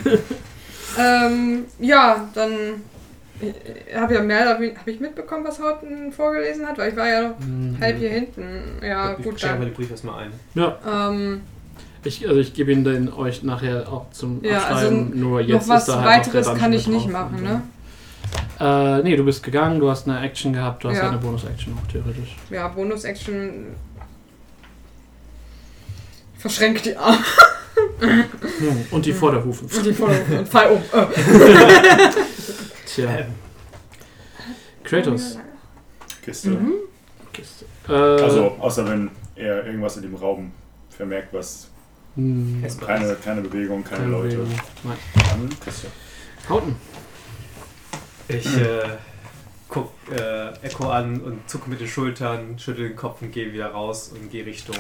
S9: ähm, ja, dann habe ja mehr oder weniger hab ich mitbekommen, was Horton vorgelesen hat, weil ich war ja noch
S3: Mhm.
S9: halb hier hinten. Ja,
S5: ich
S9: Ah, gut,
S5: check aber
S9: dann.
S5: den Brief erstmal ein.
S9: Ähm,
S3: Ich, also ich gebe ihn den euch nachher auch zum
S9: Ja, also
S3: Abschreiben, nur jetzt
S9: noch was
S3: ist da halt noch der
S9: weiteres
S3: Dungeon
S9: kann ich
S3: mit
S9: nicht
S3: drauf.
S9: machen, ne?
S3: Äh, nee, du bist gegangen, du hast eine Action gehabt, du hast
S9: Ja.
S3: eine Bonus-Action noch theoretisch.
S9: Ja, Bonus-Action. Verschränkt die Arme.
S3: Hm. Und die Vorderhufen.
S9: Die Vorderhand und fall um. Äh.
S3: Tja. Kratos.
S7: Kiste.
S3: Kiste. Äh,
S7: Also, außer wenn er irgendwas in dem Raum vermerkt, was.
S3: hm,
S7: Keine, keine Bewegung, keine,
S3: keine
S7: Leute.
S3: Bewegung. Nein.
S7: Dann Kiste.
S3: Hauten.
S5: Ich äh, guck äh, Echo an und zucke mit den Schultern, schüttel den Kopf und gehe wieder raus und gehe Richtung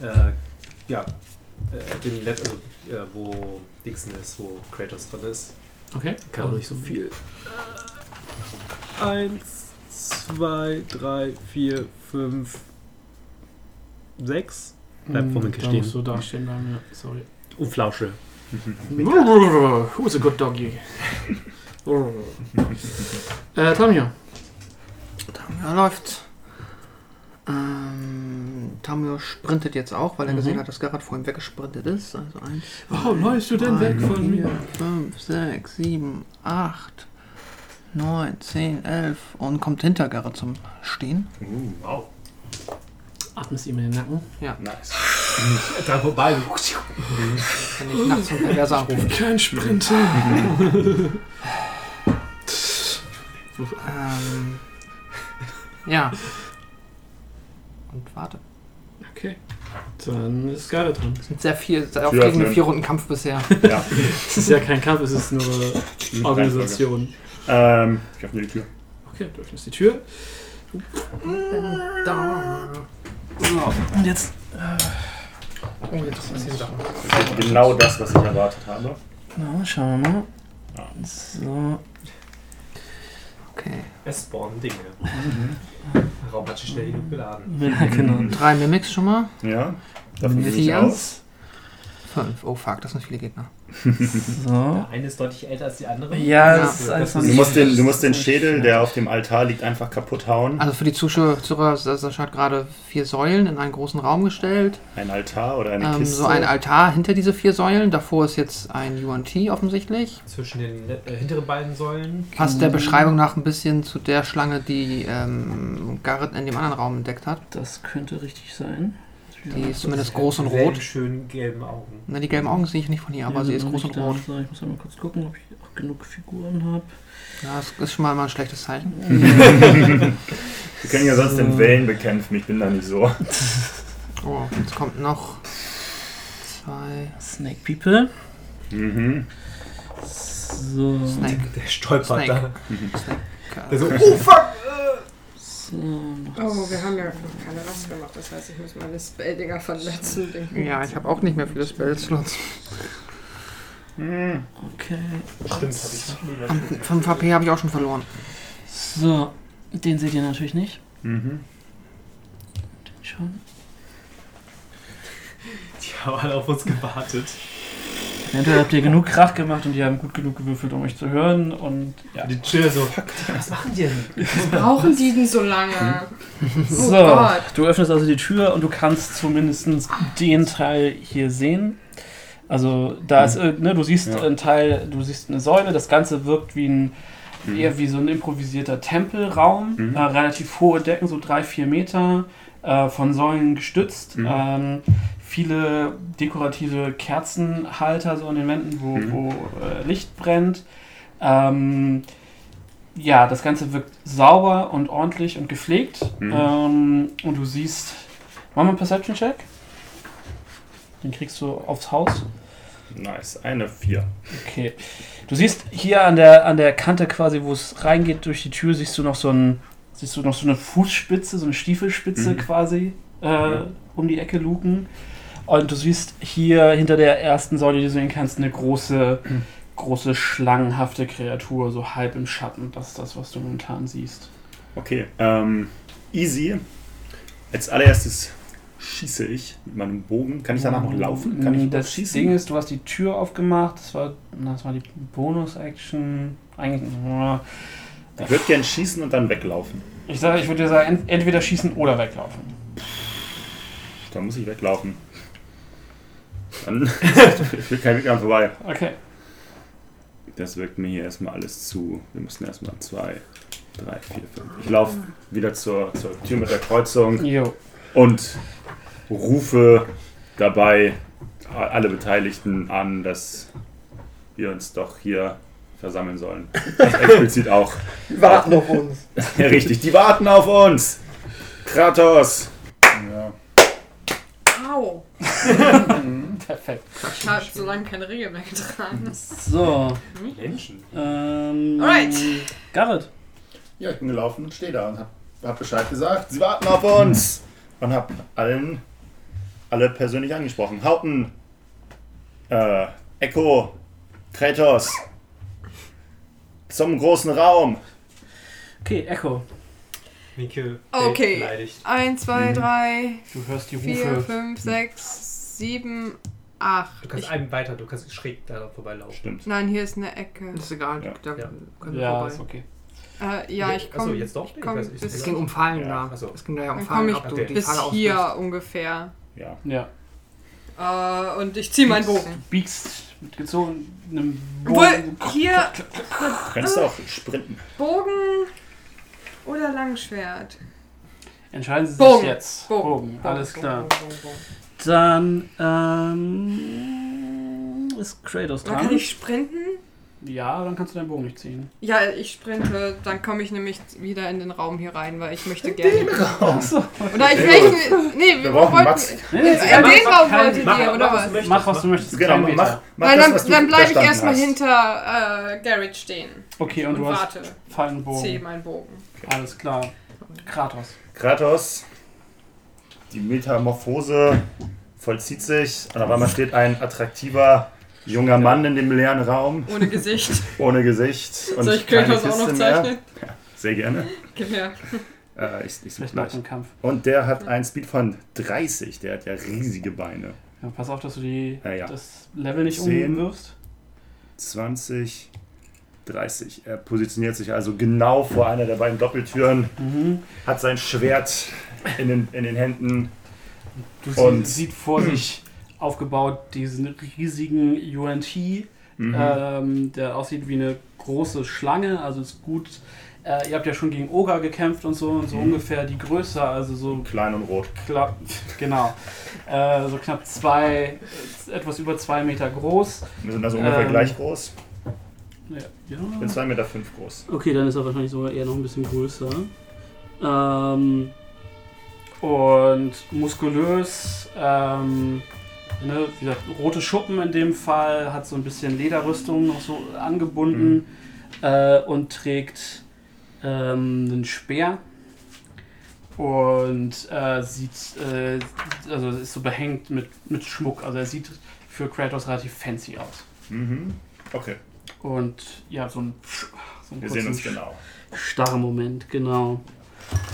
S5: äh, ja, äh, den Let also, äh, wo Dixon ist, wo Kratos drin ist.
S3: Okay.
S5: Kann auch nicht so viel. Eins, zwei, drei, vier, fünf, sechs. Bleib vor mir
S3: Hm, da
S5: stehen.
S3: musst du da stehen bleiben, ja. Sorry.
S5: Und Flausche.
S3: Who's a good doggy? äh, Tamio.
S6: Tamio läuft. Ähm, Tamio sprintet jetzt auch, weil er
S3: Mhm.
S6: gesehen hat, dass Gerhard vor ihm weggesprintet ist. Also eins,
S3: Warum läufst du denn weg von mir?
S6: 5, 6, 7, 8, 9, 10, 11 und kommt hinter Gerrit zum Stehen.
S7: Uh, wow.
S3: Atmest ihm in den Nacken.
S7: Nice.
S5: Da vorbei.
S6: Wenn ich nachts zum Perverser anrufe.
S3: Kein Sprinter.
S6: Ähm, ja. Und warte.
S3: Okay. Dann ist Garde dran.
S6: Es sind sehr viel, sehr
S7: Tür
S6: aufregende
S7: öffnen.
S6: vier Runden Kampf bisher.
S7: Ja.
S3: Es ist ja kein Kampf, es ist nur
S7: Reihenfolge.
S3: Organisation.
S7: Ähm, ich öffne die Tür.
S3: Okay, du öffnest die Tür.
S6: Da.
S10: Genau. Und jetzt.
S6: Oh, jetzt passieren Sachen.
S7: Das ist genau das, was ich erwartet habe.
S10: Na, schauen wir mal. So.
S6: Okay.
S5: Es spawnen Dinge. Der Raum hat sich schnell genug geladen.
S10: Ja, genau.
S6: Drei Mimics schon mal.
S7: Ja, davon gehe ich
S6: Vier.
S7: aus.
S6: Fünf. Oh fuck, das sind viele Gegner.
S10: So.
S5: Der eine ist deutlich älter als die andere.
S10: Ja,
S6: Ja.
S10: das ist einfach
S7: Du
S10: nicht.
S7: musst, den, du musst den Schädel, der auf dem Altar liegt, einfach kaputt hauen.
S6: Also für die Zuschauer, Sascha hat gerade vier Säulen in einen großen Raum gestellt.
S7: Ein Altar oder eine
S6: Ähm,
S7: Kiste.
S6: so ein Altar hinter diese vier Säulen. Davor ist jetzt ein UNT offensichtlich.
S5: Zwischen den äh, hinteren beiden Säulen.
S6: Passt
S10: Mhm.
S6: der Beschreibung nach ein bisschen zu der Schlange, die ähm, Garrett in dem anderen Raum entdeckt hat.
S10: Das könnte richtig sein.
S6: Die ist zumindest groß und
S5: Mit
S6: rot.
S5: schönen gelben Augen.
S6: Na, die gelben Augen sehe ich nicht von hier, aber sie ist groß und rot.
S10: So, ich muss mal kurz gucken, ob ich auch genug Figuren habe.
S6: Ja, das ist schon mal, mal ein schlechtes Zeichen.
S7: Wir können ja sonst den Wellen bekämpfen, ich bin da nicht so.
S6: Oh, jetzt kommt noch zwei
S10: Snake People.
S7: Mhm.
S10: So.
S6: Snake.
S5: Der stolpert
S6: Snake.
S5: da.
S6: Snake.
S5: Der so,
S9: Also-
S5: oh fuck!
S10: so.
S9: Oh, wir haben ja noch keine Rast gemacht. Das heißt, ich muss meine Spelldinger von letzten Dingen.
S6: Ja, ich habe auch nicht mehr viele Spell-Slots.
S7: Mhm.
S10: Okay.
S5: Stimmt, hab ich noch nie was gesehen.
S6: 5 HP habe ich auch schon verloren.
S10: So. Den seht ihr natürlich nicht.
S7: Mhm.
S10: Schon.
S5: Die haben alle auf uns gewartet.
S10: Eventuell habt ihr genug Krach gemacht und die haben gut genug gewürfelt, um euch zu hören. Und ja.
S5: Die Chill so, was machen die denn?
S9: Brauchen die denn so lange? Oh
S10: So,
S9: Gott.
S10: du öffnest also die Tür und du kannst zumindest den Teil hier sehen. Also da ist, äh, ne, du siehst
S7: Mhm. Ja.
S10: einen Teil, du siehst eine Säule, das Ganze wirkt wie ein, eher wie so ein improvisierter Tempelraum,
S7: Mhm.
S10: äh, relativ hohe Decken, so drei, vier Meter, äh, von Säulen gestützt.
S7: Mhm.
S10: Ähm, viele dekorative Kerzenhalter so an den Wänden, wo,
S7: Mhm.
S10: wo äh, Licht brennt. Ähm, ja, das Ganze wirkt sauber und ordentlich und gepflegt.
S7: Mhm.
S10: Ähm, und du siehst. Machen wir einen Perception-Check? Den kriegst du aufs Haus.
S7: Nice, eine 4.
S10: Okay. Du siehst hier an der, an der Kante quasi, wo es reingeht durch die Tür, siehst du noch so, ein, siehst du noch so eine Fußspitze, so eine Stiefelspitze
S7: Mhm.
S10: quasi äh, um die Ecke luken. Und du siehst hier hinter der ersten Säule, die du sehen kannst, eine große, große schlangenhafte Kreatur, so halb im Schatten. Das ist das, was du momentan siehst.
S7: Okay, ähm, easy. Als allererstes schieße ich mit meinem Bogen. Kann ich danach noch laufen? Kann ich noch
S10: Ähm, Mm, das
S7: schießen?
S10: Ding ist, du hast die Tür aufgemacht, das war, na, das war die Bonus-Action. Eigentlich, na,
S7: ich würde gern schießen und dann weglaufen.
S10: ich, sag, ich würde dir sagen, ent- entweder schießen oder weglaufen.
S7: Dann muss ich weglaufen. Dann ich will kein Weg dran vorbei.
S10: Okay.
S7: Das wirkt mir hier erstmal alles zu. Wir müssen erstmal zwei, drei, vier, fünf. Ich laufe wieder zur, zur Tür mit der Kreuzung.
S10: Jo.
S7: und rufe dabei alle Beteiligten an, dass wir uns doch hier versammeln sollen. Das explizit auch.
S6: Die warten auf uns.
S7: Ja, richtig, die warten auf uns! Kratos!
S11: Ja.
S9: Au.
S10: Perfekt.
S9: Ich habe so lange keine Regel mehr getragen. Das ist
S10: So.
S5: Menschen.
S10: Ähm,
S9: Alright.
S10: Garrett.
S11: ja, ich bin gelaufen und stehe da und hab, hab Bescheid gesagt. Sie warten auf
S7: Hm.
S11: uns!
S7: Und hab allen, alle persönlich angesprochen. Haupten, äh, Echo, Kratos, zum großen Raum.
S10: Okay, Echo.
S5: Winke,
S9: Okay.
S5: beleidigt.
S9: 1, 2, 3,
S10: Du hörst die
S9: 4,
S10: Rufe.
S9: 5, 6, 7,
S5: Du
S9: 8.
S5: kannst einen weiter, du kannst schräg da vorbeilaufen.
S7: Stimmt.
S9: Nein, hier ist eine Ecke.
S6: Ist egal,
S7: Ja.
S6: da
S5: Ja.
S6: können wir
S10: ja, ist
S6: vorbei.
S10: okay.
S9: Äh, ja, ich komme.
S5: Achso, jetzt doch?
S9: Ich komm
S5: weiß nicht.
S9: bis-
S6: Es ging um Fallen
S7: Ja,
S6: da.
S5: ach so.
S6: Es ging da ja um
S9: Dann
S6: Fallen,
S9: komm ich
S6: ob du
S5: bis
S6: die Falle
S9: bis
S6: auslöst.
S9: hier ungefähr.
S7: Ja.
S10: Ja.
S9: Äh, und ich ziehe meinen Bogen.
S10: Biegst mit gezogenem
S9: Obwohl,
S10: Bogen.
S9: hier
S7: Du kannst
S9: Ah.
S7: auch sprinten.
S9: Bogen oder Langschwert?
S10: Entscheiden Sie sich
S9: Bogen.
S10: jetzt.
S9: Bogen.
S10: Alles
S9: Bogen,
S10: klar.
S9: Bogen, Bogen, Bogen.
S10: Dann ähm, ist Kratos
S9: Dann
S10: dran.
S9: kann ich sprinten?
S10: Ja, dann kannst du deinen Bogen nicht ziehen.
S9: Ja, ich sprinte, dann komme ich nämlich wieder in den Raum hier rein, weil ich möchte gerne.
S10: Achso.
S9: Oder ich welchen. Nee, wir,
S7: Wir brauchen
S9: wollten.
S7: Mats.
S10: Nee,
S9: Äh,
S10: nee,
S9: den
S10: mach- mach
S9: Raum
S10: keinen-
S9: wolltet
S10: mach-
S9: ihr, oder
S5: mach,
S9: was?
S5: was? du
S10: Mach, was
S5: möchtest,
S10: du möchtest.
S7: Genau,
S10: keinen
S7: mach,
S10: Meter.
S7: mach
S9: Weil
S7: das,
S9: dann,
S7: was du
S9: dann bleibe ich
S7: verstanden
S9: erstmal
S7: hast.
S9: hinter äh, Garrett stehen
S10: Okay, und,
S9: und
S10: du hast
S9: warte.
S10: Fallenbogen.
S9: Ziehe meinen Bogen.
S10: Alles klar. Kratos.
S7: Kratos, die Metamorphose vollzieht sich und auf einmal steht ein attraktiver junger Mann in dem leeren Raum
S14: Ohne Gesicht.
S7: ohne Gesicht und
S14: Soll ich
S7: keine
S14: Kratos auch noch
S7: Kiste mehr.
S14: zeichnen?
S7: Sehr gerne.
S14: Gib her.
S7: Äh, ich ich suche
S10: Vielleicht noch
S7: gleich.
S10: ein Kampf.
S7: Und der hat einen Speed von 30. Der hat ja riesige Beine.
S10: Ja, pass auf, dass du die,
S7: Ja, ja.
S10: das Level nicht
S7: Zehn.
S10: umwirfst.
S7: 20, 30. Er positioniert sich also genau vor einer der beiden Doppeltüren,
S10: Mhm.
S7: hat sein Schwert in den, in den Händen.
S10: Du
S7: Und-
S10: sie, sieht vor sich aufgebaut diesen riesigen UNT,
S7: Mhm.
S14: Äh.
S10: ähm, der aussieht wie eine große Schlange, also ist gut. Äh, ihr habt ja schon gegen Oga gekämpft und so und so ungefähr die Größe, also so
S7: Klein und rot.
S10: knapp, genau, äh, so knapp zwei, äh, etwas über zwei Meter groß.
S7: Wir sind also ungefähr
S10: Ähm.
S7: gleich groß.
S10: Ja,
S7: Ich
S10: ja.
S7: bin 2,5 Meter fünf groß.
S10: Okay, dann ist er wahrscheinlich sogar eher noch ein bisschen größer. Ähm, und muskulös, ähm, ne, wie gesagt, rote Schuppen in dem Fall, hat so ein bisschen Lederrüstung noch so
S7: Mhm.
S10: angebunden äh, und trägt ähm, einen Speer. Und äh, sieht, äh, also ist so behängt mit, mit Schmuck. Also er sieht für Kratos relativ fancy aus.
S7: Mhm. Okay,
S10: Und ja, so ein, so einen
S7: wir sehen
S10: kurzen
S7: uns genau.
S10: Starre Moment, genau.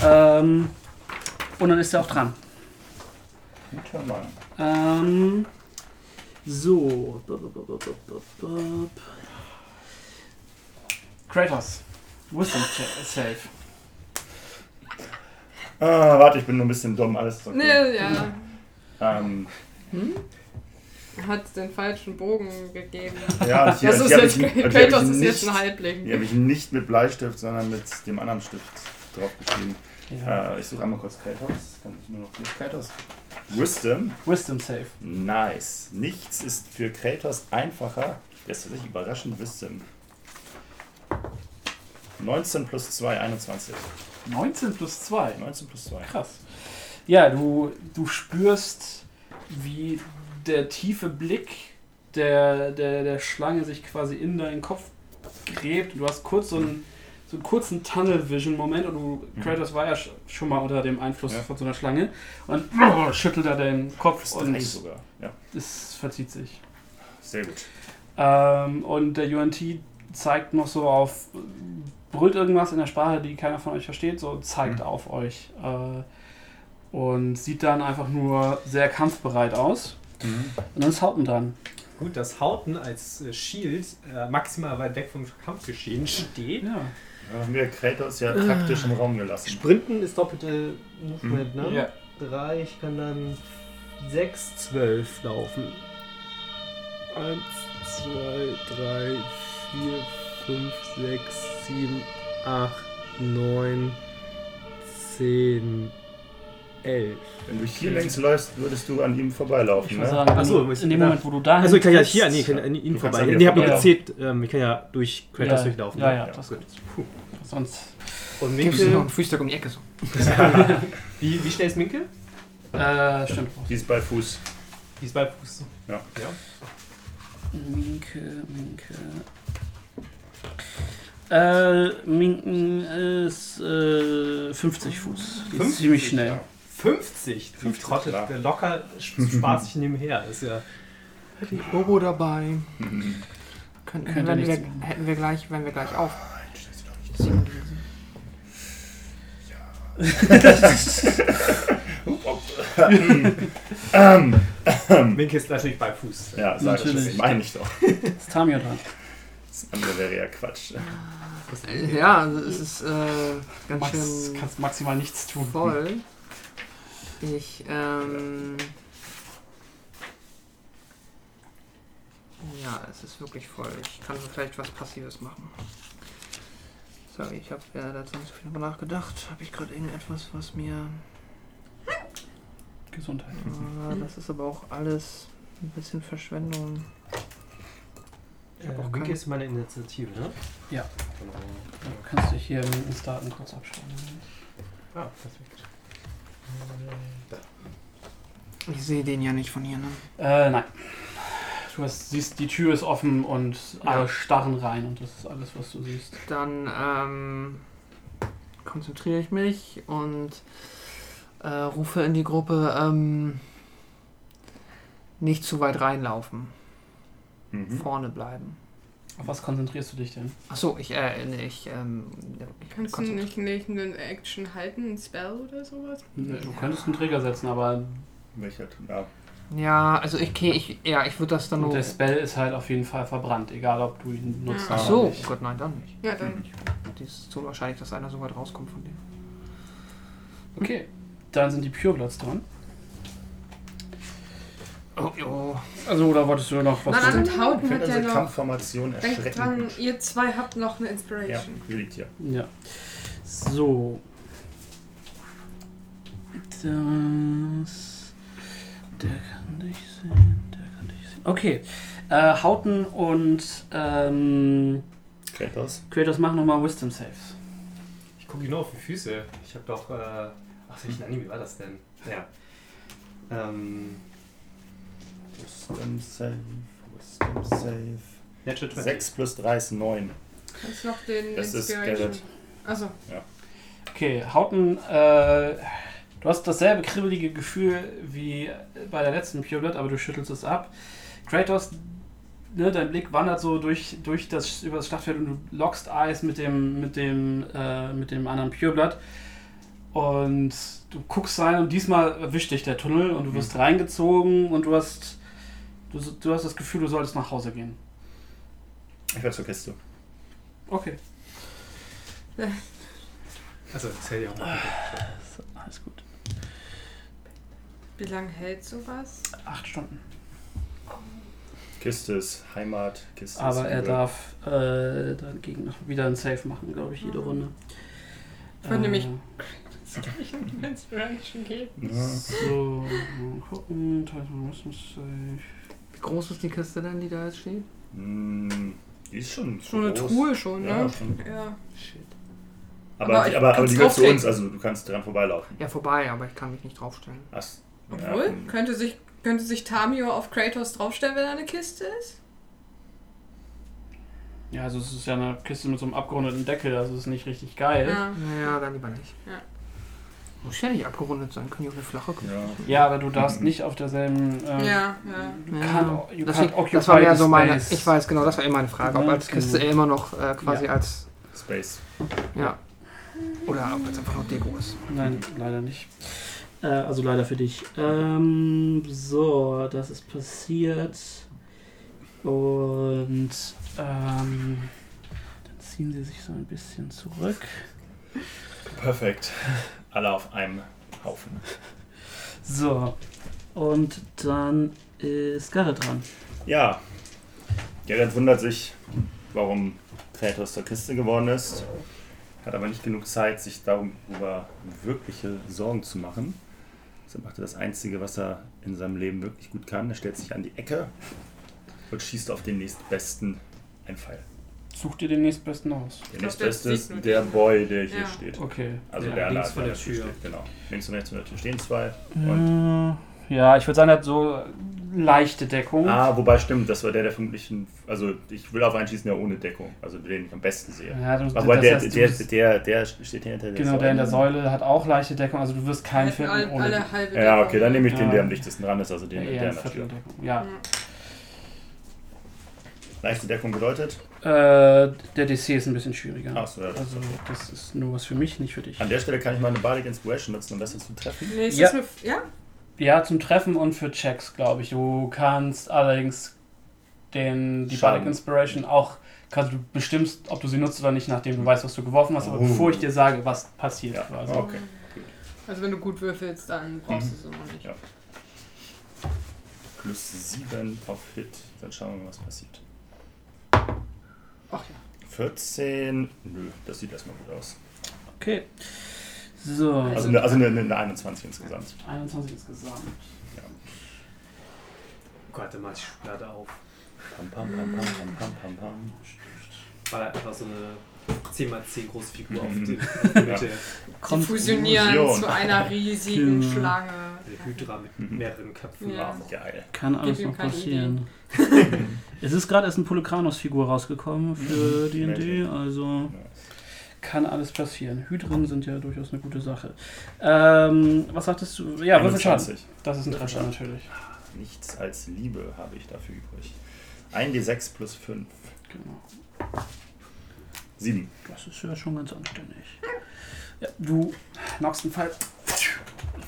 S10: Ähm, und dann ist er auch dran.
S7: Guter Mann.
S10: Ähm, so. Bop, bop, bop, bop, bop, bop. Kratos. Wisdom che- Safe.
S7: Ah, warte, ich bin nur ein bisschen dumm. Alles ist okay.
S14: Nee, ja.
S7: Ähm,
S14: Hat den falschen Bogen gegeben.
S7: ja, und hier,
S14: Das
S7: und
S14: ist
S7: hier habe ich,
S14: jetzt,
S7: und hier hab
S14: Kratos
S7: ich
S14: ist jetzt
S7: nicht,
S14: ein Halbling.
S7: hier habe ich nicht mit Bleistift, sondern mit dem anderen Stift draufgeschrieben.
S10: Ja.
S7: Äh, ich suche einmal kurz Kratos. Kann ich nur noch nicht Kratos? Wisdom.
S10: Wisdom Safe.
S7: Nice. Nichts ist für Kratos einfacher. Der ist tatsächlich überraschend Wisdom. 19 plus 2, 21.
S10: 19 plus 2.
S7: 19 plus 2.
S10: Krass. Ja, du, du spürst, wie der tiefe Blick der, der, der Schlange sich quasi in deinen Kopf gräbt. Du hast kurz so einen, so einen kurzen Tunnel-Vision-Moment und du,
S7: Mhm.
S10: Kratos war ja sch- schon mal unter dem Einfluss
S7: Ja.
S10: von so einer Schlange und schüttelt er den Kopf
S7: Plus
S10: und
S7: 3 sogar. Ja,
S10: es verzieht sich.
S7: sehr gut.
S10: Ähm, und der UNT zeigt noch so auf, brüllt irgendwas in der Sprache, die keiner von euch versteht, so zeigt
S7: Mhm.
S10: auf euch. Äh, und sieht dann einfach nur sehr kampfbereit aus. Und dann ist Hauten dran.
S5: Gut, dass Hauten als äh, Shield äh, maximal weit weg vom Kampfgeschehen steht.
S10: Ja.
S7: Dann haben wir Kratos ja taktisch im Raum gelassen.
S5: Sprinten ist doppelte Movement, ne?
S10: Ja.
S5: Drei, ich kann dann 6, 12 laufen. 1, 2, 3, 4, 5, 6, 7, 8, 9, 10, 11.
S7: Wenn du hier längs läufst, würdest du an ihm vorbeilaufen.
S10: Ich würde
S7: Ne?
S10: sagen,
S5: Ach so,
S10: in,
S5: muss ich-
S10: in dem
S5: ja.
S10: Moment, wo du da
S5: Also ich kann ja hier, nee, ich kann
S7: Ja.
S5: an
S7: Du
S5: ihn
S7: kannst
S5: vorbei.
S7: an mir
S5: Nee, ich hab nur
S10: vorbei.
S5: gezählt, ähm, ich kann ja durch Kratos
S10: Ja.
S5: durchlaufen.
S10: Ja,
S5: ne?
S10: ja,
S7: Ja,
S10: das
S7: gut.
S10: geht. Sonst.
S5: Und
S9: Gibst du noch
S5: Minkel,
S9: einen Freestyle um die Ecke so?
S6: Äh,
S5: wie, wie schnell ist Minkel?
S10: Äh, stimmt.
S7: Die ist bei Fuß.
S5: Die ist bei Fuß.
S7: Ja.
S10: Minke, Minke. Äh, Minken ist äh, 50 Fuß. Die ist
S5: 50?
S10: ziemlich schnell.
S5: 50! Die 50 trottet
S7: klar.
S5: locker spaßig nebenher. Ist ja
S9: Hat die Bobo dabei?
S7: Mhm.
S9: Könnten, wenn
S10: Könnte
S9: wir,
S10: nichts machen.
S9: hätten wir gleich, wenn wir gleich auf.
S5: Minkel ist natürlich bei Fuß.
S7: Ja, sag ich
S10: Natürlich.
S7: das meine ich doch.
S10: Ist Tamio dran.
S7: Das andere wäre ja Quatsch.
S9: Ja, also es ist äh, ganz
S10: Max,
S9: schön
S10: kannst maximal nichts tun.
S9: voll. Ich, ähm. Ja, es ist wirklich voll. Ich kann so vielleicht was Passives machen. Sorry, ich habe ja dazu nicht so viel drüber nachgedacht. Habe ich gerade irgendetwas, was mir.
S10: Gesundheit.
S7: Hm.
S9: Äh, das ist aber auch alles ein bisschen Verschwendung.
S5: Äh,
S9: hab auch
S5: Minkel
S9: keinen-
S5: ist meine Initiative, ne?
S10: Ja.
S5: Genau.
S10: Du kannst dich hier mit den Daten kurz abschauen.
S5: Ah, perfekt. Da.
S9: Ich sehe den ja nicht von hier, ne?
S10: Äh, nein. Du hast, siehst, die Tür ist offen und alle starren rein und das ist alles, was du siehst.
S9: Dann ähm,
S6: konzentriere ich mich und äh, rufe in die Gruppe, ähm, nicht zu weit reinlaufen,
S7: Mhm.
S6: vorne bleiben.
S10: Auf was konzentrierst du dich denn?
S6: Achso, ich, äh, nee, ich, ähm, ich
S9: Kannst du
S6: konzentri-
S9: nicht nicht einen Action halten, einen Spell oder sowas?
S10: Ne, Du könntest einen Träger setzen, aber
S7: Welcher? Ah, Ja.
S6: Ja, also ich, okay, ich, ja, ich würde das dann nur.
S10: der Spell ist halt auf jeden Fall verbrannt, egal ob du ihn nutzt
S9: Ja.
S6: Ach
S10: oder
S6: so,
S10: nicht.
S6: Gott, nein, dann nicht.
S9: Ja, dann.
S6: Die ist so wahrscheinlich, dass einer so weit rauskommt von dem.
S10: Okay, dann sind die Purebloods dran.
S6: Oh, oh.
S10: Also, oder wolltest du noch was
S9: Nein, nein,
S10: tun?
S9: nein, Hauten
S7: Ich
S9: hat
S7: finde
S9: ja
S7: also
S9: noch.
S7: Kampfformation
S9: Denkt dran,
S7: erschreckend.
S9: ihr zwei habt noch eine
S7: Ja,
S9: Inspiration.
S7: die liegt hier.
S10: Ja. So. Das. Der kann dich sehen, der kann dich sehen. Okay. Äh, Hauten und ähm,
S7: Kratos.
S10: Kratos machen nochmal Wisdom Saves.
S5: Ich gucke nur auf die Füße. Ich habe doch. Äh, ach, welchen Anime war das denn? Naja. Ähm,
S7: Wisdom Save. Wisdom Save.
S5: Natural 20.
S7: 6 plus 3 ist 9.
S9: Kannst noch den
S7: Das ist
S9: Inspiration.
S7: Gerrit.
S9: Achso,
S10: Okay, Hauten, äh, du hast dasselbe kribbelige Gefühl wie bei der letzten Pure Blood, aber du schüttelst es ab. Kratos, ne, dein Blick wandert so durch, durch das, über das Schlachtfeld und du lockst Eyes mit dem, mit dem, äh, mit dem anderen Pure Blood. Und du guckst rein und diesmal erwischt dich der Tunnel und du wirst reingezogen und du hast, du, du hast das Gefühl, du solltest nach Hause gehen.
S7: Ich werde zur Kiste.
S10: Okay,
S5: Also, das hätte ich auch mal.
S10: alles gut.
S9: wie lange hält sowas?
S10: Acht Stunden.
S7: Kiste ist Heimat. Kiste ist
S10: Aber er
S7: Liebe.
S10: darf äh, dagegen noch wieder ein Safe machen, glaube ich, jede
S9: Mhm.
S10: Runde. Äh,
S9: Ich würde nämlich-
S15: Inspiration geht.
S7: Ja.
S10: So, mal gucken. Titan Wisdom Safe.
S6: Wie groß ist die Kiste denn, die da jetzt steht?
S7: Mm, Die ist schon.
S9: Schon eine
S7: groß.
S9: Truhe schon,
S7: Ja,
S9: ne?
S7: schon.
S9: Ja.
S6: Shit.
S7: Aber,
S9: Aber ich
S7: aber, aber,
S9: kann's
S7: die gehört zu
S9: drauflegen.
S7: uns, also du kannst dran vorbeilaufen.
S6: Ja, vorbei, aber ich kann mich nicht draufstellen.
S7: Ach,
S9: Obwohl,
S7: Ja,
S9: könnte, sich, könnte sich Tamio auf Kratos draufstellen, wenn er eine Kiste ist?
S10: Ja, also es ist ja eine Kiste mit so einem abgerundeten Deckel, also es ist nicht richtig geil. Ja,
S9: Ja.
S6: Naja, dann lieber nicht.
S9: Ja.
S6: Muss ja nicht abgerundet sein, kann ja auch eine flache kommen.
S7: ja.
S10: aber du darfst
S7: Mhm.
S10: nicht auf derselben. Ähm,
S9: Ja, ja.
S10: You can't, you
S6: das,
S10: can't
S6: liegt-
S10: occupy
S6: das war ja
S10: the
S6: so meine.
S10: space.
S6: Ich weiß genau, das war eben meine Frage, ob
S10: Ja,
S6: als Kiste
S10: genau.
S6: immer noch äh, quasi als.
S7: Space.
S6: Ja. Oder ob es einfach nur Deko ist.
S10: Nein, leider nicht. Äh, also leider für dich. Ähm, so, das ist passiert. Und ähm, dann ziehen sie sich so ein bisschen zurück.
S7: Perfekt. Alle auf einem Haufen.
S10: So, und dann ist Garrett dran.
S7: Ja. Gerrit wundert sich, warum Kratos zur Kiste geworden ist. Hat aber nicht genug Zeit, sich darüber wirkliche Sorgen zu machen. Deshalb macht er das Einzige, was er in seinem Leben wirklich gut kann. Er stellt sich an die Ecke und schießt auf den nächstbesten einen Pfeil.
S10: Such dir den nächstbesten aus.
S7: Der
S9: glaub,
S7: nächstbeste
S9: der zieht
S7: ist
S9: nur
S7: der
S9: den.
S7: Boy, der hier
S9: Ja.
S7: steht.
S10: Okay.
S7: Also
S5: Ja,
S7: der Lade,
S5: links von der
S7: hier
S5: Tür.
S7: Steht, genau. Links und rechts von der Tür stehen zwei. Und,
S10: Und Äh, ja, ich würde sagen, er hat so leichte Deckung.
S7: ah, wobei stimmt, das war der, der vermutlich. ein- Also ich will auf einen schießen, der ohne Deckung. Also den ich am besten sehe.
S10: ja, du,
S7: Aber
S10: Also das
S7: der,
S10: heißt, du
S7: der,
S10: bist-
S7: der, der steht hier hinter der
S10: genau,
S7: Säule.
S10: der in der Säule hat auch leichte Deckung, also du wirst keinen
S9: Hätten
S10: finden
S9: alle,
S10: ohne
S9: alle halbe
S7: Ja, okay, dann nehme ich den,
S10: Ja.
S7: der am dichtesten dran ist, also den,
S10: Deckung.
S7: der
S10: eher
S7: an der Tür.
S10: Vierteldeckung. Ja.
S7: Leichte Deckung bedeutet.
S10: Äh, der DC ist ein bisschen schwieriger.
S7: Achso, ja.
S10: Also das ist nur was für mich, nicht für dich.
S7: An der Stelle kann ich meine Bardic Inspiration nutzen, um besser zu treffen.
S9: Nee, ist
S10: Ja.
S9: das eine, F- ja?
S10: Ja, zum Treffen und für Checks, glaube ich. Du kannst allerdings den, die
S7: Schaden.
S10: Bardic Inspiration auch, kannst du bestimmst, ob du sie nutzt oder nicht, nachdem du weißt, was du geworfen hast, aber
S7: Oh.
S10: bevor ich dir sage, was passiert
S7: Ja,
S10: quasi.
S7: Ah, okay.
S9: Also wenn du gut würfelst, dann brauchst du es immer nicht.
S7: Ja. Plus 7 auf Hit. Dann schauen wir mal, was passiert.
S9: Ach ja.
S7: 14. Nö, das sieht erstmal gut aus.
S10: Okay. So,
S7: Also, eine, also eine, eine 21 insgesamt.
S10: 21 insgesamt.
S5: Oh Gott, dann mach ich die Schublade auf.
S7: Pam, pam, pam, pam, pam, pam, pam, pam.
S5: War da einfach so eine 10x10 große Figur auf
S7: Mhm.
S5: die auf die Mitte.
S9: Die fusionieren
S7: Fusion.
S9: zu einer riesigen
S10: Ja.
S9: Schlange.
S5: Eine Hydra mit
S7: Mhm.
S5: mehreren Köpfen.
S9: Ja.
S7: Geil.
S10: Kann alles
S9: Gib ihm
S10: noch
S9: keine
S10: passieren. es ist gerade erst eine Polokranos-Figur rausgekommen für
S7: Mhm.
S10: D&D, also
S7: Nice.
S10: kann alles passieren. Hydren sind ja durchaus eine gute Sache. Ähm, was sagtest du? Ja, Würfel Schaden.
S11: 21.
S10: Das ist ein Treffer natürlich.
S11: Nichts als Liebe habe ich dafür übrig. 1d6 plus 5.
S10: Genau.
S11: 7.
S10: Das ist ja schon ganz anständig. Ja, du knockst einen Fall,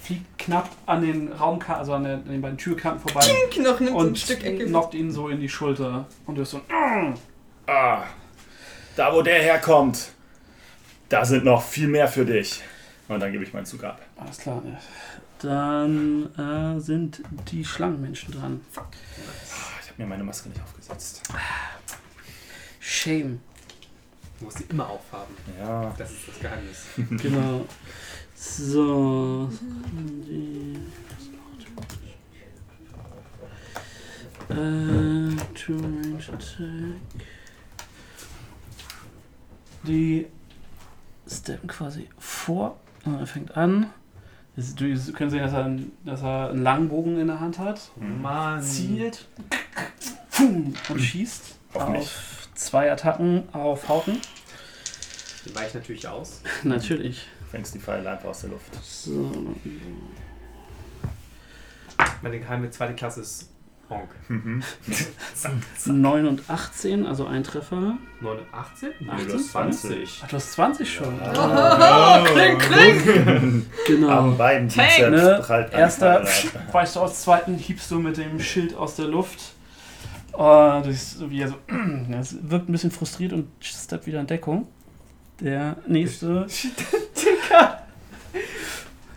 S10: fliegt knapp an den Raumka also an, der, an den beiden Türkanten vorbei
S9: Knochen nimmt so ein
S10: und
S9: Stück Ecke.
S10: knockt ihn so in die Schulter. Und du hast so ein
S11: Ah, da wo der herkommt, da sind noch viel mehr für dich. Und dann gebe ich meinen Zug ab.
S10: Alles klar. ja. Dann äh, sind die Schlangenmenschen dran.
S11: Ah, Ich habe mir meine Maske nicht aufgesetzt.
S10: Shame.
S5: Du musst sie immer aufhaben.
S11: Ja,
S5: Das ist das Geheimnis.
S10: Genau. So. Äh, two range attack. Die steppen quasi vor. Und er fängt an. Das- Du ihr könnt sehen, dass er, einen, dass er einen langen Bogen in der Hand hat.
S11: hm,
S5: Mann.
S10: Zielt. Und schießt.
S11: Auf mich.
S10: auf zwei Attacken auf Hauten.
S5: Den weiche ich natürlich aus.
S10: Natürlich.
S11: fängst die Pfeile einfach aus der Luft.
S10: So.
S5: Meine geheime zweite Klasse ist Honk.
S10: neun und 18, also ein Treffer.
S5: 89?
S11: Nee,
S5: 28?
S11: das 20.
S10: Ach, du hast 20 schon.
S9: Oh, kling, kling!
S10: Genau.
S11: Am beiden
S9: Hey,
S11: Bizeps
S10: ne?
S11: prallt ein
S10: Erster,
S11: Pfeil ab.
S10: weißt du, aus zweiten hiebst du mit dem Schild aus der Luft. Oh, du siehst so, wie er so. Es wirkt ein bisschen frustriert und steppt wieder in Deckung. Der nächste.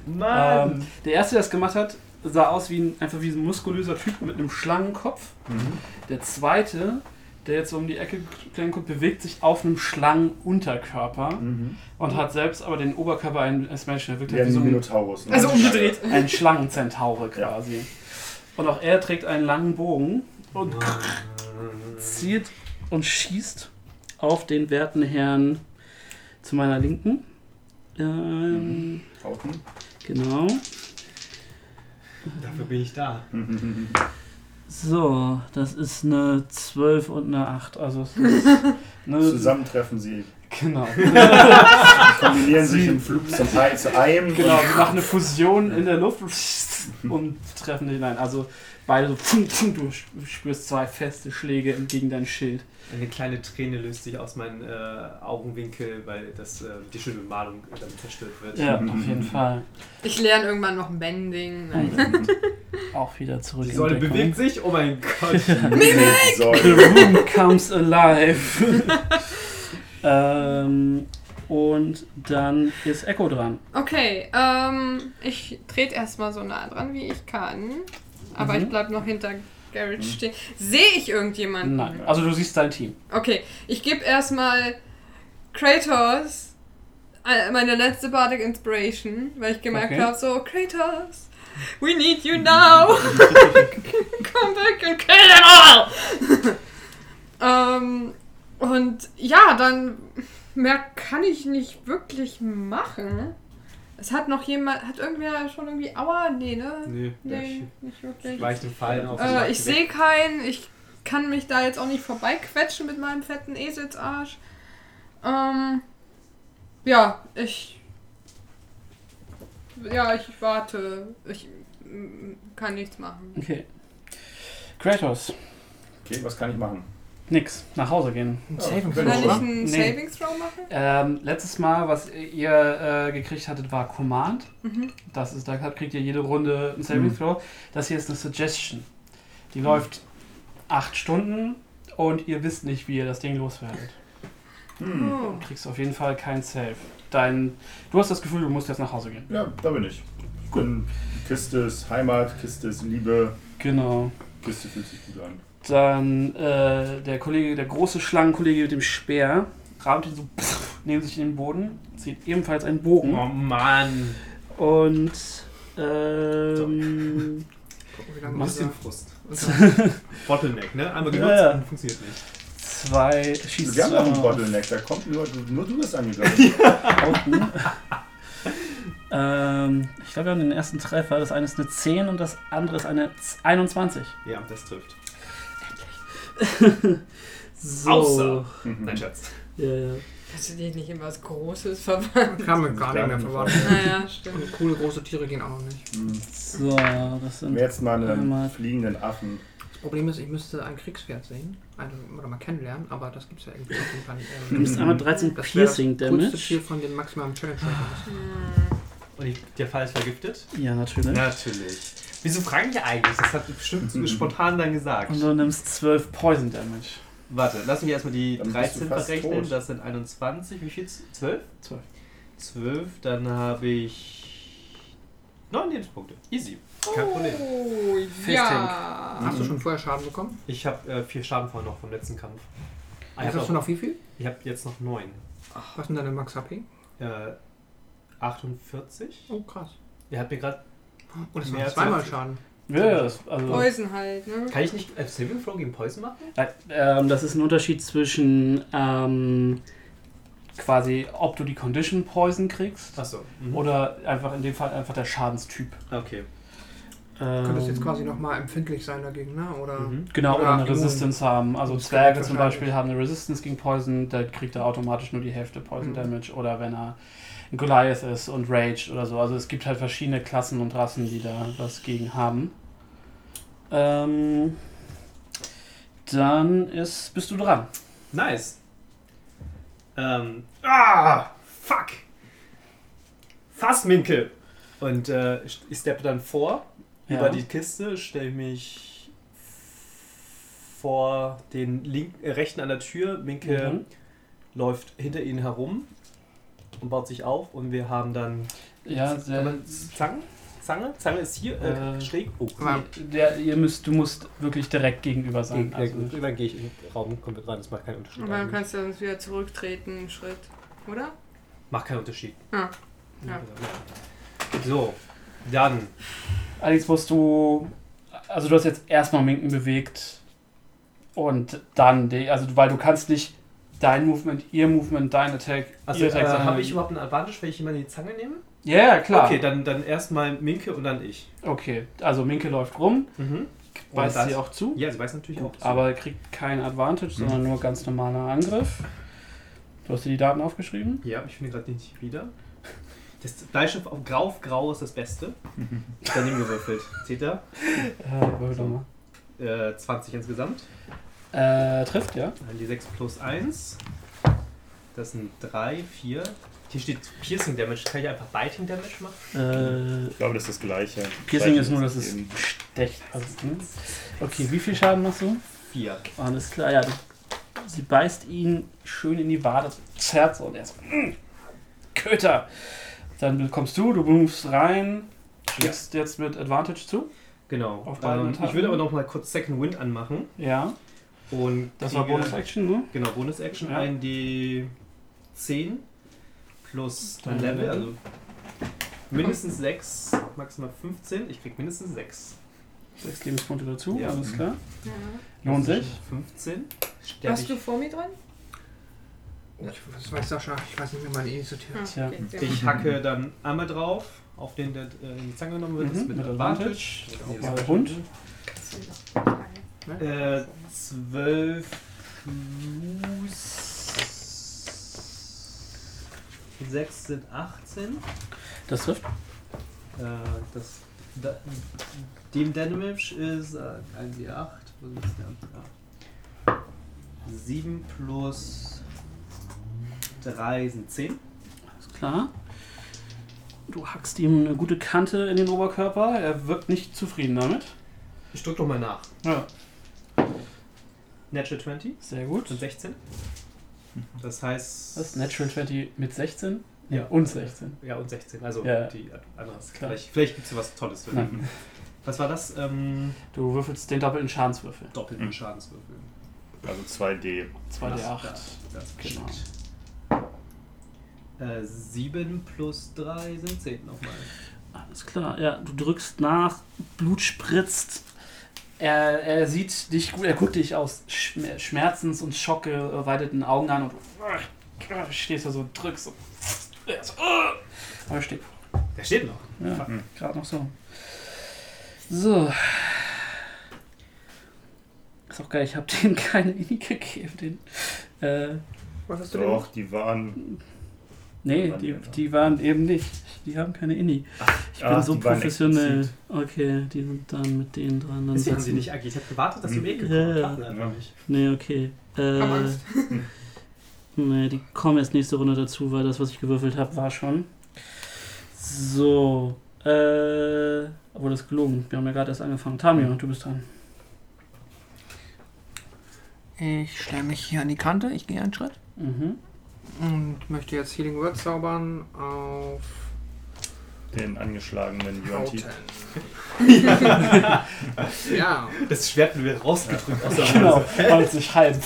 S5: Mann!
S10: Ähm, der erste, der es gemacht hat, sah aus wie ein, einfach wie ein muskulöser Typ mit einem Schlangenkopf. Der zweite, der jetzt so um die Ecke gegangen kommt, bewegt sich auf einem Schlangenunterkörper und hat selbst aber den Oberkörper eines Menschen. Er wirkt
S7: Wie
S10: halt wie so
S7: ein
S10: ein,
S7: Minotaurus. Ne?
S9: Also umgedreht.
S10: ein Schlangenzentaure quasi. Und auch er trägt einen langen Bogen und zielt und schießt auf den werten Herrn zu meiner Linken. Ähm,
S7: Hauten.
S10: Genau.
S5: Dafür bin ich da.
S10: So, das ist eine 12 und eine 8. Also es ist eine,
S7: Zusammentreffen sie,
S10: Genau.
S7: kombinieren sich im Flug zum Ei zu einem.
S10: genau, wir machen eine Fusion in der Luft und treffen dich hinein. Also beide so, pfung, pfung, du spürst zwei feste Schläge gegen dein Schild.
S5: Eine kleine Träne löst sich aus meinen äh, Augenwinkel, weil das, äh, die schöne Bemalung damit zerstört wird.
S10: Ja, auf jeden Fall.
S9: Ich lerne irgendwann noch Bending.
S7: Mhm.
S9: Nein.
S10: Und auch wieder zurück
S5: Die
S10: in
S5: Säule
S10: Deckung.
S5: bewegt sich. Oh mein Gott.
S7: Mimik!
S10: The
S7: Soll.
S10: room comes alive. ähm, und dann ist Echo dran.
S9: Okay, ähm, ich trete erstmal so nah dran, wie ich kann. Aber
S10: Mhm.
S9: ich bleib noch hinter Garrett stehen. Sehe ich irgendjemanden?
S10: Nein. Also du siehst dein Team.
S9: Okay, ich gebe erstmal Kratos äh, meine letzte Bardic Inspiration, weil ich gemerkt
S10: Okay.
S9: habe, so Kratos, we need you now. Come back and kill them all. ähm, und ja, dann mehr kann ich nicht wirklich machen. Es hat noch jemand, hat irgendwer schon irgendwie Aua? Nee, ne?
S5: Nee,
S9: Nee, nicht wirklich.
S5: ich weiche den Fallen auf.
S9: Äh, ich sehe keinen, ich kann mich da jetzt auch nicht vorbeiquetschen mit meinem fetten Eselsarsch. Ähm, ja, ich. Ja, ich warte. Ich mm, kann nichts machen.
S10: Okay. Kratos,
S7: Okay, was kann ich machen?
S10: nix. Nach Hause gehen.
S6: Ein Saving Throw,
S9: Kann ich
S6: oder?
S9: einen
S10: Nee.
S9: Savings Throw machen?
S10: Ähm, letztes Mal, was ihr äh, gekriegt hattet, war Command.
S9: Mhm.
S10: Das ist, da kriegt ihr jede Runde ein Saving Throw. Das hier ist eine Suggestion. Die läuft acht Stunden und ihr wisst nicht, wie ihr das Ding loswerdet.
S7: Hm.
S9: Oh.
S10: Du kriegst auf jeden Fall kein Save. Dein, du hast das Gefühl, du musst jetzt nach Hause gehen.
S7: Ja, da bin ich. Ich bin Kiste ist Heimat, Kiste ist Liebe,
S10: Genau.
S7: Kiste fühlt sich gut an.
S10: Dann äh, der Kollege, der große Schlangenkollege mit dem Speer, rahmt ihn so neben sich in den Boden, zieht ebenfalls einen Bogen.
S5: Oh Mann.
S10: Und ähm,
S6: Gucken, wie lange
S5: Ein
S6: unser,
S5: bisschen Frust.
S6: unser
S5: Bottleneck, ne? Einmal genutzt
S10: Ja, ja.
S5: und funktioniert nicht.
S10: zwei schießt äh,
S7: Wir haben noch einen
S10: zweimal
S7: Bottleneck, da kommt nur, nur du bist angegangen.
S10: nach unten. ähm, ich glaube, wir haben den ersten Treffer. Das eine ist eine 10 und das andere ist eine Z- 21.
S5: Ja, das trifft.
S10: So.
S7: Mhm.
S5: Außer. Nein, Schatz.
S10: Ja, ja.
S9: Hast du dich nicht in was Großes verwandt?
S6: Kann man gar nicht mehr verwandeln.
S9: Naja, stimmt.
S6: Und coole große Tiere gehen auch noch nicht.
S7: Mhm.
S10: So, das sind.
S11: Mir jetzt mal einen
S10: Einmal-
S11: fliegenden Affen.
S6: Das Problem ist, ich müsste ein Kriegspferd sehen. Ein, oder mal kennenlernen, aber das gibt's ja irgendwie auf jeden Fall nicht.
S10: Du nimmst
S6: Ähm,
S10: einmal 13
S6: das wäre
S10: Piercing
S6: das coolste
S10: Damage. Ah,
S6: Tier von den maximalen Challenge Rankings.
S5: Und ich, der Fall ist vergiftet?
S10: Ja, natürlich.
S5: Natürlich. Mhm. Wieso fragen wir eigentlich? Das hat bestimmt spontan dann gesagt.
S10: Und du nimmst 12 Poison Damage.
S5: Warte, lass mich erstmal die
S11: Dann bist du
S5: 13
S11: fast
S5: verrechnen.
S11: tot.
S5: Das sind 21. Wie viel? 12?
S10: Zwölf.
S5: 12. Dann habe ich 9 Lebenspunkte. Easy. Kein Problem.
S9: Oh, ja.
S6: Hast du schon vorher Schaden bekommen?
S5: Ich habe äh, 4 Schaden vorher noch vom letzten Kampf. Ah, ich
S6: Hast du
S5: habe
S6: noch wie viel?
S5: hab jetzt noch 9.
S10: Ah.
S6: Was sind deine Max HP?
S5: Äh, 48?
S6: Oh krass.
S5: Er hat mir gerade.
S6: Und das
S5: Mehr
S6: war
S5: als
S6: zweimal
S5: 20.
S6: Schaden.
S10: Ja, ja, das,
S6: Oh.
S10: also,
S9: Poison halt, ne?
S5: Kann ich nicht äh, Saving Throw gegen Poison machen?
S10: äh, ähm, das ist ein Unterschied zwischen ähm, quasi, ob du die Condition Poison kriegst
S5: Achso. Oder?
S10: oder einfach in dem Fall einfach der Schadenstyp.
S5: mhm. Okay.
S10: Ähm,
S6: Könntest jetzt quasi nochmal empfindlich sein dagegen, ne? Oder
S5: Mhm.
S10: Genau, oder,
S6: oder
S10: eine
S6: immun.
S10: Resistance haben. Also
S6: Das
S10: Zwerge
S6: geht
S10: zum
S6: wahrscheinlich.
S10: Beispiel haben eine Resistance gegen Poison, da kriegt er automatisch nur die Hälfte Poison
S6: Mhm.
S10: Damage. Oder wenn er ein Goliath ist und raged oder so. Also es gibt halt verschiedene Klassen und Rassen, die da was gegen haben. Ähm, dann ist, bist du dran.
S5: Nice. Ähm, ah, fuck. Fassminke. Und äh, ich steppe dann vor,
S10: Ja.
S5: über die Kiste, stelle mich vor den linken, äh, rechten an der Tür. Minke
S10: Mhm.
S5: läuft hinter ihnen herum und baut sich auf. Und wir haben dann
S10: Ja,
S5: kann
S10: sehr,
S5: man, Zange. Zange? Zange ist hier äh,
S10: Äh,
S5: schräg. Oh,
S6: Aber-
S10: der, ihr müsst, du musst wirklich direkt gegenüber sein.
S5: gegen,
S10: Also,
S5: äh, dann gehe ich in den Raum, kommen wir rein, das macht keinen Unterschied.
S9: Und dann
S5: eigentlich.
S9: kannst du uns wieder zurücktreten, einen Schritt. Oder?
S5: Macht keinen Unterschied.
S9: Ja. Ja.
S5: So, dann
S10: Allerdings musst du, also du hast jetzt erstmal Minken bewegt und dann, die, also weil du kannst nicht dein Movement, ihr Movement, dein Attack,
S5: Also
S10: ihr Attack.
S5: äh,
S10: sondern-
S5: habe ich überhaupt einen Advantage, wenn ich jemanden in die Zange nehme?
S10: Ja, ja, klar.
S5: Okay, dann, dann erstmal Minke und dann ich.
S10: Okay, also Minke läuft rum,
S5: Mhm.
S10: beißt
S5: das-
S10: sie auch zu,
S5: Ja, sie weiß natürlich auch. zu.
S10: aber kriegt keinen Advantage, sondern
S5: Mhm.
S10: nur ganz normaler Angriff. Du hast dir die Daten aufgeschrieben.
S5: Ja, ich finde gerade nicht wieder. Das Bleistift auf grau auf grau ist das Beste. Daneben gewürfelt. Seht ihr?
S10: Äh, würfel doch mal.
S5: Äh, 20 insgesamt.
S10: äh trifft, ja.
S5: Dann die 6 plus 1. Das sind 3, 4. Hier steht Piercing Damage. Kann ich einfach Biting Damage machen?
S10: Äh,
S11: Ich glaube, das ist das Gleiche.
S10: Piercing
S11: Gleiche
S10: ist nur,
S11: ist
S10: dass es
S11: eben-
S10: stecht. Also,
S5: mhm.
S10: ne? Okay, wie viel Schaden machst du?
S5: 4.
S10: Alles klar, ja. du- Sie beißt ihn schön in die Wade, zerrt so und er ist mm, Köter. Dann kommst du, du moves rein, schlägst jetzt mit Advantage zu.
S5: Genau.
S10: Auf beiden
S5: Ähm, ich
S10: Attacken.
S5: würde aber noch mal kurz Second Wind anmachen.
S10: Ja,
S5: Und
S10: das war
S5: kriege-
S10: Bonus-Action, ne?
S5: Genau, Bonus-Action,
S10: Ja.
S5: ein D10 plus
S10: Dein
S5: dein Level,
S10: Level.
S5: also mindestens 6, maximal 15. Ich krieg mindestens 6.
S10: Sechs Lebenspunkte dazu,
S5: Ja. Mhm.
S10: alles klar.
S9: ja.
S10: Lohnt sich.
S5: 15. Sterb
S9: Warst
S5: ich.
S9: du vor mir dran?
S6: ich, was weiß Sascha, ich weiß nicht mehr meine Initiative.
S9: Ah,
S10: Tja.
S9: okay, sehr gut.
S5: Ich hacke dann einmal drauf, auf den der äh, in die Zange genommen wird,
S10: Mhm,
S5: ist mit,
S10: mit
S5: Advantage.
S10: Advantage.
S5: Nee,
S10: Auch
S5: das
S10: mal
S5: ist
S10: Hund.
S5: Äh, 12 plus 6 sind 18.
S10: Das trifft.
S5: Äh, das, da, dem Damage ist äh, 1 D8. Was ist der? Ja. 7 plus 3 sind 10.
S10: Alles klar. Du hackst ihm eine gute Kante in den Oberkörper, er wirkt nicht zufrieden damit.
S5: Ich drück doch mal nach.
S10: Ja,
S5: Natural 20
S10: sehr gut.
S5: sind 16. Das heißt.
S10: Mhm. Das ist Natural 20 mit 16? Nee,
S5: Ja.
S10: und 16.
S5: Ja, und 16. Also
S10: Ja.
S5: die andere.
S10: klar.
S5: Vielleicht, vielleicht gibt es ja was Tolles. Für
S10: Nein.
S5: Was war das? Ähm,
S10: Du würfelst den doppelten Schadenswürfel.
S5: doppelten
S11: Mhm.
S5: Schadenswürfel.
S11: Also 2D.
S10: 2d8.
S5: Das, das
S10: Genau.
S5: geschickt. Äh, 7 plus 3 sind 10 nochmal.
S10: Alles klar, ja, du drückst nach, Blut spritzt. Er, er sieht dich gut, er guckt dich aus Schm- Schmerzens- und schockgeweiteten Augen an und du stehst da so und drückst. So. Er so, "Ah!" Aber er steht
S5: Der steht noch.
S10: ja, gerade noch so. So. Ist auch geil, ich habe denen keine Ini gegeben. Den, äh,
S6: Was hast du denn?
S7: Doch, die waren.
S10: Nee,
S7: Waren
S10: die,
S7: die
S10: die waren eben nicht. Die haben keine Inni. Ich bin
S7: ah,
S10: so
S7: die waren
S10: professionell.
S7: explizit.
S10: Okay, die sind dann mit denen dran. Dann
S5: Deswegen haben
S10: setzen-
S5: sie nicht agiert. Ich habe gewartet, dass du
S7: Mhm.
S5: eh gekommen
S10: Ja.
S5: hast. einfach
S7: Ja.
S5: nicht.
S10: Nee, okay. Äh,
S16: Hab Angst.
S10: nee, die kommen erst nächste Runde dazu, weil das, was ich gewürfelt habe, war schon. So. Äh. Obwohl das ist gelogen. Wir haben ja gerade erst angefangen. Tamio, du bist dran.
S6: Ich stelle mich hier an die Kante, ich gehe einen Schritt.
S10: Mhm.
S6: Und möchte jetzt Healing Word zaubern auf
S7: Den angeschlagenen Yonti.
S6: Hauten. ja.
S5: Das Schwert wird rausgedrückt aus der Hose.
S10: Genau, rollt sich halb.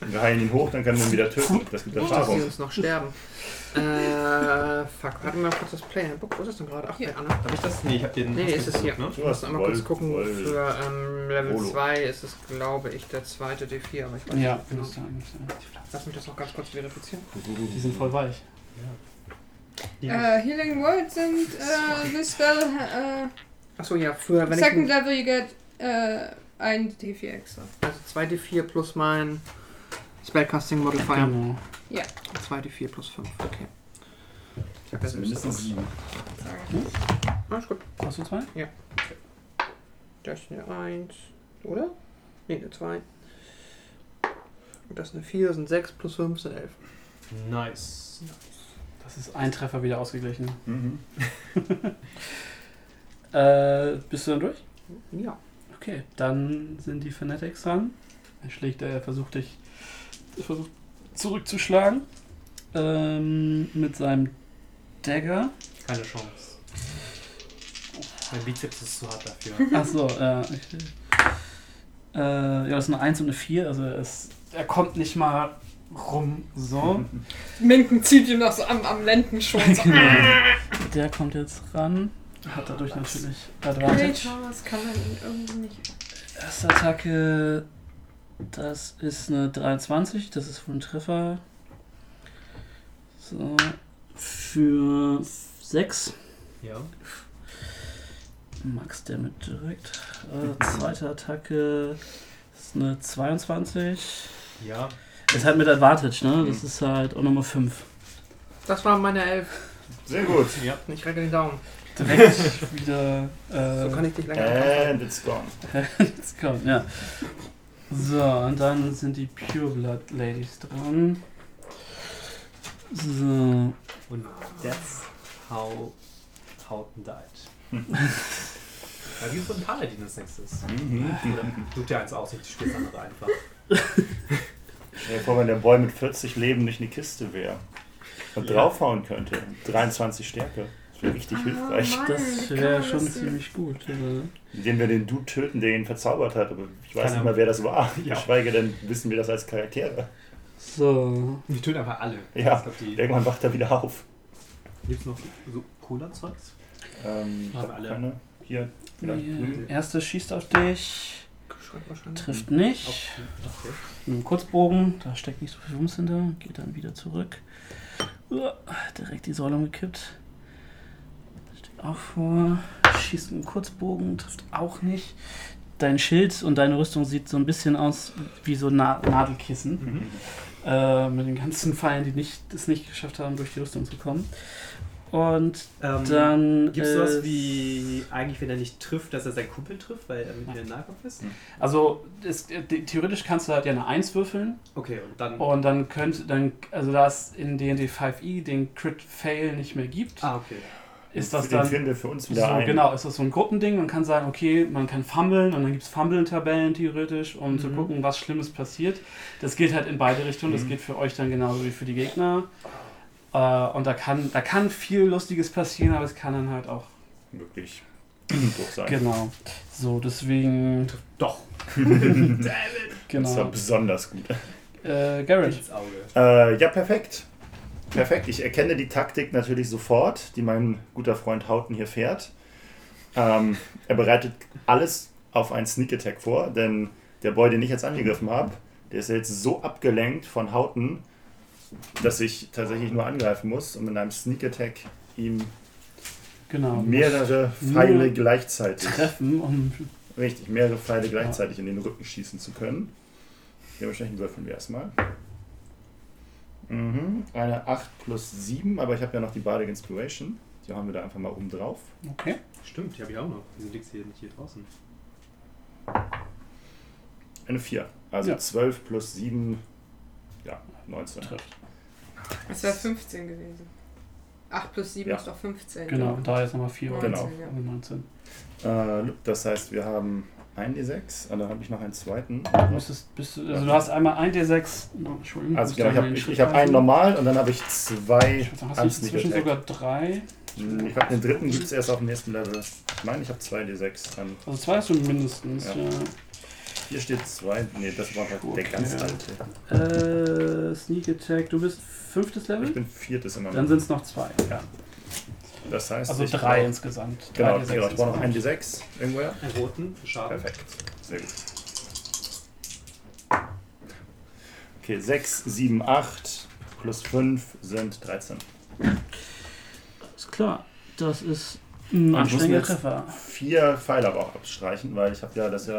S7: Wir heilen ihn hoch, dann können wir ihn wieder töten. Das gibt
S6: Dass sie
S7: Erfahrung.
S6: uns noch sterben. äh, fuck, warte mal kurz das Playhandbook. Wo ist das denn gerade? Ach, hier, Anna.
S5: Hab ich das? Nee, ich hab den.
S6: Nee, nee, ist es hier.
S5: Ne?
S6: Ich muss einmal
S7: Voll,
S6: kurz gucken.
S7: voll.
S6: Für ähm, Level
S7: Volo.
S6: 2 ist es, glaube ich, der zweite D4. Aber ich weiß
S10: Ja,
S6: nicht genau.
S10: muss sagen.
S6: Lass mich das noch ganz kurz verifizieren.
S10: Die sind voll weich.
S9: Äh, Healing World sind äh, this spell, äh,
S6: Achso, ja, für wenn
S9: second
S6: ich.
S9: level you get äh, ein D4 extra.
S6: Also 2D4 plus mein Spellcasting Modifier.
S10: Genau.
S6: 2D4 plus 5, okay. Ich hab jetzt
S7: Das sind mindestens
S6: mindestens.
S7: sieben.
S6: Ah, ist gut.
S10: Hast du zwei?
S6: Das ist eine 1, oder? Nee, eine 2. Und das ist eine 4, sind 6 plus 5 sind 11.
S5: ne? Nice.
S10: Das ist ein Treffer wieder ausgeglichen.
S7: Mhm.
S10: Äh, bist du dann durch?
S6: Ja.
S10: Okay, dann sind die Fanatics dran. Er schlägt, er versucht dich er versucht zurückzuschlagen. Ähm, mit seinem Dagger.
S5: Keine Chance. Mein Bizeps ist zu hart dafür.
S10: Achso, äh, ich- äh, ja, das ist eine 1 und eine 4. Also er ist- er kommt nicht mal rum. So.
S16: Minken zieht ihm noch so am, am Lenden schon. So.
S10: Der kommt jetzt ran. Hat dadurch natürlich Advantage.
S16: Das kann man ihn irgendwie nicht.
S10: Erste Attacke, das ist eine 23, das ist wohl ein Treffer. So, für 6
S5: Ja.
S10: Max damit direkt. Äh, zweite Attacke ist eine 22.
S5: Ja.
S10: Ist halt mit Advantage, ne? Das ist halt auch nochmal 5.
S6: Das waren meine 11.
S7: Sehr gut.
S5: Ja.
S6: Ich recke den Daumen.
S10: Direkt wieder. Äh,
S6: So kann ich dich länger.
S10: Ähm,
S7: And it's gone.
S10: Jetzt kommt, ja. So, und dann sind die Pure Blood Ladies dran. So,
S5: Und that's how Houghton died. Da gibt es ein Paladin als nächstes.
S7: Mhm.
S5: Oder tut dir eins aus, ich spiele das andere einfach.
S7: Stell dir vor, wenn der Boy mit 40 Leben nicht eine Kiste wäre und
S5: Ja.
S7: draufhauen könnte. 23 Stärke. Das wäre richtig hilfreich.
S10: das wäre schon ziemlich gut. Äh,
S7: Indem wir den Dude töten, der ihn verzaubert hat. Aber ich weiß
S5: Keine
S7: nicht mal, wer das war.
S5: Ja.
S7: Geschweige denn wissen wir das als Charaktere.
S10: So,
S5: Die töten einfach alle.
S7: Ja.
S5: Ich glaub, die
S7: Irgendwann wacht er wieder auf.
S5: Gibt es noch so Cola-Zeugs?
S7: Ähm, ich
S5: Haben
S7: hab
S5: alle.
S7: keine. Hier. Vielleicht
S10: die
S7: Prügel.
S10: erste schießt auf dich,
S6: Schreibt wahrscheinlich.
S10: trifft nicht.
S5: Okay.
S10: Mit einem Kurzbogen, da steckt nicht so viel Wumms hinter, geht dann wieder zurück. Uah, Direkt die Säule umgekippt. Steht auch vor, schießt mit einem Kurzbogen, trifft auch nicht. Dein Schild und deine Rüstung sieht so ein bisschen aus wie so Na Nadelkissen.
S5: Mhm.
S10: Äh, mit den ganzen Pfeilen, die nicht, es nicht geschafft haben, durch die Rüstung zu kommen. Und
S5: Ähm,
S10: dann.
S5: Gibt es sowas
S10: äh,
S5: wie, eigentlich, wenn er nicht trifft, dass er seinen Kumpel trifft, weil er mit mir im Nahkampf ist?
S10: Also, es, äh, die- theoretisch kannst du halt ja eine 1 würfeln.
S5: Okay, und dann.
S10: Und dann könnte, dann, also da es in DD 5e E den Crit Fail nicht mehr gibt,
S5: Ah, okay.
S10: ist das
S7: Für den
S10: dann.
S7: führen wir für uns
S10: So,
S7: wieder ein.
S10: genau, ist das so ein Gruppending. Man kann sagen, okay, man kann fummeln und dann gibt es Fummeln-Tabellen theoretisch, um zu
S5: Mhm.
S10: gucken, was Schlimmes passiert. Das gilt halt in beide Richtungen. Das
S7: Mhm.
S10: gilt für euch dann genauso wie für die Gegner. Äh, und da kann, da kann viel Lustiges passieren, aber es kann dann halt auch.
S7: Wirklich. Durch sein.
S10: Genau. So, deswegen.
S5: Doch.
S7: Das war
S10: Genau.
S7: besonders gut.
S10: Äh, Garrett.
S5: Ins Auge.
S7: Äh, ja, perfekt. Perfekt. Ich erkenne die Taktik natürlich sofort, die mein guter Freund Hauten hier fährt. Ähm, er bereitet alles auf einen Sneak Attack vor, denn der Boy, den ich jetzt angegriffen habe, der ist jetzt so abgelenkt von Hauten, dass ich tatsächlich nur angreifen muss und mit einem Sneak Attack ihm
S10: Genau.
S7: mehrere Pfeile
S10: nur
S7: gleichzeitig,
S10: Treffen, um
S7: richtig, mehrere Pfeile gleichzeitig in den Rücken schießen zu können. Dementsprechend würfeln wir erstmal. Mhm. Eine 8 plus 7, aber ich habe ja noch die Bardic Inspiration. Die haben wir da einfach mal oben drauf.
S10: Okay.
S5: Stimmt, die habe ich auch noch. Wieso liegt sie hier nicht hier draußen?
S7: Eine 4. Also
S10: Ja.
S7: 12 plus 7, ja, 19.
S10: Trifft.
S9: Es wäre 15 gewesen.
S4: 8 plus 7
S7: Ja.
S4: ist doch 15.
S10: Genau, da jetzt nochmal 4
S7: Genau.
S9: ja.
S10: 19.
S7: Äh, das heißt, wir haben einen D6 und dann habe ich noch einen zweiten.
S10: Du, müsstest, bist du, also du hast einmal 1 D6. Oh, Entschuldigung.
S7: Also
S10: musst du
S7: genau, ich habe
S10: einmal den
S7: ich,
S10: Schritt
S7: ich hab einen
S10: halten.
S7: normal und dann habe ich zwei
S10: Ich würd sagen, Hast du
S7: Angst nicht
S10: inzwischen sogar
S7: gedeckt.
S10: 3?
S7: Ich habe den dritten, gibt es erst auf dem nächsten Level. Ich meine, ich habe zwei D6. Dann
S10: Also 2 hast du mindestens.
S7: Ja.
S10: Ja.
S7: hier steht zwei. Nee, das war halt der
S10: Okay.
S7: ganz alte.
S10: Mhm. Äh, Sneak Attack, du bist fünftes
S7: Ich
S10: Level?
S7: bin viertes immer
S10: Dann
S7: noch.
S10: sind es noch 2.
S7: Ja. Das heißt,
S10: Also
S7: ich
S10: 3
S7: brauch-
S10: insgesamt.
S7: Genau,
S10: Drei D6
S7: genau, ich brauche noch einen
S10: insgesamt.
S7: D6 irgendwoher.
S5: Einen roten Schaden.
S7: Perfekt. Sehr gut. Okay, 6, 7, 8 plus 5 sind 13.
S10: Ist klar, das ist ein
S7: wir müssen
S10: anstrengender
S7: jetzt-
S10: Treffer.
S7: Vier Pfeile aber auch abstreichen, weil ich habe ja das ja.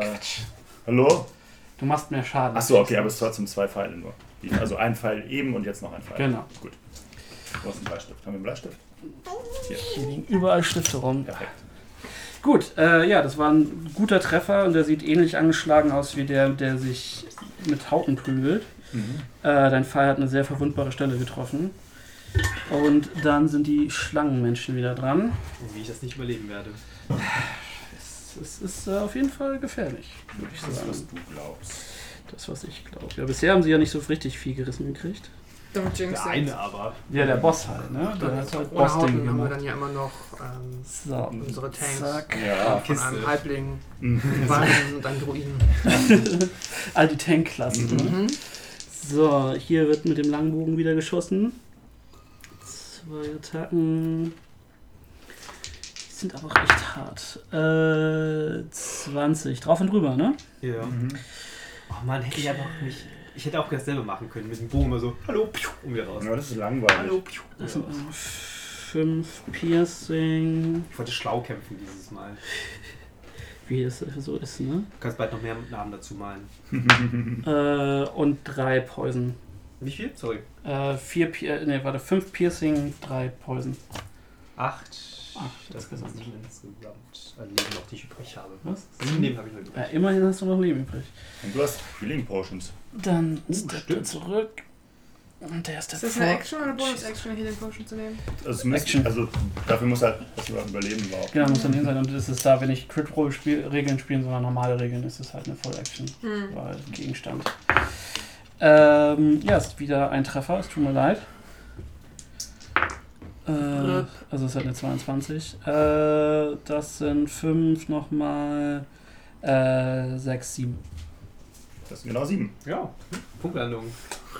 S7: Hallo?
S10: Du machst mehr Schaden.
S7: Achso, okay, aber es ist trotzdem zwei Pfeile nur. Die- Also ein Pfeil eben und jetzt noch ein Pfeil.
S10: Genau.
S7: Wo ist ein Bleistift? Haben wir einen Bleistift?
S10: Hier liegen überall Stifte rum.
S7: Perfekt.
S10: Gut, äh, ja, das war ein guter Treffer und der sieht ähnlich angeschlagen aus wie der, der sich mit Hauten prügelt. Äh, dein Pfeil hat eine sehr verwundbare Stelle getroffen. Und dann sind die Schlangenmenschen wieder dran.
S5: Und wie ich das nicht überleben werde.
S10: Es, es ist äh, auf jeden Fall gefährlich, würde ich
S7: Das, was
S10: sagen.
S7: du glaubst.
S10: Das, was ich glaube. Ja, bisher haben sie ja nicht so richtig viel gerissen gekriegt.
S9: Don't jinx
S5: Der
S9: it.
S5: eine aber.
S10: Ja, der Boss halt, ne? Der hat halt
S6: Ohne
S10: Boss-Ding
S6: Hauten haben wir
S10: gemacht.
S6: dann ja immer noch ähm,
S10: So,
S6: unsere Tanks
S10: zack.
S7: Ja.
S6: von
S5: Kiste.
S6: einem Halbling,
S7: Mhm.
S6: einem Wachen und einem Druiden.
S10: All die Tankklassen, ne?
S6: Mhm.
S10: So, hier wird mit dem Langbogen wieder geschossen. Zwei Attacken. Die sind aber auch echt hart. Äh, 20. Drauf und drüber, ne?
S5: Ja. Oh Mann, hätte ich einfach mich. Ich hätte auch dasselbe machen können mit dem Bogen immer so. Hallo, piu, und wieder raus.
S7: Aber das ist langweilig.
S5: Hallo, piu.
S10: Das
S5: wieder
S10: sind
S5: raus.
S10: also fünf Piercing.
S5: Ich wollte schlau kämpfen dieses Mal.
S10: Wie es so ist, ne?
S5: Du kannst bald noch mehr Namen dazu malen.
S10: Äh, und drei Poison.
S5: Wie viel? Sorry.
S10: Äh, vier Pier Ne, warte, fünf Piercing, drei Poison.
S5: Acht.
S10: Acht
S5: Das
S10: insgesamt.
S5: sind insgesamt an Leben noch, die ich übrig habe.
S10: Was?
S5: Sieben Leben habe ich noch übrig.
S10: Ja, immerhin hast du noch Leben übrig.
S7: Und du hast Healing Potions.
S10: Dann steppt er
S5: stimmt.
S10: zurück. Und der ist der
S9: Ist das eine
S10: vor-
S9: Action oder eine Bonus-Action, Healing Potion zu nehmen?
S7: Also, zumindest-
S10: Action.
S7: also dafür muss halt das überhaupt überleben überhaupt.
S10: Genau, muss dann hin sein. Und es ist da, wenn ich Crit Roll spiel, Regeln spielen, sondern normale Regeln, ist es halt eine Full Action,
S9: Hm.
S10: weil Gegenstand. Ähm, ja, ist wieder ein Treffer, es tut mir leid. Äh, also es ist halt eine 22. Äh, das sind 5 nochmal äh, 6, 7.
S7: Das sind genau sieben.
S5: Ja. Punktlandung.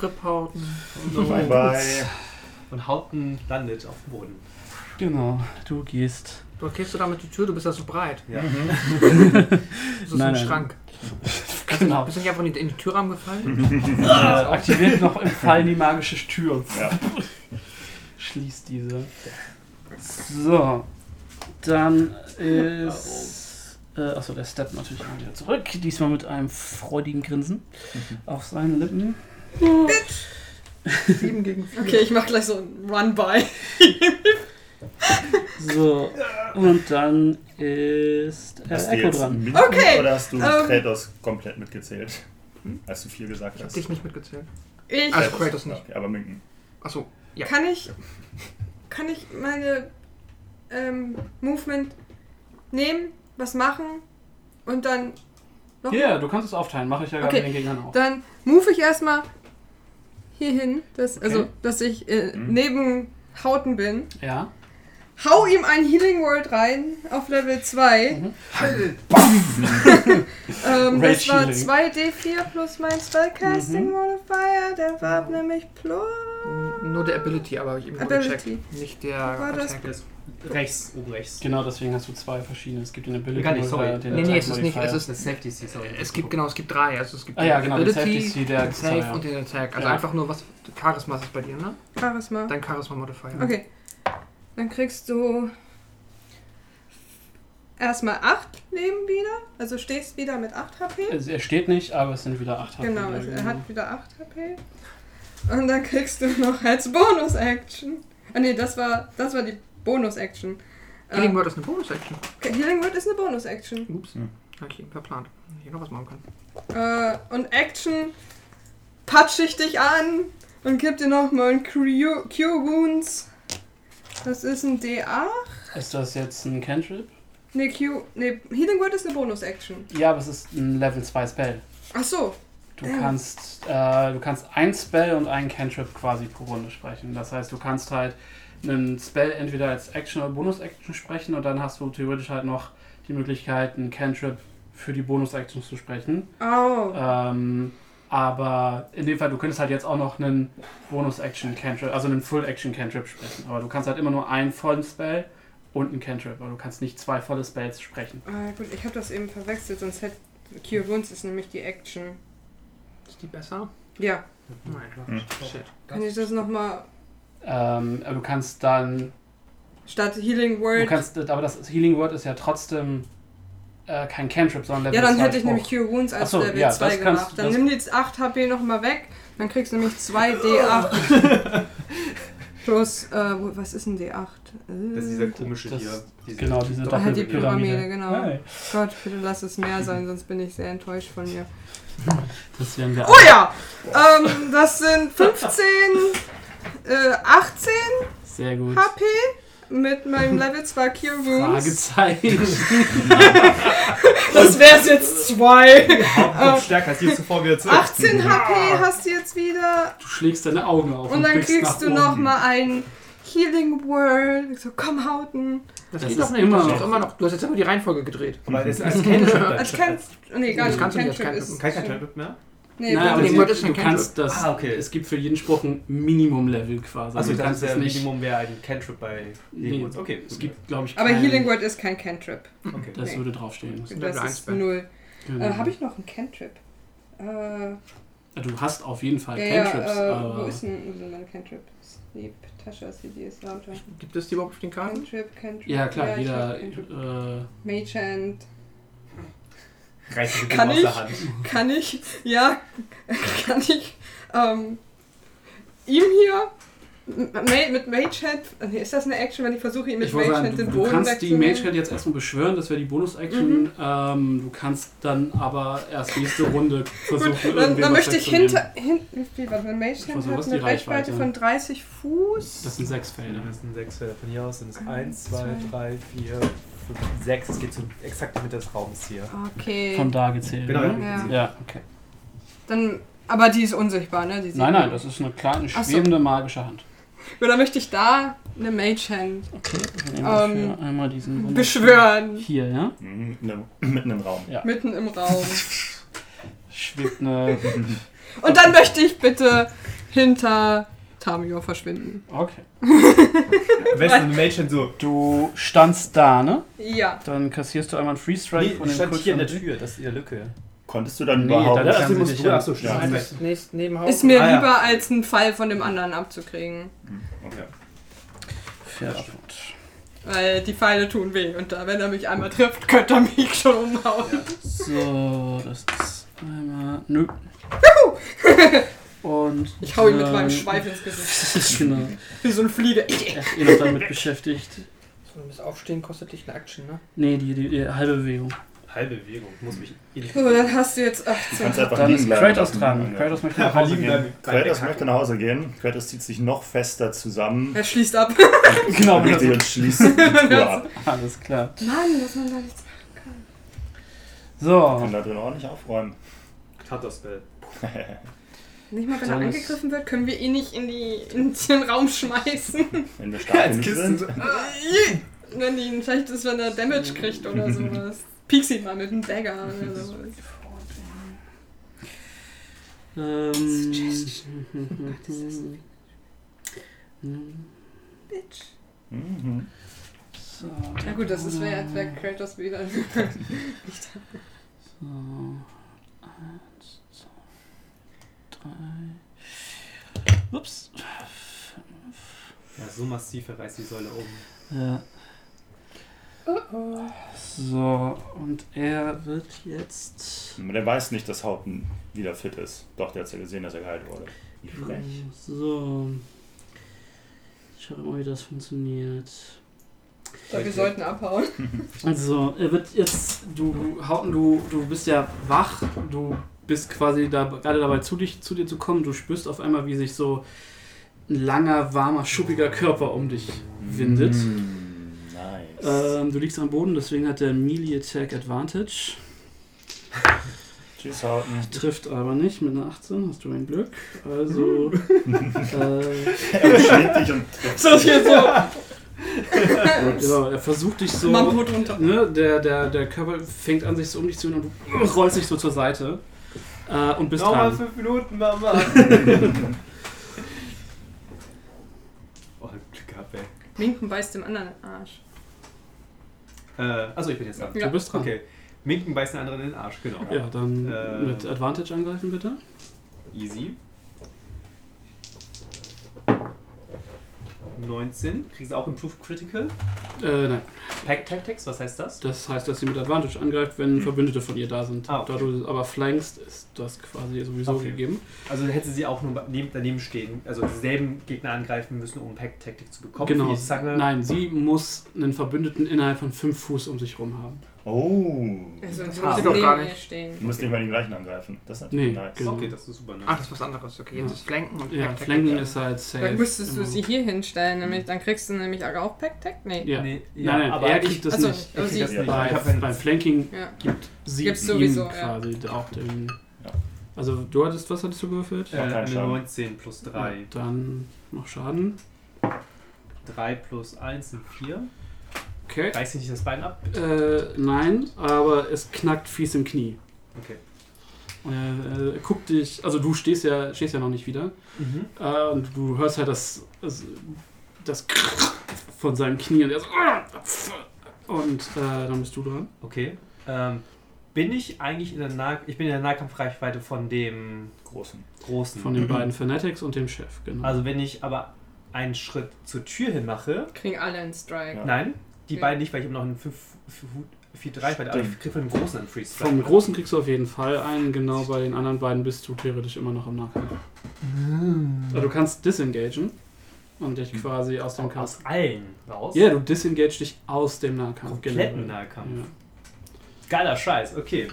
S6: Riphauten.
S7: Bye bye.
S5: Und Haupten landet auf dem Boden.
S10: Genau, du gehst.
S6: Du gehst du damit die Tür, du bist ja so breit.
S5: Ja.
S10: Mhm.
S6: Das ist
S10: Nein,
S6: ein
S10: nein.
S6: Schrank.
S10: Genau.
S6: Bist du nicht einfach in die, in die Türrahmen gefallen?
S10: Äh, aktiviert noch im Fall die magische Tür.
S7: Ja.
S10: Schließt diese. So. Dann ist. Äh, achso, der steppt natürlich mal wieder zurück. Diesmal mit einem freudigen Grinsen
S5: Mhm.
S10: auf seinen Lippen.
S6: Sieben gegen vier.
S9: Okay, ich mach gleich so ein Run-By.
S10: So. Und dann ist
S7: Hast
S10: äh,
S7: du
S10: Echo
S7: jetzt
S10: dran.
S7: Minuten
S9: Okay,
S7: Oder hast du
S9: ähm,
S7: Kratos komplett mitgezählt? Als du viel gesagt
S6: Ich hab
S7: hast.
S6: dich nicht mitgezählt.
S9: Ich
S6: Also Kratos nicht.
S7: Okay, aber Minken.
S6: Achso, Ja.
S9: Kann ich, kann ich meine ähm, Movement nehmen, was machen und dann noch
S10: Ja, yeah, du kannst es aufteilen. Mache ich ja gerade
S9: Okay.
S10: mit den Gegnern auch.
S9: Dann move ich erstmal hier hin, dass, also,
S10: Okay. Mhm.
S9: dass ich äh, neben Hauten bin.
S10: Ja.
S9: Hau ihm ein Healing World rein auf Level 2.
S10: Mhm.
S6: Hm.
S9: ähm, das
S10: Rage
S9: war
S10: Healing.
S9: 2d4 plus mein Spellcasting
S10: Mhm.
S9: Modifier. Der war nämlich plus.
S6: nur der Ability, aber hab ich eben nur
S9: Ability.
S6: gecheckt. Nicht der
S9: War das-
S6: Attack.
S5: Das rechts, oben rechts.
S10: Genau, deswegen hast du zwei verschiedene. Es gibt den Ability
S5: Gar nicht, sorry.
S10: Modifier, den
S6: Nee, nee,
S10: Attack
S6: es ist nicht. Es
S10: Modifier.
S6: ist,
S5: Das ist Safety Sea, sorry.
S6: es gibt genau, es gibt drei. Also es gibt
S10: Ah ja, genau, den Safety, der-
S6: den
S10: sorry, ja.
S6: Save und den Attack. Also
S10: Ja.
S6: einfach nur was Charisma ist es bei dir, ne?
S9: Charisma.
S6: Dein Charisma Modifier.
S9: Okay. Dann kriegst du erstmal 8 Leben wieder. Also stehst wieder mit 8 HP.
S10: Also er steht nicht, aber es sind wieder acht HP.
S9: Genau,
S10: die
S9: also
S10: da
S9: er
S10: liegen.
S9: hat wieder 8 HP. Und dann kriegst du noch als Bonus-Action. Ah nee, das war, das war die Bonus-Action.
S6: Healing Word ist eine Bonus-Action.
S9: Äh, Healing Word ist eine Bonus-Action.
S6: Ups.
S10: Hm.
S11: Ja.
S6: Hab ich eben verplant. Hätte Ich noch was machen können.
S9: Äh, und Action patsche ich dich an und gib dir nochmal ein Cure, Cure Wounds. Das ist ein D8.
S10: Ist das jetzt ein Cantrip?
S9: Nee, Q, nee, Healing Word ist eine Bonus-Action.
S10: Ja, aber es ist ein Level 2 Spell.
S9: Ach so.
S10: Du
S9: Ja.
S10: kannst, äh, du kannst ein Spell und einen Cantrip quasi pro Runde sprechen. Das heißt, du kannst halt einen Spell entweder als Action oder Bonus-Action sprechen und dann hast du theoretisch halt noch die Möglichkeit, einen Cantrip für die Bonus-Action zu sprechen.
S9: Oh.
S10: Ähm, aber in dem Fall, du könntest halt jetzt auch noch einen Bonus-Action-Cantrip, also einen Full-Action-Cantrip sprechen. Aber du kannst halt immer nur einen vollen Spell und einen Cantrip. Aber du kannst nicht zwei volle Spells sprechen.
S9: Ah, gut, ich habe das eben verwechselt, sonst hätte Cure Wounds ist nämlich die Action.
S6: Ist die besser?
S9: Ja,
S6: Nein.
S11: Hm.
S6: Shit.
S9: kann ich das nochmal
S10: Ähm, aber du kannst dann
S9: statt Healing
S10: Du
S9: Word.
S10: kannst, aber das Healing Word ist ja trotzdem äh, kein Cantrip, sondern Level
S9: Ja, dann
S10: 2
S9: hätte ich
S10: Spruch.
S9: nämlich Cure Wounds als
S10: halt Ach so,
S9: Level
S10: ja,
S9: 2
S10: das kannst-
S9: gemacht. Dann
S10: das-
S9: nimm jetzt 8 HP nochmal weg, dann kriegst du nämlich 2 D8. Plus, äh, wo- was ist ein D8? Äh,
S5: Das ist dieser komische
S10: Hm. Das-
S5: hier. Diese
S10: genau, diese
S9: ah, die
S10: Doppelpyramide.
S9: Pyramide, genau.
S10: Hey,
S9: Gott, bitte lass es mehr sein, sonst bin ich sehr enttäuscht von mir.
S10: Das wären wir
S9: Oh ja! Ähm, das sind 15, äh, 18
S10: Sehr gut.
S9: HP mit meinem Level 2 Cure Wounds.
S10: Fragezeichen.
S9: Das wär's jetzt 2.
S5: Hauptkopf stärker als je zuvor wieder zurück.
S9: 18 HP hast du jetzt wieder.
S10: Du schlägst deine Augen auf.
S9: Und dann
S10: blickst nach
S9: kriegst du
S10: oben.
S9: nochmal ein Healing Word. So, komm, Hauten.
S6: Das,
S10: Das
S6: geht
S10: ist
S6: doch nicht.
S10: immer
S6: das
S10: noch-
S6: ist immer noch. Du hast jetzt immer die Reihenfolge gedreht.
S5: Aber das ist als Cantrip. dann
S9: Als
S5: schon.
S9: Cantrip. Also Nee, gar
S6: Das
S9: nicht.
S6: kannst du nicht als
S9: Cantrip
S6: Cantrip.
S9: ist.
S5: Kein Cantrip mehr?
S9: Nee,
S10: Nein, aber
S6: Healing
S10: sie,
S6: Word ist
S10: du
S6: ein Cantrip.
S10: kannst das.
S5: Ah, okay.
S10: Es gibt für jeden Spruch ein Minimum-Level quasi.
S5: Also
S10: du
S5: das
S10: kannst
S5: wäre
S10: es nicht.
S5: Minimum wäre ein Cantrip bei
S10: Nee,
S5: Healing Okay.
S10: Es gibt, glaube ich,
S9: aber
S10: kein-
S9: Healing Word ist kein Cantrip.
S5: Okay.
S10: Das
S9: nee.
S10: würde draufstehen.
S6: Level
S9: Das
S6: 1
S9: ist
S6: Spell.
S9: null.
S10: Genau.
S9: Äh, Habe ich noch einen Cantrip? Äh,
S10: Du hast auf jeden Fall
S9: ja, ja,
S10: Cantrips,
S9: äh,
S10: aber
S9: wo ist denn, wo sind meine Cantrip? Sleep, Tasche, CD ist lauter.
S6: Gibt es die überhaupt auf den Karten?
S9: Cantrip, Cantrip.
S10: ja klar,
S9: ich hab
S10: jeder.
S9: Cantrip.
S10: Äh,
S9: Mage Hand.
S5: Reißt die
S9: Kann
S5: Blume aus der Hand.
S9: Kann ich, ja, kann ich ähm, ihm hier m- ma- mit Mage Hand, nee, ist das eine Action, wenn ich versuche, ihm mit
S10: Ich wollte
S9: Mage
S10: sagen,
S9: Hand
S10: du,
S9: den
S10: du
S9: Boden
S10: kannst die Mage
S9: wegzunehmen?
S10: Hand jetzt erstmal beschwören, das wäre die Bonus-Action.
S9: Mhm.
S10: Ähm, du kannst dann aber erst nächste Runde versuchen,
S9: Gut, dann,
S10: irgendwem
S9: dann
S10: was
S9: möchte ich
S10: wegzunehmen.
S9: hinter, hinten, wie war das, wenn Mage Hand
S10: versuche,
S9: hat
S10: was die
S9: eine Reichweite
S10: Reichweite?
S9: von 30 Fuß.
S10: Das sind sechs Felder.
S5: Das sind sechs Felder. Von hier aus sind es eins, zwei,
S9: Eins,
S5: drei, vier, fünf, sechs. Es geht so exakt in die Mitte des Raums hier.
S9: Okay,
S10: Von da gezählt.
S5: Genau,
S10: ne?
S9: Ja.
S10: Ah, Ja, okay.
S9: dann, aber die ist unsichtbar, ne? Die sieht
S10: Nein,
S9: man.
S10: nein, das ist eine kleine,
S9: Ach so.
S10: schwebende, magische Hand.
S9: Gut, dann möchte ich da eine Mage Hand
S5: Oh,
S10: Okay, dann
S9: Ähm,
S10: nehmen wir für einmal diesen wunderschönen-
S9: beschwören.
S10: Hier, ja?
S7: hm,
S11: Mhm, in einem- Mitten im Raum.
S9: Mitten im Raum.
S10: Schwebt eine.
S9: Und dann möchte ich bitte hinter Tamio verschwinden.
S10: Okay.
S5: Am besten eine Mädchen so.
S10: Du standst da, ne?
S9: Ja.
S10: Dann kassierst du einmal einen Free Strike
S5: Nee,
S10: von
S5: ich
S10: dem
S5: stand
S10: Kult
S5: hier in der
S10: von-
S5: Tür. Das ist ihre Lücke.
S11: Konntest du dann
S10: Nee,
S11: überhaupt.
S10: dann-
S5: Ach,
S10: kann
S5: sie
S10: sie
S5: muss
S10: dich
S5: du.
S10: ja-
S5: Achso,
S11: Ja.
S5: stimmt.
S6: Nächst, neben Haus.
S9: Ist mir
S5: Ah, ja.
S9: lieber, als einen Fall von dem anderen abzukriegen.
S10: Fair point.
S9: Weil die Pfeile tun weh. Und da, wenn er mich einmal trifft, könnte er mich schon umhauen.
S10: So, das ist einmal. Nö. Und.
S9: Ich hau ihm mit meinem
S5: Ähm.
S10: dann-
S9: Schweif ins Gesicht.
S10: genau.
S9: Wie so ein Flieger.
S10: Er ist eh noch damit beschäftigt.
S6: So, das Aufstehen kostet dich eine Action, ne?
S10: Nee, die, die, die halbe Bewegung.
S5: Halbe Bewegung. Muss mich.
S9: So, dann hast du jetzt
S11: Du kannst
S9: 18.
S11: einfach
S10: Dann
S11: liegen
S10: ist
S11: bleiben.
S10: Kratos dran.
S11: Ja.
S10: Kratos möchte nach Hause gehen.
S11: Kratos möchte nach Hause gehen. Kratos zieht sich noch fester zusammen.
S9: Er schließt ab.
S10: Genau,
S11: Richtig und schließt die Tür ab.
S10: alles klar.
S9: Mann, dass man da nichts.
S10: So,
S5: Genau.
S11: Kann da drin ordentlich aufräumen.
S5: Tatos-Spell.
S9: Nicht mal, wenn er
S10: Dann ist-
S9: angegriffen wird, können wir ihn nicht in, die, in den Raum schmeißen.
S11: Wenn wir stark genug sind.
S4: Äh,
S9: wenn ihn, vielleicht ist, wenn er Damage kriegt oder sowas. Pieks ihn mal mit einem Dagger oder sowas.
S10: ähm.
S9: Bitch.
S11: Mhm.
S10: So,
S9: Na gut, das ist wäre wär Kratos wieder.
S10: So. Eins, zwei, drei. Ups.
S5: Ja, so massiv reißt die Säule um.
S10: Ja.
S9: Ups.
S10: So, und er wird jetzt.
S11: Aber der weiß nicht, dass Haupten wieder fit ist. Doch, der hat ja gesehen, dass er geheilt wurde. Wie frech.
S10: So. Ich schaue mal, wie das funktioniert.
S4: So, wir sollten abhauen.
S10: Also, er wird jetzt, du, Hauten, du, du bist ja wach, du bist quasi da, gerade dabei, zu, dich, zu dir zu kommen. Du spürst auf einmal, wie sich so ein langer, warmer, schuppiger Körper um dich windet.
S11: Mm, Mhm. nice.
S10: Ähm, du liegst am Boden, deswegen hat der Melee Attack Advantage.
S11: Tschüss, Hauten.
S10: Trifft aber nicht mit einer 18, hast du ein Glück. Also.
S5: Hm.
S10: äh,
S11: Er schlägt dich und trifft
S10: das hier so?
S11: Ups.
S10: Genau, er versucht dich so.
S4: Man holt runter.
S10: Ne, der, der, der Körper fängt an, sich so um dich zu drehen und du rollst dich so zur Seite. Äh, und bist
S5: Nochmal
S10: dran.
S5: fünf Minuten, Mama. oh, Glück gehabt, ey.
S4: Minken beißt dem anderen den Arsch.
S5: Äh, achso, ich bin jetzt dran.
S10: Du bist dran.
S5: Okay. Minken beißt den anderen in den Arsch, genau.
S10: Ja, dann
S5: Äh.
S10: mit Advantage angreifen, bitte.
S5: Easy. 19. Kriegst du auch Improved Critical?
S10: Äh, nein.
S5: Pack Tactics, was heißt das?
S10: Das heißt, dass sie mit Advantage angreift, wenn Verbündete von ihr da sind.
S5: Ah, okay.
S10: Da du aber flankst, ist das quasi sowieso
S5: Okay.
S10: gegeben.
S5: Also hätte sie auch nur bei- neben, daneben stehen, also dieselben Gegner angreifen müssen, um Pack Tactic zu bekommen.
S10: Genau.
S5: Wie die Zange.
S10: Nein, sie muss einen Verbündeten innerhalb von fünf Fuß um sich rum haben.
S11: Oh.
S4: Also,
S6: Das
S4: sonst
S6: haben
S4: würde
S6: sie
S4: ich
S6: doch gar
S4: neben ihr
S6: nicht.
S4: stehen.
S11: Du musst nicht mal den gleichen angreifen. Das ist natürlich
S10: Nee,
S11: nice.
S10: genau.
S5: Okay, das ist super ne? nice.
S6: Ach, das ist was anderes. Okay, jetzt
S10: Ja.
S6: ist Flanken und
S10: Ja,
S6: Pack-Tactics.
S10: Flanken ist halt safe.
S4: Dann müsstest du
S10: Genau.
S4: sie hier hinstellen, nämlich, dann kriegst du nämlich auch Pack-Tag? Nee.
S10: Ja.
S5: Nee,
S10: nein, nein,
S5: aber
S10: er
S5: ich,
S10: kriegt das
S4: Achso,
S10: nicht.
S5: ich
S4: aber
S5: krieg
S4: sie.
S5: das nicht.
S10: Bei,
S5: Ich hab einen-
S10: beim Flanking
S4: Ja.
S10: gibt sie
S4: Gibt's
S10: ihm
S4: sowieso, ja.
S10: quasi auch den. Also du hattest, was hattest du gewürfelt?
S5: äh,
S11: Macht keinen
S5: eine
S11: Schaden.
S5: 19 plus 3.
S10: Dann noch Schaden.
S5: 3 plus 1 sind 4.
S10: Okay.
S5: Reißt sie nicht das Bein ab?
S10: Äh, nein, aber es knackt fies im Knie.
S5: Okay.
S10: Und er, äh, guckt dich, also du stehst ja, stehst ja noch nicht wieder.
S5: Mhm.
S10: Äh, und du hörst halt das, das, das von seinem Knie und er so. Und äh, dann bist du dran.
S5: Okay. Ähm, bin ich eigentlich in der Nah ich bin in der Nahkampfreichweite von dem
S11: Großen.
S5: großen.
S10: Von
S11: Mhm.
S10: den beiden Fanatics und dem Chef, genau.
S5: Mhm. Also wenn ich aber einen Schritt zur Tür hin mache,
S4: Kriegen alle einen Strike.
S11: Ja.
S5: nein, die
S4: Ja.
S5: beiden nicht, weil ich habe noch einen 5 4 3 aber ich
S11: Stimmt.
S5: kriege von dem großen einen Freeze.
S10: Vom Großen kriegst du auf jeden Fall einen, genau bei den anderen beiden bist du theoretisch immer noch im Nahkampf. Also du kannst disengagen und dich quasi aus dem Kampf.
S5: Mhm. aus allen raus.
S10: Ja, du disengage dich aus dem Nahkampf.
S5: Kompletten
S10: generell.
S5: Nahkampf.
S10: Ja.
S5: Geiler Scheiß, okay.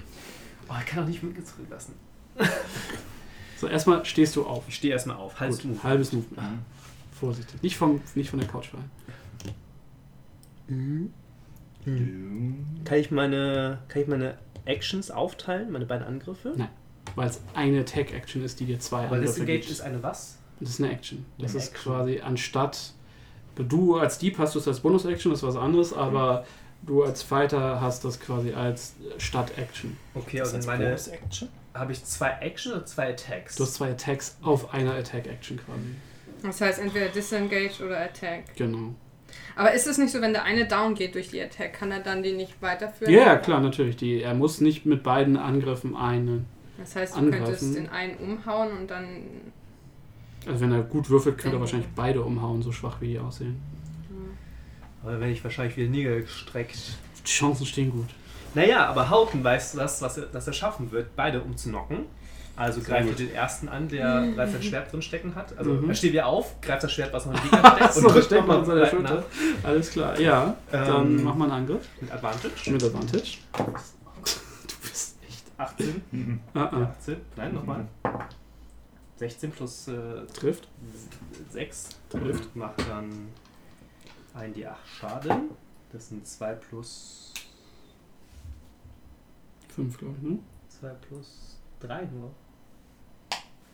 S5: Oh, ich kann auch nicht mitgezogen lassen.
S10: So, erstmal stehst du auf.
S5: Ich stehe erstmal auf. Halt's
S10: Gut,
S5: Mut.
S10: halbes Movement.
S5: Mhm.
S10: Vorsichtig. Nicht, vom, nicht von der Couch fallen.
S5: Kann ich meine, kann ich meine Actions aufteilen, meine beiden Angriffe?
S10: Weil es eine Attack-Action ist, die dir zwei
S5: Aber
S10: Angriffe
S5: Disengage
S10: gibt.
S5: ist eine was?
S10: das ist eine Action. Das
S5: Eine
S10: ist
S5: Action.
S10: quasi anstatt. Du als Dieb hast du es als Bonus-Action, das ist was anderes, aber du als Fighter hast das quasi als Stadt-Action.
S5: Okay,
S11: Das
S5: also
S11: ist
S5: meine.
S11: Bonus Action.
S5: Habe ich zwei Action oder zwei Attacks?
S10: Du hast zwei Attacks auf einer Attack-Action quasi.
S4: Das heißt, entweder Disengage oder Attack.
S10: Genau.
S4: Aber ist es nicht so, wenn der eine down geht durch die Attack, kann er dann den nicht
S10: Ja,
S4: weiterführen?
S10: ja, klar, natürlich. Die, er muss nicht mit beiden Angriffen einen.
S4: Das heißt, du
S10: Angreifen.
S4: könntest den einen umhauen und dann.
S10: Also wenn er gut würfelt, könnte er
S4: Mhm.
S10: wahrscheinlich beide umhauen, so schwach wie die aussehen.
S5: Aber dann werde ich wahrscheinlich wieder niedergestreckt.
S10: Die Chancen stehen gut.
S5: Naja, aber Hauten weiß, das, was er, dass er schaffen wird, beide umzunocken. Also greift er den ersten an, der bereits sein Schwert drin stecken hat. Also
S10: Mhm.
S5: er steht wieder auf, greift das Schwert, was noch im Gegner steckt,
S10: Achso, das steckt
S5: nochmal
S10: man an seiner
S5: nach-
S10: Schulter. Alles klar. Ja, dann
S5: Ähm.
S10: mach mal einen Angriff.
S5: Mit Advantage.
S10: Mit Advantage. Du bist echt.
S5: 18,
S10: Ah, ah.
S5: 18, nein, nochmal. 16 plus äh,
S10: Trifft.
S5: 6
S10: Trifft.
S5: und macht dann 1d8 Schaden. Das sind 2 plus
S10: Fünf, glaube ich, ne?
S5: 2 plus 3 nur.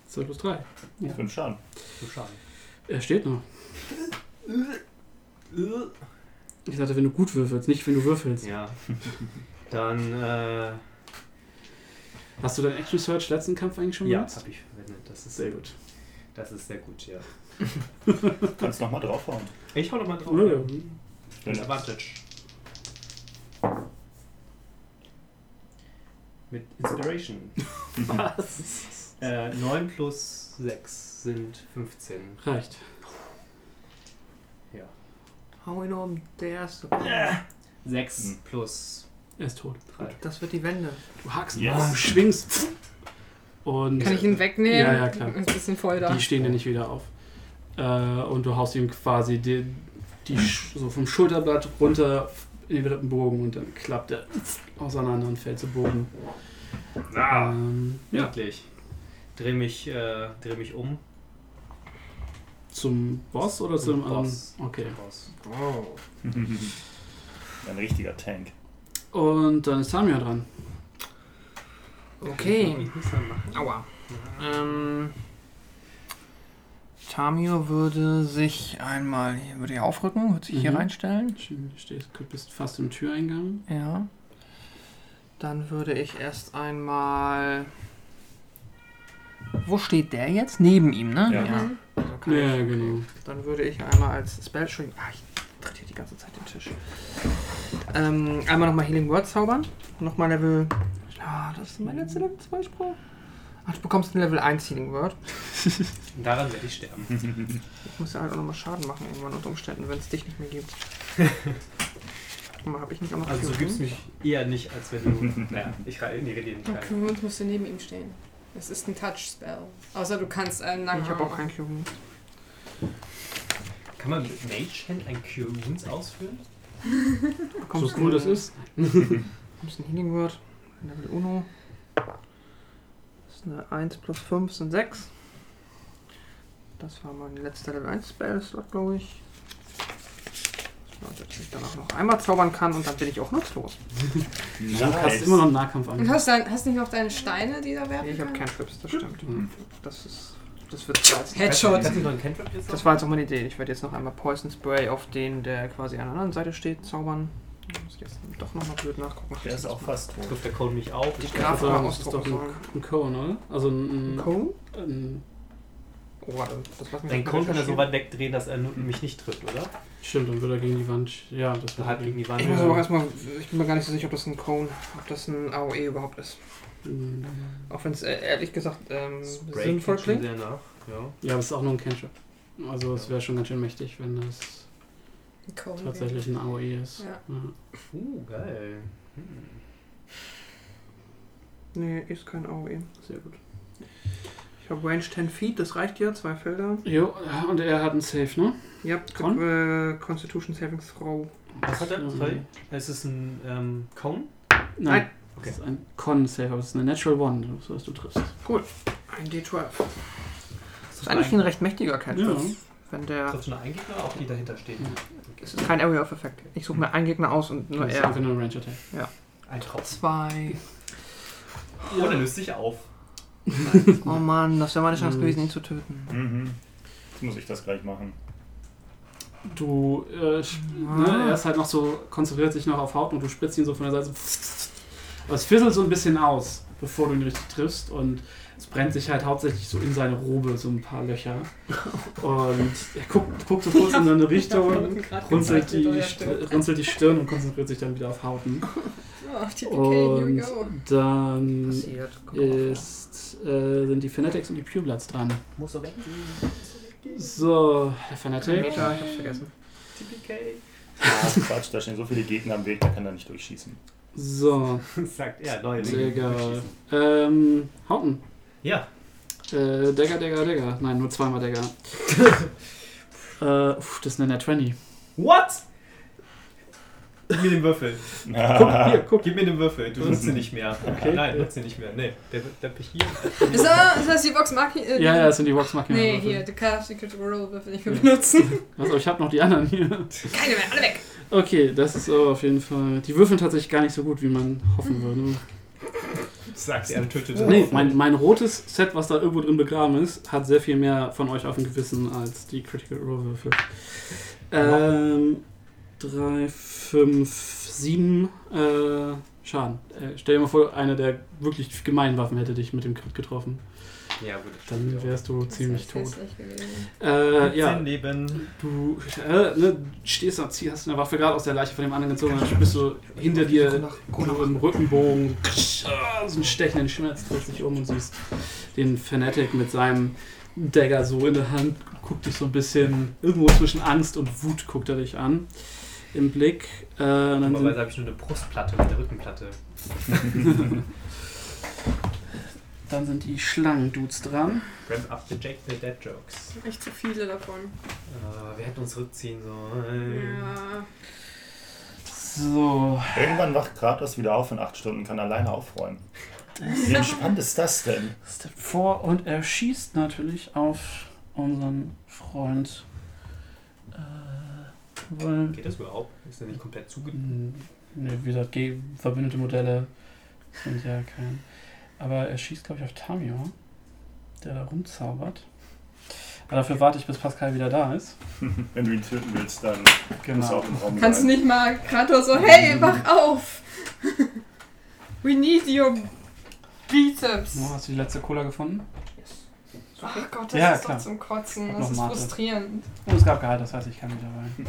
S10: 2 plus 3. Ja.
S11: Fünf Schaden.
S5: So Schaden.
S10: Er steht noch.
S5: Äh.
S10: Ich dachte, wenn du gut würfelst, nicht wenn du würfelst.
S5: Ja. Dann, äh,
S10: Hast du deinen Action Search letzten Kampf eigentlich schon
S5: ja,
S10: benutzt?
S5: habe ich verwendet. Das ist
S10: Sehr gut.
S5: Das ist sehr gut, ja.
S11: Du kannst nochmal draufhauen.
S5: Ich hau nochmal drauf.
S10: Oder?
S5: Mit Advantage. Mit Inspiration.
S10: Was?
S5: Äh, 9 plus 6 sind 15.
S10: Reicht.
S6: Hau ihn um, der erste.
S5: 6 plus
S3: Er ist tot.
S5: 3.
S6: Das wird die Wende.
S3: Du hackst,
S11: Yes.
S3: schwingst und
S9: Kann ich ihn wegnehmen?
S3: Ja, ja, klar.
S9: Ist ein bisschen voll da.
S3: die stehen dir nicht wieder auf. Äh, und du haust ihm quasi die, die Sch- so vom Schulterblatt runter in den Bogen und dann klappt er auseinander und fällt zu Boden.
S5: Ah,
S3: Ähm, ja.
S5: wirklich. Dreh mich, äh, dreh mich um.
S3: Zum Boss oder zum,
S5: Zum
S3: anderen?
S5: Boss.
S3: Okay.
S5: Raus.
S11: Ein richtiger Tank.
S3: Und dann ist Samia dran.
S6: Okay. Aua. Ähm, Tamio würde sich einmal, hier- würde hier aufrücken, würde sich hier
S3: Mhm.
S6: reinstellen.
S3: Schön, du stehst, du bist fast im Türeingang.
S6: Ja. Dann würde ich erst einmal. Wo steht der jetzt? Neben ihm, ne?
S11: Ja.
S6: Also kann ich-
S3: Ja, genau.
S6: Dann würde ich einmal als Spell. Entschuldigung, ah, ich tritt hier die ganze Zeit den Tisch. Ähm, einmal nochmal Healing Word zaubern. Nochmal Level. Ja, das ist mein letzter Level 2 Spruch. Ach, du bekommst ein Level 1 Healing Word.
S5: Daran werde ich sterben.
S6: Ich muss ja halt auch nochmal Schaden machen irgendwann unter Umständen, wenn es dich nicht mehr gibt. Guck mal, habe ich nicht auch noch
S5: Also du
S6: Healing?
S5: gibst mich eher nicht, als wenn du. naja, ich rede nee, rede nicht rein.
S9: Oh, Okay, und musst du neben ihm stehen. Das ist ein Touch-Spell. Außer du kannst äh, einen langen
S6: Ich habe auch kein Cure Wounds.
S5: Kann man mit Mage Hand ein Cure Wounds ausführen?
S6: Du bekommst
S3: So cool
S6: ein-
S3: das ist.
S6: bekommst ein Healing Word. Level Uno. Das ist eine 1 plus 5 sind 6. Das war mein letzter Level 1 Spell-Slot, glaube ich. So, Dass ich danach noch einmal zaubern kann und dann bin ich auch nutzlos.
S3: Du hast immer noch einen Nahkampf
S9: Und
S3: an.
S9: hast, dein, hast nicht noch deine Steine, die da werfen
S6: Nee, ich habe
S9: kann?
S6: Cantrips, das stimmt.
S3: Mhm.
S6: Das ist. Das wird jetzt.
S9: Headshot.
S5: Kannst du noch einen Cantrip jetzt
S6: Das war jetzt auch meine Idee. Ich werde jetzt noch einmal Poison Spray auf den, der quasi an der anderen Seite steht, zaubern. Muss ich jetzt doch nochmal blöd nachgucken.
S11: Der ist auch fast tot.
S5: Trifft der Code mich auf?
S6: Die
S5: Ich
S6: Graf oder
S3: sagen, das ist
S6: ausdrucken
S3: doch
S6: sollen.
S3: Ein Cone, oder? Also ein. ein,
S6: Cone?
S3: ein
S6: Oh, warte, das lass mich
S5: Dein
S6: mal
S5: Code kann er so
S6: recherchieren.
S5: weit wegdrehen, dass er nur- mich nicht trifft, oder?
S3: stimmt, dann würde er gegen die Wand. sch- Ja, das
S5: So
S3: war
S5: halb gegen die Wand.
S6: Ich muss aber auch erstmal, ich bin mir gar nicht so sicher, ob das ein Cone, ob das ein AOE überhaupt ist.
S3: mm,
S6: Auch wenn es äh, ehrlich gesagt ähm,
S5: Spray
S6: sinnvoll
S5: klingt schon
S6: klingt.
S5: sehr nach. Ja.
S3: Ja, aber es ist auch nur ein Cantrip. Also, es wäre schon ganz schön mächtig, wenn das
S9: Ein Cone
S3: tatsächlich ein AOE ist.
S9: Ja.
S5: Uh, geil. Hm.
S6: Nee, ist kein AOE.
S3: Sehr gut.
S6: Ich habe Range 10 Feet, das reicht ja, zwei Felder.
S3: Jo, und er hat einen Safe, ne?
S6: Ja,
S3: Con?
S6: äh, Constitution Savings Throw.
S5: Was hat er?
S3: Ähm,
S5: Sorry. Es ist ein ähm, Cone.
S3: Nein.
S6: Nein.
S5: Okay.
S3: Das ist ein Con-Safe, aber es ist eine Natural One, so dass du triffst.
S6: Ein D12.
S5: Ist
S6: Das ist eigentlich ein recht mächtiger Cantrip.
S3: Ja.
S6: Wenn der.
S5: Trifft nur ein Gegner, auch die dahinter stehen.
S6: Es ist kein Area of Effect. Ich suche mir einen Gegner aus und nur
S3: Das ist
S6: er.
S3: einfach nur ein Range-Attack.
S5: Ein Tropf.
S6: Zwei.
S5: Oh, der löst sich auf.
S6: Oh Mann, das wäre meine Chance
S3: Mhm.
S6: gewesen, ihn zu töten.
S11: Mhm. Jetzt muss ich das gleich machen.
S3: Du, äh, sch- ne, er ist halt noch so, konzentriert sich noch auf Haut und du spritzt ihn so von der Seite. Aber es fisselt so ein bisschen aus, bevor du ihn richtig triffst und es brennt sich halt hauptsächlich so in seine Robe so ein paar Löcher. Und er guckt, guckt so kurz in so eine Richtung, runzelt die, St- runzelt die Stirn und konzentriert sich dann wieder auf Hauten.
S9: Oh, TPK, here we
S3: Und
S9: go.
S3: dann
S6: Passiert. Kommt
S3: Äh,
S6: auch auf.
S3: ist, äh, sind die Fanatics und die Purebloods dran.
S5: Muss er weg.
S3: So, der Fanatic.
S6: Meter, ich hab's vergessen.
S5: TPK.
S11: Ah, Quatsch, da stehen so viele Gegner am Weg, da kann er nicht durchschießen.
S3: So,
S5: Sagt er, neue
S3: sehr egal.
S5: Schießen.
S3: Ähm, Hauten.
S5: Ja,
S3: Äh, Dagger, Dagger, Dagger. Nein, nur zweimal Dagger. äh, uff, das ist eine Net 20.
S5: What? Gib mir den Würfel.
S3: Hier, guck.
S5: Gib mir den Würfel. Du nutzt ihn nicht mehr. Nein, nutzt ihn nicht mehr. Nee, der, der hier.
S9: Ist das, ist das die Box Mark hier?
S3: Ja, ja, das sind die Vox Machina.
S9: Nee, hier, du kannst die Critical Roll Würfel nicht mehr benutzen.
S3: Also, ich habe noch die anderen hier.
S9: Keine mehr, alle weg.
S3: Okay, das ist aber auf jeden Fall. Die würfeln tatsächlich gar nicht so gut, wie man
S9: Mhm.
S3: hoffen würde.
S5: Sagt er, tötet
S3: Nee, mein, mein rotes Set, was da irgendwo drin begraben ist, hat sehr viel mehr von euch auf dem Gewissen als die Critical Roll Würfel. Ähm, 3, 5, 7 äh, Schaden. Äh, stell dir mal vor, eine der wirklich gemeinen Waffen hätte dich mit dem Crit getroffen.
S5: Ja, gut.
S3: Dann wärst du ziemlich
S9: Das ist
S3: tot.
S9: hässlich gewesen.
S3: Äh, ja,
S5: Leben.
S3: du äh, ne, stehst da, ziehst, hast eine Waffe gerade aus der Leiche von dem anderen gezogen, dann bist du hinter dir so im Rückenbogen, ksch, ah, so einen stechenden Schmerz, drehst dich um und siehst den Fanatic mit seinem Dagger so in der Hand, guckt dich so ein bisschen irgendwo zwischen Angst und Wut, guckt er dich an.
S10: im Blick. Äh, dann sind,
S5: Normalerweise habe ich nur eine Brustplatte und eine Rückenplatte.
S10: dann sind die Schlangendudes dran.
S5: Ramp up the Jake the Dead Jokes.
S9: Echt zu viele davon.
S5: Äh, wir hätten uns rückziehen sollen.
S9: Ja.
S10: So,
S7: Irgendwann wacht Kratos wieder auf in acht Stunden und kann alleine aufräumen. Wie entspannt ist das denn?
S10: Step vor und er schießt natürlich auf unseren Freund. Äh, weil,
S5: Geht das überhaupt? Ist der nicht komplett zuge...
S10: ne, wie gesagt, G verbündete Modelle sind ja kein. Aber er schießt, glaube ich, auf Tamio, der da rumzaubert. Aber dafür warte ich, bis Pascal wieder da ist.
S7: Wenn du ihn töten willst, dann muss er auch im Raum
S9: Genau. Kannst du
S7: sein.
S9: nicht mal Kratos so, hey, wach auf! We need your biceps.
S10: Oh, hast du die letzte Cola gefunden?
S9: Ach Gott, das
S10: Ja,
S9: ist
S10: klar.
S9: doch zum Kotzen.
S10: Hab
S9: Das
S10: noch
S9: ist
S10: Mate.
S9: frustrierend.
S10: Oh, es gab Gehalt, das heißt, ich kann wieder rein.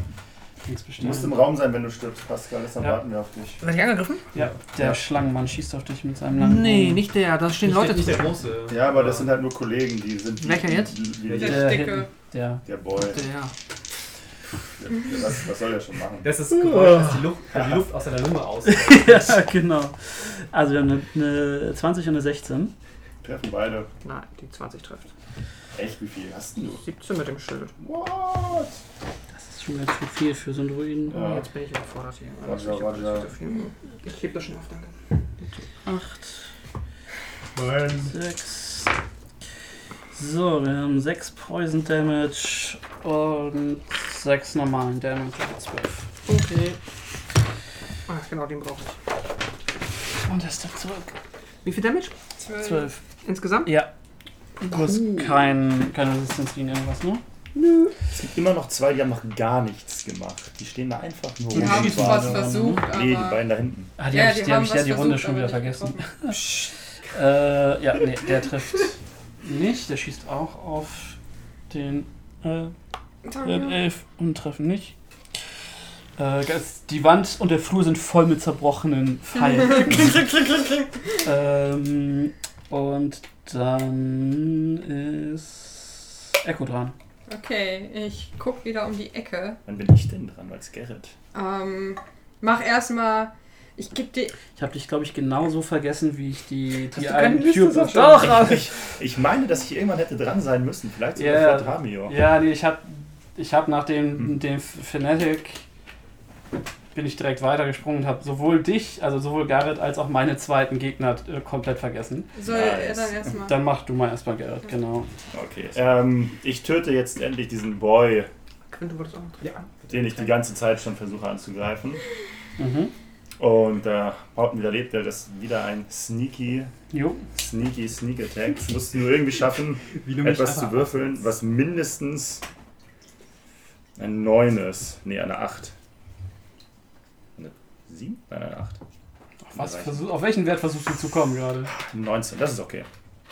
S10: Nichts
S7: Du musst im
S10: bestellen.
S7: Raum sein, wenn du stirbst, Pascal, deshalb
S10: Ja.
S7: warten wir auf dich.
S6: Werd ich angegriffen?
S10: Ja, der Schlangenmann schießt auf dich mit seinem langen.
S6: Nee,
S10: Bogen.
S6: nicht der. Da stehen
S5: Nicht
S6: Leute
S5: der, nicht
S6: drin.
S5: der große.
S7: Ja, aber das sind halt nur Kollegen, die sind.
S6: Welcher jetzt?
S7: Die, die,
S5: Der-
S7: die,
S10: Der
S9: Dicke.
S10: hinten, Der.
S7: der Boy.
S6: Der.
S7: Was, was soll der schon machen?
S5: Das ist das Geräusch, dass die Luft, die Luft aus seiner Lunge aus.
S3: ja, genau. Also wir haben eine, eine 20 und eine 16.
S7: Treffen beide.
S6: Nein, die 20 trifft.
S7: Echt, wie viel hast denn du?
S6: 17 mit dem Schild.
S7: What?
S3: Das ist schon ganz schön viel für so einen Druiden.
S7: Ja.
S6: Oh, Jetzt bin ich überfordert hier.
S7: Warte, warte, warte.
S6: Ich heb das schon auf, danke.
S3: 8,
S7: Mein.
S3: 6. So, wir haben 6 Poison Damage und 6 normalen Damage, also 12.
S6: Okay. Ah, genau, den brauche ich.
S3: Und er ist dann zurück.
S6: Wie viel Damage?
S9: Zwölf.
S3: 12.
S6: Insgesamt?
S3: Ja. Du hast kein, keine Resistance gegen irgendwas, ne?
S7: Es gibt immer noch zwei, die haben noch gar nichts gemacht. Die stehen da einfach nur
S9: Die
S7: rum.
S9: haben
S7: Die
S9: es
S7: waren-
S9: was versucht, aber.
S7: Nee, die beiden da hinten.
S3: Ah, die
S9: Ja,
S3: habe ich, die hab ich ja die
S9: was
S3: Runde
S9: versucht,
S3: schon wieder
S9: aber nicht
S3: vergessen.
S9: getroffen.
S3: Äh, ja, nee, der trifft nicht. Der schießt auch auf den äh, Wir haben elf und treffen nicht. Äh, das- die Wand und der Flur sind voll mit zerbrochenen Pfeilen. ähm, und dann ist Echo dran.
S9: Okay, ich guck wieder um die Ecke.
S7: Wann bin ich denn dran? Als Gerrit.
S9: Ähm, mach erstmal. Ich geb dir.
S3: Ich habe dich, glaube ich, genauso vergessen, wie ich die, die
S6: du keine Liste,
S3: Pure
S6: Sascha?
S3: Doch, hab ich.
S7: Ich meine, dass ich irgendwann hätte dran sein müssen. Vielleicht sogar
S3: Ja.
S7: vor Dramio.
S3: Ja, nee, ich habe ich hab nach dem,
S7: Hm.
S3: dem Fnatic bin ich direkt weitergesprungen und habe sowohl dich, also sowohl Garrett, als auch meine zweiten Gegner äh, komplett vergessen.
S9: Soll er
S7: Nice.
S9: dann erstmal.
S3: Dann mach du mal erstmal Garrett, genau.
S7: Okay. Ähm, ich töte jetzt endlich diesen Boy,
S6: Quinn, du wolltest auch noch.
S5: Ja.
S7: den ich die ganze Zeit schon versuche anzugreifen.
S3: Mhm.
S7: Und äh, Bauten wieder lebt, der ist wieder ein sneaky,
S3: Jo.
S7: sneaky Sneak Attack. Ich musste nur irgendwie schaffen,
S5: Wie du mich
S7: etwas zu
S5: aber-
S7: würfeln, was mindestens eine 9 ist. Nee, eine 8. Eine 7? Nein, eine 8.
S3: Auf, was versuch, auf welchen Wert versuchst du zu kommen gerade?
S7: 19, das ist okay.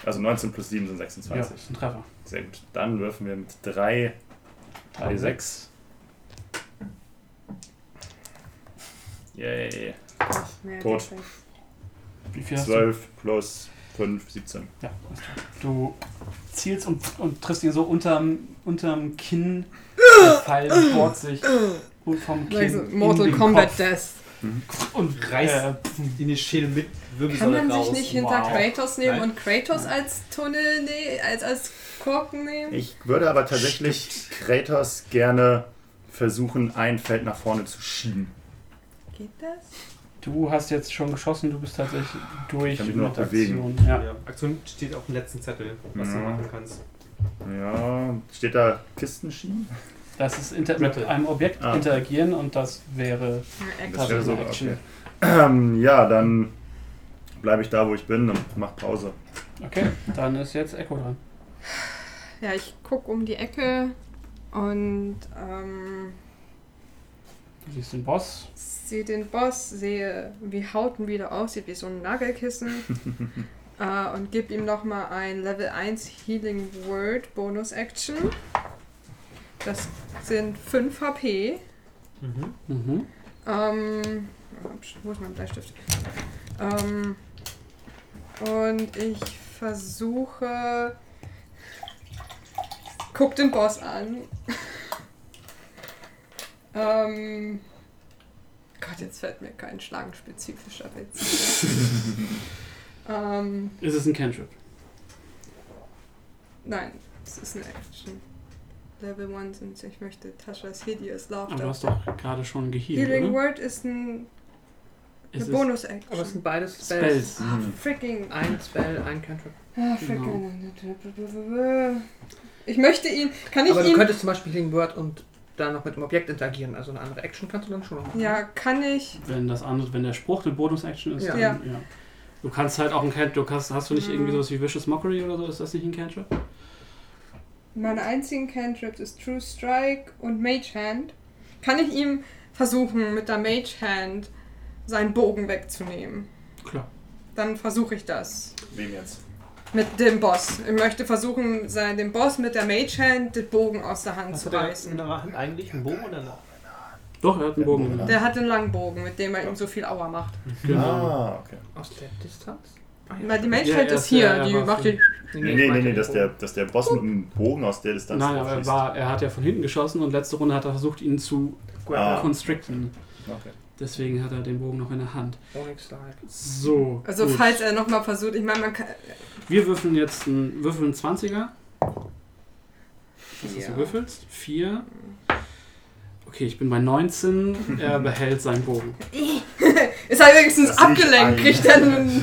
S7: Also 19 plus 7 sind
S3: Ja,
S7: 26.
S3: ist ein Treffer.
S7: Sehr gut. Dann würfen wir mit 3, 3, 6. Yay.
S9: Ja,
S7: Tot.
S9: perfekt.
S3: Wie viel hast
S7: 12 plus 5, 17.
S3: du? Ja, alles klar. Du zielst und, und triffst ihn so unterm, unterm Kinn. Der Pfeil bohrt sich und vom Kinn
S9: Also,
S3: in
S9: Mortal
S3: den
S9: Kombat
S3: Kopf
S9: Death.
S3: und
S5: Reißt
S3: reißt.
S5: Äh, in die Schädel mit
S9: Kann
S5: Wirbelsäule
S9: man
S5: raus.
S9: sich nicht hinter
S5: wow.
S9: Kratos nehmen
S5: Nein.
S9: und Kratos als Tunnel, nee, als, als Korken nehmen?
S7: Ich würde aber tatsächlich Kratos gerne versuchen, ein Feld nach vorne zu schieben.
S9: Geht das?
S3: Du hast jetzt schon geschossen, du bist tatsächlich durch
S7: Kann mich nur noch
S3: mit
S7: bewegen.
S3: Aktion. Ja. Mhm.
S5: Ja, Aktion steht auf dem letzten Zettel, was du
S7: Ja.
S5: machen kannst.
S7: Ja, steht da Kisten schieben?
S3: Das ist inter mit
S5: Bitte.
S3: einem Objekt
S7: Ah.
S3: interagieren und das wäre
S7: Das wäre so,
S3: tatsächlich Action.
S7: okay. Ähm, ja, dann bleibe ich da, wo ich bin und mach Pause.
S3: Okay, dann ist jetzt Echo dran.
S9: Ja, ich guck um die Ecke und ähm,
S3: Du siehst den Boss.
S9: sehe den Boss, sehe, wie Hauten wieder aussieht, wie so ein Nagelkissen. äh, und gebe ihm nochmal ein Level 1 Healing Word Bonus Action. Das sind 5 HP.
S5: Mhm.
S3: Mhm.
S9: Ähm, wo ist mein Bleistift? Ähm, und ich versuche. Guck den Boss an. ähm, Gott, jetzt fällt mir kein schlangenspezifischer Witz. ähm,
S3: Ist es ein Cantrip?
S9: nein, es ist eine Action. Level 1 und ich möchte Taschas Hideous
S3: Aber du
S9: Laughter.
S3: hast doch gerade schon gehealt,
S9: Healing
S3: oder?
S9: Word ist ein, eine
S3: Es ist
S6: Aber es
S9: Bonus-Action.
S6: sind beides Spells.
S3: Spells.
S7: Mhm.
S9: Freaking
S3: Ah,
S6: Ein Spell, ein Cantrip.
S9: Ah,
S3: genau.
S9: freaking. Ich möchte ihn. Kann ich
S6: Aber du
S9: ihn.
S6: könntest zum Beispiel Healing Word und dann noch mit dem Objekt interagieren. Also eine andere Action kannst du dann schon noch machen.
S9: Ja, kann ich.
S3: Wenn das andere, wenn der Spruch eine Bonus-Action ist,
S6: Ja.
S3: dann ja.
S9: Ja.
S3: Du kannst halt auch ein Cantrip, du hast, hast du nicht irgendwie sowas wie Vicious Mockery oder so, ist das nicht ein Cantrip?
S9: Meine einzigen Cantrips ist True Strike und Mage Hand. Kann ich ihm versuchen, mit der Mage Hand seinen Bogen wegzunehmen?
S3: Klar.
S9: Dann versuche ich das.
S7: Wem jetzt?
S9: Mit dem Boss. Ich möchte versuchen, sein, dem Boss mit der Mage Hand den Bogen aus der Hand
S5: Hast
S9: zu
S5: du da in
S9: reißen.
S5: der Hand eigentlich einen Bogen oder eine?
S3: Doch, er hat einen
S7: Der
S3: Bogen.
S7: Bogen,
S3: genommen.
S9: Der hat den langen Bogen, mit dem er ihm so viel Aua macht.
S3: Genau.
S7: Ah, okay.
S6: Aus der Distanz? Ah,
S9: Weil die Mage
S3: Ja,
S9: Hand
S3: er
S9: ist
S3: ist-
S9: hier,
S3: ja, er
S9: die
S3: war
S9: macht die.
S7: Nee, nee, nee, nee dass, der, dass der Boss mit dem Bogen aus der Distanz
S3: Nein, aber er,
S7: schießt.
S3: war, er hat ja von hinten geschossen und letzte Runde hat er versucht, ihn zu
S7: Ah.
S3: constricten.
S7: Okay.
S3: Deswegen hat er den Bogen noch in der Hand.
S6: Onyx Slide.
S3: So.
S9: Also,
S3: gut.
S9: falls er nochmal versucht, ich meine, man kann.
S3: Wir würfeln jetzt einen, würfeln einen 20er. Das, was
S9: Ja.
S3: du würfelst. 4. Okay, ich bin bei 19. Er behält seinen Bogen.
S9: Ist halt wenigstens
S7: Das sehe ich
S9: abgelenkt,
S7: ein.
S9: kriegt dann.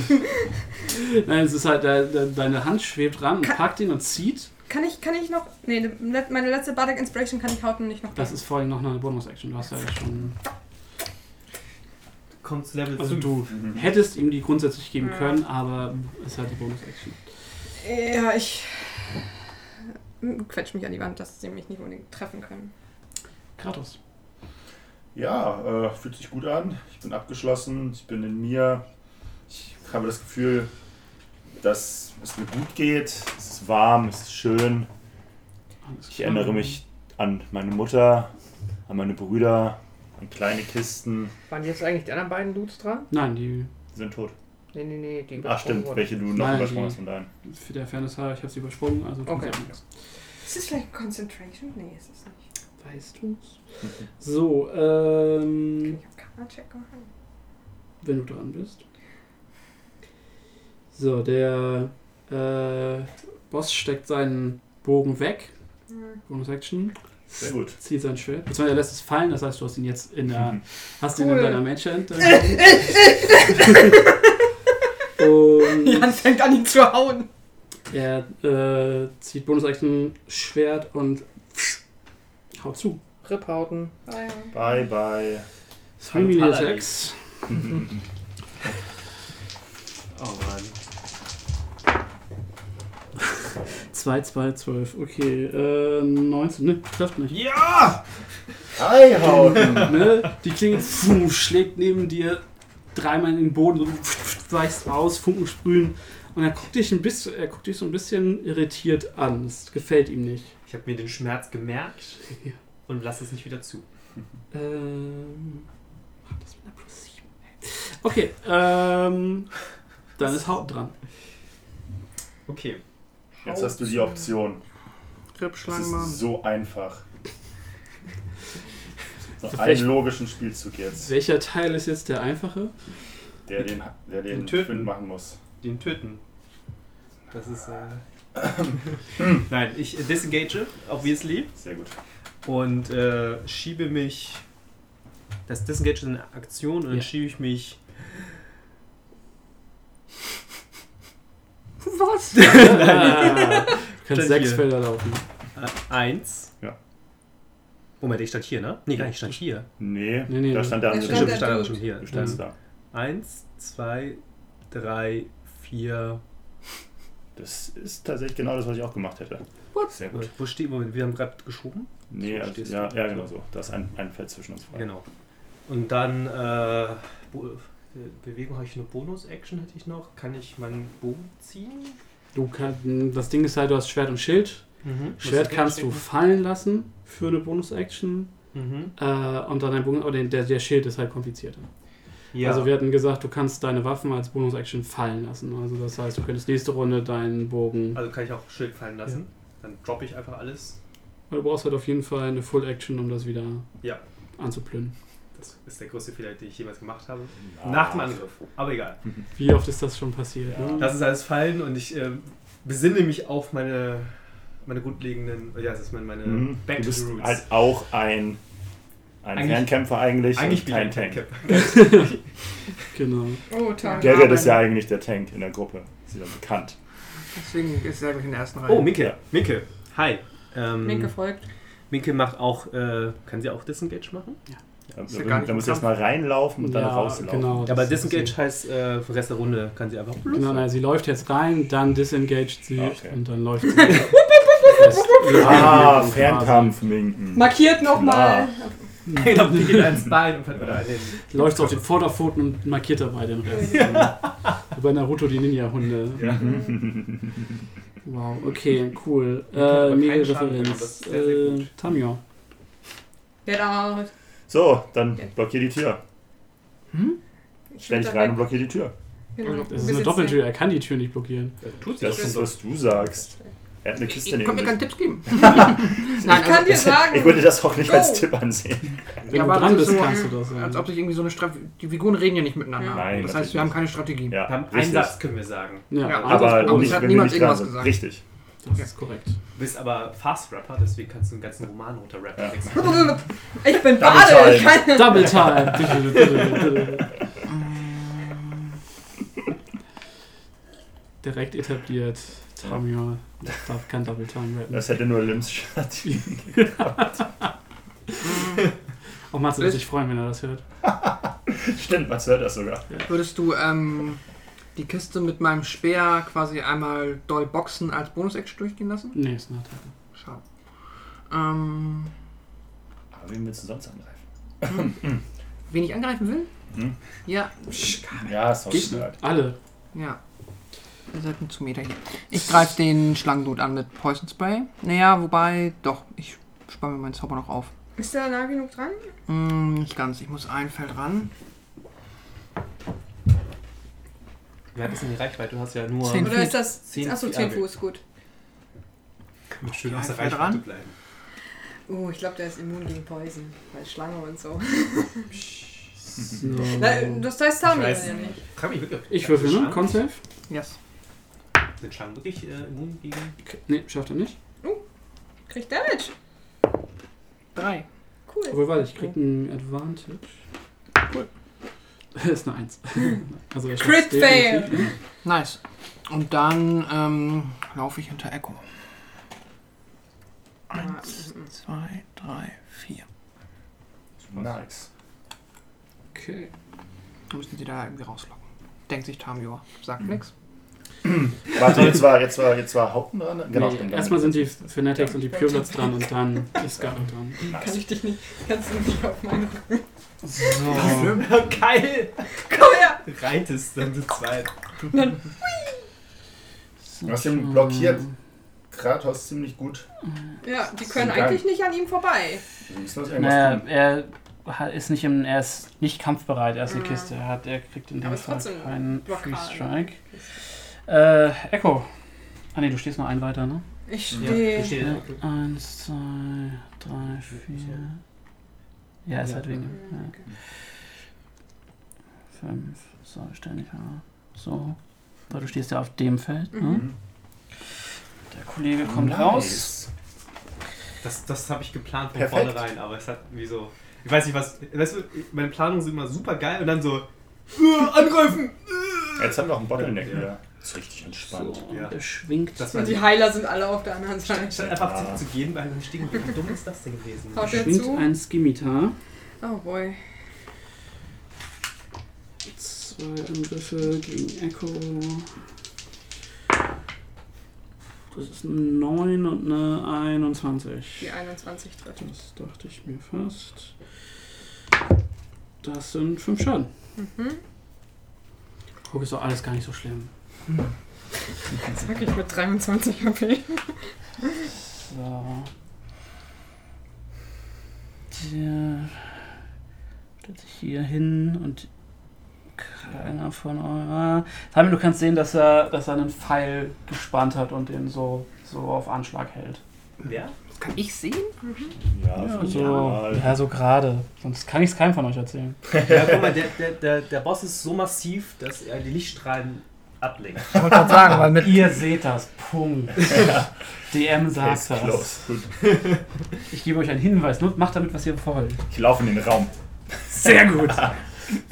S3: Nein, es ist halt, de, de, deine Hand schwebt ran und
S9: Ka-
S3: packt ihn und zieht.
S9: Kann ich, kann ich noch. Nee, le- meine letzte Bardic Inspiration kann ich Hauten nicht noch.
S3: Das ist vorhin noch eine Bonus-Action. Du hast ja schon.
S5: Kommt zu Level
S3: Also
S5: 5.
S3: du
S7: Mhm.
S3: hättest ihm die grundsätzlich geben können, aber es ist halt die Bonus-Action.
S9: Ja, ich. Quetsch mich an die Wand, dass sie mich nicht unbedingt treffen können.
S3: Kratos.
S7: Ja, äh, fühlt sich gut an. Ich bin abgeschlossen, ich bin in mir. Ich habe das Gefühl, dass es mir gut geht. Es ist warm, es ist schön.
S3: Alles
S7: Ich
S3: klar.
S7: erinnere mich an meine Mutter, an meine Brüder, an kleine Kisten.
S6: Waren jetzt eigentlich die anderen beiden Dudes dran?
S3: Nein, die,
S7: Die sind tot.
S6: Nee, nee, nee, die
S7: Ach Ah, stimmt,
S6: wurden.
S7: welche du noch
S3: Nein,
S7: übersprungen
S3: die-
S7: hast von deinen.
S3: für der Fairness halber, ich habe sie übersprungen. Also tut
S6: Okay.
S3: mir nichts.
S9: Ist es vielleicht Concentration? Nee, ist es nicht.
S3: Weißt du's? So, ähm,
S9: Ich hab Karma-Check gemacht.
S3: wenn du dran bist. So, der äh, Boss steckt seinen Bogen weg.
S9: Mhm.
S3: Bonus-Action.
S7: Sehr gut.
S3: Zieht sein Schwert. Beziehungsweise er lässt es fallen, das heißt, du hast ihn jetzt in der. Hast ihn in
S9: Cool.
S3: deiner äh. Mage-Hand. Und
S9: Jan fängt an, ihn zu hauen.
S3: er äh, zieht Bonus-Action, Schwert und haut zu.
S6: Riphauten.
S9: Ah,
S7: Bye, bye.
S3: Three
S5: Paladin.
S3: Attacks.
S5: Oh Mann.
S3: 2, 2, 12. Okay, äh, 19. Ne, trifft nicht.
S5: Ja!
S7: Hi, Hauten.
S3: Ne? Die Klinge pfuh, schlägt neben dir dreimal in den Boden, so weichst aus, Funken sprühen. Und er guckt dich ein bisschen, er guckt dich so ein bisschen irritiert an. Das gefällt ihm nicht.
S5: Ich habe mir den Schmerz gemerkt
S3: Ja.
S5: und lasse es nicht wieder zu.
S3: Ähm. Mach das mit einer plus 7. Okay, ähm. Dann ist Haut dran.
S5: Okay.
S7: Jetzt hast du die Option. Das
S6: Rippschlangenmann.
S7: ist so einfach. So
S3: Vielleicht-
S7: einen logischen Spielzug jetzt,
S3: Welcher Teil ist jetzt der einfache?
S7: der den, der den,
S5: Den töten.
S7: Wind machen muss.
S5: Den töten. Das ist. Äh Nein, ich äh, disengage, obviously,
S7: Sehr gut.
S5: und äh, schiebe mich. Das Disengage ist eine Aktion und dann
S3: Ja.
S5: schiebe ich mich.
S6: Was?
S3: Ah, du kannst
S5: Stand
S3: sechs
S5: hier.
S3: Felder laufen.
S5: Äh, eins.
S7: Ja.
S5: Moment, ich stand hier, ne? Nee, gar nicht, ich stand hier.
S7: Nee,
S3: Nee, nee,
S7: da
S3: nee.
S7: stand der
S9: Er
S7: andere.
S9: stand der
S5: Stimmt, ich stand aber
S9: Dude.
S5: schon hier.
S7: Du standst da.
S5: Eins, zwei, drei, vier.
S7: Das ist tatsächlich genau das, was ich auch gemacht hätte.
S6: What?
S7: Sehr gut.
S5: Moment, Wo steht Moment? Wir haben gerade geschoben.
S7: Nee,
S5: So
S7: also,
S5: stehst
S7: ja,
S5: du.
S7: ja, genau so. Da ist ein, ein Feld zwischen uns frei.
S5: Genau. Und dann äh, Bo- äh, Bewegung habe ich eine Bonus-Action hätte ich noch. Kann ich meinen Bogen ziehen?
S3: Du kannst, das Ding ist halt, du hast Schwert und Schild.
S5: Mhm.
S3: Schwert kannst du fallen lassen für eine Bonus-Action.
S5: Mhm.
S3: Äh, und dann ein Bonus, aber der, der Schild ist halt komplizierter.
S5: Ja.
S3: Also wir hatten gesagt, du kannst deine Waffen als Bonus-Action fallen lassen. Also das heißt, du könntest nächste Runde deinen Bogen.
S5: also kann ich auch Schild fallen lassen. Dann droppe ich einfach alles.
S3: Aber du brauchst halt auf jeden Fall eine Full-Action, um das wieder
S5: Ja.
S3: anzuplündern.
S5: Das ist der größte Fehler, den ich jemals gemacht habe.
S7: Genau.
S5: Nach dem Angriff. Aber egal.
S10: Wie oft ist das schon passiert? Ne?
S5: Lass es alles fallen und ich äh, besinne mich auf meine, meine grundlegenden, ja, das ist meine, meine
S7: Mhm.
S5: Back
S7: Du
S5: to the
S7: bist
S5: Roots.
S7: halt auch ein, ein
S5: Eigentlich-
S7: Fernkämpfer eigentlich,
S5: Eigentlich
S7: und
S5: bin ich
S7: kein
S5: ein
S7: Tank.
S5: Tank.
S10: Genau.
S4: Oh, Tag.
S7: Gerrit ist ja eigentlich der Tank in der Gruppe. Ist ja bekannt.
S6: Deswegen ist er gleich in der ersten Reihe.
S5: Oh, Minke. Minke. Hi. Ähm,
S9: Minke folgt.
S5: Minke macht auch, äh, kann sie auch Disengage machen?
S7: Da,
S6: ja gar nicht
S7: da
S6: im
S7: muss erst
S6: Kampf.
S7: mal reinlaufen und dann rauslaufen.
S10: Genau,
S5: Ja, aber
S10: das ist
S5: Disengage heißt, äh, für den Rest der Runde kann sie einfach.
S10: sie. Genau, nein, sie läuft jetzt rein, dann disengaged sie
S7: Okay.
S10: und dann läuft sie. fest.
S7: Ah, Fernkampf minken.
S9: Markiert nochmal.
S5: Ich glaube, die geht ans Bein und fällt wieder ein.
S10: Läuft auf den Vorderpfoten und markiert dabei den Rest. Wie bei Naruto die Ninja-Hunde. Wow, okay, cool. Äh,
S5: aber
S10: mega
S5: keinen Schaden genommen, das
S10: Referenz.
S5: ist sehr, sehr
S10: Äh,
S5: gut.
S10: Tamio.
S9: Get out.
S7: So, dann blockier die Tür.
S9: Ich
S7: Stell dich rein und blockier die Tür.
S9: Genau.
S10: Das ist eine Doppeltür, er kann die Tür nicht blockieren.
S5: Tut sie
S7: Das ist, was du sagst. Er hat eine
S6: Ich,
S7: Kiste
S6: ich konnte mir keinen
S7: neben
S6: Tipps geben.
S7: sich.
S6: Nein, also,
S9: Ich kann dir
S7: Ich
S9: sagen, Oh.
S7: würde das auch nicht als
S9: Go.
S7: Tipp ansehen.
S10: Wenn
S6: Ja,
S10: du
S6: aber
S10: dran
S6: das
S10: bist,
S6: ist so,
S10: kannst du das.
S6: als
S10: sagen.
S6: ob sich irgendwie so eine Strategie. Die Figuren reden ja nicht miteinander.
S9: Ja.
S7: Nein,
S6: das heißt,
S7: natürlich
S6: wir haben keine Strategie.
S7: Ja,
S5: Wir haben einen
S7: richtig.
S5: Satz, können wir sagen.
S10: Ja,
S6: Ja,
S10: also,
S6: Ansatz-
S7: Aber
S6: Oh,
S7: nicht,
S6: es hat
S7: wenn wir
S6: niemand
S7: nicht dran
S6: irgendwas
S7: sind.
S6: gesagt.
S7: Richtig.
S10: das ist korrekt.
S5: Du bist aber Fast-Rapper, deswegen kannst du einen ganzen Roman runterrappen.
S9: ich bin
S7: Double
S9: Bade. Ich kann
S7: time.
S10: Double Time! Direkt etabliert. Tamio darf, kann Double Time rappen.
S7: Das hätte nur Lims Schatz.
S10: Auch Matze wird sich freuen, wenn er das hört.
S7: Stimmt, was hört das sogar?
S6: Würdest du ähm, die Kiste mit meinem Speer quasi einmal doll boxen als Bonus-Action durchgehen lassen?
S10: Nee, ist eine Attacke.
S6: Schade. Ähm,
S7: Aber wen willst du sonst angreifen?
S6: wen ich angreifen will?
S7: Hm?
S6: Ja,
S7: Ja, sorry.
S10: Geht nicht. Alle.
S6: ja. Ihr seid ein zu Meter hier. Ich greife den Schlangenblut an mit Poison Spray. Naja, wobei, doch, ich spare mir meinen Zauber noch auf.
S9: Ist der nah genug dran?
S6: Hm, nicht ganz, ich muss ein Feld ran.
S5: Wir hatten es in die Reichweite, du hast ja nur
S6: Zehn.
S9: Oder ist das.
S5: Zehn
S9: Achso,
S5: Feet
S9: 10
S5: Abel.
S9: Fuß, gut.
S5: Mit schön aus der
S6: Reichweite
S5: Reichweite
S6: ran.
S5: bleiben.
S9: Oh, ich glaube, der ist immun gegen Poison. Bei Schlange und so.
S10: So.
S9: Nein, das heißt Tommy
S5: Ich weiß
S9: ja nicht.
S5: Frag mich wirklich.
S10: Ich würfel, ne?
S5: Schlangen-
S10: Consave?
S6: Yes.
S5: Sind Schlangen wirklich äh, immun gegen.
S10: Nee, schafft er nicht.
S9: Kriegt Damage.
S6: Drei.
S9: Cool.
S10: Obwohl, warte, ich krieg einen Advantage. Cool. ist eine Eins. Also, er
S9: Crit
S10: schafft's
S9: fail.
S10: definitiv, ne?
S6: Nice. Und dann ähm, laufe ich hinter Echo.
S9: Oh. Ah, mm,
S6: Eins, zwei, drei, vier.
S7: Nice.
S10: Okay.
S6: Dann müssen sie da irgendwie rauslocken. Denkt sich Tamio. Sagt nix.
S7: Warte, jetzt war, jetzt war, jetzt war Haupten dran? Genau,
S10: nee,
S7: stimmt.
S10: erstmal sind die Fanatics und die Purelets dran und dann ist Garrett dran.
S9: Kann ich dich nicht. Kannst du nicht auf meinen Rücken.
S10: So.
S5: Geil!
S9: Komm her!
S5: Reitest dann zu zweit.
S7: Du hast ihn blockiert. Kratos ziemlich gut.
S9: Ja, die können
S7: Egal.
S9: eigentlich nicht an ihm vorbei.
S7: Wir müssen uns irgendwas
S10: Naja,
S7: tun.
S10: er ha- ist nicht im, er ist nicht kampfbereit, er ist eine
S9: Mhm.
S10: Kiste. Er, hat, er kriegt in
S9: Aber
S10: dem
S9: ist
S10: Fall
S9: trotzdem
S10: keinen Free
S9: Blockade.
S10: Strike. Äh, Echo. Ah ne, du stehst noch einen weiter, ne?
S9: Ich
S5: Ja,
S9: stehe.
S5: hier steht
S10: Ja. Eins, zwei, drei, vier. Ja, ist
S5: Ja.
S10: halt wegen. dem-
S9: Mhm.
S10: Ja. Fünf. So, ständig. Ja. So. Weil du stehst ja auf dem Feld, ne?
S9: Mhm.
S10: Der Kollege kommt raus.
S5: Das, das habe ich geplant von
S7: Perfekt.
S5: vornherein, aber es hat wie so. Ich weiß nicht was. Weißt du, meine Planungen sind immer super geil und dann so. äh,
S7: Jetzt haben wir auch einen Bottleneck ne?
S5: Ja.
S7: wieder. Das ist richtig entspannt.
S10: So,
S5: Ja.
S10: Der schwingt.
S5: Das war
S9: Und
S5: die
S9: die Heiler sind alle auf der anderen Seite.
S5: Statt einfach zu- zu gehen bei einem Stiegen. Wie dumm ist das denn gewesen?
S9: Haut er
S10: schwingt
S9: zu?
S10: ein Skimitar.
S9: Oh boy.
S10: Zwei Angriffe gegen Echo. Das ist eine 9 und eine 21.
S9: Die 21 trifft.
S10: Das dachte ich mir fast. Das sind 5 Schaden.
S9: Mhm.
S10: Guck, ist doch alles gar nicht so schlimm.
S9: Jetzt sag ich mit 23 HP.
S10: So. Der stellt sich hier hin und keiner von eurer. Sammy, du kannst sehen, dass er, dass er einen Pfeil gespannt hat und den so, so auf Anschlag hält.
S5: Wer?
S6: Kann ich sehen?
S7: Ja,
S3: Ja,
S7: verdammt
S3: so,
S7: mal.
S3: ja, so gerade. Sonst kann ich es keinem von euch erzählen.
S5: Ja, guck mal, der, der, der, der Boss ist so massiv, dass er die Lichtstrahlen ablenkt.
S6: Ich wollte gerade sagen, weil mit
S3: Ihr seht das, Punkt. DM sagt
S7: Case
S3: das.
S7: closed. Gut.
S3: Ich gebe euch einen Hinweis. Nur macht damit, was ihr wollt.
S7: Ich laufe in den Raum.
S3: Sehr gut.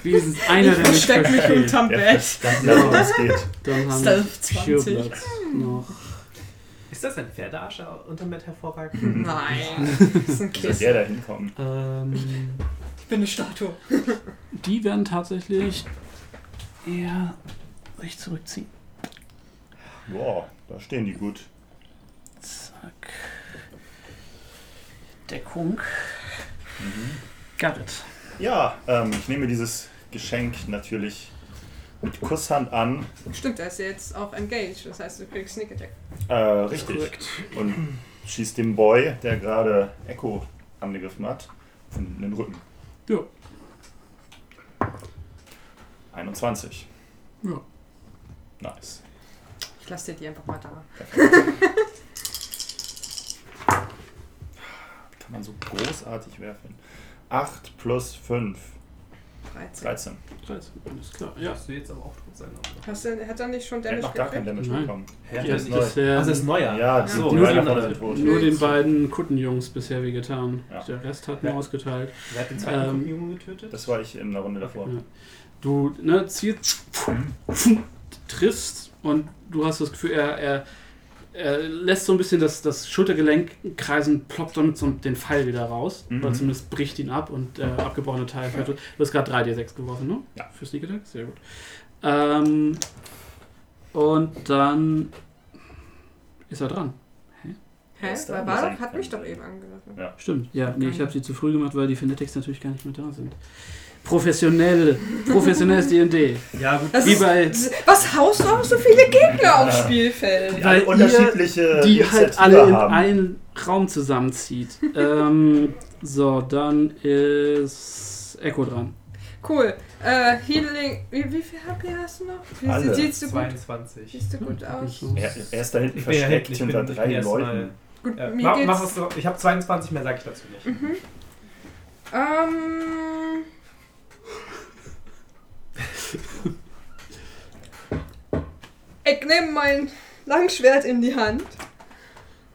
S3: Wenigstens einer, der mich
S9: Steck mich
S3: versteht.
S9: unterm
S7: Ja,
S9: Bett.
S7: Ganz genau, wie es geht.
S3: Dann haben wir
S9: Stealth 20.
S3: Pureblood noch.
S5: Ist das ein Pferdearsch der unterm Bett hervorragt?
S9: Nein. Das ist ein
S7: Wie soll
S9: Kiss.
S7: der da hinkommen?
S3: Ähm,
S9: Ich bin eine Statue.
S3: die werden tatsächlich eher sich zurückziehen.
S7: Boah, da stehen die gut.
S3: Zack. Deckung. Garrett.
S7: Ja, ähm, ich nehme dieses Geschenk natürlich mit Kusshand an.
S9: Stimmt, er ist jetzt auch engaged. Das heißt, du kriegst Sneak Attack.
S7: Äh, richtig. Und schießt dem Boy, der gerade Echo angegriffen hat, in den Rücken.
S3: Ja.
S7: 21.
S3: Ja.
S7: Nice.
S9: Ich lasse dir die einfach mal da.
S7: Kann man so großartig werfen. 8 plus 5.
S9: 13.
S7: 13.
S3: 13, alles klar. Ja.
S5: Müsste jetzt aber auch tot sein. Oder?
S9: Hast du, hat er nicht schon
S7: Der hat
S9: Damage
S7: noch gar kein
S9: gekriegt?
S7: Damage
S3: Nein.
S7: bekommen.
S5: Hä?
S3: Ja, äh,
S5: das ist neu.
S3: bisher-
S5: Ah, das ist neuer.
S7: Ja, die
S9: Ja.
S7: sind
S5: Nur
S7: leider
S5: die-
S7: von der tot.
S3: Nur den beiden Kuttenjungs bisher wehgetan.
S7: Ja.
S3: Der Rest hat nur
S5: Ja.
S3: ausgeteilt.
S5: Wer hat den zweiten
S3: Ähm,
S5: Kuchenjungen getötet?
S7: Das war ich in der Runde davor.
S3: Ja. Du ne, ziehst, triffst und du hast das Gefühl, er, er, er lässt so ein bisschen das, das Schultergelenk kreisen, ploppt damit so den Pfeil wieder raus.
S7: Mhm.
S3: Oder zumindest bricht ihn ab und der abgebrochene Teil fällt. Du hast gerade 3D6 geworfen, ne?
S7: Ja.
S3: Für Sneak Attack, sehr gut. Ähm, und dann ist er dran.
S9: Hä?
S7: Ist da
S9: Weil
S7: ein Design-
S9: Bardock hat mich doch eben angegriffen.
S3: Stimmt, ja. Nee, ich
S9: Geil.
S3: habe sie zu früh gemacht, weil die Fanatics natürlich gar nicht mehr da sind. Professionell. Professionelles D&D.
S5: Ja, gut.
S9: Das
S3: Wie
S9: ist,
S3: bei...
S9: was haust du auch so viele Gegner aufs Spielfeld?
S7: Die
S3: Weil
S7: alle
S3: ihr
S7: unterschiedliche
S3: die halt
S7: Initiative
S3: alle in
S7: haben.
S3: einen Raum zusammenzieht. ähm, so, dann ist Echo dran.
S9: Cool. Äh, Healing. Wie, wie viel HP hast du noch? Wie
S7: Alle.
S9: siehst du gut,
S5: 22.
S9: siehst du gut aus?
S3: Also,
S7: Er, er ist da hinten
S5: Ich bin ja
S7: versteckt
S5: hinten, ich
S7: hinter
S5: bin- ich bin
S7: drei
S5: erst mal-
S7: Leuten.
S9: Gut,
S5: Ja,
S9: mir
S5: mach,
S9: geht's.
S5: mach es doch. Ich habe 22, mehr sag ich dazu nicht.
S9: Ähm. Ich nehme mein Langschwert in die Hand.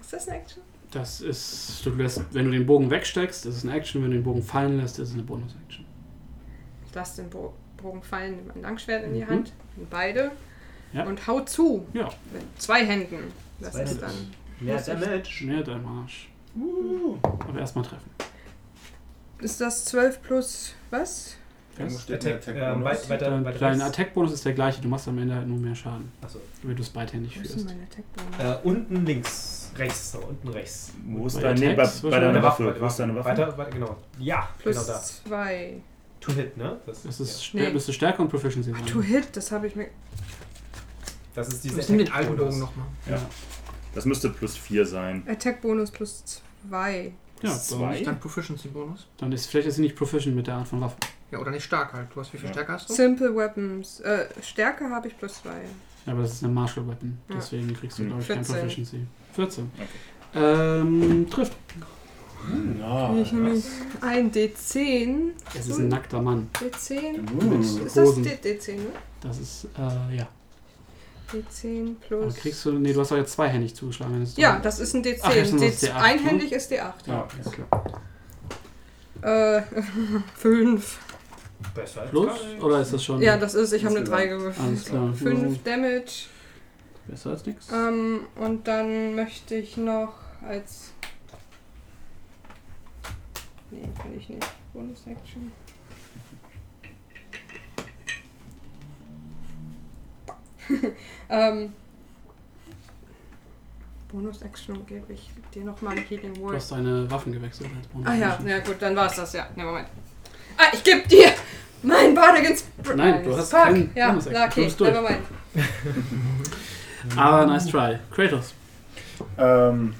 S9: Ist das eine Action?
S3: Das ist, du lässt, wenn du den Bogen wegsteckst, ist es eine Action. Wenn du den Bogen fallen lässt, ist es eine Bonus-Action.
S9: Ich lasse den Bo Bogen fallen, nehme mein Langschwert in die
S3: Mhm.
S9: Hand, in beide.
S3: Ja.
S9: Und hau zu.
S3: Ja.
S9: Mit zwei Händen. Das
S5: Zwei
S9: ist
S5: Hände.
S9: dann.
S5: Mehr Damage.
S3: Schnell dein Arsch. Aber erstmal treffen.
S9: Ist das 12 plus was?
S3: Was?
S5: Attack, ähm, weit, weiter,
S3: Dein
S5: weiter
S3: kleiner
S5: rechts.
S3: Attack-Bonus ist der gleiche. Du machst am Ende halt nur mehr Schaden,
S5: Ach so.
S3: wenn du es beidhändig
S9: Wo ist denn
S3: führst.
S9: mein Attack-Bonus?
S5: Äh, unten links. Rechts, da unten rechts.
S7: Wo ist
S3: Bei
S7: dein nee, bei,
S3: Attacks
S7: bei deiner
S3: wahrscheinlich.
S7: Waffe? Wo ist deine Waffe?
S5: Weiter, weiter, genau. Ja, genau da.
S9: Plus 2.
S5: To hit, ne? Das,
S3: Das
S5: ja.
S3: ist,
S9: Nee.
S3: stär- müsste Stärke und Proficiency sein.
S5: Mhm.
S9: To hit, das habe ich mir.
S5: das ist diese
S6: Ich nehme den
S5: Attack-Bonus.
S6: Alkohol nochmal.
S7: Das müsste plus 4 sein.
S9: Attack-Bonus plus 2.
S3: Ja,
S7: Zwei?
S3: dann,
S6: Dann Proficiency-Bonus.
S3: dann ist vielleicht ist sie nicht proficient mit der Art von Waffe.
S6: Ja, oder nicht stark halt. Du hast wie viel
S7: Ja.
S6: Stärke hast du?
S9: Simple Weapons. Äh, Stärke habe ich plus 2.
S3: Ja, aber das ist eine Martial Weapon.
S9: Ja.
S3: Deswegen kriegst du,
S7: Hm.
S3: glaube ich, kein
S9: 14.
S3: Proficiency. 14.
S7: Okay.
S3: Ähm, trifft. Ah,
S7: Ja,
S9: ich nämlich Mhm. ein D10.
S3: Es ist ein nackter Mann.
S9: D10.
S7: uh,
S9: Ist das
S3: Hosen.
S9: D D10, ne?
S3: Das ist, äh, ja.
S9: D10
S3: Aber
S9: plus.
S3: kriegst du, nee, du hast doch jetzt zweihändig zugeschlagen. wenn es
S9: ja,
S3: doch-
S9: das ist ein D10.
S3: Ach, jetzt sind das
S9: D10.
S3: D8, ne?
S9: Einhändig ist D8.
S3: ja, ist klar.
S9: Äh, 5.
S5: Besser als
S3: Plus?
S5: gar nichts.
S3: Oder ist Mhm. das schon?
S9: Ja, das ist, ich habe eine
S7: Insgesamt.
S9: 3 gewürfelt.
S3: Alles klar.
S9: 5 Damage.
S3: Besser als nix.
S9: Ähm, und dann möchte ich noch als. Nee, kann ich nicht. Bonus-Action. ähm. Bonus-Action gebe ich dir nochmal ein Healing
S3: du
S9: Word.
S3: hast deine Waffen gewechselt. als Bonus.
S9: Ah ja, ja gut, dann war es das, ja. Ne, Moment. Ah, ich gebe dir mein Bardigan Spr-
S3: Nein, du hast
S9: Fuck.
S3: keinen
S9: Ja,
S3: Bonus-Action.
S9: na,
S3: Du
S9: okay,
S3: bist durch.
S9: never mind. Mhm.
S3: Aber Ah, nice try. Kratos.
S7: ähm,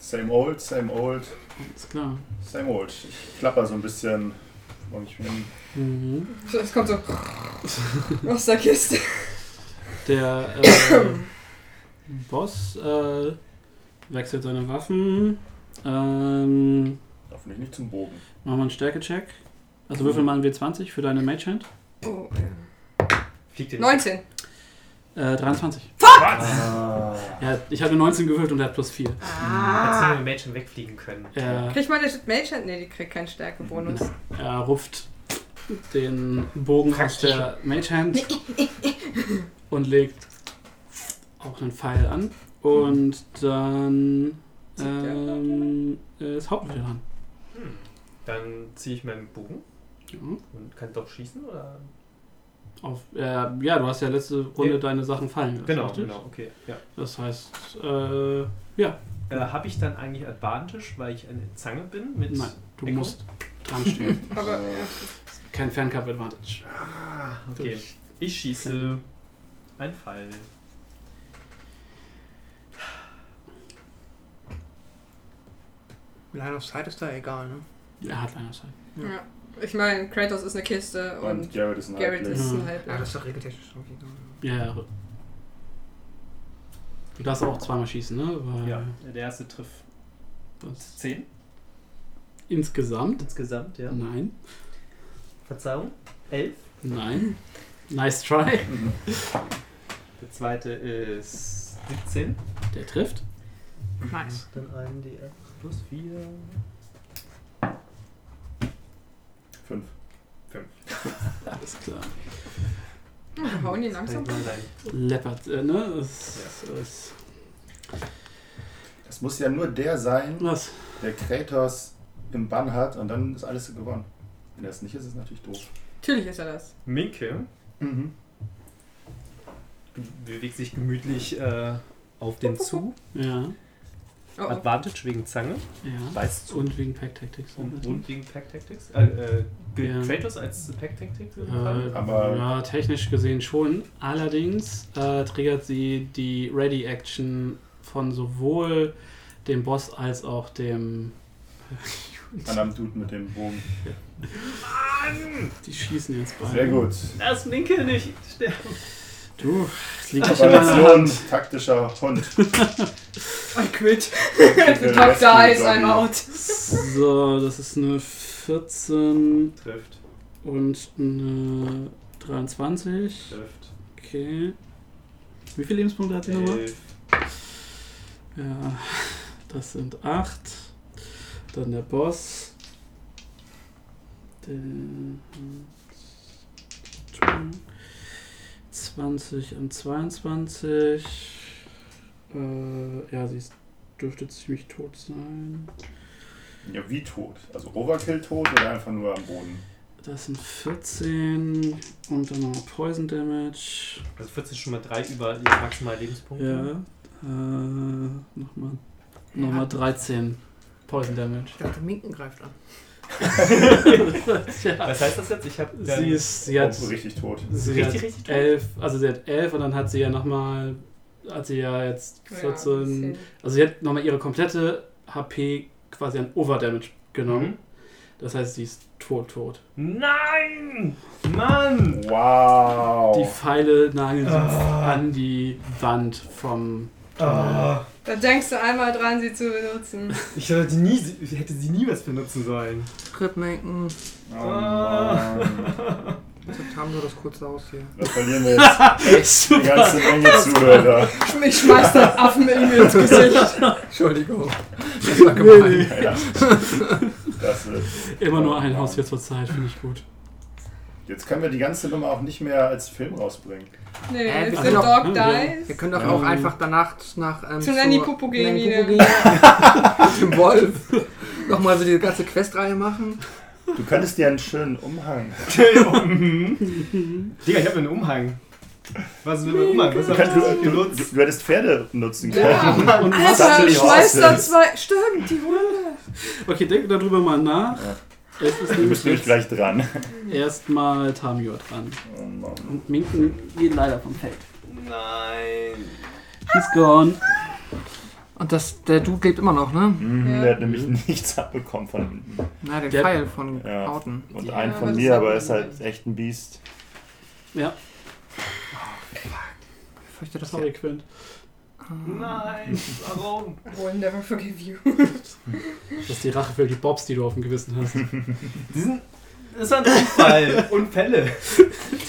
S7: same old, same old,
S3: Ist klar.
S7: same old. Ich klapper so ein bisschen. Und ich bin
S3: Mhm.
S9: So, Es kommt so aus der Kiste.
S3: Der äh, Boss äh, wechselt seine Waffen. Ähm,
S7: Hoffentlich nicht zum Bogen.
S3: machen wir einen Stärke-Check. Also würfel mal einen W20 für deine Mage-Hand.
S9: Oh,
S5: Fliegt
S9: ja.
S5: ihr
S9: 19.
S3: Äh, 23.
S7: Ah.
S3: Ja, ich hatte 19 gewürfelt und er hat plus 4.
S5: Als
S9: Ah.
S5: hätten wir Mädchen wegfliegen können.
S3: Er,
S9: Kriegt meine Mage Hand? Nee, die kriegt keinen Stärkebonus.
S3: er rupft den Bogen aus der Mage-Hand und legt auch einen Pfeil an. Und
S9: Mhm.
S3: dann ähm, ist Haupt wieder dran.
S5: Hm. Dann ziehe ich meinen Bogen
S3: Ja.
S5: und kann doch schießen oder?
S3: Auf, äh, ja, du hast ja letzte Runde
S5: Ja.
S3: deine Sachen fallen lassen.
S5: Genau,
S3: richtig?
S5: genau, okay. Ja.
S3: Das heißt, äh, ja,
S5: Äh, Habe ich dann eigentlich Advantage, weil ich eine Zange bin mit.
S3: Nein. du
S5: Echo?
S3: musst dran stehen.
S9: Aber ja.
S3: Kein Fernkampf Advantage.
S5: Ah, okay. Ich schieße. Ein Pfeil.
S6: Line of Sight ist da egal, ne?
S3: Er hat einer Zeit.
S9: Ja. Ich meine, Kratos ist eine Kiste
S7: Und
S9: und
S7: Garrett ist ein
S9: Garrett
S7: Halbling.
S9: ist ein
S3: Ja.
S6: Ja,
S9: Halbling.
S6: das ist doch regeltechnisch auch egal.
S3: Ja, ja. Du darfst auch zweimal schießen, ne? Weil
S5: Ja, der erste trifft
S3: das-
S5: 10
S3: Insgesamt?
S5: insgesamt, ja.
S3: Nein.
S5: Verzeihung, 11.
S3: Nein. Nice try.
S5: Der zweite ist 17.
S3: Der trifft.
S6: Nice.
S5: Dann ein DR plus 4.
S7: Fünf.
S3: Alles klar.
S9: Wir Ah, hauen ihn langsam.
S3: Leopard, äh, ne? Das, das,
S7: Das muss ja nur der sein,
S3: was?
S7: der Kratos im Bann hat und dann ist alles gewonnen. Wenn er es nicht ist, ist es natürlich doof.
S9: Natürlich ist er das.
S5: Minke
S7: Mhm.
S5: bewegt sich gemütlich äh, auf
S3: Oh,
S5: den zu.
S3: Ja.
S9: Oh, oh.
S5: Advantage wegen Zange
S3: Ja.
S7: Weißt du?
S3: Und wegen Pack Tactics.
S5: und, und wegen Pack Tactics. Äh, äh, gilt
S3: Ja.
S5: Kratos als Pack Tactics?
S3: Äh,
S7: Aber-
S3: ja, technisch gesehen schon. Allerdings äh, triggert sie die Ready Action von sowohl dem Boss als auch dem.
S7: Anderen Dude mit dem Bogen.
S3: Die schießen jetzt beide.
S7: Sehr gut.
S5: Lass Minke nicht sterben.
S3: Du, es liegt nicht in meiner Hand.
S7: Operation taktischer Hund.
S9: I quit.
S7: The
S9: Top dies, I'm out.
S3: So, das ist eine 14
S5: Trifft,
S3: und eine 23.
S5: trifft.
S3: Okay. Wie viele Lebenspunkte hat sie nochmal?
S5: Elf.
S3: Ja, das sind 8. Dann der Boss. Der 20 und 22. Äh, ja, sie ist, dürfte ziemlich tot sein.
S7: Ja, wie tot? Also Overkill tot oder einfach nur am Boden?
S3: Das sind 14 und dann noch Poison Damage.
S5: Also 14 schon mal 3 über ihre maximalen Lebenspunkte.
S3: Ja. Äh, nochmal. Nochmal 13 Poison Damage.
S6: Ich dachte, Minken greift an.
S3: ja.
S5: Was heißt das jetzt? Ich ähm, habe
S3: Sie ist. Sie hat,
S7: Oh, richtig tot.
S3: sie
S5: richtig,
S3: hat
S5: richtig tot.
S3: 11, also sie hat 11 und dann hat sie ja nochmal. Hat sie ja jetzt
S9: Ja,
S3: 14.
S9: bisschen.
S3: also sie hat nochmal ihre komplette HP quasi an Overdamage genommen.
S5: Mhm.
S3: Das heißt, sie ist tot, tot.
S5: Nein! Mann!
S3: Die
S7: Wow. Oh
S3: Pfeile nageln sie
S5: Ah.
S3: an die Wand vom.
S5: Ah,
S9: Da denkst du einmal dran, sie zu benutzen.
S5: ich hätte, nie, ich hätte sie nie was benutzen sollen. Ah.
S6: Trip Minken.
S7: Oh, Mann.
S6: Jetzt haben wir das kurz aus hier.
S7: da verlieren wir jetzt eine ganze Menge Zuhörer.
S9: Ich schmeiß das Affen in mir ins Gesicht.
S6: Entschuldigung. Das war gemein.
S7: Ja. Das wird
S3: Immer nur ein Haus hier zur Zeit, finde ich gut.
S7: Jetzt können wir die ganze Nummer auch nicht mehr als Film rausbringen.
S9: Nee,
S6: Äh, wir
S9: if the
S6: können doch-
S9: dog
S6: Wir
S9: dies.
S6: können doch
S7: Ähm,
S6: auch einfach danach nach ähm,
S9: Zu Nanny Pupogeni.
S6: Nanny Pupogeni, dem Wolf. Nochmal so die ganze Questreihe machen.
S7: Du könntest dir einen schönen Umhang.
S5: Digga, ich habe einen Umhang. Was ist mit meinem Umhang? Was
S7: Du,
S5: hab ich
S7: könntest,
S5: denn
S7: du, du,
S5: benutzt?
S7: du hättest Pferde nutzen können.
S3: Und was?
S9: Alter,
S7: Suddenly
S9: schmeiß da
S7: horses.
S9: zwei. Stimmt, die Hunde.
S3: Okay, denk darüber mal nach.
S7: Ja.
S3: Es ist
S7: Du bist
S3: nämlich
S7: nämlich
S3: jetzt
S7: gleich dran.
S3: erstmal Tamio dran.
S7: Oh Mann.
S3: Und Minken geht leider vom Feld.
S5: Nein.
S3: He's gone.
S6: Und das, der Dude lebt immer noch, ne?
S7: Mhm,
S9: Ja.
S7: Der hat nämlich nichts abbekommen von hinten.
S6: Na, den
S3: Der-
S6: Pfeil von
S7: Ja.
S6: Hauten.
S7: Und
S9: Ja,
S7: einen
S9: aber
S7: von
S9: das
S7: mir,
S9: hat
S7: aber er
S9: man
S7: ist halt echt ein Biest.
S6: Ich fürchte,
S3: Das
S6: dass
S3: Sorry,
S6: er
S3: Quint.
S6: Ah.
S5: Nein, warum?
S9: We'll Oh, never forgive you.
S3: Das ist die Rache für die Bobs, die du auf dem Gewissen hast.
S5: Die sind, das ist ein Unfall. Unfälle.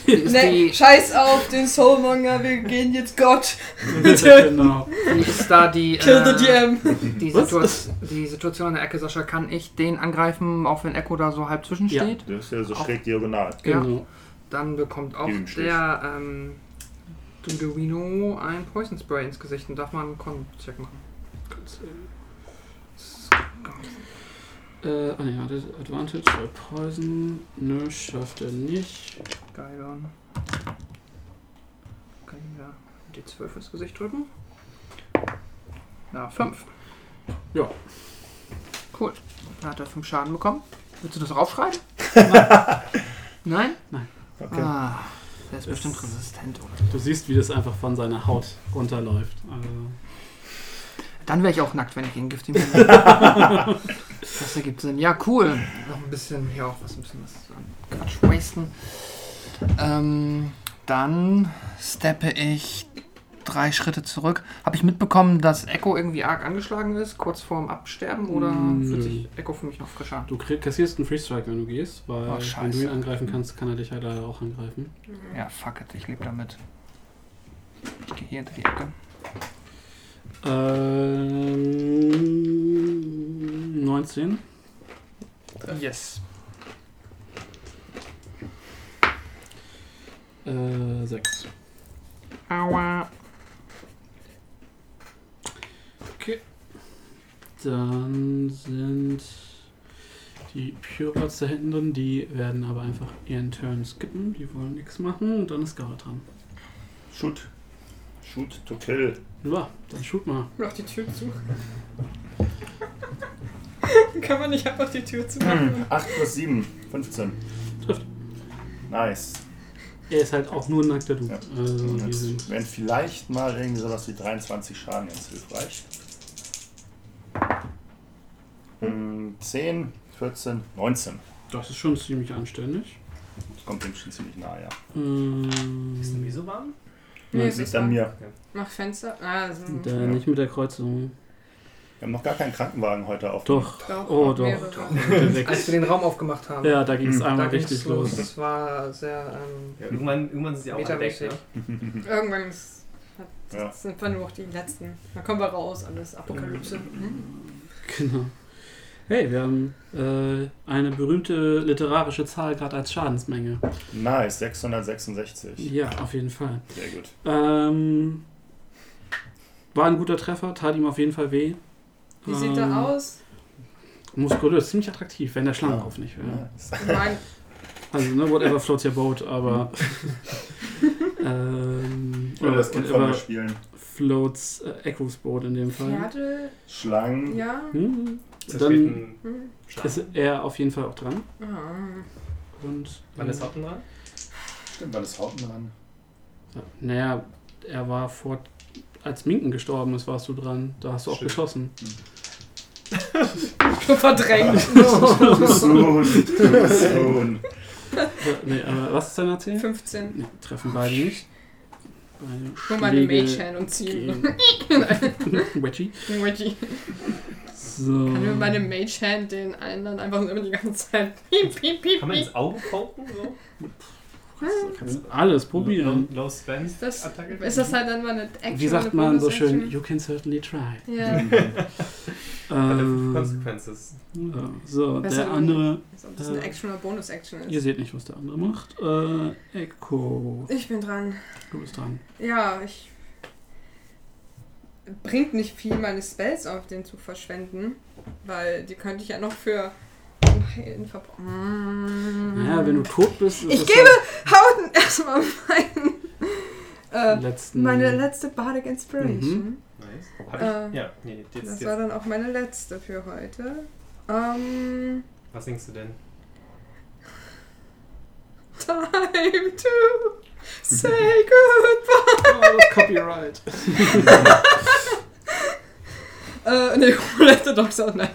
S6: Ist
S9: Ne,
S6: die,
S9: scheiß auf den Soulmonger, wir gehen jetzt Gott.
S3: genau.
S6: wie ist da die,
S9: Kill the
S6: äh,
S9: DM.
S6: die,
S3: Was?
S6: Situation, die Situation an der Ecke, Sascha? Kann ich den angreifen, auch wenn Echo da so halb
S3: Ja.
S6: zwischensteht?
S11: Das ist ja so schräg diagonal.
S6: Ja.
S3: Genau.
S6: Dann bekommt auch
S11: Gib ihm Stich.
S6: der ähm, Dunguino ein Poison Spray ins Gesicht und darf man einen Con-Check machen.
S3: Äh, ah ja, das Advantage bei Poison. Nö, schafft er nicht.
S6: Geilern. Kann ich mir die 12 ins Gesicht drücken? Na, 5.
S3: Ja.
S6: Cool. Dann hat er 5 Schaden bekommen. Willst du das raufschreiben? Nein?
S3: Nein.
S7: Genau.
S11: Okay.
S6: Ah, der ist bestimmt
S3: Das-
S6: resistent. Oder?
S3: Du siehst, wie das einfach von seiner Haut runterläuft. Also,
S6: Dann wäre ich auch nackt, wenn ich ihn giftig wäre. das ergibt Sinn. Ja, cool. Noch ein bisschen, ja, auch was ein bisschen was an Quatsch wasten. Ähm, dann steppe ich drei Schritte zurück. Habe ich mitbekommen, dass Echo irgendwie arg angeschlagen ist, kurz vorm Absterben? Oder
S3: Nö.
S6: fühlt sich Echo für mich noch frisch an?
S3: du krieg, kassierst einen Free Strike, wenn du gehst, weil
S6: Oh,
S3: wenn du
S6: scheiße.
S3: ihn angreifen kannst, kann er dich halt leider auch angreifen.
S6: Ja, fuck it, ich lebe damit. Ich gehe hier hinter die Ecke.
S3: Ähm, 19.
S6: Yes.
S3: Äh, 6.
S6: Aua.
S3: Dann sind die Purepots da hinten drin, die werden aber einfach ihren Turn skippen, die wollen nichts machen und dann ist Gara dran.
S11: Shoot. Shoot to kill.
S3: Ja, dann shoot mal.
S9: Mach die Tür zu. Kann man nicht einfach die Tür zu
S11: 8 plus 7, 15.
S3: Trifft.
S11: Nice.
S3: Er ist halt auch nur ein nackter Dude.
S11: Ja.
S3: Also, die sind,
S11: Wenn vielleicht mal irgendwie sowas wie 23 Schaden ganz hilfreich. Hm, 10, 14, 19.
S3: das ist schon ziemlich anständig.
S11: Kommt dem schon ziemlich nahe, ja.
S3: Ähm,
S5: Ist nämlich so warm?
S9: Nee,
S11: Das
S9: es
S11: liegt
S9: ist
S11: an
S9: warm.
S11: mir.
S9: Mach Fenster. Ah, so.
S3: da nicht mit der Kreuzung.
S11: Wir haben noch gar keinen Krankenwagen heute auf.
S3: Doch.
S9: Doch,
S3: Oh, doch.
S9: mehrere.
S6: Als wir den Raum aufgemacht haben,
S3: Ja, da ging es
S11: Mhm.
S6: da
S3: einmal
S6: ging
S3: richtig
S6: es los.
S3: los.
S6: Es war sehr ähm,
S5: Ja, irgendwann, irgendwann sind sie auch alle weg.
S6: metermäßig.
S5: Ne?
S9: Irgendwann ist, hat,
S11: Ja.
S9: sind wir nur noch die letzten. Dann kommen wir raus, alles Apokalypse. Mhm.
S3: Genau. Hey, wir haben äh, eine berühmte literarische Zahl gerade als Schadensmenge.
S11: Nice, 666.
S3: Ja, auf jeden Fall.
S11: Sehr gut.
S3: Ähm, war ein guter Treffer, tat ihm auf jeden Fall weh.
S9: Wie sieht
S3: Ähm,
S9: er aus?
S3: Muskulös, ziemlich attraktiv, wenn der
S11: Ja.
S3: Schlangenlauf nicht wäre.
S11: Nice.
S9: Ich meine,
S3: Also, ne, whatever floats your boat, aber. ähm,
S11: Oder
S3: oder
S11: das Kind von mir
S3: whatever
S11: spielen.
S3: floats äh, Echo's boat in dem Fall.
S9: Pferde,
S7: Mhm.
S11: Schlangen.
S9: ja.
S3: Hm,
S5: Das
S3: Dann-
S5: wird ein
S9: Hm.
S5: Schlag.
S3: ist er auf jeden Fall auch dran.
S9: Ah.
S3: Und, äh,
S5: Wann ist Hoppen dran?
S11: Stimmt, war das Hauten dran?
S3: Ja, Naja, er war vor. Als Minken gestorben ist, warst du dran. Da hast du auch
S5: Stimmt.
S3: geschossen.
S9: Verdrängt.
S11: Du Sohn, du Sohn.
S3: Ja, nee, aber was ist dein AC?
S9: 15.
S3: Nee, treffen beide nicht. Beide
S9: Nur meine
S3: Schläge
S9: Mage-Hand und ziehen.
S3: gehen- Wedgie.
S9: Wedgie.
S3: So.
S9: Kann
S5: Hm.
S9: mir meine Mage-Hand den anderen einfach immer die ganze Zeit. Piep, piep, piep,
S5: Kann man
S9: piep.
S5: ins Auge poken? So?
S3: Kannst alles probieren.
S5: Low, low Spam
S9: Das,
S5: Attacke?
S9: ist das halt dann mal eine Action?
S3: Wie sagt
S9: eine
S3: man so Hm.
S9: Bonus-Action?
S3: schön? You can certainly try.
S9: Ja.
S5: Hat er fünf
S3: Ähm,
S5: Consequences.
S3: ja, Äh, so,
S9: Besser,
S3: der
S9: wenn-
S3: andere.
S9: Als ob das eine Action oder Bonus-Action
S3: Ihr
S9: ist.
S3: seht nicht, was der andere macht. Äh, Echo.
S9: Ich bin dran.
S3: Du bist dran.
S9: Ja, ich. Bringt nicht viel, meine Spells auf den zu verschwenden, weil die könnte ich ja noch für Heilen verbrauchen.
S3: Naja, wenn du tot bist, ist
S9: Ich
S3: das
S9: gebe
S3: halt
S9: Hauten erstmal meinen. Äh,
S3: letzten.
S9: meine letzte Bardic
S3: Mhm.
S9: Inspiration.
S5: Nice. Hab ich?
S9: Äh,
S5: ja, nee, jetzt,
S9: Das war
S5: jetzt.
S9: dann auch meine letzte für heute. Ähm.
S5: Was singst du denn?
S9: Time to say goodbye.
S3: Oh, das Copyright.
S9: Äh, nee, letzte Dogs auch nein.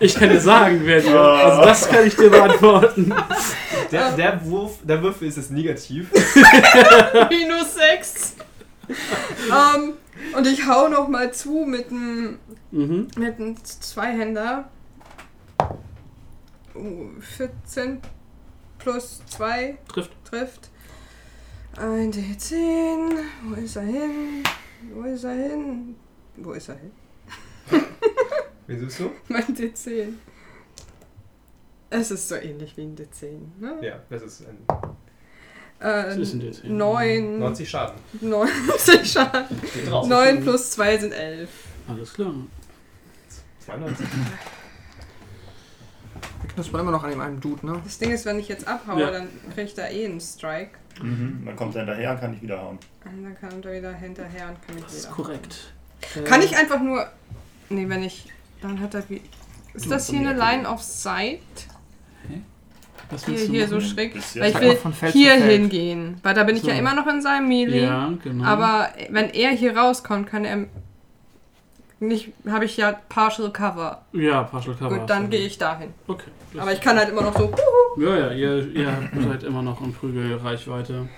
S3: ich kann dir sagen, wer die. Also, das kann ich dir beantworten.
S5: Der, der, Wurf, der Würfel ist es negativ.
S9: Minus 6. ähm, und ich hau noch mal zu mit einem
S3: Mhm.
S9: mit einem Zweihänder. Oh, 14 plus 2
S3: Trifft.
S9: trifft. 1 D10. Wo ist er hin? Wo ist er hin? Wo ist er hin?
S5: Wen suchst du?
S9: Mein D10. Es ist so ähnlich wie ein D10. Ne? Äh,
S5: Ja, das ist ein
S3: Das ist ein D10.
S9: 9,
S5: 90 Schaden.
S9: 90 Schaden.
S5: Steht drauf.
S9: 9 plus 2 sind 11.
S3: Alles klar.
S5: 92.
S6: Wir knuspern immer noch an dem einen Dude, ne?
S9: Das Ding ist, wenn ich jetzt abhaue,
S3: Ja.
S9: dann kriege ich da eh einen Strike.
S7: Mhm. Dann kommt er hinterher und kann dich wiederhauen.
S9: Und dann kann er wieder hinterher und kann mich
S3: Das ist
S9: wieder.
S3: korrekt.
S9: Kann ich einfach nur. Nee, wenn ich. Dann hat er wie. Ist das hier eine Line of Sight?
S3: Was
S9: Hier,
S3: willst du
S9: hier so
S3: machen?
S9: schräg.
S7: Bis
S9: Weil
S7: jetzt.
S9: ich
S6: Sag mal, von
S9: will
S6: Feld
S9: hier
S6: zu Feld.
S9: hingehen. Weil da bin ich
S3: So.
S9: ja immer noch in seinem Melee.
S3: Ja, genau.
S9: Aber wenn er hier rauskommt, kann er. Nicht. Habe ich ja Partial Cover.
S3: ja, Partial Cover.
S9: Gut, dann gehe ich dahin.
S3: Okay.
S9: Aber ich kann halt immer noch so.
S3: Ja, ja, ihr, ihr seid immer noch in Prügelreichweite.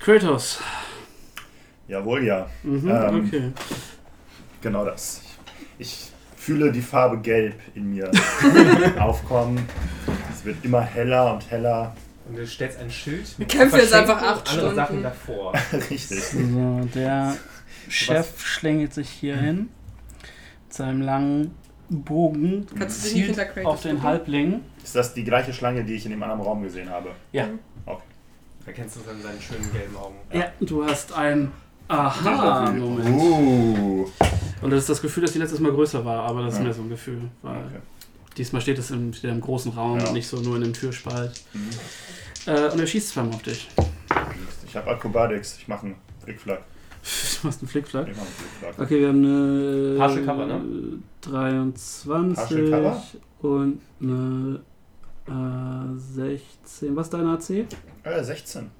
S3: Kratos.
S7: Jawohl, ja.
S3: Mhm,
S7: Ähm.
S3: okay.
S7: Genau das. Ich fühle die Farbe Gelb in mir aufkommen. Es wird immer heller und heller.
S5: Und du stellst ein Schild mit
S9: kämpfen jetzt
S5: Verschenken
S9: einfach acht
S5: und andere Sachen
S9: Stunden.
S5: davor.
S7: Richtig.
S10: So, der Chef schlängelt sich hier
S3: Mhm.
S10: hin mit seinem langen Bogen.
S9: Kannst du dich nicht
S10: zielt
S9: hinter Kratos
S10: auf den
S9: gucken?
S10: Halbling.
S7: Ist das die gleiche Schlange, die ich in dem anderen Raum gesehen habe?
S5: Da kennst du dann seinen schönen gelben Augen.
S3: Ja. du hast ein Aha-Moment.
S7: Uh.
S3: Und das ist das Gefühl, dass die letztes Mal größer war, aber das ist
S7: Ja.
S3: mehr so ein Gefühl. Weil
S7: Okay.
S3: Diesmal steht es im, steht er im großen Raum
S7: Ja.
S3: und nicht so nur in einem Türspalt.
S7: Mhm.
S3: Äh, und er schießt zweimal auf dich.
S7: Ich habe Akrobatics. Ich mache einen Flickflack.
S3: Du hast einen Flickflack.
S7: Ich mache einen Flickflack.
S3: Okay, wir haben eine
S5: Partial Cover, ne?
S3: 23
S7: Partial Cover?
S3: und eine äh, 16. Was ist deine AC?
S7: Äh, 16.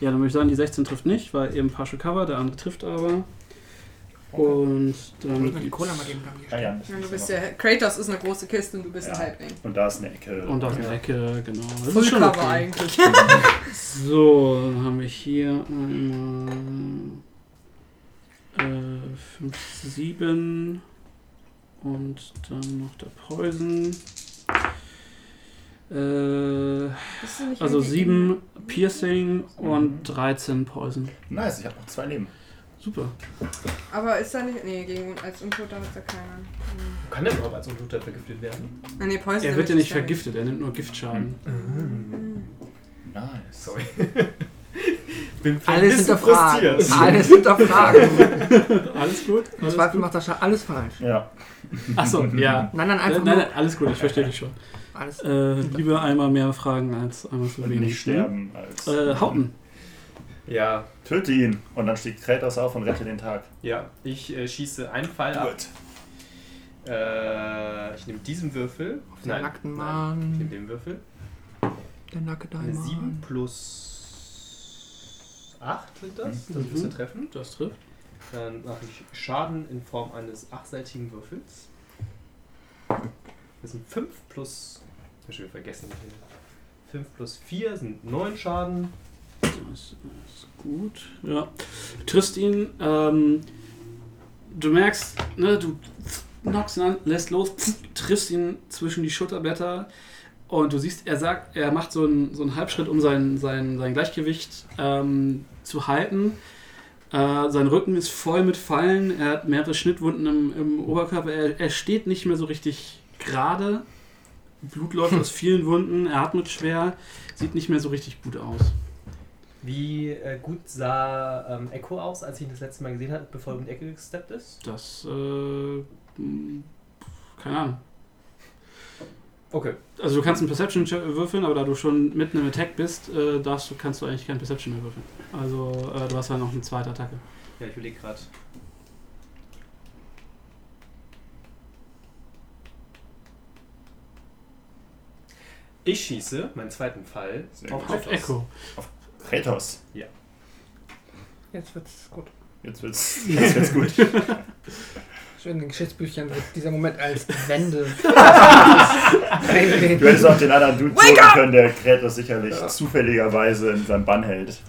S3: Ja, dann würde ich sagen, die 16 trifft nicht, weil eben Partial Cover, der andere trifft aber.
S7: Okay.
S3: Und dann
S6: Wollen wir die
S3: gibt's-
S6: Cola mal geben, Gabi?
S7: Ja, ja. das
S9: Du
S7: ist
S9: bist
S7: ja
S9: ja. Kratos ist eine große Kiste und du bist
S7: Ja.
S9: ein Halbling.
S7: noch- Und da ist eine Ecke.
S3: und aus der Ecke, genau. Das ist
S9: Full
S3: schon
S9: Cover
S3: okay.
S9: eigentlich.
S3: So, dann haben wir hier einmal äh, 5, 7 und dann noch der Poison. Äh,
S9: Bist du nicht
S3: also
S9: irgendwie- Mhm.
S3: 7 Piercing und 13 Poison.
S7: Nice, ich habe noch zwei Leben.
S3: Super.
S9: Aber ist da nicht. Nee, gegen als Untoter hat da keiner. Hm.
S5: Kann der überhaupt als Unbluter vergiftet werden?
S9: Ah, nee, Poison
S3: Er
S9: damit
S3: wird ja
S9: ist
S3: nicht vergiftet, er nimmt nur Giftschaden.
S9: Mhm.
S7: Nice.
S5: Sorry. Bin ein
S6: Alles
S5: bisschen
S6: hinterfragen.
S5: frustriert.
S6: Alles hinterfragen.
S3: Alles gut?
S6: Im
S3: Alles
S6: Zweifel
S3: gut?
S6: macht Sascha alles falsch.
S7: Ja.
S3: Achso, ja.
S6: Nein, nein,
S3: Äh,
S6: einfach
S3: nein, nein, alles gut, ich verstehe dich schon.
S6: nur alles.
S3: Äh, lieber einmal mehr Fragen als einmal zu
S7: Und
S3: wenig.
S7: nicht sterben als.
S3: Äh, Hauten.
S5: Ja,
S7: Töte ihn. Und dann steht Kratos auf und rette den Tag.
S5: ja. Ich äh, schieße einen Pfeil ab.
S7: Gut.
S5: Äh, ich nehme diesen Würfel.
S6: Auf den nackten
S5: Ich nehme
S6: Mann.
S5: den Würfel.
S6: Der nackte
S5: Eine
S6: Mann.
S5: 7 plus 8 sind das. Das
S3: Mhm.
S5: müsste treffen.
S3: Das trifft.
S5: Dann mache ich Schaden in Form eines achtseitigen Würfels. Das sind 5 plus. Ich hab schon wieder vergessen. 5 plus 4 sind 9 Schaden.
S3: Das ist gut. Ja. Du triffst ihn. Ähm, du merkst, ne, du knockst ihn an, lässt los, triffst ihn zwischen die Schulterblätter. Und du siehst, er sagt, er macht so einen, so einen Halbschritt, um sein, sein, sein Gleichgewicht ähm, zu halten. Äh, sein Rücken ist voll mit Fallen. Er hat mehrere Schnittwunden im, im Oberkörper. Er, er steht nicht mehr so richtig gerade. Blut läuft aus vielen Wunden. Er atmet schwer. Sieht nicht mehr so richtig gut aus.
S5: Wie äh, gut sah ähm, Echo aus, als ich ihn das letzte Mal gesehen habe, bevor er um die Ecke gesteppt ist?
S3: Das, äh, mh, keine Ahnung.
S5: Okay.
S3: Also du kannst einen Perception che- würfeln, aber da du schon mitten im Attack bist, äh, darfst du, kannst du eigentlich keinen Perception mehr würfeln. Also äh, du hast ja noch eine zweite Attacke.
S5: Ja, ich überlege gerade. Ich schieße meinen zweiten Fall
S7: Sehr
S5: auf
S7: gut.
S3: Auf
S5: Kratos.
S3: Echo.
S7: Kratos.
S6: Jetzt wird's gut.
S7: Jetzt wird's, jetzt wird's gut.
S6: In den Geschichtsbüchern wird dieser Moment als Wende.
S7: Du hättest auch den anderen Dude holen können, der Kratos sicherlich zufälligerweise in seinem Bann hält.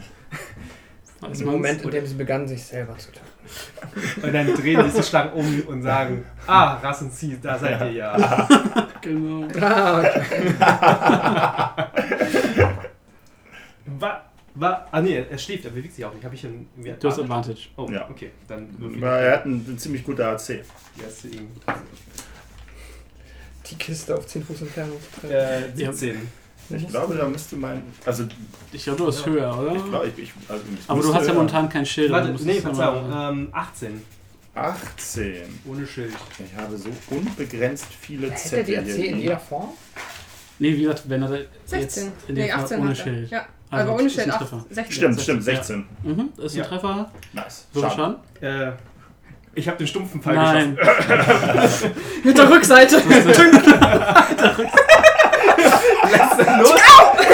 S6: Ein Moment, in dem sie begannen, sich selber zu töten.
S5: Und dann drehen die sich schlank um und sagen, ah, Rassenzieh, da seid ihr ja.
S3: Genau.
S6: Ah, okay.
S5: Wa, wa, ah nee, er schläft, er bewegt sich auch nicht. Habe ich ihn mir
S3: Du hast Advantage.
S5: Oh,
S7: Ja.
S5: okay. Dann
S7: Aber er hat einen ziemlich guten AC.
S5: Die erste ihn.
S6: Die Kiste auf 10 Fuß Entfernung.
S5: Äh, 17.
S7: Ich glaube, da müsste mein. Also, ich
S3: Ich glaube, du bist höher, oder?
S7: glaube, ich. ich also, ich
S3: Aber du
S7: müsste-
S3: hast ja momentan kein Schild.
S5: Warte,
S3: du musst
S5: nee,
S3: es ja mal-
S5: Verzeihung. Ähm, 18.
S7: 18.
S5: Ohne Schild.
S7: Ich habe so unbegrenzt viele
S6: Hätte er die
S7: Zettel
S6: AC
S7: hier.
S6: in jeder Form?
S5: äh.
S3: Nee, wie gesagt, wenn er jetzt
S17: 16.
S3: in dem
S17: nee,
S3: Fall
S17: 18
S3: ohne
S17: hat er.
S3: Schild.
S17: Ja,
S3: Also,
S17: aber ohne
S3: ist ein
S17: Schild. acht-
S3: Treffer.
S17: 16.
S7: Stimmt,
S3: Ja,
S7: stimmt,
S3: 16.
S7: 16.
S3: Mhm, das ist
S5: Ja.
S3: ein Treffer.
S7: Nice.
S3: So
S7: Schade.
S3: schon.
S5: Äh, ich habe den stumpfen Fall
S3: Nein.
S9: Mit der Rückseite.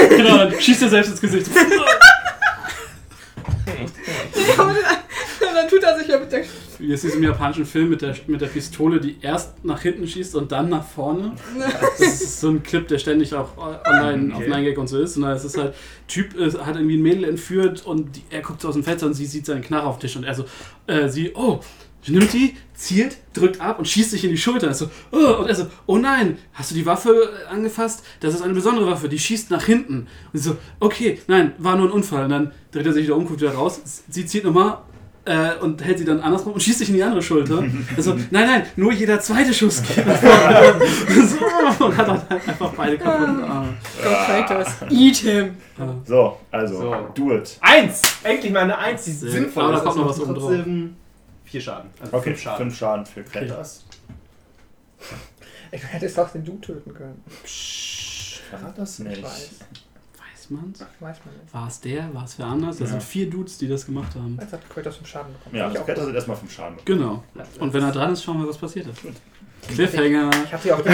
S3: genau, dann schießt dir selbst ins Gesicht.
S17: Ja, aber dann, dann tut er sich ja mit der.
S3: Wie ist diesem japanischen Film mit der, mit der Pistole, die erst nach hinten schießt und dann nach vorne. Das ist so ein Clip, der ständig auch online auf
S5: Okay.
S3: 9gag und so ist. Und da ist es halt, Typ äh, hat irgendwie ein Mädel entführt und die, er guckt so aus dem Fenster und sie sieht seinen Knarre auf dem Tisch und er so, äh, sie, oh, nimmt die, zielt, drückt ab und schießt sich in die Schulter. Und, so, oh, und er so, oh nein, hast du die Waffe äh, angefasst? Das ist eine besondere Waffe, die schießt nach hinten. Und sie so, okay, nein, war nur ein Unfall. Und dann dreht er sich wieder um, guckt wieder raus, sie zieht nochmal äh, und hält sie dann andersrum und schießt sich in die andere Schulter. Also, nein, nein, nur jeder zweite Schuss geht nach vorne. so, und hat dann halt einfach beide kaputt.
S9: Go Kratos. Eat him.
S7: So, also,
S5: So.
S7: do it.
S5: Eins! Endlich mal eine Eins, die
S3: Sehr
S5: sinnvoll
S3: gut. Aber
S5: ist.
S3: da kommt noch
S5: Das
S3: was
S5: macht
S3: oben drauf.
S5: trotzdem Vier Schaden. Also
S7: Okay,
S5: fünf Schaden.
S7: für Kretas.
S6: Ich hätte es auch den Du töten können.
S7: Verrat das
S6: Ich
S7: nicht.
S6: weiß.
S3: Weiß man's?
S6: Weiß man nicht.
S3: War es der? War es wer anders? Das
S7: Ja.
S3: sind vier Dudes, die das gemacht haben.
S6: Jetzt hat Kratos vom Schaden bekommen.
S7: Ja,
S6: ich,
S7: also
S6: auch,
S7: Kretas hat erstmal vom Schaden bekommen.
S3: Genau. Und wenn er dran ist, schauen wir, was passiert ist. Cliffhanger.
S6: ich hab sie auch die,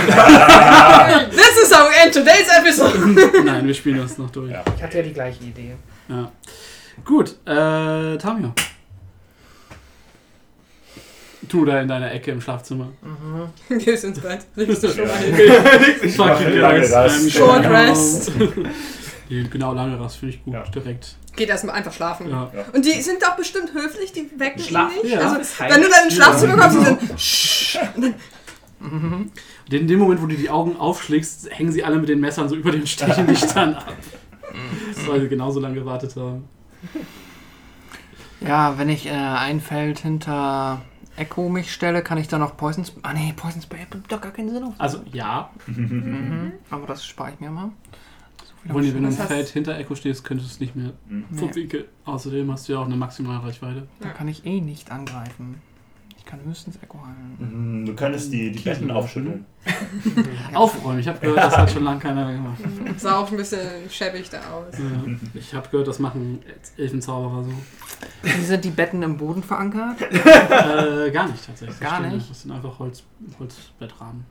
S9: This is how we end today's episode.
S3: Nein, wir spielen das noch durch.
S7: Ja.
S6: ich hatte ja die gleiche Idee.
S3: Ja. Gut, äh, Tamio. Du da in deiner Ecke im Schlafzimmer.
S9: Gehst ins Bett. Legst dich schon
S7: Ja.
S9: ein.
S3: ich
S7: mache lange Rast.
S9: Short Rest.
S3: Genau, lange Rast finde ich gut.
S7: Ja.
S3: Direkt.
S9: Geht erstmal einfach schlafen.
S3: Ja.
S9: Und die sind doch bestimmt höflich, die wecken
S5: Schlaf-
S9: ihn nicht.
S3: ja.
S9: Also, wenn du dann ins Schlafzimmer kommst, und dann Shh.
S3: Und in dem Moment, wo du die Augen aufschlägst, hängen sie alle mit den Messern so über den Stechen dich dann ab. Weil sie genauso lange gewartet haben.
S6: Ja, wenn ich äh, ein Feld hinter Echo mich stelle, kann ich da noch Poison Spray. Ah nee, Poison Spray bringt doch gar keinen Sinn auf.
S3: Also, ja.
S6: Mhm. Aber das spare ich mir mal. So viel
S3: Obwohl,
S6: hab ich
S3: wenn du im
S6: schon.
S9: heißt-
S3: Feld hinter Echo stehst, könntest du es nicht mehr
S6: Nee,
S3: verwickeln. Außerdem hast du ja auch eine maximale Reichweite.
S6: da kann ich eh nicht angreifen. Ich kann höchstens Echo heilen.
S7: Mhm, Du könntest die, die
S3: Kiesel.
S7: Betten aufschütteln.
S3: Aufräumen. Ich habe gehört, das hat schon lange keiner mehr gemacht.
S9: Sah auch ein bisschen schäbig da aus.
S3: Ja. Ich habe gehört, das machen Elfenzauberer so.
S6: Wie sind die Betten im Boden verankert?
S3: Äh, gar nicht tatsächlich.
S6: Gar
S3: Stehen-
S6: nicht?
S3: Das sind einfach Holz, Holzbettrahmen.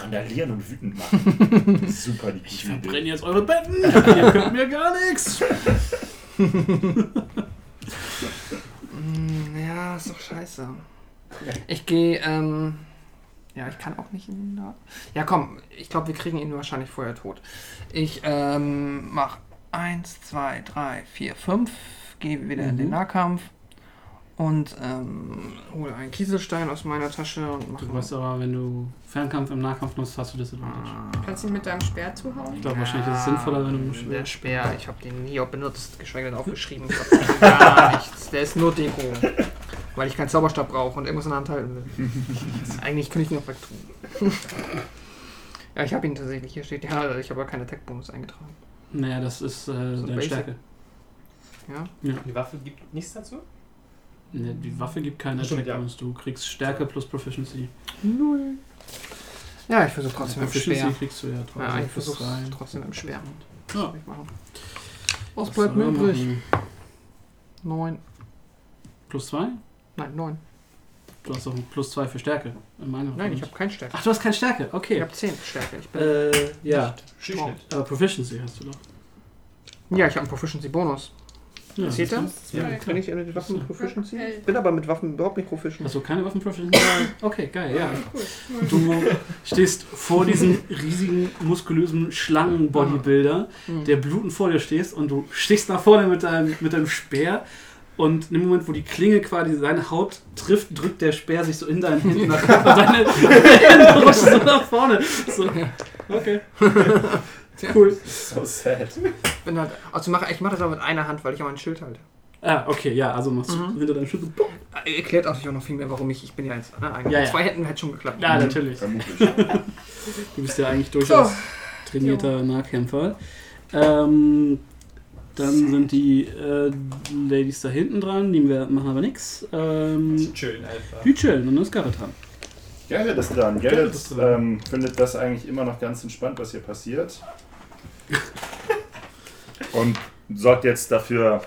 S7: Randalieren und wütend machen. Super, die
S3: Ich
S7: gute
S3: verbrenne
S7: Idee.
S3: jetzt eure Betten! Ihr könnt mir gar nichts!
S6: Mm, ja, ist doch scheiße. Ich gehe, ähm. Ja, ich kann auch nicht in den Ja, komm, ich glaube, wir kriegen ihn wahrscheinlich vorher tot. Ich, ähm, mach 1, 2, 3, 4, 5, gehe wieder in den
S3: Mhm.
S6: Nahkampf und, ähm, hole einen Kieselstein aus meiner Tasche und mache.
S3: Du weißt aber, wenn du Fernkampf im Nahkampf nutzt, hast du Disadvantage.
S9: Kannst du ihn mit deinem Schwert
S3: Ich
S9: zuhauen?
S3: glaube, wahrscheinlich ist es sinnvoller, wenn du.
S6: Der Speer, ich habe den nie auch benutzt, geschweige denn aufgeschrieben. Ich hab gar nichts. Der ist nur Deko. Weil ich keinen Zauberstab brauche und irgendwas in der Hand halten will. Eigentlich könnte ich ihn auch wegtun. ja, ich habe ihn tatsächlich. Hier steht, ja, ich habe aber keine Tech-Bonus eingetragen.
S3: Naja, das ist äh,
S6: So
S3: deine
S6: basic.
S3: Stärke.
S5: Die Waffe gibt nichts dazu?
S3: Ne, die Waffe gibt keine
S5: Stimmt,
S3: Attack
S5: ja.
S3: Bonus. Du kriegst Stärke plus Proficiency.
S6: Null. Ja, ich versuche trotzdem mit dem
S3: Proficiency
S6: Speer. Also
S3: kriegst du ja trotzdem.
S6: Ja, ich
S3: plus
S6: versuche
S3: drei.
S6: trotzdem mit dem Speer.
S3: Ja.
S6: Was soll ich machen? Was
S3: Was
S6: bleibt
S3: soll
S6: mir
S3: er
S6: übrig?
S3: machen?
S6: Neun.
S3: Plus zwei?
S6: Nein, neun.
S3: Du hast doch ein plus zwei für Stärke im Angriff.
S6: Nein, ich
S3: oder
S6: habe keinen Stärke.
S3: Ach, du hast keine Stärke,
S6: Ich
S3: okay.
S6: habe zehn Stärke. Ich bin
S3: Äh, ja.
S6: strong.
S3: Aber Proficiency hast du doch.
S6: Ja, ich habe einen Proficiency-Bonus.
S3: Ja.
S6: Seht ihr?
S5: Ja.
S6: Bin ich äh, mit Waffen Proficiency?
S18: Okay.
S6: Ich bin aber mit Waffen überhaupt nicht Proficiency.
S3: Achso, keine Waffenproficiency? Okay, geil, ja.
S6: Ah,
S3: Du stehst vor diesem riesigen, muskulösen Schlangen-Bodybuilder, der blutend vor dir steht und du stichst nach vorne mit deinem, mit deinem Speer und im Moment, wo die Klinge quasi seine Haut trifft, drückt der Speer sich so in deinen Händen nach und deine Hände rutschen so nach vorne. So. Okay. Cool.
S7: So sad.
S6: Ich bin halt, also ich mache, ich mache das aber mit einer Hand, weil ich auch mein Schild halte.
S3: Ah, okay, ja, also machst du hinter deinem Schüttel.
S6: Äh, Erklärt auch sich auch noch viel mehr, warum ich, ich bin ja jetzt. Ne, eigentlich.
S3: Ja, ja.
S6: Zwei hätten hätte schon geklappt.
S3: Ja, natürlich. Oh,
S7: Vermutlich.
S3: Du bist ja eigentlich durchaus
S9: So.
S3: trainierter Nahkämpfer. Ähm, dann sind die äh, Ladies da hinten dran, die wer- machen aber nichts. Ähm,
S5: Schön einfach.
S3: die chillen und dann ist Garrett dran.
S7: Gerrit ist dran.
S3: Gerrit
S7: Gerrit
S3: ist dran.
S7: ähm, findet das eigentlich immer noch ganz entspannt, was hier passiert. Und sorgt jetzt dafür,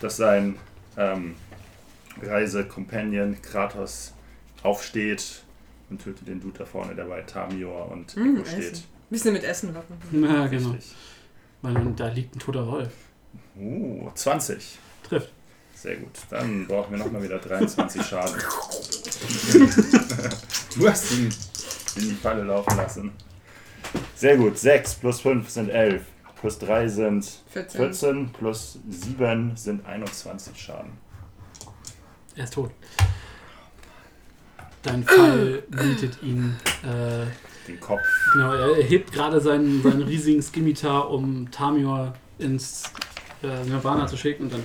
S7: dass sein ähm, Reisekompanion Kratos aufsteht und tötet den Dude da vorne, der bei Tamior und
S9: Mm,
S7: Echo steht.
S9: Essen. Bisschen mit Essen locken.
S3: Ja, Hm, genau.
S7: Richtig.
S3: Weil dann- da liegt ein toter Wolf.
S7: Uh, 20.
S3: Trifft.
S7: Sehr gut. Dann brauchen wir nochmal wieder 23 Schaden. du hast ihn in die Falle laufen lassen. Sehr gut. 6 plus 5 sind 11. Plus 3 sind
S9: 14.
S7: 14. Plus 7 sind 21 Schaden.
S3: Er ist tot. Dein Fall bietet ihn. Äh,
S7: Den Kopf.
S3: genau, er er hebt gerade seinen, seinen riesigen Skimitar, um Tamior ins äh, Nirvana zu schicken und dann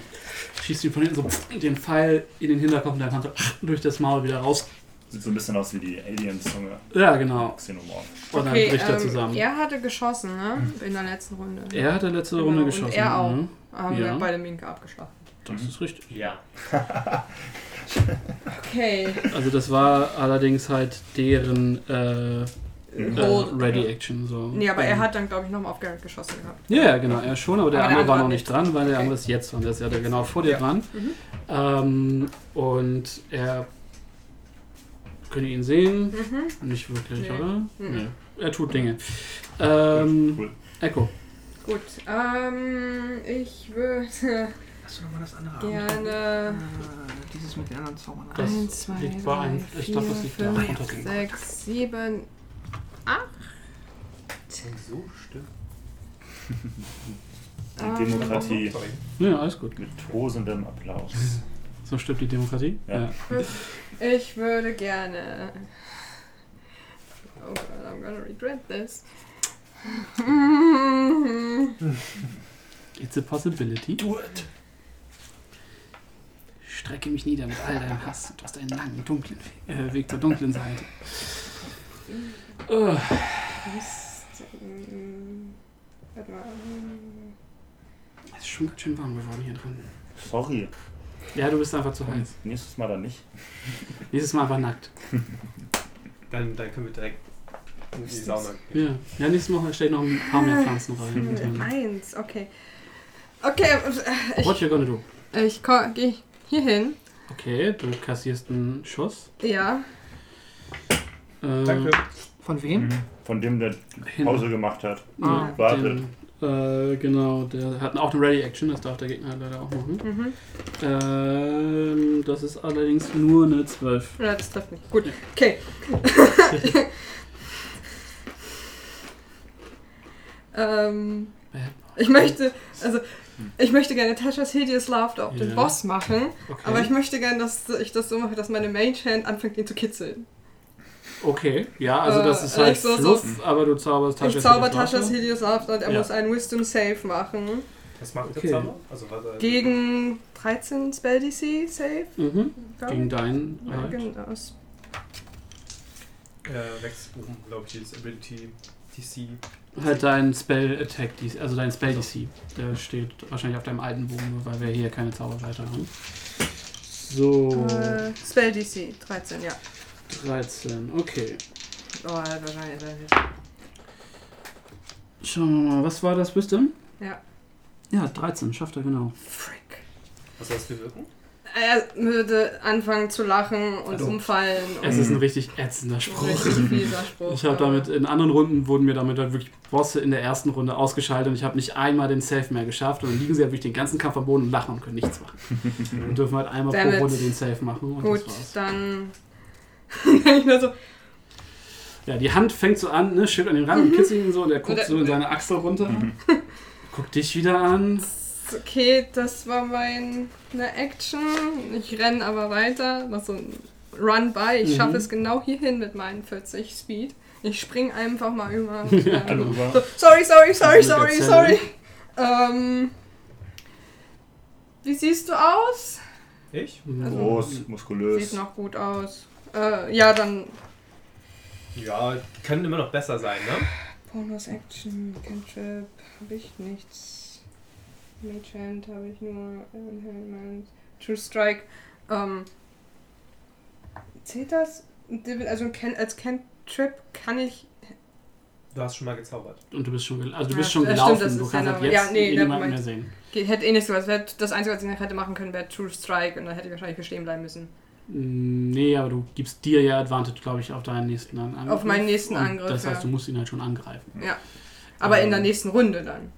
S3: schießt ihn von hinten so den Pfeil in den Hinterkopf und dann kommt er durch das Maul wieder raus.
S7: Sieht so ein bisschen aus wie die Aliens-Zunge.
S3: Ja, genau.
S7: Xenomorph.
S3: Und dann
S9: Okay,
S3: bricht er
S9: ähm,
S3: zusammen. Er,
S9: Er hatte geschossen, ne? In der letzten Runde.
S3: hat in der letzten
S9: Genau,
S3: Runde
S9: und
S3: geschossen.
S9: er auch.
S3: ne?
S9: Haben
S3: ja.
S9: wir beide Minke abgeschlagen.
S3: Das ist richtig.
S5: Ja.
S9: Okay.
S3: Also das war allerdings halt deren äh, äh,
S7: Mhm.
S9: Hold.
S3: Ready Action. So.
S9: Nee, aber er
S3: Ähm,
S9: hat dann, glaube ich, nochmal auf Garrett geschossen gehabt.
S3: Ja, ja, genau, er schon, aber der
S9: Aber der
S3: andere war
S9: andere
S3: noch
S9: hat
S3: nicht dran, weil der
S9: Okay. Mhm.
S3: andere ist jetzt dran. Der ist ja da genau vor dir dran. Ähm, und er. Könnt ihr ihn sehen? Nicht wirklich,
S9: Nee.
S3: oder? Nee.
S9: Mhm.
S3: Er tut Dinge. Ähm,
S7: Cool.
S3: Echo.
S9: Gut, ähm, ich würde
S6: Hast du nochmal das andere
S9: gerne
S6: Äh, dieses mit den anderen Zaubern.
S3: Das
S9: Eins, zwei,
S3: liegt bei
S9: drei,
S3: einem. Ich glaube, das
S9: vier,
S3: liegt da
S9: fünf,
S3: unter dem.
S9: 6, 7,
S5: So stimmt.
S7: Und Demokratie
S5: Sorry.
S3: Ja, alles gut.
S7: mit tosendem Applaus.
S3: So stirbt die Demokratie.
S7: Ja.
S9: ich würde gerne. Oh God, I'm gonna regret this.
S3: It's a possibility. Do it! Strecke mich nieder mit all deinem Hass. Du hast einen langen, dunklen Weg, äh, Weg zur dunklen Seite. Äh,
S9: Warte mal.
S3: es ist schon ganz schön warm geworden hier drin.
S7: Sorry,
S3: Ja, du bist einfach zu heiß.
S7: nächstes Mal dann nicht.
S3: Dieses Mal einfach nackt.
S5: Dann, dann können wir direkt in die Sauna gehen.
S3: Ja, ja nächstes Mal stell ich noch ein paar mehr Pflanzen
S9: Hm.
S3: rein. Und dann-
S9: Eins, okay. Okay, äh,
S3: What you gonna do?
S9: ich gehe hier hin.
S3: Okay, du kassierst einen Schuss.
S9: Ja.
S3: Äh,
S5: Danke.
S6: Von wem? Ah.
S7: Von dem, der
S3: Hin,
S7: Pause gemacht hat.
S6: Mhm.
S3: Ja,
S7: Wartet.
S3: Den, äh, genau, der hat auch eine Ready Action, das darf der Gegner halt leider auch machen.
S9: Mhm.
S3: Ähm, das ist allerdings nur eine 12.
S9: Ja, das trifft nicht. Gut, okay. ähm, ich möchte, also, ich möchte gerne Tasha's Hideous Laughter auf
S3: Ja.
S9: den Boss machen,
S3: Okay.
S9: aber ich möchte gerne, dass ich das so mache, dass meine Mage Hand anfängt, ihn zu kitzeln.
S3: okay, ja, also das
S9: Äh,
S3: ist halt
S9: so- so-
S3: Fluff, aber du zauberst Tasche.
S9: ich zauber Tasha's Hideous Laughter und er
S3: Ja.
S9: muss einen Wisdom Save machen.
S5: Was macht
S3: Okay.
S5: der Zauber? Also, was, äh,
S9: Gegen 13 Spell DC Save,
S3: Mhm,
S9: glaub
S3: gegen
S9: ich.
S3: deinen.
S9: Ja,
S3: Halt.
S9: genau.
S5: Äh, wächst oben, glaube ich, dieses Ability DC.
S3: halt dein Spell Attack, DC, also dein Spell DC. Der steht wahrscheinlich auf deinem alten Bogen, weil wir hier keine Zauber weiter haben. So,
S9: Äh, Spell DC, 13, ja.
S3: 13, okay.
S9: Oh, er hat wahrscheinlich. er hat
S3: Schauen wir mal, was war das Wisdom?
S9: Ja.
S3: Ja, 13, schafft er genau.
S9: Frick.
S5: Was soll das bewirken?
S9: Er würde anfangen zu lachen und
S3: Also,
S9: umfallen. Und
S3: Es ist ein richtig ätzender Spruch.
S9: richtig fieser Spruch.
S3: Ich habe damit, in anderen Runden wurden mir damit halt wirklich Bosse in der ersten Runde ausgeschaltet und ich habe nicht einmal den Safe mehr geschafft und dann liegen sie halt wirklich den ganzen Kampf am Boden und lachen und können nichts machen. und dürfen halt einmal
S9: Damit.
S3: pro Runde den Safe machen und
S9: Gut,
S3: das war's.
S9: dann. ich nur so,
S3: Ja, die Hand fängt so an, ne, schüttelt an den
S9: Mhm.
S3: Rand und kitzelt ihn so und er guckt
S9: Oder-
S3: so in seine Achsel runter. Guckt dich wieder an.
S9: "Ist okay, das war meine Action. Ich renne aber weiter. Mach so ein Run by. Ich
S3: Mhm.
S9: schaffe es genau hierhin mit meinen 40 Speed. Ich spring einfach mal über. ähm,
S19: Alle rüber.
S9: So, sorry, sorry, sorry,
S3: Das ist eine Gazelle.
S9: sorry, sorry. Ähm, wie siehst du aus? Also,
S5: Ich?
S19: Groß, muskulös.
S9: Sieht noch gut aus. Äh, ja, dann
S5: Ja, können immer noch besser sein, ne?
S9: Bonus Action, Cantrip, habe ich nichts. Mage Hand habe ich nur Enhancement. True Strike. Ähm, zählt das? Divi- Also can, als Cantrip kann ich.
S5: Du hast schon mal gezaubert.
S3: Und du bist schon, gel- also du
S9: Ja,
S3: bist schon
S9: das stimmt,
S3: gelaufen,
S9: das
S3: du
S9: ist
S3: kannst
S9: ja
S3: halt
S9: noch-
S3: jetzt
S9: ja, nee,
S3: niemanden
S9: nevermind.
S3: mehr sehen.
S9: ge- Hätte eh nichts was. wär- Das Einzige, was ich noch hätte machen können, wäre True Strike und dann hätte ich wahrscheinlich bestehen bleiben müssen.
S3: Mm, Nee, aber du gibst dir ja Advantage, glaube ich, auf deinen nächsten An- Angriff.
S9: Auf meinen nächsten
S3: Und
S9: Angriff,
S3: Das heißt,
S9: ja.
S3: du musst ihn halt schon angreifen.
S9: Aber
S3: Ähm.
S9: in der nächsten Runde dann.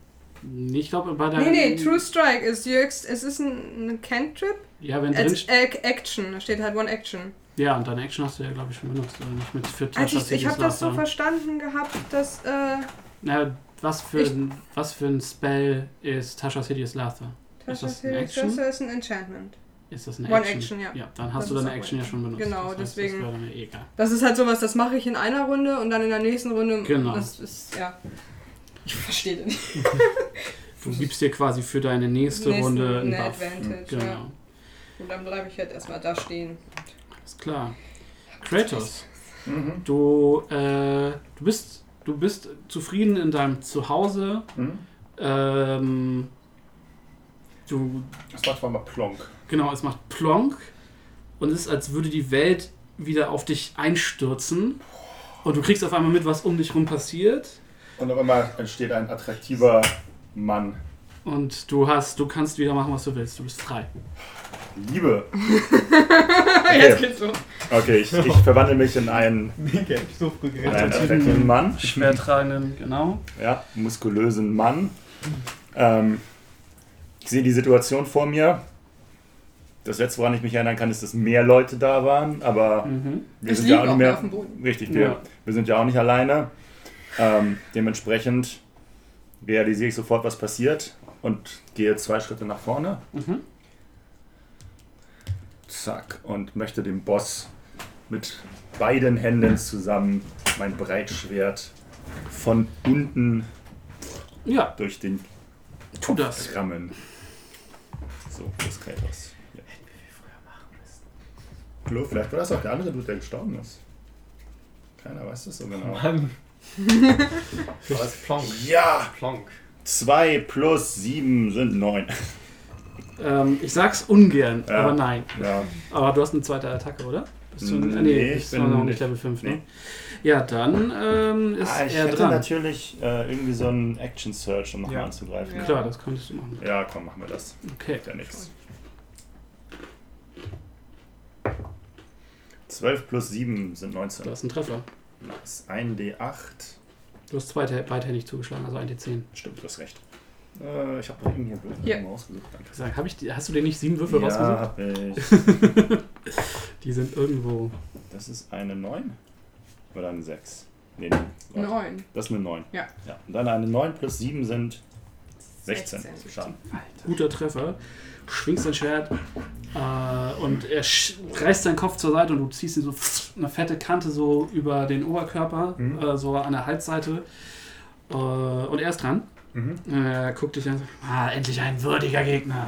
S3: Nee, Ich glaube, bei deinem.
S9: Nee, nee, True Strike ist jüngst. Es ist ein, ein Cantrip.
S3: Ja, wenn drin
S9: Als Ac- Action. Da steht halt One Action.
S3: Ja, und deine Action hast du ja, glaube ich, schon benutzt, oder nicht? Mit für
S9: Also ich
S3: Touch-
S9: ich habe das so
S3: Laster.
S9: verstanden gehabt, dass. Äh,
S3: Na, was für,
S9: Ich-
S3: ein, was für ein Spell ist Tasha's Hideous Laughter? Ist
S9: Das
S3: das
S9: ist,
S3: eine
S9: das
S3: Action?
S9: ist ein Enchantment.
S3: Ist das eine
S9: One
S3: Action?
S9: Action, ja.
S3: Ja, dann hast
S9: Das
S3: du
S9: ist
S3: deine
S9: auch
S3: Action ja
S9: One
S3: schon benutzt.
S9: Genau,
S3: das heißt,
S9: deswegen-
S3: Das wäre dann eh egal.
S9: Das ist halt sowas, das mache ich in einer Runde und dann in der nächsten Runde.
S3: Genau.
S9: Das ist, ja. Ich verstehe den.
S3: Du gibst dir quasi für deine nächste
S9: Nächsten-
S3: Runde einen
S9: eine
S3: Buff.
S9: Advantage,
S3: Genau.
S9: ja. Und dann bleibe ich halt erstmal da stehen.
S3: Ist klar. Kratos, Mhm, du, äh, du, bist, du bist zufrieden in deinem Zuhause.
S7: Mhm.
S3: Ähm, du
S7: Das macht vor allem mal Plonk.
S3: Genau, es macht Plonk und es ist, als würde die Welt wieder auf dich einstürzen. Und du kriegst auf einmal mit, was um dich rum passiert.
S7: Und auf einmal entsteht ein attraktiver Mann.
S3: Und du hast, du kannst wieder machen, was du willst. Du bist frei.
S7: Liebe. Okay,
S9: geht's los.
S7: okay ich, ich verwandle mich in einen,
S5: Mika, ich so früh
S7: in einen attraktiven Mann.
S3: Schwertragenden, genau.
S7: Ja, muskulösen Mann. Ähm, ich sehe die Situation vor mir. Das letzte, woran ich mich erinnern kann, ist, dass mehr Leute da waren, aber
S3: Mhm.
S7: wir
S9: Ich
S7: sind ja
S9: liege
S7: auch
S9: auch
S7: nicht
S9: mehr
S7: mehr.
S9: auf dem Boden.
S7: Richtig, wir,
S3: Ja.
S7: wir sind ja auch nicht alleine. Ähm, dementsprechend realisiere ich sofort, was passiert und gehe zwei Schritte nach vorne.
S3: Mhm.
S7: Zack. Und möchte dem Boss mit beiden Händen zusammen mein Breitschwert von unten
S3: Ja,
S7: durch den
S3: tu das.
S7: rammen. So, das Kratos. Ja. Klo, vielleicht war das auch der andere Dude, der gestorben ist. Keiner weiß das so genau.
S5: Mann. Aber es ist Plonk.
S7: Ja!
S5: Plonk.
S7: 2 plus 7 sind 9.
S3: Ähm, ich sag's ungern,
S7: Ja.
S3: aber nein.
S7: Ja,
S3: Aber du hast eine zweite Attacke, oder? Bist du, äh,
S7: Mm, Nee,
S3: nee,
S7: ich
S3: bist du
S7: bin
S3: noch nicht
S7: nicht-
S3: Level 5, ne?
S7: nee.
S3: Ja, dann ähm, ist
S7: ah, ich
S3: er
S7: hätte
S3: dran.
S7: natürlich äh, irgendwie so einen Action-Search, um nochmal
S5: Ja.
S7: anzugreifen.
S3: Klar, das könntest du machen.
S7: Ja, komm, machen wir das.
S3: Okay.
S7: Ja, nix. 12 plus 7 sind 19.
S3: Das ist ein Treffer.
S7: Nice. Ein D8.
S3: Du hast zweite beidhändig zugeschlagen, also ein D10.
S7: Stimmt, du hast recht. Äh, ich habe doch eben hier Würfel
S9: Ja.
S7: irgendwo rausgesucht. Danke.
S3: Sag, hab ich, die- hast du dir nicht sieben Würfel rausgesucht?
S7: ja, hab ich.
S3: Die sind irgendwo.
S7: Das ist eine 9. Oder eine 6. Nee, nee. warte.
S9: Neun.
S7: Das ist eine 9.
S9: Ja.
S7: ja. Und dann eine 9 plus 7 sind 16.
S9: 16.
S7: Schaden.
S3: Guter Treffer. Schwingst dein Schwert äh, und er sch- reißt seinen Kopf zur Seite und du ziehst ihn so eine fette Kante so über den Oberkörper,
S7: Mhm.
S3: äh, so an der Halsseite. Äh, und er ist dran.
S7: Mhm.
S3: Er guckt dich an und sagt, ah, endlich ein würdiger Gegner.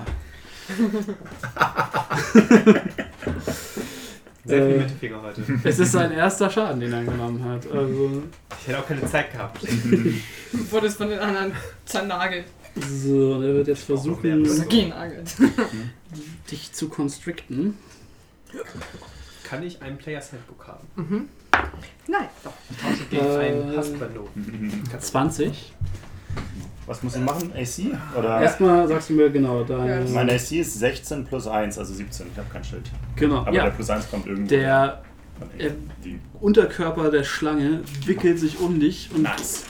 S5: Sehr viel
S3: Äh.
S5: Mittelfinger heute.
S3: Es ist sein erster Schaden, den er genommen hat. Also,
S5: Ich hätte auch keine Zeit gehabt.
S9: Du wurdest von den anderen zernagelt.
S3: so, und er wird jetzt versuchen,
S5: Ja.
S9: Genagelt.
S3: dich zu constricten.
S5: Kann ich einen Players Handbook haben?
S9: Nein, doch.
S5: Tausche gegen
S3: Äh.
S5: einen Hassbando.
S3: 20.
S7: Was muss ich machen? AC? Oder?
S3: Erstmal sagst du mir genau dein.
S7: Mein AC ist 16 plus 1, also 17. Ich habe kein Schild.
S3: genau,
S7: Aber der
S3: ja.
S7: plus 1 kommt irgendwie.
S3: Der
S7: von
S3: äh,
S7: die
S3: Unterkörper der Schlange wickelt sich um dich und
S7: Nice.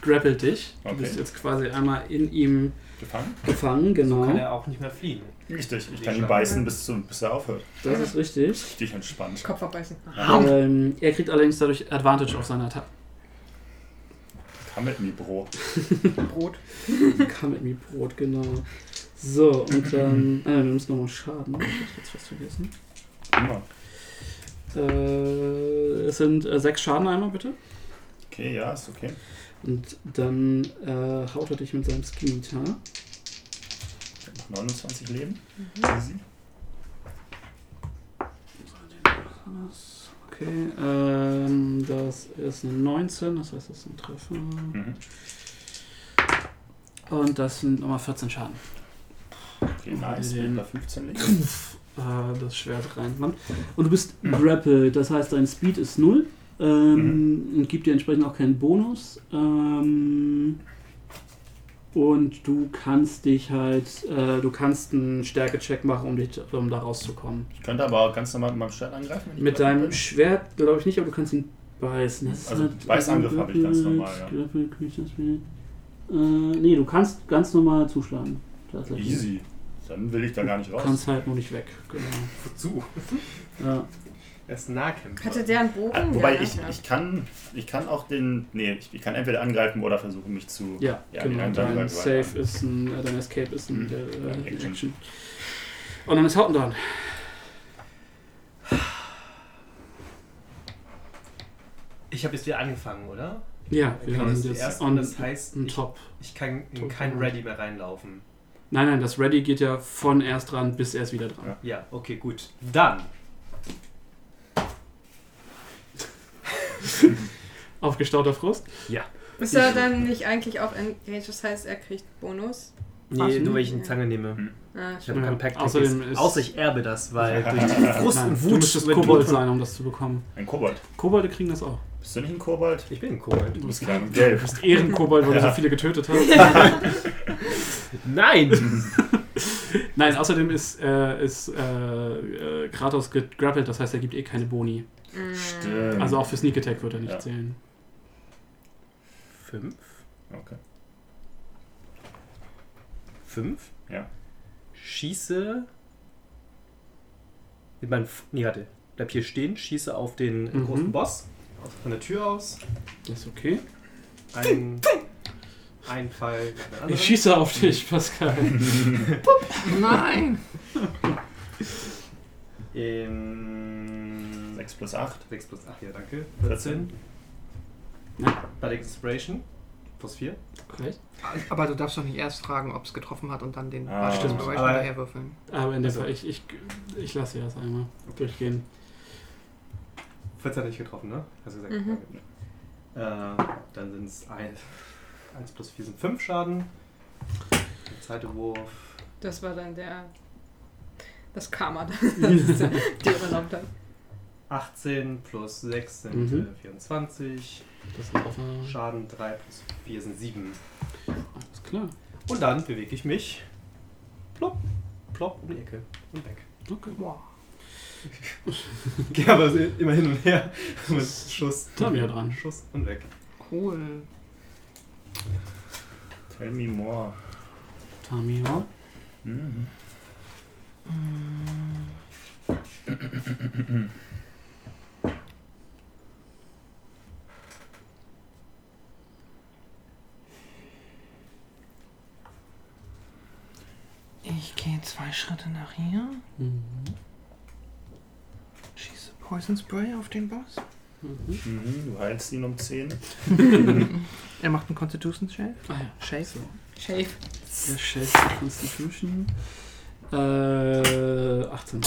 S3: grappelt dich. Du
S7: Okay.
S3: bist jetzt quasi einmal in ihm
S7: Gefangen?
S3: gefangen, genau.
S5: Kann er auch nicht mehr fliehen.
S7: Richtig. Ich kann ihn beißen, bis, zu, bis er aufhört.
S3: das ist richtig.
S7: Richtig entspannt.
S20: Kopf abbeißen.
S3: Ähm, er kriegt allerdings dadurch Advantage auf seine Attacken.
S7: Come mit me, Bro.
S20: Brot.
S3: Kam mit mir Brot, genau. So, und dann. Äh, wir müssen nochmal Schaden. Ich hab jetzt fast vergessen.
S7: Immer.
S3: Äh, es sind äh, sechs Schaden einmal, bitte.
S7: Okay, ja, ist okay.
S3: Und dann äh, haut er dich mit seinem Skimitar.
S7: Ich hab noch 29 Leben.
S9: Mhm.
S7: Easy.
S3: Okay, ähm, das ist eine 19, das heißt, das ist ein Treffer.
S7: Mhm.
S3: Und das sind nochmal 14 Schaden.
S7: Okay, nice.
S3: Den-
S7: Mit einer 15 Leben.
S3: Äh, das Schwert reinmachen. Und du bist grappled, das heißt, dein Speed ist 0. Ähm,
S7: Mhm.
S3: Und gibt dir entsprechend auch keinen Bonus. Ähm, und du kannst dich halt, äh, du kannst einen Stärke-Check machen, um, dich, um da rauszukommen.
S7: Ich könnte aber auch ganz normal mit meinem Schwert angreifen. wenn ich
S3: Mit
S7: bereit
S3: deinem
S7: bin.
S3: Schwert glaube ich nicht, aber du kannst ihn beißen. Das ist halt
S7: Also, Beißangriff habe ich ganz normal, ja.
S3: Grapple, Creatures, Spiel. äh, nee, du kannst ganz normal zuschlagen. tatsächlich.
S7: Easy. Dann will ich da gar nicht
S3: Du
S7: raus.
S3: kannst halt nur nicht weg. Genau.
S5: Wozu?
S3: Ja.
S5: Er ist ein Nahkämpfer.
S9: Hatte der einen Bogen?
S7: Ah, wobei
S9: Ja,
S7: ich,
S9: ja.
S7: ich kann ich kann auch den nee ich, ich kann entweder angreifen oder versuchen mich zu
S3: Ja,
S7: Ja, die
S3: genau.
S7: anderen
S3: Dein
S7: bleiben
S3: Save
S7: weiter.
S3: ist ein, äh, dein Escape ist ein
S7: Mhm.
S3: der,
S7: Ja,
S3: äh,
S7: Action.
S3: Action. Und dann ist Hauten dran.
S5: Ich habe jetzt wieder angefangen, oder?
S3: Ja, wir
S5: Genau, das
S3: haben
S5: ist die
S3: jetzt
S5: erste,
S3: on,
S5: das heißt,
S3: on
S5: ich-
S3: top.
S5: Ich kann in
S3: Tot.
S5: kein Ready mehr reinlaufen.
S3: Nein, nein, das Ready geht ja von erst dran bis erst wieder dran.
S5: Ja, okay, gut. Dann.
S3: Aufgestauter Frust.
S9: Ist er dann nicht eigentlich auch engaged? Das heißt, er kriegt Bonus.
S5: Nee,
S3: Ach,
S5: nur
S3: hm.
S5: wenn ich eine Zange nehme.
S9: Ah,
S5: Ich habe keinen Pack
S3: Außerdem ist-
S5: Außer ich erbe das, weil durch die Frust
S3: Nein,
S5: und
S3: du
S5: Wut.
S3: müsstest
S5: wenn du-
S3: Kobold sein, um das zu bekommen.
S7: ein Kobold
S3: Kobolde kriegen das auch.
S7: bist du nicht ein Kobold
S5: Ich bin ein Kobold.
S7: du bist klein und gelb
S3: Du bist Ehrenkobold, weil du so
S7: Ja.
S3: viele getötet hast.
S5: Nein!
S3: Nein, außerdem ist, äh, ist äh, äh, Kratos gegrappelt, das heißt, er gibt eh keine Boni.
S9: mm.
S7: stimmt
S3: Also auch für Sneak Attack wird er nicht
S7: Ja.
S3: zählen.
S5: Fünf?
S7: okay.
S5: Fünf?
S7: Ja.
S5: Schieße. Mit meinem. F nee, warte. Bleib hier stehen, schieße auf den
S3: Mhm.
S5: großen Boss. aus- Von der Tür aus.
S3: Das ist okay.
S5: Ein. Ein Pfeil. nach dem anderen.
S3: Ich schieße auf dich, Pascal.
S6: Nein!
S5: Ähm,
S7: 6 plus 8
S5: 6 plus 8, ja, danke.
S7: 14.
S5: 14.
S3: Ja.
S5: Bardic Inspiration. Plus 4.
S3: Korrekt.
S6: Aber du darfst doch nicht erst fragen, ob es getroffen hat und dann den
S7: Ah,
S3: stimmt.
S6: Bereich
S5: Aber-
S6: hinterher würfeln.
S3: Aber in der
S5: Also-
S3: Fall, ich, ich, ich lasse dir das einmal durchgehen.
S5: 14 hat nicht getroffen, ne? Hast du gesagt?
S9: Mhm.
S5: Ja, genau. Äh, dann sind es 1 plus 4 sind 5 Schaden. Der zweite Wurf.
S9: Das war dann der. Das Karma, das ist der- die übernommen hat.
S5: 18 plus 6 sind
S3: Mhm.
S5: äh, 24.
S3: Das ist offen.
S5: Schaden 3 plus 4 sind 7.
S3: Alles klar.
S5: Und dann bewege ich mich. Plopp, plopp um die Ecke und weg.
S3: Okay.
S5: Geh aber so immer hin und her. Mit Schuss.
S3: Da bin ich ja dran.
S5: Schuss und weg.
S6: Cool.
S7: tell me more
S3: Tamio.
S7: mhm.
S6: Mm. Ich gehe zwei Schritte nach hier,
S3: Mhm.
S6: schieße Poison Spray auf den Boss.
S3: Mhm.
S7: Mhm. du heilst ihn um 10
S6: Er macht einen Constitution Shave.
S3: Ah ja.
S6: Shave.
S9: Shave.
S3: Der Chef Constitution. Äh, 18.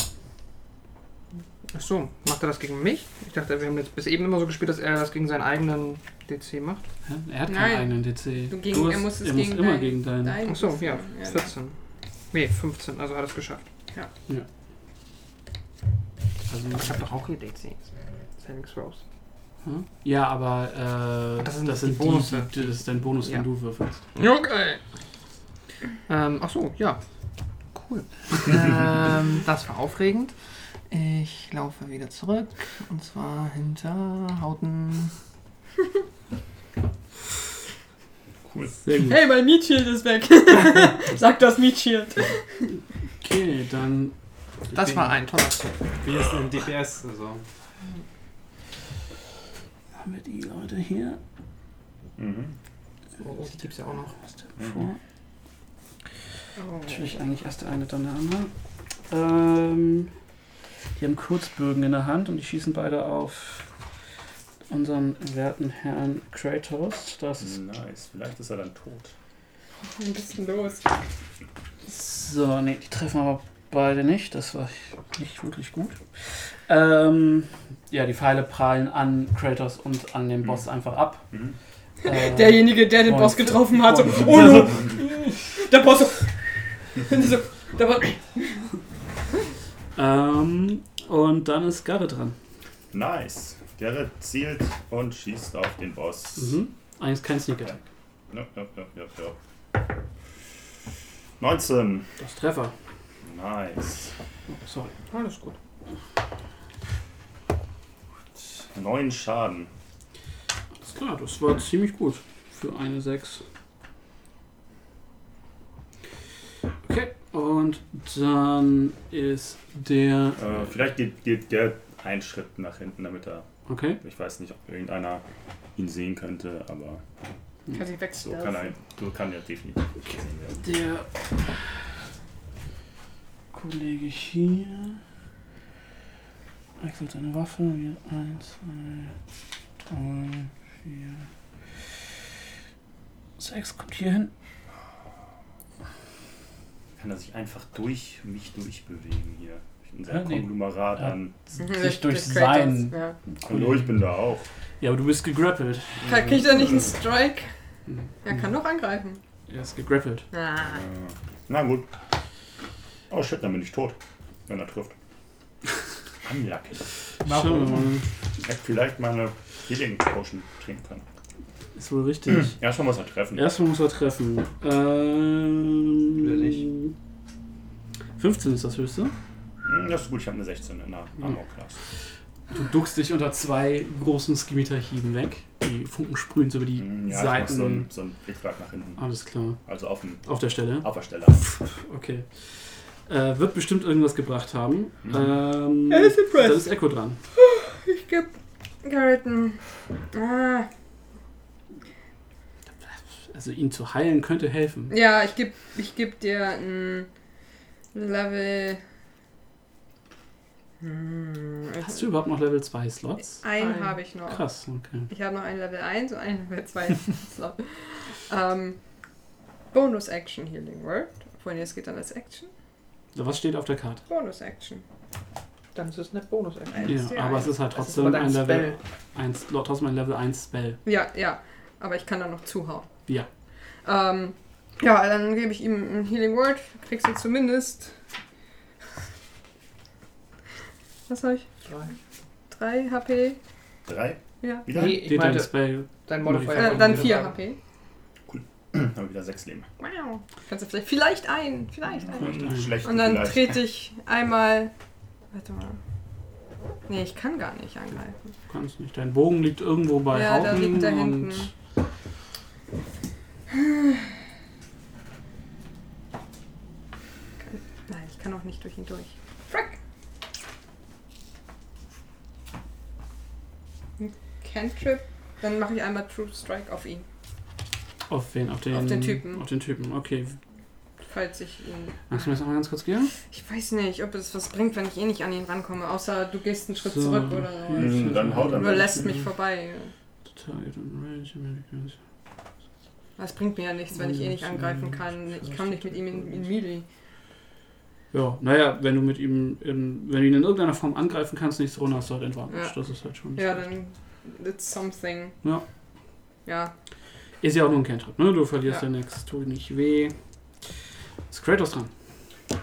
S6: Ach so, macht er das gegen mich? Ich dachte, wir haben jetzt bis eben immer so gespielt, dass er das gegen seinen eigenen DC macht.
S3: Hä? Er hat keinen
S9: Nein.
S3: eigenen DC.
S9: Du gegen- er muss es
S3: er muss
S9: gegen
S3: immer
S9: dein-
S3: gegen deinen.
S9: Dein
S6: Ach so, ja,
S9: Ja.
S6: 14. Nee, 15, also hat er es geschafft.
S3: Also,
S6: Ich habe doch auch hier DCs. Savings Throws.
S3: Hm? Ja, aber äh,
S6: Das sind
S3: die-
S6: die Bonusse.
S3: die- das ist dein Bonus,
S6: Ja.
S3: den du würfelst.
S6: Okay. Ähm, ach so, ja. Cool. ähm, das war aufregend. Ich laufe wieder zurück. Und zwar hinter Hauten.
S3: Sehr gut.
S9: Hey, mein Meat-Shield ist weg. Sag das Meat-Shield.
S3: Okay, dann.
S6: Das war ein toller Zug.
S5: Wie ist ein DPS? Also,
S3: Haben wir die Leute hier?
S7: Mhm.
S6: Oh, Die gibt's ja auch noch.
S3: vor. Natürlich eigentlich erst der eine, dann der andere. Ähm, die haben Kurzbögen in der Hand und die schießen beide auf unseren werten Herrn Kratos. Das ist
S7: Nice. Vielleicht ist er dann tot.
S9: Was ist denn los?
S3: so, nee, die treffen aber beide nicht. Das war nicht wirklich gut. Ähm, ja, die Pfeile prallen an Kratos und an den Boss einfach ab.
S7: Mhm.
S3: Äh,
S9: Derjenige, der den
S3: Und-
S9: Boss getroffen hat, so,
S3: und-
S9: oh no. Der Boss so. Und so, der Boss.
S3: ähm, und dann ist Garrett dran.
S7: Nice. Gerrit zielt und schießt auf den Boss.
S3: Mhm. Eigentlich kein Sneak Attack.
S7: Ja, ja, ja, ja, ja. 19.
S3: Das ist Treffer.
S7: Nice.
S3: Oh, sorry.
S6: Alles gut.
S7: 9 Schaden.
S3: Alles klar, das war ziemlich gut für eine 6. Okay, und dann ist der.
S7: Äh, vielleicht geht, geht Gerrit einen Schritt nach hinten, damit er.
S3: Okay,
S7: Ich weiß nicht, ob irgendeiner ihn sehen könnte, aber
S9: Kann sich
S7: so kann er. So kann er definitiv gesehen werden.
S3: der Kollege hier wechselt seine Waffe. 1, 2, 3, 4, 6 kommt hier hin.
S7: Kann er sich einfach durch mich durchbewegen hier? Ich bin sehr
S3: Ja, nee.
S7: Konglomerat
S3: Ja.
S7: an.
S21: Sich durch sein.
S9: Ja.
S7: Hallo, ich bin da auch.
S3: Ja, aber du bist gegrappelt.
S9: Kann, kriegt er nicht einen Strike?
S3: Mhm.
S9: Er kann doch angreifen.
S3: Er ist gegrappelt.
S9: Ah.
S7: Äh, Na gut. Oh shit, dann bin ich tot. Wenn er trifft. Anmerk.
S3: Schauen wir mal.
S7: Ich hätte vielleicht meine Healing Potion trinken können.
S3: Ist wohl richtig.
S7: Erstmal muss er treffen.
S3: Erstmal muss er treffen. Ähm,
S5: Will ich.
S3: 15 ist das höchste.
S7: Hm, Das ist gut, ich habe eine 16 in der
S3: Hm.
S7: Armor Class.
S3: Du duckst dich unter zwei großen Skimitarhieben weg. Die Funken sprühen so über die
S7: Hm, Ja, ich mach
S3: Seiten. Ah.
S7: so einen, so einen Blickschlag nach hinten.
S3: Alles klar.
S7: Also auf, dem,
S3: Auf der Stelle.
S7: auf der Stelle.
S3: Okay. Äh, wird bestimmt irgendwas gebracht haben.
S7: Mhm.
S3: Ähm,
S9: Er ist impressed.
S3: Dann ist Echo dran.
S9: Ich geb Garrett einen. Ah.
S3: Also ihn zu heilen könnte helfen.
S9: Ja, ich geb, ich geb dir ein Level. Hm,
S3: Hast du überhaupt noch Level 2 Slots?
S9: einen
S6: Ein.
S9: habe ich noch.
S3: Krass, okay.
S9: Ich habe noch einen Level 1 und einen Level 2. so. ähm, Bonus Action Healing Word. Vorhin, es geht dann als Action.
S3: So, Was steht auf der Karte?
S9: Bonus Action.
S6: Dann ist es eine Bonus-Action.
S9: Ein
S3: Ja,
S9: Stay
S3: aber es
S9: Action.
S3: ist halt
S6: Das ist
S3: trotzdem
S6: aber
S3: ein
S6: dein
S3: Level 1, trotzdem ein Level 1 Spell.
S9: Ja, ja. Aber ich kann da noch zuhauen.
S3: Ja.
S9: Ähm, ja, dann gebe ich ihm ein Healing Word. Kriegst du zumindest. Was habe ich?
S6: Drei.
S9: 3 HP.
S7: Drei?
S9: Ja.
S7: Wieder?
S6: Nee, ich
S3: Steht dein
S6: meinte,
S3: Spell
S6: dein
S3: Äh,
S6: Modifier.
S9: Äh,
S6: wollte
S9: dann
S6: ich
S9: 4
S6: sagen.
S9: HP.
S7: Haben wir wieder sechs Leben.
S9: Wow. Kannst du vielleicht, vielleicht ein, vielleicht ein.
S7: Vielleicht nicht Schlecht.
S9: Und dann
S7: vielleicht.
S9: trete ich einmal. Warte mal. Nee, ich kann gar nicht angreifen.
S3: Kannst nicht. Dein Bogen liegt irgendwo bei
S9: Ja, da
S3: Haufen
S9: liegt er hinten.
S3: und
S9: Nein, ich kann auch nicht durch ihn durch. Frack! Ein Cantrip. Dann mache ich einmal True Strike auf ihn,
S3: auf wen? Auf den,
S9: Auf den Typen.
S3: Auf den Typen, okay.
S9: falls ich ihn.
S3: Magst du mir das nochmal ganz kurz geben?
S9: Ich weiß nicht, ob es was bringt, wenn ich eh nicht an ihn rankomme, außer du gehst einen Schritt
S3: So.
S9: zurück oder so.
S3: Hm.
S7: Hm, dann haut er
S9: Oder
S7: mich.
S9: lässt mich vorbei. Das bringt mir ja nichts, wenn ich eh nicht angreifen kann. Ich komme nicht mit ihm in, in Melee.
S3: Ja, naja, wenn du mit ihm, in, wenn du ihn in irgendeiner Form angreifen kannst, nächste Runde hast du halt Advantage.
S9: Ja.
S3: Das ist halt schon. nicht
S9: Ja,
S3: schlecht.
S9: dann. It's something.
S3: Ja.
S9: Ja.
S3: Ist ja auch nur ein Cantrip, ne? Du verlierst
S9: Ja.
S3: ja, nichts, tut nicht weh. Ist Kratos dran.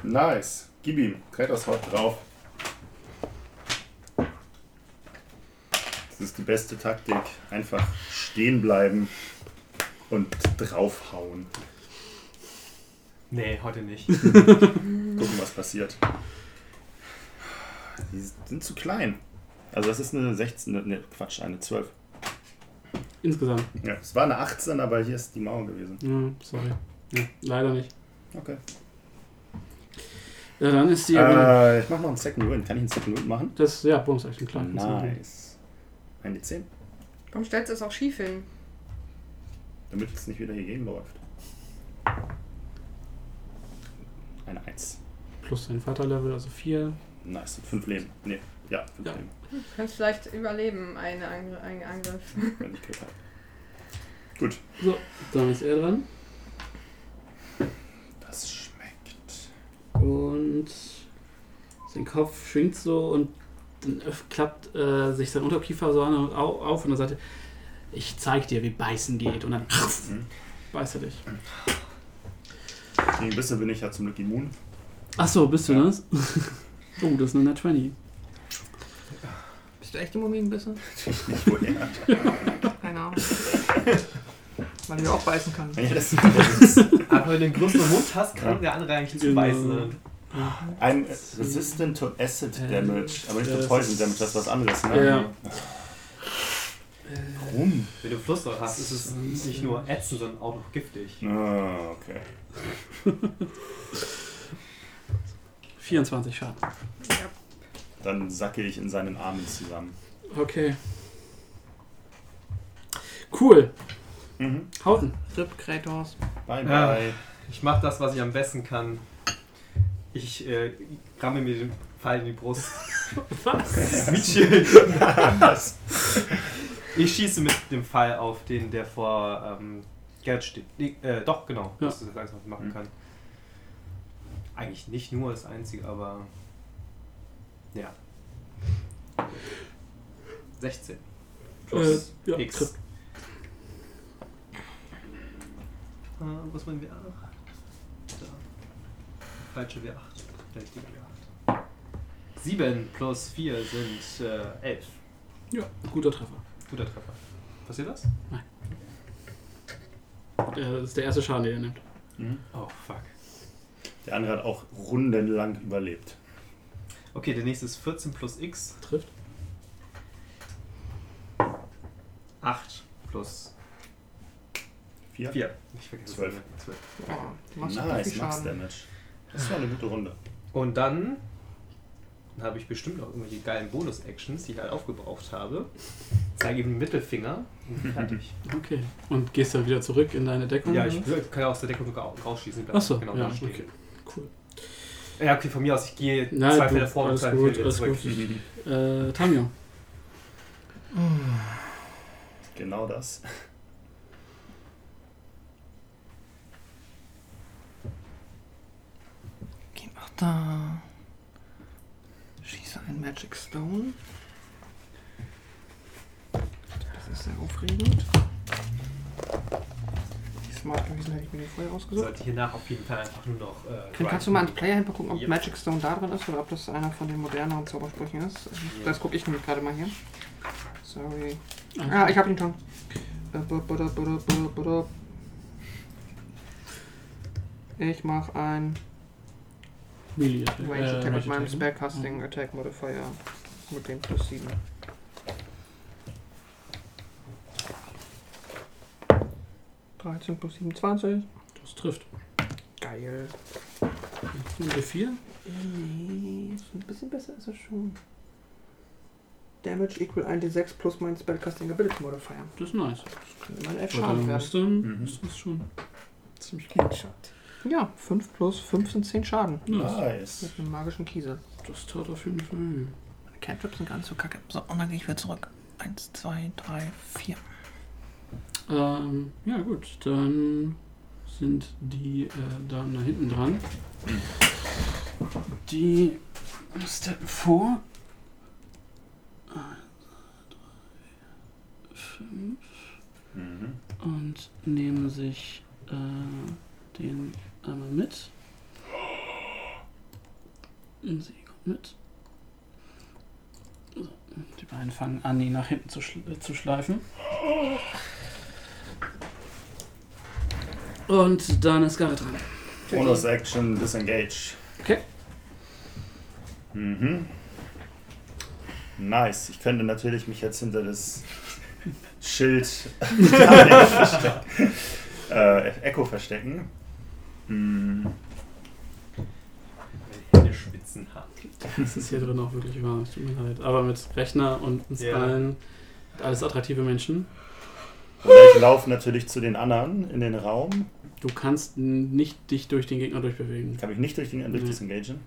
S7: Nice. Gib ihm. Kratos haut drauf. Das ist die beste Taktik. Einfach stehen bleiben und draufhauen.
S5: Nee, heute nicht.
S7: Gucken, was passiert. Die sind zu klein. Also das ist eine 16, ne, Quatsch, eine 12.
S3: Insgesamt.
S7: Ja, es war eine 18, aber hier ist die Mauer gewesen.
S3: Ja, sorry. Ja, leider nicht.
S7: Okay.
S3: Ja, dann ist die.
S7: Äh, ich mache noch einen Second Wind. Kann ich einen Second Wind machen?
S3: das, ja, Bonus-Action, klar. kannst du machen.
S7: Nice. Eine 10,
S9: Warum stellst du es auch schief hin?
S7: damit es nicht wieder hier gegenläuft. Eine 1.
S3: Plus dein Vaterlevel, also 4.
S7: Nice. 5 Leben. Nee, ja, 5
S3: Ja.
S7: Leben.
S9: Du kannst vielleicht überleben, eine Angr einen Angriff.
S7: Wenn ich Glück hab.
S3: Dann ist er dran.
S7: Das schmeckt.
S3: Und sein Kopf schwingt so und dann öff- klappt äh, sich sein Unterkiefer so an und au- auf und dann sagt er, ich zeig dir, wie beißen geht. Und dann
S7: Mhm.
S3: beißt er dich.
S7: Gegen Bisse bin ich ja zum Glück immun.
S3: Achso, bist du
S7: Ja.
S3: das? oh, das ist eine Nat 20.
S6: Bist du echt im Moment besser?
S7: Nicht woher.
S6: Keine Ahnung. Weil du auch beißen kann.
S7: ja, das das ist
S5: Aber wenn du den größeren Mund hast, kann
S7: Ja.
S5: der andere eigentlich ne?
S3: Genau.
S5: zubeißen.
S3: Ah,
S7: ein Resistant to Acid
S3: Äh,
S7: Damage, aber nicht
S3: das
S7: to Poison
S3: ist-
S7: Damage, das ist was anderes, ne?
S3: Ja.
S7: Warum?
S5: Wenn du Flusssäure hast, ist es nicht nur ätzend, sondern auch noch giftig.
S7: Ah, okay.
S3: 24 Schaden.
S7: Dann sacke ich in seinen Armen zusammen.
S3: Okay. Cool.
S7: Mhm.
S3: Hauten.
S6: Rip Kratos.
S7: Bye,
S5: Ja.
S7: bye.
S5: Ich mache das, was ich am besten kann. Ich äh, ramme mir den Pfeil in die Brust. Was? Wie schön. ich schieße mit dem Pfeil auf den, der vor ähm, Gerd steht. Nee, äh, doch, genau.
S3: Ja.
S5: Das ist das Einzige, was ich machen
S7: Mhm.
S5: kann. Eigentlich nicht nur das Einzige, aber... Ja. 16. Plus
S3: Äh, ja,
S5: X.
S3: trifft.
S5: Äh, wo ist mein W8? Da. Falsche W8. Der richtige W8. 7 plus 4 sind äh, 11.
S3: Ja, guter Treffer.
S5: Guter Treffer. Passiert das?
S3: Der, das ist der erste Schaden, den er nimmt.
S7: Mhm.
S5: Oh, fuck.
S7: Der andere hat auch rundenlang überlebt.
S5: Okay, der nächste ist 14 plus X.
S3: Trifft.
S5: 8 plus
S7: Vier?
S5: 4. Ich vergesse
S7: Zwölf.
S5: 12.
S6: Boah, du machst echt
S7: Nice,
S6: viel
S7: Max
S6: Schaden.
S7: Damage. Das war eine gute Runde.
S5: Und dann habe ich bestimmt noch irgendwelche geilen Bonus-Actions, die ich halt aufgebraucht habe. Zeige ihm den Mittelfinger und fertig.
S3: Okay. Und gehst dann wieder zurück in deine Deckung?
S5: ja,
S3: oder
S5: ich
S3: was?
S5: kann ja aus der Deckung sogar rausschießen. bleiben
S3: Mhm. Ach so,
S5: genau
S3: ja,
S5: da stehen.
S3: okay. Cool.
S5: Ja, okay, von mir aus, ich gehe
S3: Nein,
S5: zwei
S3: du-
S5: Felder vor und
S3: alles
S5: zwei
S3: gut,
S5: Felder
S3: alles
S5: zurück.
S3: gut. Äh, Tamio.
S7: Genau das.
S6: Geh nach da. Schieße einen Magic Stone. Das ist sehr aufregend. Die smart gewesen hätte ich mir den vorher
S5: Ich
S6: ausgesucht.
S5: sollte hier nach auf jeden Fall einfach nur noch. Äh,
S6: Kann, kannst du mal ans Player hinten gucken, ob
S5: Ja.
S6: Magic Stone da drin ist oder ob das einer von den moderneren Zaubersprüchen ist? Das gucke ich nämlich gerade mal hier. Sorry. Ah, ich habe ihn schon. Äh, bu- bu- bu- bu- bu- bu- bu- Ich mache ein
S3: Melee.
S6: Range Attack mit meinem
S3: Attack.
S6: Spellcasting Attack Modifier mit dem plus 7. Dreizehn plus 27.
S3: Das trifft.
S6: Geil.
S3: Und die 4?
S6: Nee, ein bisschen besser ist es schon. Damage equal 1d6 plus mein Spellcasting Ability Modifier.
S3: Das ist nice.
S6: Das könnte mal
S3: Aber
S6: 11 Schaden
S3: dann
S6: werden.
S3: ist dann,
S7: Mhm.
S3: das ist schon ziemlich gut.
S9: Headshot.
S6: Ja, 5 plus 5 sind 10 Schaden.
S3: Nice.
S7: Nice.
S6: Mit einem magischen Kiesel.
S3: Das tat auf jeden Fall weh.
S6: Meine Cantrips sind gar nicht so kacke. So, und dann gehe ich wieder zurück. 1, 2, 3, 4.
S3: Ähm, ja gut, dann sind die äh, Damen da hinten dran. Die steppen vor. 1, 2, 3, 5.
S7: Mhm.
S3: und nehmen sich äh, den einmal mit. Und Sie kommt mit. So, Die beiden fangen an, ihn nach hinten zu, schl äh, zu schleifen. Und dann ist Gareth dran.
S7: Bonus Action, Disengage.
S3: Okay.
S7: Mhm. Nice. Ich könnte natürlich mich jetzt hinter das Schild äh, Echo verstecken. Hm.
S5: Wenn ich eine Spitzen habe.
S3: Es ist hier drin auch wirklich warm, es tut mir leid. Aber mit Rechner und uns
S5: Ja.
S3: allen, alles attraktive Menschen.
S7: Oder ich laufe natürlich zu den anderen in den Raum.
S3: Du kannst n- nicht dich durch den Gegner durchbewegen.
S7: Ich kann mich nicht durch den durch
S3: Nee.
S7: Disengagen.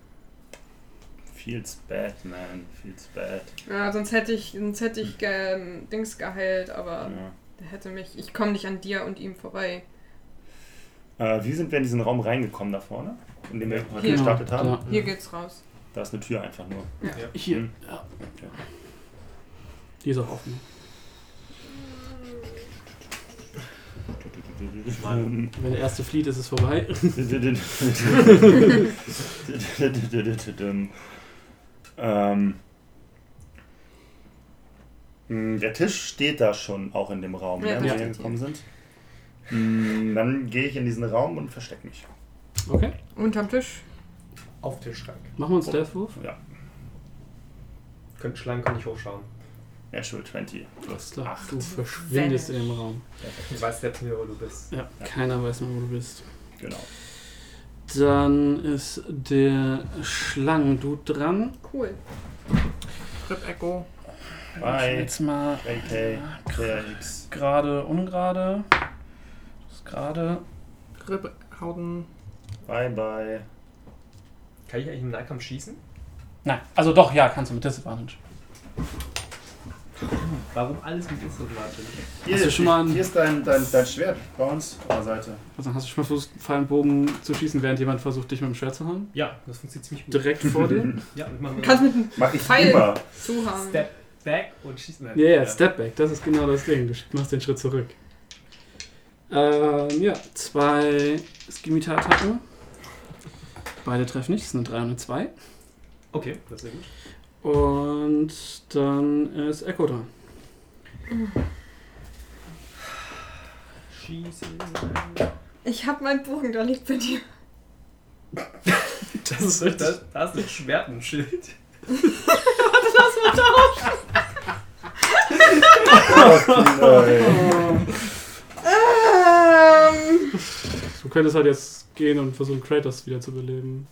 S7: Feels bad, man. Feels bad.
S9: Ja, sonst hätte ich, sonst hätte ich ähm, Dings geheilt, aber
S7: Ja.
S9: der hätte mich. Ich komme nicht an dir und ihm vorbei.
S7: Äh, wie sind wir in diesen Raum reingekommen da vorne? In dem wir heute
S3: Genau.
S9: Hier.
S7: gestartet haben?
S3: da.
S9: Hier geht's raus.
S7: Da ist eine Tür einfach nur.
S3: Hier.
S7: Hm.
S3: Ja.
S7: Okay.
S3: Die ist auch offen. Wenn der erste flieht, ist es vorbei.
S7: ähm, mh, der Tisch steht da schon auch in dem Raum,
S9: Ja,
S7: ne, wo
S9: das
S7: wir
S9: steht
S7: gekommen sind. Mh, Dann gehe ich in diesen Raum und verstecke mich.
S3: Okay,
S9: Unterm Tisch.
S5: Auf den Schrank.
S3: machen wir einen Stealth-Wurf.
S5: Könnt schlagen, kann ich hochschauen.
S7: Natural 20
S3: Alles
S7: plus
S3: klar,
S7: 8.
S3: du verschwindest in dem Raum.
S5: Ich weiß jetzt nicht, wo du bist.
S3: Ja, keiner weiß mehr, wo du bist.
S7: Genau.
S3: Dann ist der Schlangendude dran.
S9: Cool.
S6: Trip Echo.
S3: Ich
S7: Bye.
S3: Jetzt mal
S7: AK, CX.
S3: gerade, ungerade. Das ist gerade.
S6: Grip Hauten.
S7: Bye, bye.
S5: Kann ich eigentlich im Nahkampf schießen?
S3: Nein, also doch, ja, kannst du mit Disadvantage.
S5: Warum alles mit Disadvantage?
S7: Hier,
S3: Hast du
S7: ist-
S3: schon mal ein-
S7: hier ist dein, dein, dein Schwert bei uns auf der Seite.
S3: Also hast du schon mal versucht, einen Pfeilenbogen zu schießen, während jemand versucht, dich mit dem Schwert zu hauen?
S5: Ja, das funktioniert ziemlich gut.
S3: Direkt vor dir?
S5: Ja, ich mache
S9: Du
S5: mal
S9: kannst mit einem
S7: Mach ich
S9: Pfeil.
S7: immer.
S9: Zuhaben.
S5: Step back und schießen.
S3: Ja, ja, Step Back, das ist genau das Ding. Du machst den Schritt zurück. Ähm, ja, zwei Skimitar-Attacken. Beide treffen nicht, das sind eine 3 und eine 2.
S5: Okay, das ist sehr gut.
S3: Und dann ist Echo dran.
S5: Schießen.
S9: Ich hab meinen Bogen, da liegt bei dir.
S5: Das ist das, das ist ein Schwert und ein Schild.
S7: Nein.
S9: Ähm.
S3: Du könntest halt jetzt gehen und versuchen, Kratos wieder zu beleben.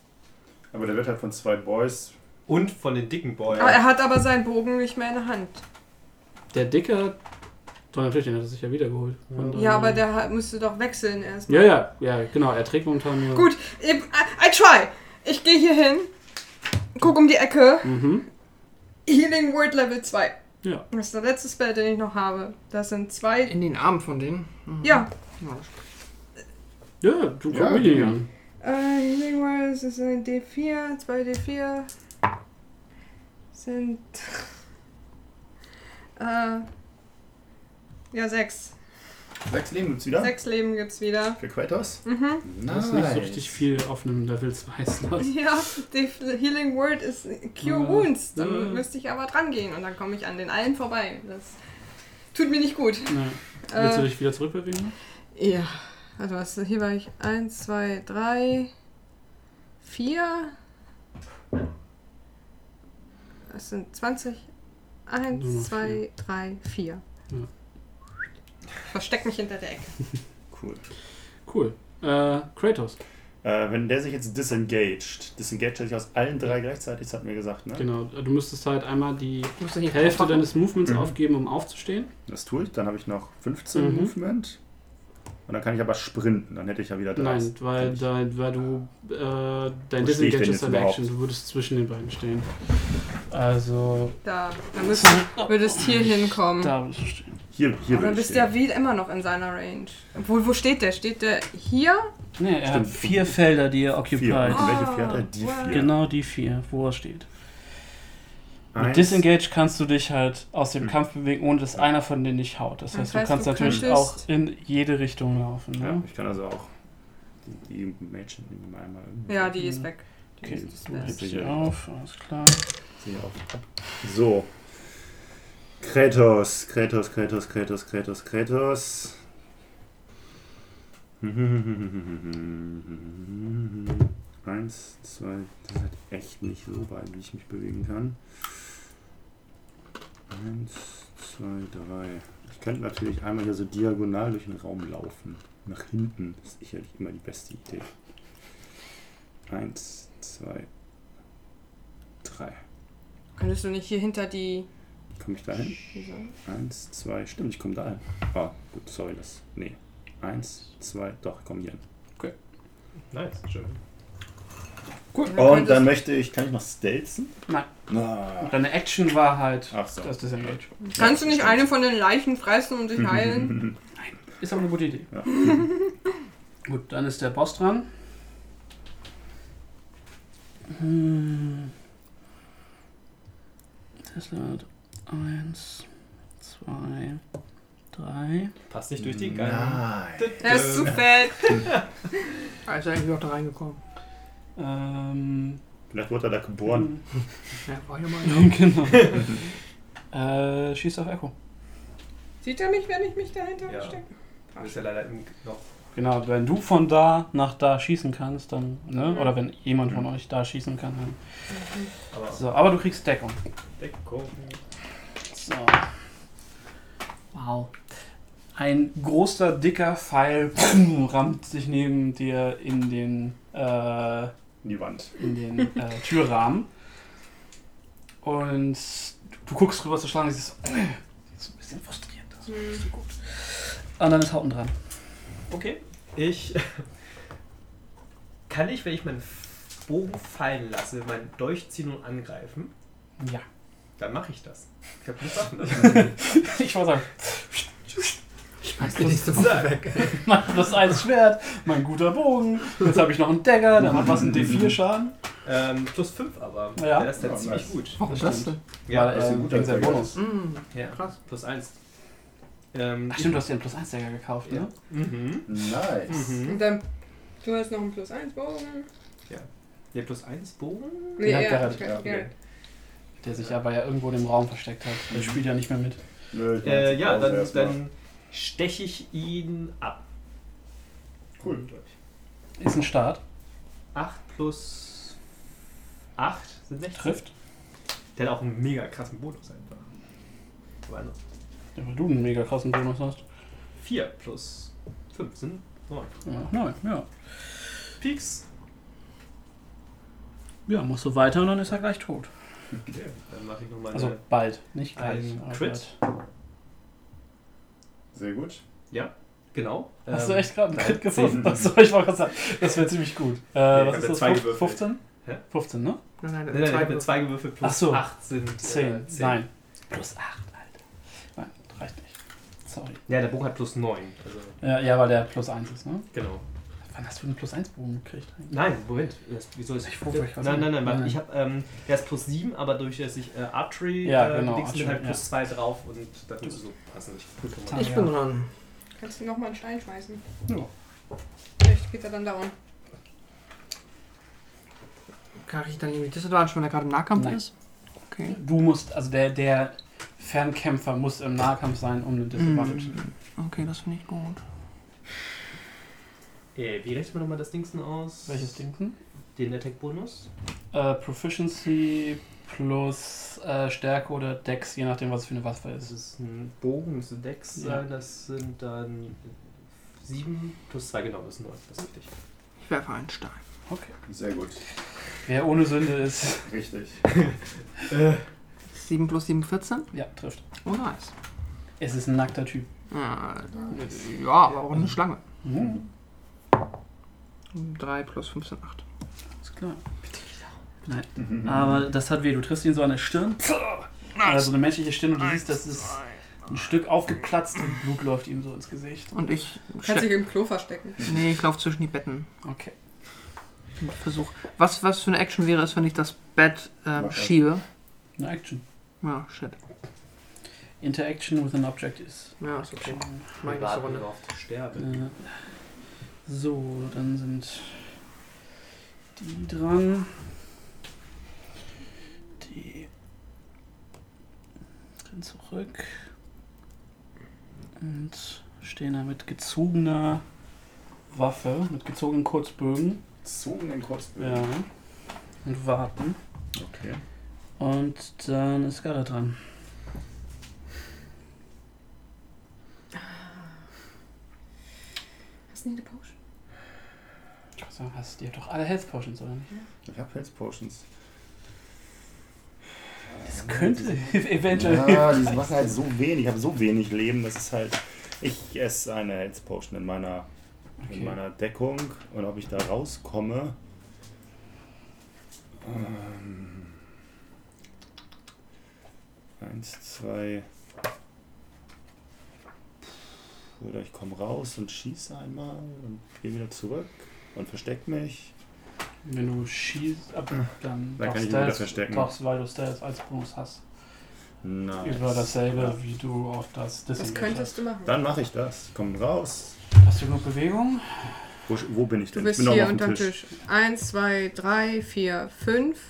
S7: Aber der wird halt von zwei Boys.
S5: Und von den dicken Boy.
S9: Aber er hat aber seinen Bogen nicht mehr in der Hand.
S3: Der Dicke, doch natürlich, den hat er sich ja wiedergeholt. Von,
S9: Ja,
S3: ähm,
S9: aber der hat- müsste doch wechseln erstmal.
S3: Ja, ja, ja, genau, er trägt momentan nur.
S9: Gut, ich, I, I try. Ich gehe hier hin, guck um die Ecke.
S3: Mhm.
S9: Healing Word Level 2.
S3: Ja.
S9: Das ist der letzte Spell, den ich noch habe. Das sind zwei.
S6: In den Armen von denen. Mhm.
S9: Ja.
S3: Ja, du
S7: Ja,
S3: kommst mit ihm an.
S9: Äh, Healing Word das ist ein D4, zwei D4. Sind. Äh, ja, sechs.
S7: Sechs Leben gibt's wieder.
S9: Sechs Leben gibt's wieder.
S7: Für Kratos.
S9: Mhm.
S7: genau.
S3: Das ist nicht so richtig viel auf einem Level 2 Slot.
S9: Ja, die Healing Word ist Cure
S3: Ja.
S9: Wounds. Dann
S3: Ja.
S9: müsste ich aber dran gehen und dann komme ich an den allen vorbei. Das tut mir nicht gut.
S3: Nee. Willst du
S9: Äh,
S3: dich wieder zurückbewegen?
S9: ja. Also was, hier war ich 1, 2, 3, 4. Das sind 20.
S3: Nur noch
S9: 1, 2, 3, 4.
S3: Ja.
S9: Versteck mich hinter der Ecke.
S7: Cool.
S3: Cool. Äh, Kratos,
S7: Äh, wenn der sich jetzt disengaged, disengaged sich aus allen drei gleichzeitig, das hat mir gesagt, ne?
S3: genau. Du müsstest halt einmal die
S6: Musst du hier
S3: Hälfte
S6: drauf machen?
S3: deines Movements
S7: Mhm.
S3: aufgeben, um aufzustehen.
S7: Das tue ich, dann habe ich noch 15
S3: Mhm.
S7: Movement. Und dann kann ich aber sprinten, dann hätte ich ja wieder
S3: Nein,
S7: 30.
S3: weil,
S7: ich-
S3: dein- weil du äh, dein
S7: Wo stehe ich denn
S3: Disengage
S7: jetzt
S3: ist deine
S7: überhaupt?
S3: Action. Du würdest zwischen den beiden stehen. Also.
S9: Da, da müsst, würdest
S3: Oh,
S9: hier hinkommen.
S3: Da würdest du stehen.
S7: Hier, hier
S9: Aber
S7: will
S9: dann
S7: ich
S9: bist du
S7: stehen.
S9: ja wie immer noch in seiner Range. Obwohl, wo steht der? Steht der hier?
S3: Nee, er hat
S7: Stimmt.
S3: vier Felder, die er
S7: Vier.
S3: occupied.
S7: Und welche
S9: Ah,
S7: fährt er? Die
S9: wow.
S7: vier.
S3: Genau die vier, wo er steht. Mit
S7: Eins.
S3: Disengage kannst du dich halt aus dem
S7: Hm.
S3: Kampf bewegen, ohne dass einer von denen dich haut. Das
S9: Das
S3: heißt,
S9: heißt,
S3: du kannst
S9: du
S3: natürlich auch
S9: könntest-
S3: in jede Richtung laufen.
S7: Ja,
S3: Ne?
S7: ich kann also auch die, die Mädchen nehmen wir einmal irgendwie.
S9: Ja, die
S3: Mhm.
S9: ist weg.
S3: Okay,
S9: Das ist
S3: du hebst
S7: sicher.
S3: dich auf, alles klar.
S7: Sehe ich auch. So. Kratos, Kratos, Kratos, Kratos, Kratos, Kratos. Eins, zwei, das hat echt nicht so weit, wie ich mich bewegen kann. Eins, zwei, drei. Ich könnte natürlich einmal hier so diagonal durch den Raum laufen. Nach hinten ist sicherlich immer die beste Idee. Eins, zwei, drei.
S9: Könntest du nicht hier hinter die.
S7: Komme ich da hin? Eins, zwei, stimmt, ich komme da hin. Ah, gut, sorry, das. Nee. Eins, zwei, doch, komm hier hin.
S5: Nice, schön.
S10: Und dann möchte ich, kann ich noch stelzen?
S3: Nein.
S7: Oh.
S10: Na,
S3: Deine Action war halt
S10: ach so.
S3: das Disengage.
S9: Kannst du nicht eine von den Leichen fressen und dich heilen?
S3: Ist aber eine gute Idee.
S10: Ja.
S3: Gut, dann ist der Boss dran. Hm. Tesla hat 1, 2, 3.
S5: Passt nicht durch die Geilen.
S10: Nein.
S9: Er ist zu fett.
S6: Ah, ist er irgendwie auch da reingekommen.
S3: Ähm,
S10: Vielleicht wurde er da geboren.
S6: Ja, war ja mal
S3: genau. äh, schießt auf Echo.
S9: Sieht er mich, wenn ich mich dahinter
S5: Ja.
S9: stecke?
S5: Du bist ja leider im, noch.
S3: Genau, wenn du von da nach da schießen kannst, dann, ne? Oder wenn jemand von euch da schießen kann, dann.
S5: Aber
S3: So, aber du kriegst Deckung.
S5: Deckung.
S3: So. Wow. Ein großer, dicker Pfeil rammt sich neben dir in den, äh,
S10: In die Wand.
S3: in den äh, Türrahmen. Und du guckst rüber zur Schlange und siehst, so, so ein bisschen frustriert. Das ist nicht so gut. Und dann ist Hauten dran.
S5: Okay. Ich. Kann ich, wenn ich meinen Bogen fallen lasse, meinen Durchziehen und angreifen?
S3: Ja.
S5: Dann mache ich das. Ich habe keine Waffen.
S3: Ich wollte sagen,
S6: die nächste
S3: mein plus eins Schwert, mein guter Bogen, jetzt habe ich noch einen Dagger, dann hat was ein D4 Schaden.
S5: ähm, plus 5 aber.
S3: Ja. Oh,
S5: Das ist dann
S10: Ja,
S5: ziemlich
S10: nice.
S5: gut.
S6: Warum das denn?
S5: Ja,
S3: Weil,
S5: das ist
S3: äh,
S10: Ähm,
S5: ein guter
S3: wegen seinem
S5: Dagger.
S3: Bonus.
S6: Mm,
S5: Ja.
S6: krass.
S5: Plus 1. Ähm,
S3: Ach stimmt, du hast dir einen plus eins Dagger gekauft,
S5: Ja.
S3: ne?
S5: Mhm.
S10: Nice.
S5: Mhm.
S9: Und dann. Du hast noch einen plus 1 Bogen.
S5: Der plus 1 Bogen?
S9: Nee,
S3: Ja,
S9: er-
S3: Gerrit,
S9: Gerrit,
S5: ja.
S9: Gerrit.
S3: Der sich aber ja irgendwo in dem Raum versteckt hat. Der spielt ja nicht mehr mit.
S10: Nö, ich mach
S5: Äh,
S10: jetzt
S5: ja,
S10: Pause
S5: dann,
S10: erstmal.
S5: dann steche ich ihn ab.
S10: Cool.
S3: Ist ein Start.
S5: 8 plus 8 sind 16.
S3: Trifft.
S5: Der hat auch einen mega krassen Bonus einfach. Aber anders.
S3: Ja, Weil du einen mega krassen Bonus hast.
S5: 4 plus 5 sind 9.
S3: Ja, nein, ja.
S5: Peaks.
S3: Ja, machst du weiter und dann ist er gleich tot.
S5: Okay, dann mache ich nochmal
S3: Also
S5: eine.
S3: bald, nicht gleich.
S5: Ein
S3: aber
S5: Crit.
S3: bald.
S10: Sehr gut.
S5: Genau.
S3: Hast du
S5: ähm,
S3: echt gerade einen
S5: nein,
S3: Crit
S5: zehn.
S3: gefunden? Achso, ich wollte gerade sagen, das wäre ziemlich gut. Äh,
S5: ich
S3: was
S5: hab
S3: ist
S5: ja
S3: das?
S5: zwei
S3: Fuf-
S5: gewürfelt.
S3: 15?
S5: Hä?
S3: 15, ne?
S6: Nein, nein,
S5: Nein, nein, ich
S6: zwei
S5: habe mit 2 gewürfelt
S3: Ach
S5: plus
S3: so.
S5: 8 sind
S3: 10.
S5: Äh,
S3: Nein. Plus 8, Alter. Nein, das reicht nicht. Sorry.
S5: Ja, der Bogen hat plus 9. Also,
S3: Ja, ja, weil der plus 1 ist, ne?
S5: genau.
S3: Wann hast du einen plus 1 Bogen gekriegt? eigentlich?
S5: Nein, Moment. Das, wieso ist
S3: Ich wusste, ich weiß
S5: Nein,
S3: nicht.
S5: nein, nein, warte.
S3: Nein.
S5: Ich habe, ähm, der ist plus 7, aber durch dass ich äh, Archery
S3: Ja,
S5: äh,
S3: genau,
S5: Dings mit
S3: Archery,
S5: halt
S3: ja.
S5: plus 2 drauf und das müsste so passen. Ich guck noch mal.
S6: Ich bin dran.
S9: Kannst du nochmal einen Stein schmeißen?
S3: Ja.
S9: Vielleicht geht er dann down.
S6: Kann ich dann irgendwie Disadvantage, wenn er gerade im Nahkampf
S3: Nein.
S6: ist? Okay.
S3: Du musst, also der, der Fernkämpfer muss im Nahkampf sein, um eine Disadvantage zu kriegen.
S6: Mhm. Okay, das finde ich gut.
S5: Äh, wie rechnet man nochmal das Dingsen aus?
S3: Welches Ding denn?
S5: Den Attack-Bonus?
S3: Äh, Proficiency plus äh, Stärke oder Dex, je nachdem, was es für eine Waffe
S5: Das
S3: ist.
S5: ist ein Bogen, müsste Dex
S3: Ja.
S5: sein, äh, das sind dann 7 plus 2, genau, das ist 9, das ist richtig.
S6: Ich werfe einen Stein.
S10: Sehr gut.
S3: Wer ohne Sünde ist.
S10: Richtig.
S6: 7 plus 7, 14.
S3: Ja, trifft.
S6: Oh, nice.
S3: Es ist ein nackter Typ.
S6: Ja, ja, aber auch eine Schlange.
S3: Mhm.
S6: 3 plus 15, 8.
S3: Ist klar. Nein. Aber das hat weh. Du triffst ihn so an der Stirn. Also eine menschliche Stirn und du siehst, das ist ein Stück aufgeplatzt und Blut läuft ihm so ins Gesicht.
S6: Und ich.
S9: Kannst dich im Klo verstecken.
S6: Nee, ich laufe zwischen die Betten.
S3: Okay.
S6: und Versuch. Was, was für eine Action wäre es, wenn ich das Bett ähm,
S10: Mach das.
S6: schiebe?
S3: Eine Action.
S6: Ja, shit.
S3: Interaction with an object is.
S6: Ja, ist okay. Mach ich
S5: Wir
S6: nächste
S5: warten
S6: Runde.
S5: darauf zu sterben.
S3: Äh, So, dann sind die dran. Die bisschen zurück und stehen da mit gezogener Waffe, mit gezogenen Kurzbögen
S7: Zogen den Kurzbögen.
S3: ja, und warten.
S7: Okay.
S3: Und dann ist Gara dran.
S9: Hast du nicht eine Pause?
S3: Ich wollte sagen, hast, ihr habt doch alle Health Potions, oder nicht?
S7: Ich habe Health Potions.
S3: Das könnte eventuell.
S7: Ja, die machen halt so wenig. Ich habe so wenig Leben, das ist halt. Ich esse eine Health Potion in meiner, in
S3: Okay.
S7: meiner Deckung und ob ich da rauskomme. Ähm, eins, zwei. Oder ich komme raus und schieße einmal und gehe wieder zurück und versteck mich.
S3: Wenn du schießt, ab, dann,
S7: Dann kann
S3: darfst
S7: ich ihn
S3: du
S7: wieder
S3: das-
S7: verstecken.
S3: darfst, weil du Stealth als Bonus hast.
S7: Nice.
S3: Über dasselbe, wie du auch das
S9: Was
S3: Disengage
S9: könntest
S3: hast.
S9: du machen?
S7: Dann mache ich das. Komm raus.
S3: Hast du genug Bewegung?
S7: Wo, wo bin ich
S9: Du
S7: denn?
S9: bist
S7: ich bin noch
S9: hier
S7: auf dem
S9: unterm Tisch. Eins, zwei, drei, vier, fünf.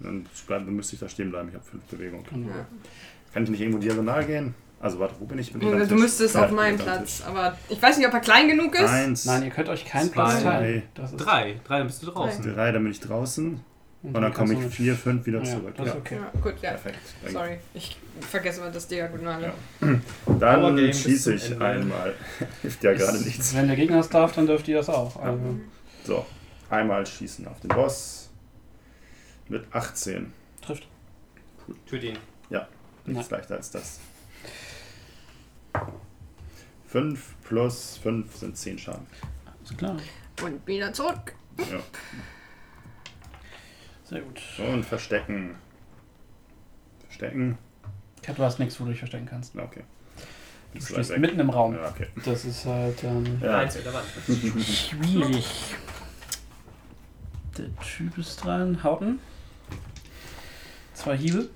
S7: Dann, bleib, dann müsste ich da stehen bleiben. Ich habe fünf Bewegungen.
S3: Genau.
S9: Ja.
S7: Kann ich nicht irgendwo diagonal gehen? Also warte, wo bin ich? Bin ich am
S9: Du
S7: Tisch?
S9: müsstest
S7: Ja,
S9: auf
S7: ich bin
S9: meinem
S7: jetzt am
S9: Platz, aber ich weiß nicht, ob er klein genug
S7: Tisch.
S9: ist.
S7: Eins,
S3: Nein, ihr könnt euch keinen
S5: Zwei.
S3: Platz teilen. Das ist
S5: Drei, drei, dann bist du draußen.
S7: drei, dann bin ich draußen.
S3: Und
S7: Und dann komme ich
S3: kannst du
S7: vier, fünf wieder
S3: mit- ja,
S7: zurück.
S3: Das ist
S7: Ja,
S3: okay.
S9: Ja, gut, ja.
S7: perfekt. Danke.
S9: Sorry, ich vergesse mal das Diagonale.
S7: Ja.
S5: Power Game
S7: Dann
S5: bis
S7: schieße
S5: zum
S7: ich
S5: Ende.
S7: einmal. Hilft ja gerade
S3: Ist-
S7: nichts.
S3: Wenn der Gegner es darf, dann dürft ihr das auch. Also,
S7: So, einmal schießen auf den Boss. Mit 18.
S3: trifft.
S5: Töt ihn.
S7: Nichts leichter als das. 5 plus 5 sind 10 Schaden.
S3: Ist klar.
S9: Und wieder zurück.
S7: Ja.
S3: Sehr gut.
S7: Und verstecken. Verstecken.
S3: Kat, du hast nichts, wo du dich verstecken kannst.
S7: Na, Okay.
S3: Du
S7: Ist
S3: stehst
S7: weit weg.
S3: mitten im Raum.
S7: Ja, okay.
S3: Das ist halt ähm,
S7: Ja.
S5: Eins mit der Wand.
S3: schwierig. Der Typ ist dran. Hauten. Zwei Hiebe.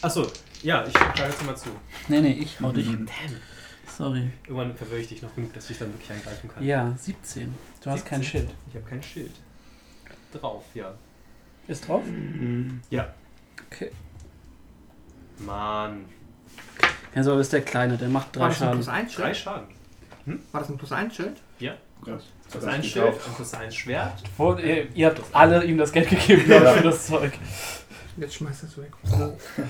S5: Achso, ja, ich schlage jetzt mal zu.
S3: Nee, nee, ich hau dich.
S7: Mhm.
S5: Damn.
S3: Sorry.
S5: Irgendwann verwirre ich dich noch genug, dass ich dann wirklich angreifen kann.
S3: Ja, 17. Du hast kein
S5: 17.
S3: Schild.
S5: Ich habe kein Schild. Drauf, ja.
S3: Ist drauf? Mhm.
S5: Mann.
S3: Ja, so ist der Kleine, der macht drei
S6: War das ein
S3: Schaden.
S6: plus 1
S5: Drei
S6: Schild?
S5: Schaden.
S6: War das ein plus 1 Schild?
S5: Plus
S7: Das
S5: ein
S7: geht
S5: Schild,
S7: auch.
S5: plus ein Schwert.
S3: Wo- ihr, ihr habt alle ihm das Geld gegeben glaub ich, für das Zeug.
S6: Jetzt schmeißt er es weg.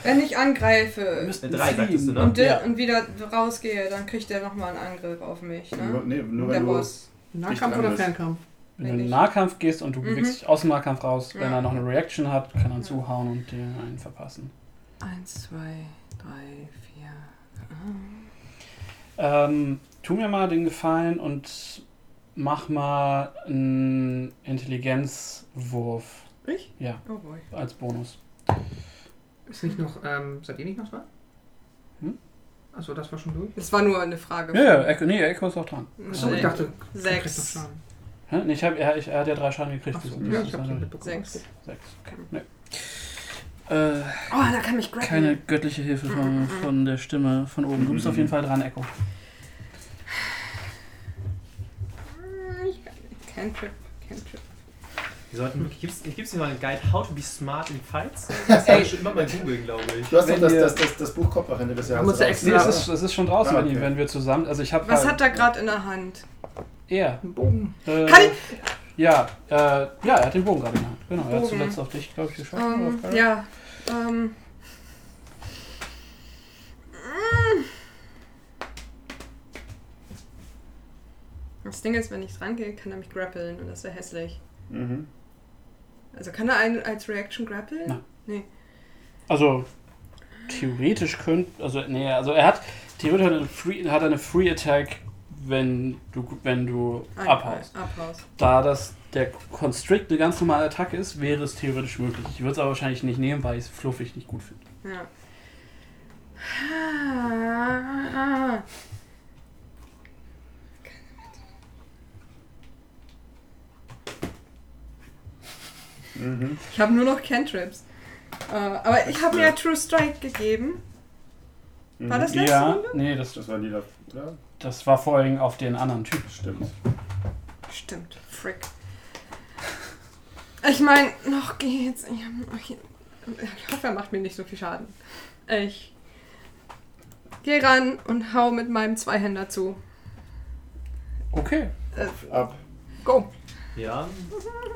S9: Wenn ich angreife
S5: Eine drei, sagtest du, ne?
S9: und, di-
S3: Ja.
S9: und wieder rausgehe, dann kriegt er nochmal einen Angriff auf mich,
S7: Nur,
S9: ne?
S7: nee, nur
S9: Der
S7: wenn du.
S9: Boss.
S6: Nahkampf
S7: Nicht
S6: oder
S7: anders.
S6: Fernkampf?
S3: Wenn du in den
S9: Wenn ich-
S3: Nahkampf gehst und du
S9: Mhm.
S3: bewegst dich aus dem Nahkampf raus, wenn
S9: Ja.
S3: er noch eine Reaction hat, kann er
S9: Ja.
S3: zuhauen und dir einen verpassen.
S9: Eins, zwei, drei, vier. Ah.
S3: Ähm, tu mir mal den Gefallen und mach mal einen Intelligenzwurf
S9: Ich?
S3: Ja.
S9: Oh boy.
S3: als Bonus.
S6: Ist nicht noch, ähm, seid ihr nicht noch dran?
S3: Hm?
S6: Achso, das war schon durch?
S9: Das war nur eine Frage.
S3: Ja, also ja, Echo, nee, Echo ist auch dran.
S6: Achso, ich
S9: Sech-
S6: dachte, du
S9: Sechs.
S6: kriegst noch Schaden.
S3: Hä? Nee, ich hab, er, ich, er hat ja drei Schaden gekriegt.
S6: Achso,
S3: deswegen
S6: ja,
S3: ist
S6: ich hab's
S3: das
S6: nicht
S3: eine-
S6: mitbekommen.
S9: Sechs.
S3: Sechs. Okay. Nee. Äh,
S9: Oh, da kann mich grappen.
S3: keine göttliche Hilfe
S9: Mhm.
S3: von, von der Stimme von oben. Du bist auf jeden Fall dran, Echo.
S9: Ah, Ich kann nicht. Cantrip, Cantrip.
S5: Wir sollten wirklich. Gibt's, gibt's nicht mal einen Guide, How to be smart in Fights? Das kann ich schon immer mal googeln, glaube ich.
S7: Du hast doch
S3: Wenn
S7: das,
S3: wir-
S7: das, das, das Buch kommt noch Ende des Jahres.
S6: musst ja
S7: raus.
S6: extra-
S3: Nee, es ist, es ist schon draußen,
S7: Ah,
S3: wenn,
S7: okay.
S3: wenn wir zusammen. Also ich habe
S9: Was hat er gerade in der Hand?
S3: er?
S6: Ein Bogen.
S3: Äh,
S9: Kann
S3: Ja, äh, ja, er hat den Bogen gerade in der Hand. Genau, er hat
S9: Bogen.
S3: zuletzt auf dich, glaube ich, geschossen. oder auf
S9: Ähm,
S3: Garrett.
S9: ja. Ähm. Mm. Das Ding ist, wenn ich rangehe, kann er mich grappeln und das wäre hässlich.
S7: Mhm.
S9: Also kann er einen als Reaction grappeln?
S3: Nein. Also theoretisch könnte, also nee, also er hat theoretisch hat er eine Free, hat er eine Free Attack, wenn du wenn du
S9: Ein-
S3: abhaust.
S9: Abhaus.
S3: Da das der Constrict eine ganz normale Attacke ist, wäre es theoretisch möglich. Ich würde es aber wahrscheinlich nicht nehmen, weil ich es fluffig nicht gut finde.
S9: Ja.
S7: Mhm.
S9: Ich habe nur noch Cantrips. Äh, aber ich habe mir ja True Strike gegeben.
S7: Mhm.
S9: War das letzte
S3: ja,
S9: Runde?
S3: nee, das,
S7: Das war die da. Ja,
S3: das war vor allem auf den anderen Typ.
S7: stimmt.
S9: Stimmt, frick. Ich meine, noch geht's. Ich hab- Ich ich hoffe, er macht mir nicht so viel Schaden. Ich Geh ran und hau mit meinem Zweihänder zu. Äh,
S6: Okay.
S7: Ab.
S6: Go.
S5: Ja.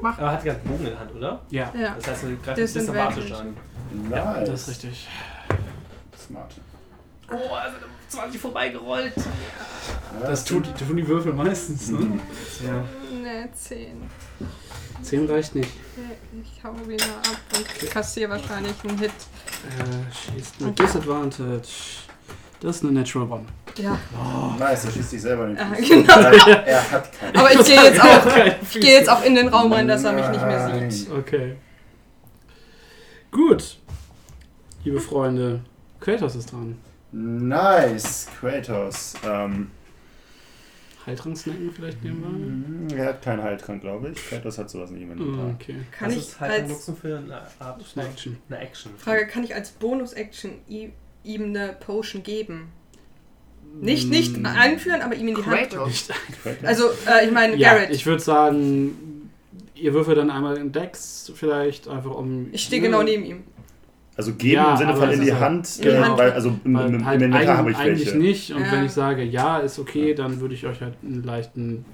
S6: Mach.
S5: Aber hat ja Bogen in der Hand, oder?
S3: Ja,
S9: Ja.
S5: Das heißt, man greift
S9: Disadvantage.
S5: systematisch an.
S7: Nice.
S3: das ist richtig.
S7: Smart.
S5: Oh, er wird um 20 vorbeigerollt.
S7: Ja,
S3: Das tut, tun die Würfel meistens, ne? Ja.
S9: Ne, 10.
S3: 10 reicht nicht.
S9: Ich hau wieder ab und kassiere wahrscheinlich einen Hit.
S3: Äh, schießt mit
S9: Okay.
S3: Disadvantage. Das ist eine Natural One.
S9: Ja,
S7: Nice, er schießt sich selber in den
S9: Oh. Ah,
S7: Fuß.
S9: genau.
S7: Er, er hat keinen.
S9: aber ich gehe jetzt auch.
S3: Keine
S9: Ich gehe jetzt auch in den Raum rein, dass er mich nicht mehr sieht.
S3: Okay. Gut. Liebe Freunde, Kratos ist dran.
S7: Nice, Kratos. Ähm,
S3: Heiltrank-Snacken vielleicht nehmen
S7: mm, er hat keinen Heiltrank, glaube ich. Kratos hat sowas nicht im
S3: wir?
S7: Inventar.
S3: Ah, Okay.
S9: Kann
S5: das
S9: ich
S5: ist halt ein
S9: als
S5: Nutzen für eine Art
S3: Das ist eine Action.
S5: eine Action.
S9: Frage, kann ich als Bonus-Action i- ihm eine Potion geben? Nicht, nicht
S3: Mm,
S9: einführen, aber ihm in die Hand drücken.
S6: Kratos.
S7: Kratos.
S9: Also, äh, ich meine,
S3: Ja,
S9: Garrett.
S3: ich würde sagen, ihr würfelt dann einmal in Dex vielleicht einfach um.
S9: Ich stehe
S7: Mm.
S9: genau neben ihm.
S7: Also geben
S3: Ja,
S7: im Sinne
S3: aber
S7: von
S3: das
S7: in die
S3: ist ja-
S7: Hand,
S9: Genau.
S7: äh, weil also im,
S3: Weil
S7: im,
S3: halt
S7: im Inventar habe
S3: eigentlich,
S7: ich
S3: eigentlich
S7: welche.
S3: nicht. Und
S9: Ja.
S3: wenn ich sage, ja, ist okay, dann würde ich euch halt einen leichten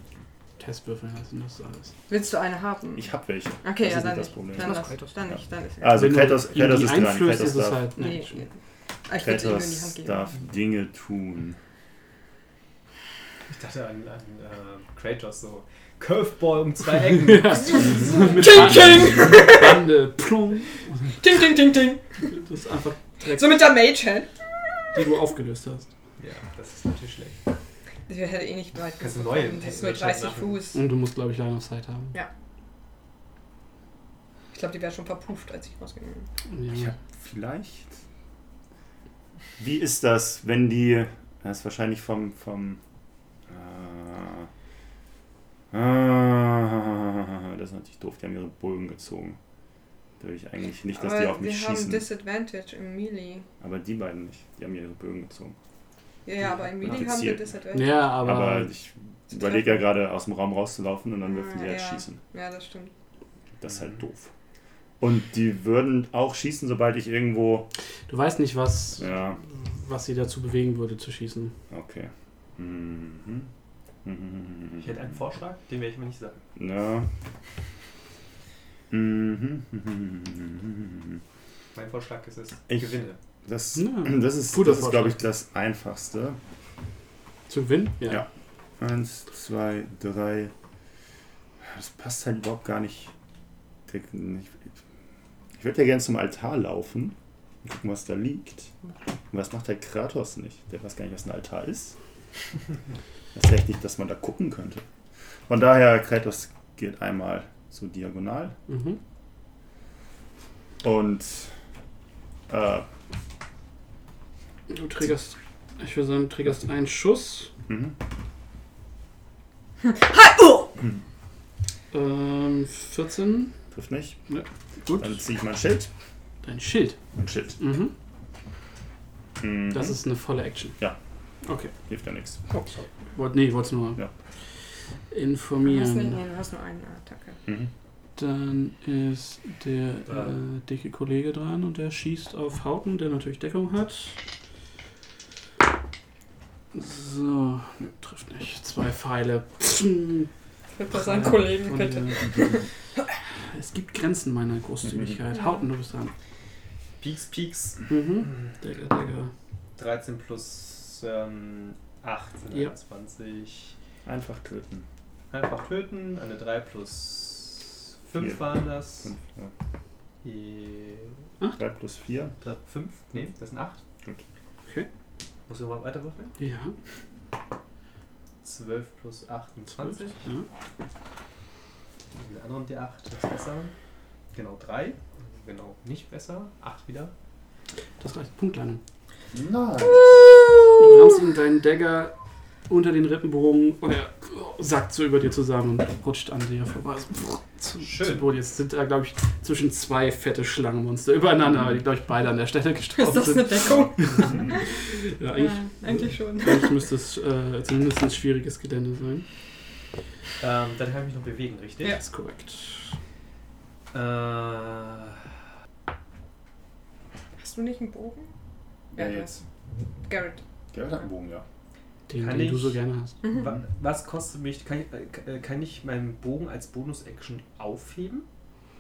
S3: Test würfeln lassen. Das ist alles.
S9: Willst du eine haben?
S7: Ich habe welche.
S9: Okay,
S7: das
S9: ja,
S7: ist
S9: dann
S7: nicht das
S9: nicht.
S7: Problem.
S9: Dann
S6: Das
S9: das.
S6: Kratos.
S9: Dann nicht, dann nicht.
S7: Also
S3: wenn du
S7: Kratos,
S3: ihm
S7: Kratos
S3: die
S7: ist dran.
S3: einführst,
S7: Kratos
S3: ist es
S7: darf,
S3: halt. eine
S9: Nee.
S3: Action.
S9: Ah, Ich könnte ihm nur in die Hand
S7: Kratos
S9: geben.
S7: darf Dinge tun.
S5: Ich dachte an, an äh, Kratos so. Curveball um zwei Ecken.
S3: Mit
S9: Ting,
S3: Bande- Bande, plum.
S9: Ting, ting, ting, ting.
S3: Das ist einfach,
S9: So mit der Mage-Hand.
S3: die du aufgelöst hast.
S5: ja, das ist natürlich schlecht.
S9: Ich hätte eh nicht weit
S5: Kannst du
S9: gekommen.
S5: neue
S9: Das ist nur
S5: Mage-Hand
S9: 30
S5: machen.
S9: Fuß.
S3: Und du musst, glaube ich, Line of Sight haben.
S9: Ich glaube, die wäre schon verpufft, als ich rausgegangen bin.
S7: Ich
S3: Ja.
S7: hab
S5: Mhm.
S7: vielleicht. Wie ist das, wenn die. Das ist wahrscheinlich vom. vom äh, ah, das ist natürlich doof, die haben ihre Bogen gezogen. Da will ich eigentlich nicht, dass die auf
S9: wir
S7: mich
S9: haben
S7: schießen.
S9: Disadvantage im Melee.
S7: Aber die beiden nicht. Die haben ihre Bögen gezogen.
S9: Ja, ja, aber im
S7: Ja,
S9: Melee haben wir
S7: gezielt.
S9: Disadvantage.
S3: ja,
S7: Aber,
S3: aber,
S7: ich überlege ja gerade, aus dem Raum rauszulaufen und dann dürfen sie
S9: Ah,
S7: halt
S9: ja.
S7: schießen.
S9: Ja, das stimmt.
S7: Das ist
S5: Mhm.
S7: halt doof. Und die würden auch schießen, sobald ich irgendwo.
S3: du weißt nicht, was,
S7: Ja,
S3: was sie dazu bewegen würde, zu schießen.
S7: okay. Mhm. Mhm.
S5: Ich hätte einen Vorschlag, den werde ich mir nicht sagen.
S7: Ja. Mhm.
S5: Mein Vorschlag ist es,
S7: Ich-
S5: gewinne.
S7: Das,
S3: Ja,
S7: das ist,
S3: guter
S7: das ist glaube ich,
S3: Vorschlag.
S7: das Einfachste.
S3: Zu gewinnen? Ja.
S7: Ja. Eins, zwei, drei. Das passt halt überhaupt gar nicht. Ich, ich würde ja gerne zum Altar laufen und gucken, was da liegt. Und was macht der Kratos nicht? Der weiß gar nicht, was ein Altar ist. Das reicht nicht, dass man da gucken könnte. Von daher, Kratos geht einmal so diagonal
S3: Mhm.
S7: und äh,
S3: Du triggerst, ich würde sagen, du triggerst einen Schuss.
S7: mhm.
S3: Ähm, 14.
S7: trifft nicht.
S3: Gut.
S7: Dann ziehe ich mein Schild.
S3: Dein Schild.
S7: Mein Schild.
S3: Mhm.
S7: Mhm.
S3: Das ist eine volle Action.
S7: Ja.
S3: Okay.
S7: Hilft ja nichts.
S3: Wollt, nee, ich wollte es nur
S7: Ja.
S9: Du hast, nicht, nee,
S3: informieren.
S9: du hast nur eine Attacke.
S7: Mhm.
S3: Dann ist der
S5: Ja.
S3: äh, dicke Kollege dran und der schießt auf Hauten, der natürlich Deckung hat. So, trifft nicht. Zwei Pfeile.
S9: Mit seinen Kollegen,
S3: Und,
S9: bitte.
S3: äh, Es gibt Grenzen meiner Großzügigkeit. Hauten, du bist dran.
S5: Peaks, Peaks.
S3: Mhm. Digga, Digga.
S5: 13 plus ähm, 8 sind
S3: Ja.
S5: 21.
S7: Einfach töten.
S5: Einfach töten. Eine 3 plus
S7: Vier.
S5: 5 waren das. Äh,
S7: Fünf, ja.
S5: Die
S7: 3 plus 4.
S5: 5? Ne, das sind 8.
S7: Gut.
S3: Okay.
S5: Muss ich mal weiterwürfeln?
S3: Ja.
S5: 12 plus 28.
S3: ja.
S5: Den anderen die 8 ist besser. Genau 3. Genau nicht besser. 8 wieder.
S3: Das reicht. Punktlandung.
S7: Nein.
S3: Du rammst ihm deinen Dagger unter den Rippenbogen und er sackt so über dir zusammen und rutscht an dir vorbei. Zu,
S5: Schön.
S3: Zu Boden. Jetzt sind da, glaube ich, zwischen zwei fette Schlangenmonster übereinander,
S5: Mhm.
S3: weil die, glaube ich, beide an der Stelle
S9: Ist
S3: gestorben
S9: das eine
S3: sind.
S9: Deckung?
S3: Ja, eigentlich,
S9: eigentlich schon.
S3: eigentlich müsste es äh, zumindest schwieriges Gelände sein.
S5: Ähm, dann kann ich mich noch bewegen, richtig?
S3: Das ist korrekt.
S5: Ja. Äh,
S9: Hast du nicht einen Bogen?
S7: Ja,
S9: du
S7: jetzt.
S9: hast- Garrett.
S7: Der Attackenbogen, ja.
S3: Den,
S5: Kann
S3: den du
S5: ich-
S3: so gerne hast.
S9: Mhm.
S5: Wa- Was kostet mich, kann ich, äh, kann ich meinen Bogen als Bonus-Action aufheben?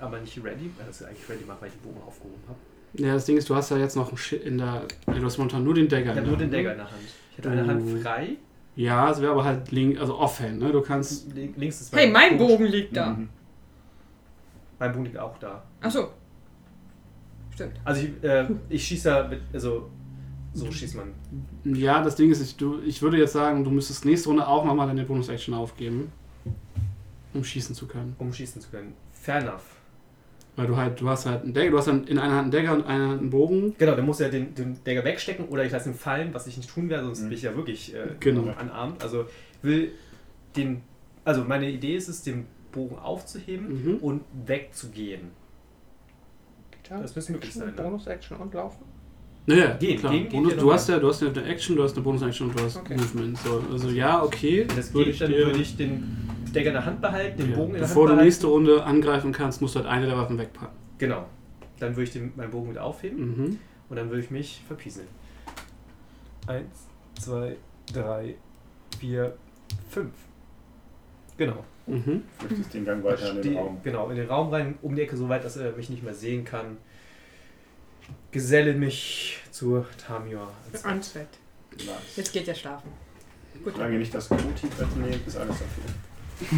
S5: Aber nicht ready, weil das ja eigentlich ready macht, weil ich den Bogen aufgehoben habe.
S3: Ja, das Ding ist, du hast ja jetzt noch einen Shit in der. Ja, du hast momentan nur den Dagger. in
S5: Ich habe
S3: der
S5: nur den
S3: Hand, ne?
S5: Dagger in der Hand. Ich hätte eine Hand frei,
S3: Ja, es wäre aber halt link, also offhand, ne? Du kannst.
S5: link- links ist
S9: Hey, mein Bogen liegt da.
S7: Mhm.
S5: Mein Bogen liegt auch da.
S9: Achso.
S5: Also ich, äh, ich schieße da mit, also so schießt man.
S3: Ja, das Ding ist, ich, du, ich würde jetzt sagen, du müsstest nächste Runde auch nochmal deine Bonus-Action aufgeben. Um schießen zu können.
S5: um schießen zu können. Fair enough.
S3: Weil du halt, du hast halt einen Dagger, du hast dann in einer Hand einen Dagger und in einer Hand einen Bogen.
S5: Genau, dann muss er den, den Dagger wegstecken oder ich lasse ihn fallen, was ich nicht tun werde, sonst
S7: Mhm.
S5: bin ich ja wirklich äh,
S3: Genau.
S5: anarmt. Also will den, also meine Idee ist es, den Bogen aufzuheben
S3: Mhm.
S5: und wegzugehen. Das müsste möglich sein. Ne?
S6: Bonus-Action und laufen.
S3: Naja,
S5: Gehen,
S3: klar.
S5: gehen, gehen
S3: Bonus,
S5: wir
S3: du
S5: nochmal.
S3: hast ja, du hast ja eine Action, du hast eine Bonus-Action und du hast
S6: Okay.
S3: Movement. So, also ja, okay.
S5: Wenn das
S3: würde
S5: geht, dann
S3: dir-
S5: würde ich den Dagger in der Hand behalten, den
S3: ja.
S5: Bogen in der
S3: Bevor
S5: Hand
S3: du
S5: behalten.
S3: nächste Runde angreifen kannst, musst du halt eine der Waffen wegpacken.
S5: Genau. Dann würde ich den, meinen Bogen mit aufheben
S3: Mhm.
S5: und dann würde ich mich verpieseln. Eins, zwei, drei, vier, fünf. Genau.
S3: Mhm.
S7: Flüchtest den Gang weiter in den
S5: Steh-
S7: Raum.
S5: Genau, in den Raum rein, um die Ecke, so weit, dass er mich nicht mehr sehen kann. Geselle mich zur Tamior.
S9: Ans Bett.
S7: Nice.
S9: Jetzt geht er schlafen. Gut.
S7: Genau. Solange nicht das Q-Tief nehmt, ist alles okay.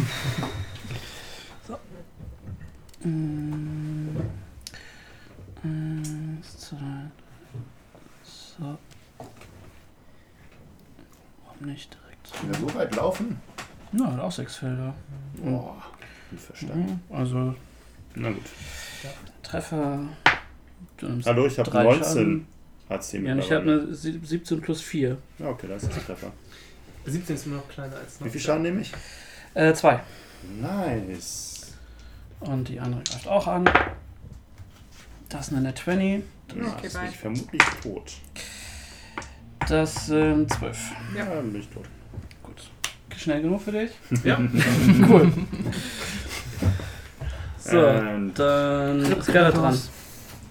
S9: Mm.
S10: So. Warum nicht direkt?
S7: Wenn wir so weit laufen?
S10: Na, hat auch sechs Felder.
S7: Boah, gut verstanden.
S10: Also
S7: Na gut.
S10: Treffer.
S7: Hallo, ich habe
S10: Drei
S7: 19
S10: Schaden.
S7: HC
S10: Ja, und ich ne- habe eine sieb- 17 plus 4.
S7: Ja, okay, das ist ein Treffer.
S5: 17 ist nur noch kleiner als
S7: Wie viel Schaden nehme ich?
S10: Äh, 2.
S7: Nice.
S10: Und die andere greift auch an. Das ist eine Net 20.
S7: Ja,
S9: Okay,
S7: ist
S9: bye.
S7: mich vermutlich tot.
S10: Das sind 12.
S7: Ja, dann bin ich tot.
S10: Gut. Schnell genug für dich?
S5: Ja.
S10: cool. So,
S7: Ähm,
S10: dann ist Gerda dran.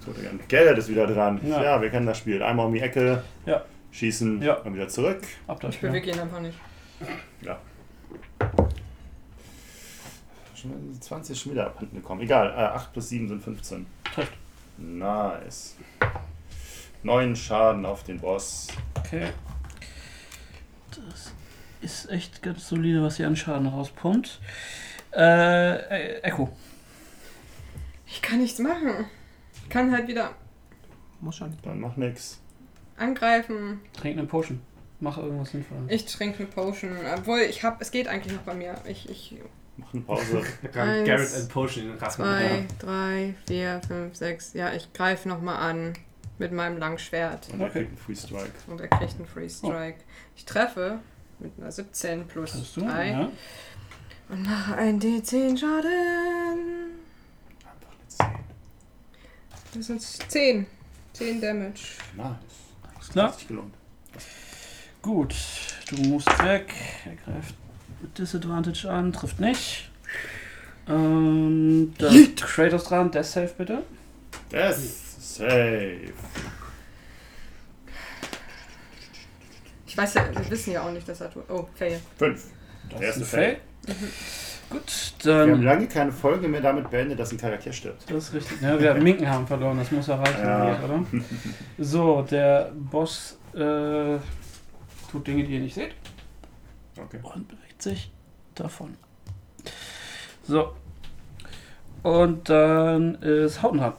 S7: tot again. Gerrit ist wieder dran. Ja.
S10: Ja.
S7: wir kennen das Spiel. Einmal um die Ecke,
S10: Ja.
S7: schießen
S10: Ja.
S7: und wieder zurück.
S10: Ab
S9: Ich
S10: dafür.
S9: bewege ihn einfach nicht.
S7: Schon die 20 schon wieder abhanden gekommen. Egal, äh, 8 plus 7 sind 15.
S10: Trifft.
S7: Nice. 9 Schaden auf den Boss.
S10: Okay. Das ist echt ganz solide, was hier an Schaden rauspumpt. Äh, äh, Echo.
S9: Ich kann nichts machen. Ich kann halt wieder
S6: Muss schon.
S7: Dann macht nix.
S9: angreifen.
S10: Trink eine Potion. Mach irgendwas Sinnvolles.
S9: Ich trinke eine Potion. Obwohl, ich hab, es geht eigentlich noch bei mir. Ich, ich,
S7: Macht eine Pause.
S5: Ran-
S9: Eins,
S5: Garrett and Potion in den Rassen.
S9: zwei, drei, vier, fünf, sechs. Ja, ich greife nochmal an mit meinem Langschwert.
S7: Und er
S10: Okay.
S7: kriegt einen Free Strike.
S9: Und er kriegt einen
S6: Oh.
S9: Free Strike. Ich treffe mit einer 17 plus
S10: Hast du?
S9: 3
S10: Ja.
S9: und mache ein D10 Schaden.
S7: Einfach eine
S9: Das sind 10. 10 Damage.
S7: 10. Nice.
S10: Alles klar.
S7: Hat sich gelohnt.
S10: Gut, du musst weg. Er greift mit Disadvantage an, trifft nicht. Ähm, dann ist Kratos dran, Death Save bitte.
S7: Death Save.
S9: Ich weiß ja, wir wissen ja auch nicht, dass er tut. Oh, fail.
S7: 5. Der erste Fail.
S10: Gut,
S7: Wir haben
S10: dann.
S7: lange keine Folge mehr damit beendet, dass ein Charakter stirbt.
S10: Das ist richtig. Ja, wir haben Minken haben verloren, das muss erreichen,
S7: Ja.
S10: oder? So, der Boss äh, tut Dinge, die ihr nicht seht.
S7: Okay.
S10: und bewegt sich davon. So. Und dann ist Hauten dran.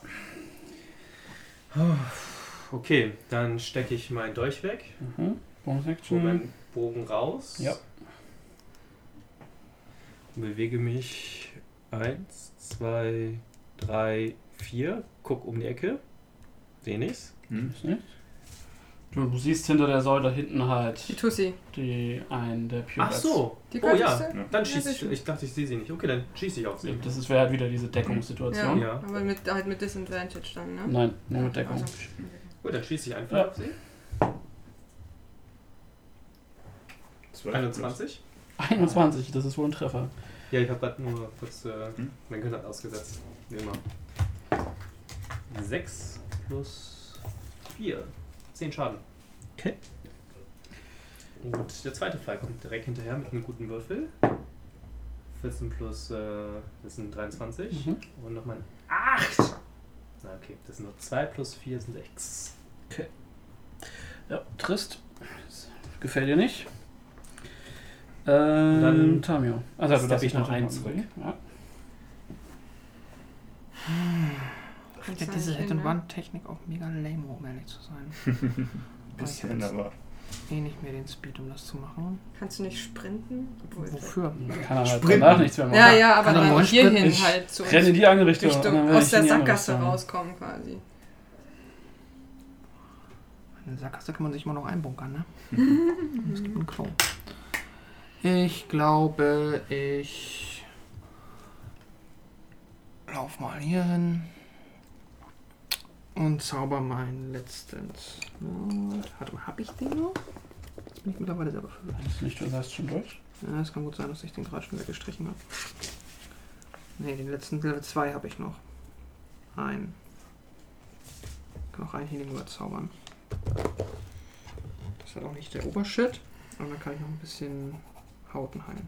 S5: Oh, Okay, dann stecke ich meinen Dolch weg,
S10: Mhm. Bonus
S5: hole
S10: Action.
S5: meinen Bogen raus.
S10: Ja.
S5: Und Bewege mich eins, zwei, drei, vier. Guck um die Ecke. Sehe nichts.
S7: Hm.
S10: Ist nicht. Du siehst hinter der Säule hinten
S9: Die
S10: halt
S9: Tussi.
S10: die einen der Pure
S5: Ach so.
S9: Die
S5: Oh ja.
S9: könntest du?
S5: Dann
S9: Ja,
S5: schieße ich.
S9: sicher.
S5: Ich dachte, ich sehe sie nicht. Okay, dann schieße ich auf sie.
S10: Rats. Das ist- wäre halt wieder diese
S9: Ja,
S6: ne?
S10: Deckungssituation.
S5: Ja.
S9: aber mit, halt mit Disadvantage dann, ne?
S10: Nein, nur mit Deckung.
S9: Also,
S5: Gut, dann schieße ich einfach
S10: Ja.
S5: auf sie.
S7: 12.
S5: 21.
S10: 21, das ist wohl ein Treffer.
S5: Ja, ich habe gerade nur kurz äh,
S7: Hm?
S5: mein Gehirn hat ausgesetzt. Wie immer. 6 plus 4. 10 Schaden. Und der zweite Fall kommt direkt hinterher mit einem guten Würfel. 14 plus, äh, das sind 23.
S3: Mhm.
S5: Und nochmal ein 8. Na okay, das sind nur 2 plus 4 sind 6.
S3: Ja, trist. Das gefällt dir nicht.
S5: Und dann
S3: Ähm, Tamio. Also,
S5: steppe ich noch einen zurück.
S3: Ja.
S6: Ich finde
S9: halt
S6: diese
S9: ne?
S6: Hit-and-Run-Technik auch mega lame, um ehrlich zu sein. Aber ich habe
S7: Bisschen,
S6: jetzt
S7: aber
S6: eh nicht mehr den Speed, um das zu machen.
S9: Kannst du nicht sprinten? Obwohl,
S6: Wofür?
S3: Kann er halt
S7: Sprinten.
S3: danach nichts mehr machen.
S9: Ja, ja, aber
S6: Kann er
S9: dann
S6: morgen
S9: hierhin
S3: sprinten?
S9: halt zu
S3: Renn in die andere Richtung. und dann
S9: Richtung
S3: werde
S9: aus
S3: ich
S9: der
S3: in die andere
S9: Sackgasse
S3: Richtung.
S9: rauskommen quasi.
S6: In der Sackgasse kann man sich immer noch einbunkern, ne? es gibt einen Klo. Ich glaube, ich lauf mal hier hin und zauber meinen letzten. Slot. Warte mal, hab ich den noch? Jetzt bin ich mittlerweile selber verwirrt.
S3: Das ist nicht, du sagst schon durch.
S6: Ja, es kann gut sein, dass ich den gerade schon weggestrichen habe. Ne, den letzten Level 2 habe ich noch. Ein. Ich kann auch einen Healing Word zaubern. Das ist halt auch nicht der Obershit. Und dann kann ich noch ein bisschen Hauten heilen.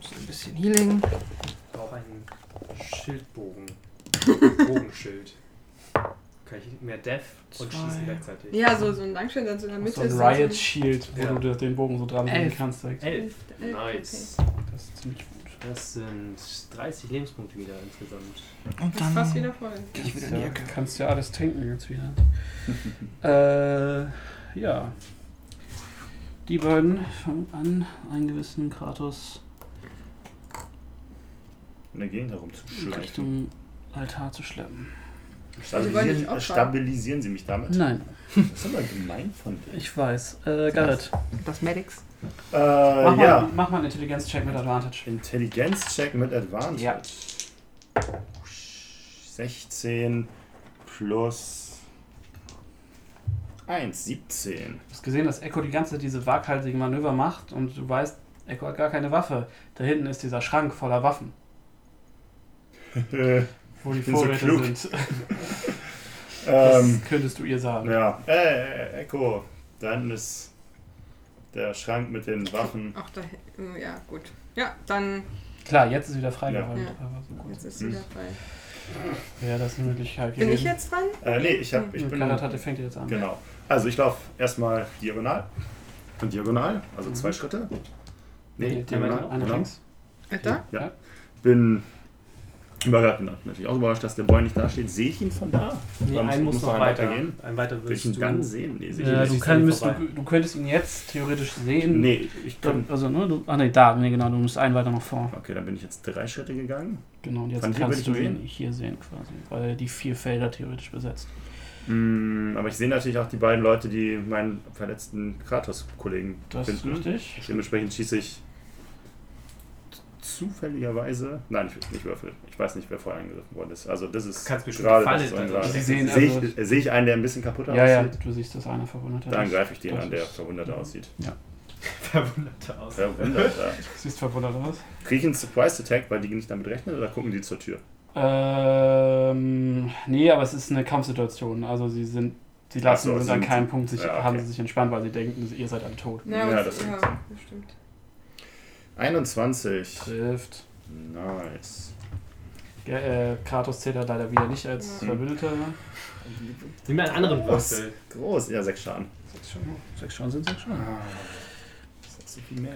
S6: Nice. Ein bisschen Healing.
S5: Auch einen Schildbogen. Bogenschild. Kann ich mehr Def und
S6: Zwei.
S5: schießen gleichzeitig.
S9: Ja, so, so ein Langschild dann so in der Mitte.
S3: So ein
S9: ist
S3: Riot Shield, wo
S5: Ja.
S3: du den Bogen so dran legen
S6: Elf.
S3: kannst. direkt.
S5: 11.
S9: Elf,
S5: Nice.
S3: Das ist ziemlich gut.
S5: Das sind 30 Lebenspunkte wieder insgesamt.
S6: Und
S9: Ist fast
S6: dann
S9: wieder voll.
S6: gehe ich wieder in die
S3: Ja,
S6: Ecke.
S3: kannst ja alles tanken jetzt wieder. äh, ja. Die beiden fangen an, einen gewissen Kratos
S7: in der Gegend
S3: in
S7: herumzuschleichen.
S3: Richtung Altar zu schleppen.
S9: Sie wollen dich
S7: Stabilisieren,
S9: opfern.
S7: Also stabilisieren Sie mich damit?
S3: Nein,
S7: Das ist aber gemein von dir.
S3: ich weiß. Äh, Garrett,
S6: Das Medics.
S7: Äh,
S3: mach, mal,
S7: ja,
S3: mach mal einen Intelligenz-Check mit Advantage.
S7: Intelligenzcheck mit Advantage.
S3: Ja.
S7: 16 plus 1, 17.
S3: Du hast gesehen, dass Echo die ganze diese waghalsigen Manöver macht und du weißt, Echo hat gar keine Waffe. Da hinten ist dieser Schrank voller Waffen,
S7: Äh,
S3: wo die
S7: bin so
S3: Vorräte
S7: klug.
S3: sind. Das
S7: ähm,
S3: könntest du ihr sagen.
S7: ja, äh, Echo, da hinten ist der Schrank mit den Waffen.
S9: Auch da, oh ja, gut. Ja, dann
S3: Klar, jetzt ist wieder freigeräumt.
S9: Ja.
S3: aber so gut.
S9: jetzt ist
S7: Hm.
S9: wieder frei.
S3: Wäre das eine Möglichkeit
S9: Bin ich
S3: gewesen.
S9: jetzt dran?
S7: Äh, nee, ich, hab, ich
S3: Ich
S7: bin.
S3: hatte, fängt ihr jetzt an.
S7: Genau. Also ich laufe erstmal diagonal und diagonal, also zwei Schritte. Nee,
S3: Mhm. Nee,
S7: diagonal.
S3: eine
S7: genau.
S3: links.
S9: Da?
S7: Ja.
S3: Ja.
S7: Bin überrascht, bin natürlich auch überrascht, dass der Boy nicht da steht. Sehe ich ihn von da?
S5: Nee,
S7: Oder
S5: einen muss noch
S7: man
S5: weiter.
S7: weitergehen?
S5: Ein weiter
S7: Will ich
S5: würdest
S7: ihn
S5: du.
S7: dann sehen? Nee, sehe ich
S3: Äh,
S7: ihn
S3: du,
S7: nicht.
S3: kann,
S5: nicht
S3: müsst,
S5: vorbei.
S3: du, du könntest ihn jetzt theoretisch sehen.
S7: Nee, ich kann.
S3: Also, ne, du, ah ne, da, ne, genau, du musst einen weiter nach vorne.
S7: Okay, dann bin ich jetzt drei Schritte gegangen.
S3: Genau, und jetzt
S7: Von hier
S3: kannst du
S7: würde ich
S3: ihn
S7: ihn sehen?
S3: hier sehen quasi, weil die vier Felder theoretisch besetzt.
S7: Mm, aber ich sehe natürlich auch die beiden Leute, die meinen verletzten Kratos-Kollegen
S3: Das
S7: finden.
S3: ist richtig.
S7: Dementsprechend schieße ich zufälligerweise. Nein, ich will nicht würfeln. Ich weiß nicht, wer vorher angegriffen worden ist. Also das ist
S5: Kannst bestimmt
S7: gerade.
S5: Falle
S7: Das ist
S5: dann-
S7: ungerade.
S5: Sie
S3: sehen
S7: sehe,
S3: also-
S7: ich, äh, sehe ich einen, der ein bisschen kaputter
S3: Ja, ja,
S7: aussieht?
S3: du siehst, dass einer verwundert hat.
S7: Dann greife ich den
S3: das
S7: an, der
S3: ist-
S7: verwundert aussieht.
S5: Verwundert aus.
S7: Verwundert. ja.
S3: Du siehst verwundert aus.
S7: Kriege ich einen Surprise-Attack, weil die nicht damit rechnen oder gucken die zur Tür?
S3: Ähm, nee, aber es ist eine Kampfsituation. Also sie sind, sie lassen
S7: Ach so,
S3: uns
S7: sie
S3: an
S7: sind-
S3: keinem Punkt, sich,
S7: ja, okay.
S3: haben sie sich entspannt, weil sie denken, ihr seid alle tot.
S9: Na,
S7: Ja,
S9: ja,
S7: das
S9: das
S7: ist-
S9: ja, bestimmt.
S7: 21.
S3: Trifft.
S7: Nice.
S3: Ja, äh, Kratos zählt er leider wieder nicht als
S7: Ja.
S3: Verbündeter. ne?
S5: Nimm mir einen anderen
S7: Groß.
S5: Würfel.
S7: Groß. Ja, sechs Schaden. Ah.
S3: Sechs Schaden. Sechs Schaden sind sechs Schaden.
S7: Das ist so viel mehr.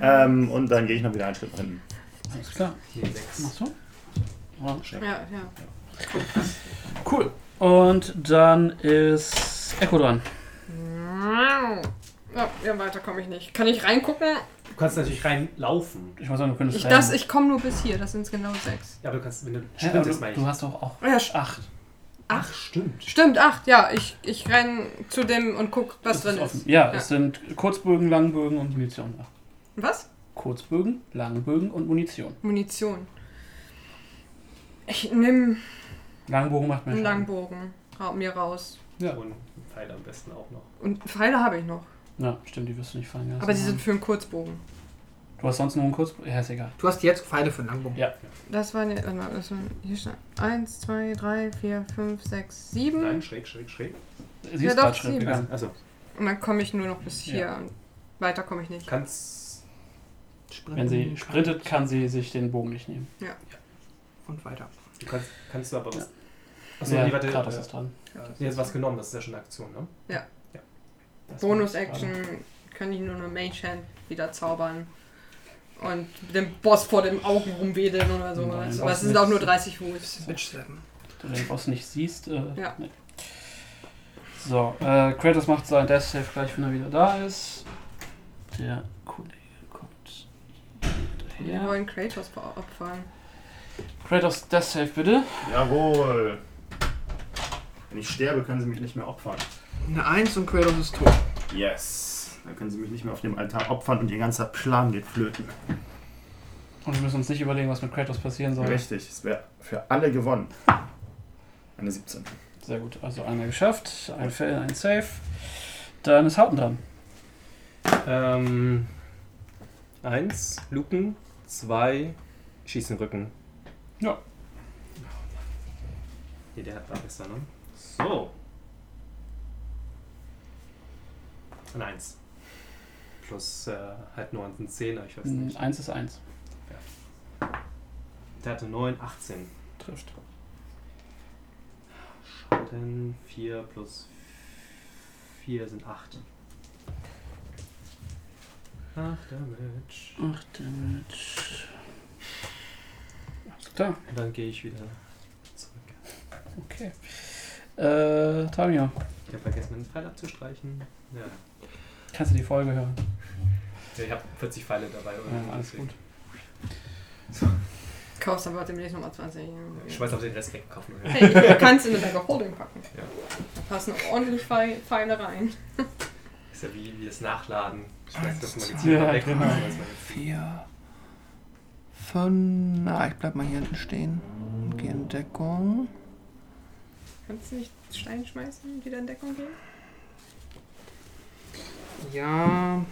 S7: Ähm, und dann gehe ich noch wieder einen Schritt nach hinten.
S3: Alles klar.
S5: Nee, sechs.
S3: Machst du? Ja.
S9: Ja, ja.
S3: Cool. Und dann ist Echo dran.
S9: Ja, ja weiter komme ich nicht. Kann ich reingucken?
S5: Du kannst natürlich reinlaufen.
S3: Ich muss sagen, du könntest
S9: Ich,
S3: rennen.
S9: das, ich komme nur bis hier, das sind genau sechs.
S5: Ja, aber du kannst, wenn du
S3: Hä, aber
S5: sprintest,
S3: du,
S5: meine
S3: du
S5: ich.
S3: hast doch auch
S9: Ja, st-
S3: acht.
S5: Ach, stimmt.
S9: stimmt, acht, ja. Ich, ich renn zu dem und guck, was
S3: Es
S9: drin
S3: offen.
S9: ist.
S3: Ja,
S9: Ja.
S3: es sind Kurzbögen, Langbögen und Munition. Ach,
S9: Was?
S3: Kurzbögen, Langbögen und Munition.
S9: Munition. Ich nehme
S3: Langbogen macht mehr
S9: einen
S3: Schaden.
S9: Langbogen ra- mir raus.
S3: Ja.
S5: Und Pfeile am besten auch noch.
S9: Und Pfeile habe ich noch.
S3: Ja, stimmt, die wirst du nicht fallen lassen.
S9: Aber die sind für einen Kurzbogen.
S3: Du hast sonst noch einen kurz. Ja, ist egal.
S6: Du hast jetzt Pfeile für einen Langbogen.
S3: Ja.
S9: Das waren ja. Warte mal, das waren. Hier steht. 1, 2, 3, 4, 5, 6, 7.
S5: Nein, schräg, schräg, schräg.
S3: Sie
S9: Ja,
S3: ist
S9: doch,
S3: gerade Schritt
S9: sieben.
S3: gegangen.
S5: Also,
S9: Und dann komme ich nur noch bis hier.
S3: Ja.
S9: Und weiter komme ich nicht.
S5: kannst.
S3: Wenn sie sprintet, kann sie sich den Bogen nicht nehmen.
S6: Und weiter.
S5: Du kannst, kannst du aber was. Achso,
S3: Ja,
S5: nee, warte.
S3: Kratos ist
S5: Äh,
S3: dran.
S5: nee, jetzt was genommen, das ist ja schon eine Aktion, ne?
S9: Ja.
S5: ja. Das
S9: Bonus-Action kann ich nur eine Mage Hand wieder zaubern. Und den Boss vor den Augen rumwedeln oder sowas.
S3: Nein,
S9: Aber es
S3: auch
S9: sind
S3: nicht.
S9: auch nur 30 Fuß.
S6: Switch Seven.
S3: Wenn du den Boss nicht siehst. Äh,
S9: Ja.
S3: nee. So, äh, Kratos macht seinen Death Save gleich, wenn er wieder da ist. Der Kollege kommt
S9: Wir
S3: hierher.
S9: wollen Kratos opfern.
S3: Kratos Death Save bitte.
S7: Jawohl. Wenn ich sterbe, können sie mich nicht mehr opfern.
S6: Eine Eins und Kratos ist tot.
S7: Yes. Dann können sie mich nicht mehr auf dem Altar opfern und ihr ganzer Plan geht flöten.
S3: Und wir müssen uns nicht überlegen, was mit Kratos passieren soll.
S7: Richtig, es wäre für alle gewonnen. Eine 17.
S3: Sehr gut, also einmal geschafft, ein Fail, ein Save. Dann ist Hauten dran.
S5: Ähm, eins, Luken. Zwei, schieß den Rücken.
S3: Ja.
S5: Nee, der hat war besser, ne? So. Ein eins. Plus äh, halt 9 sind 10, ich weiß
S3: Mm,
S5: nicht.
S3: Eins ist eins.
S5: Der hatte 9, 18.
S3: Trifft.
S5: Schaden 4 plus 4 sind 8. 8 Damage.
S3: Ach, Damage. Alles klar,
S5: Und dann gehe ich wieder zurück.
S3: okay. Äh, Tamio,
S5: Ich habe vergessen, meinen Pfeil abzustreichen. Ja.
S3: kannst du die Folge hören?
S5: Ich habe 40 Pfeile dabei. Oder?
S3: Ja, alles gut.
S9: Kaufst aber demnächst nochmal 20.
S5: Ich weiß, ob sie den Rest wegkaufen. oder?
S9: Hey, du kannst in eine Bag of Holding packen.
S5: Ja.
S9: Da passen auch ordentlich Pfeil- Pfeile rein.
S5: Ist ja wie, wie das Nachladen. Ich weiß,
S6: Eins,
S5: dass man
S6: zwei,
S5: jetzt hier
S3: ja,
S5: wegkommt.
S3: genau.
S6: Vier. Fünf. Na, ich bleib mal hier hinten stehen. Und geh in Deckung.
S9: Kannst du nicht Stein schmeißen und wieder in Deckung gehen?
S6: Ja.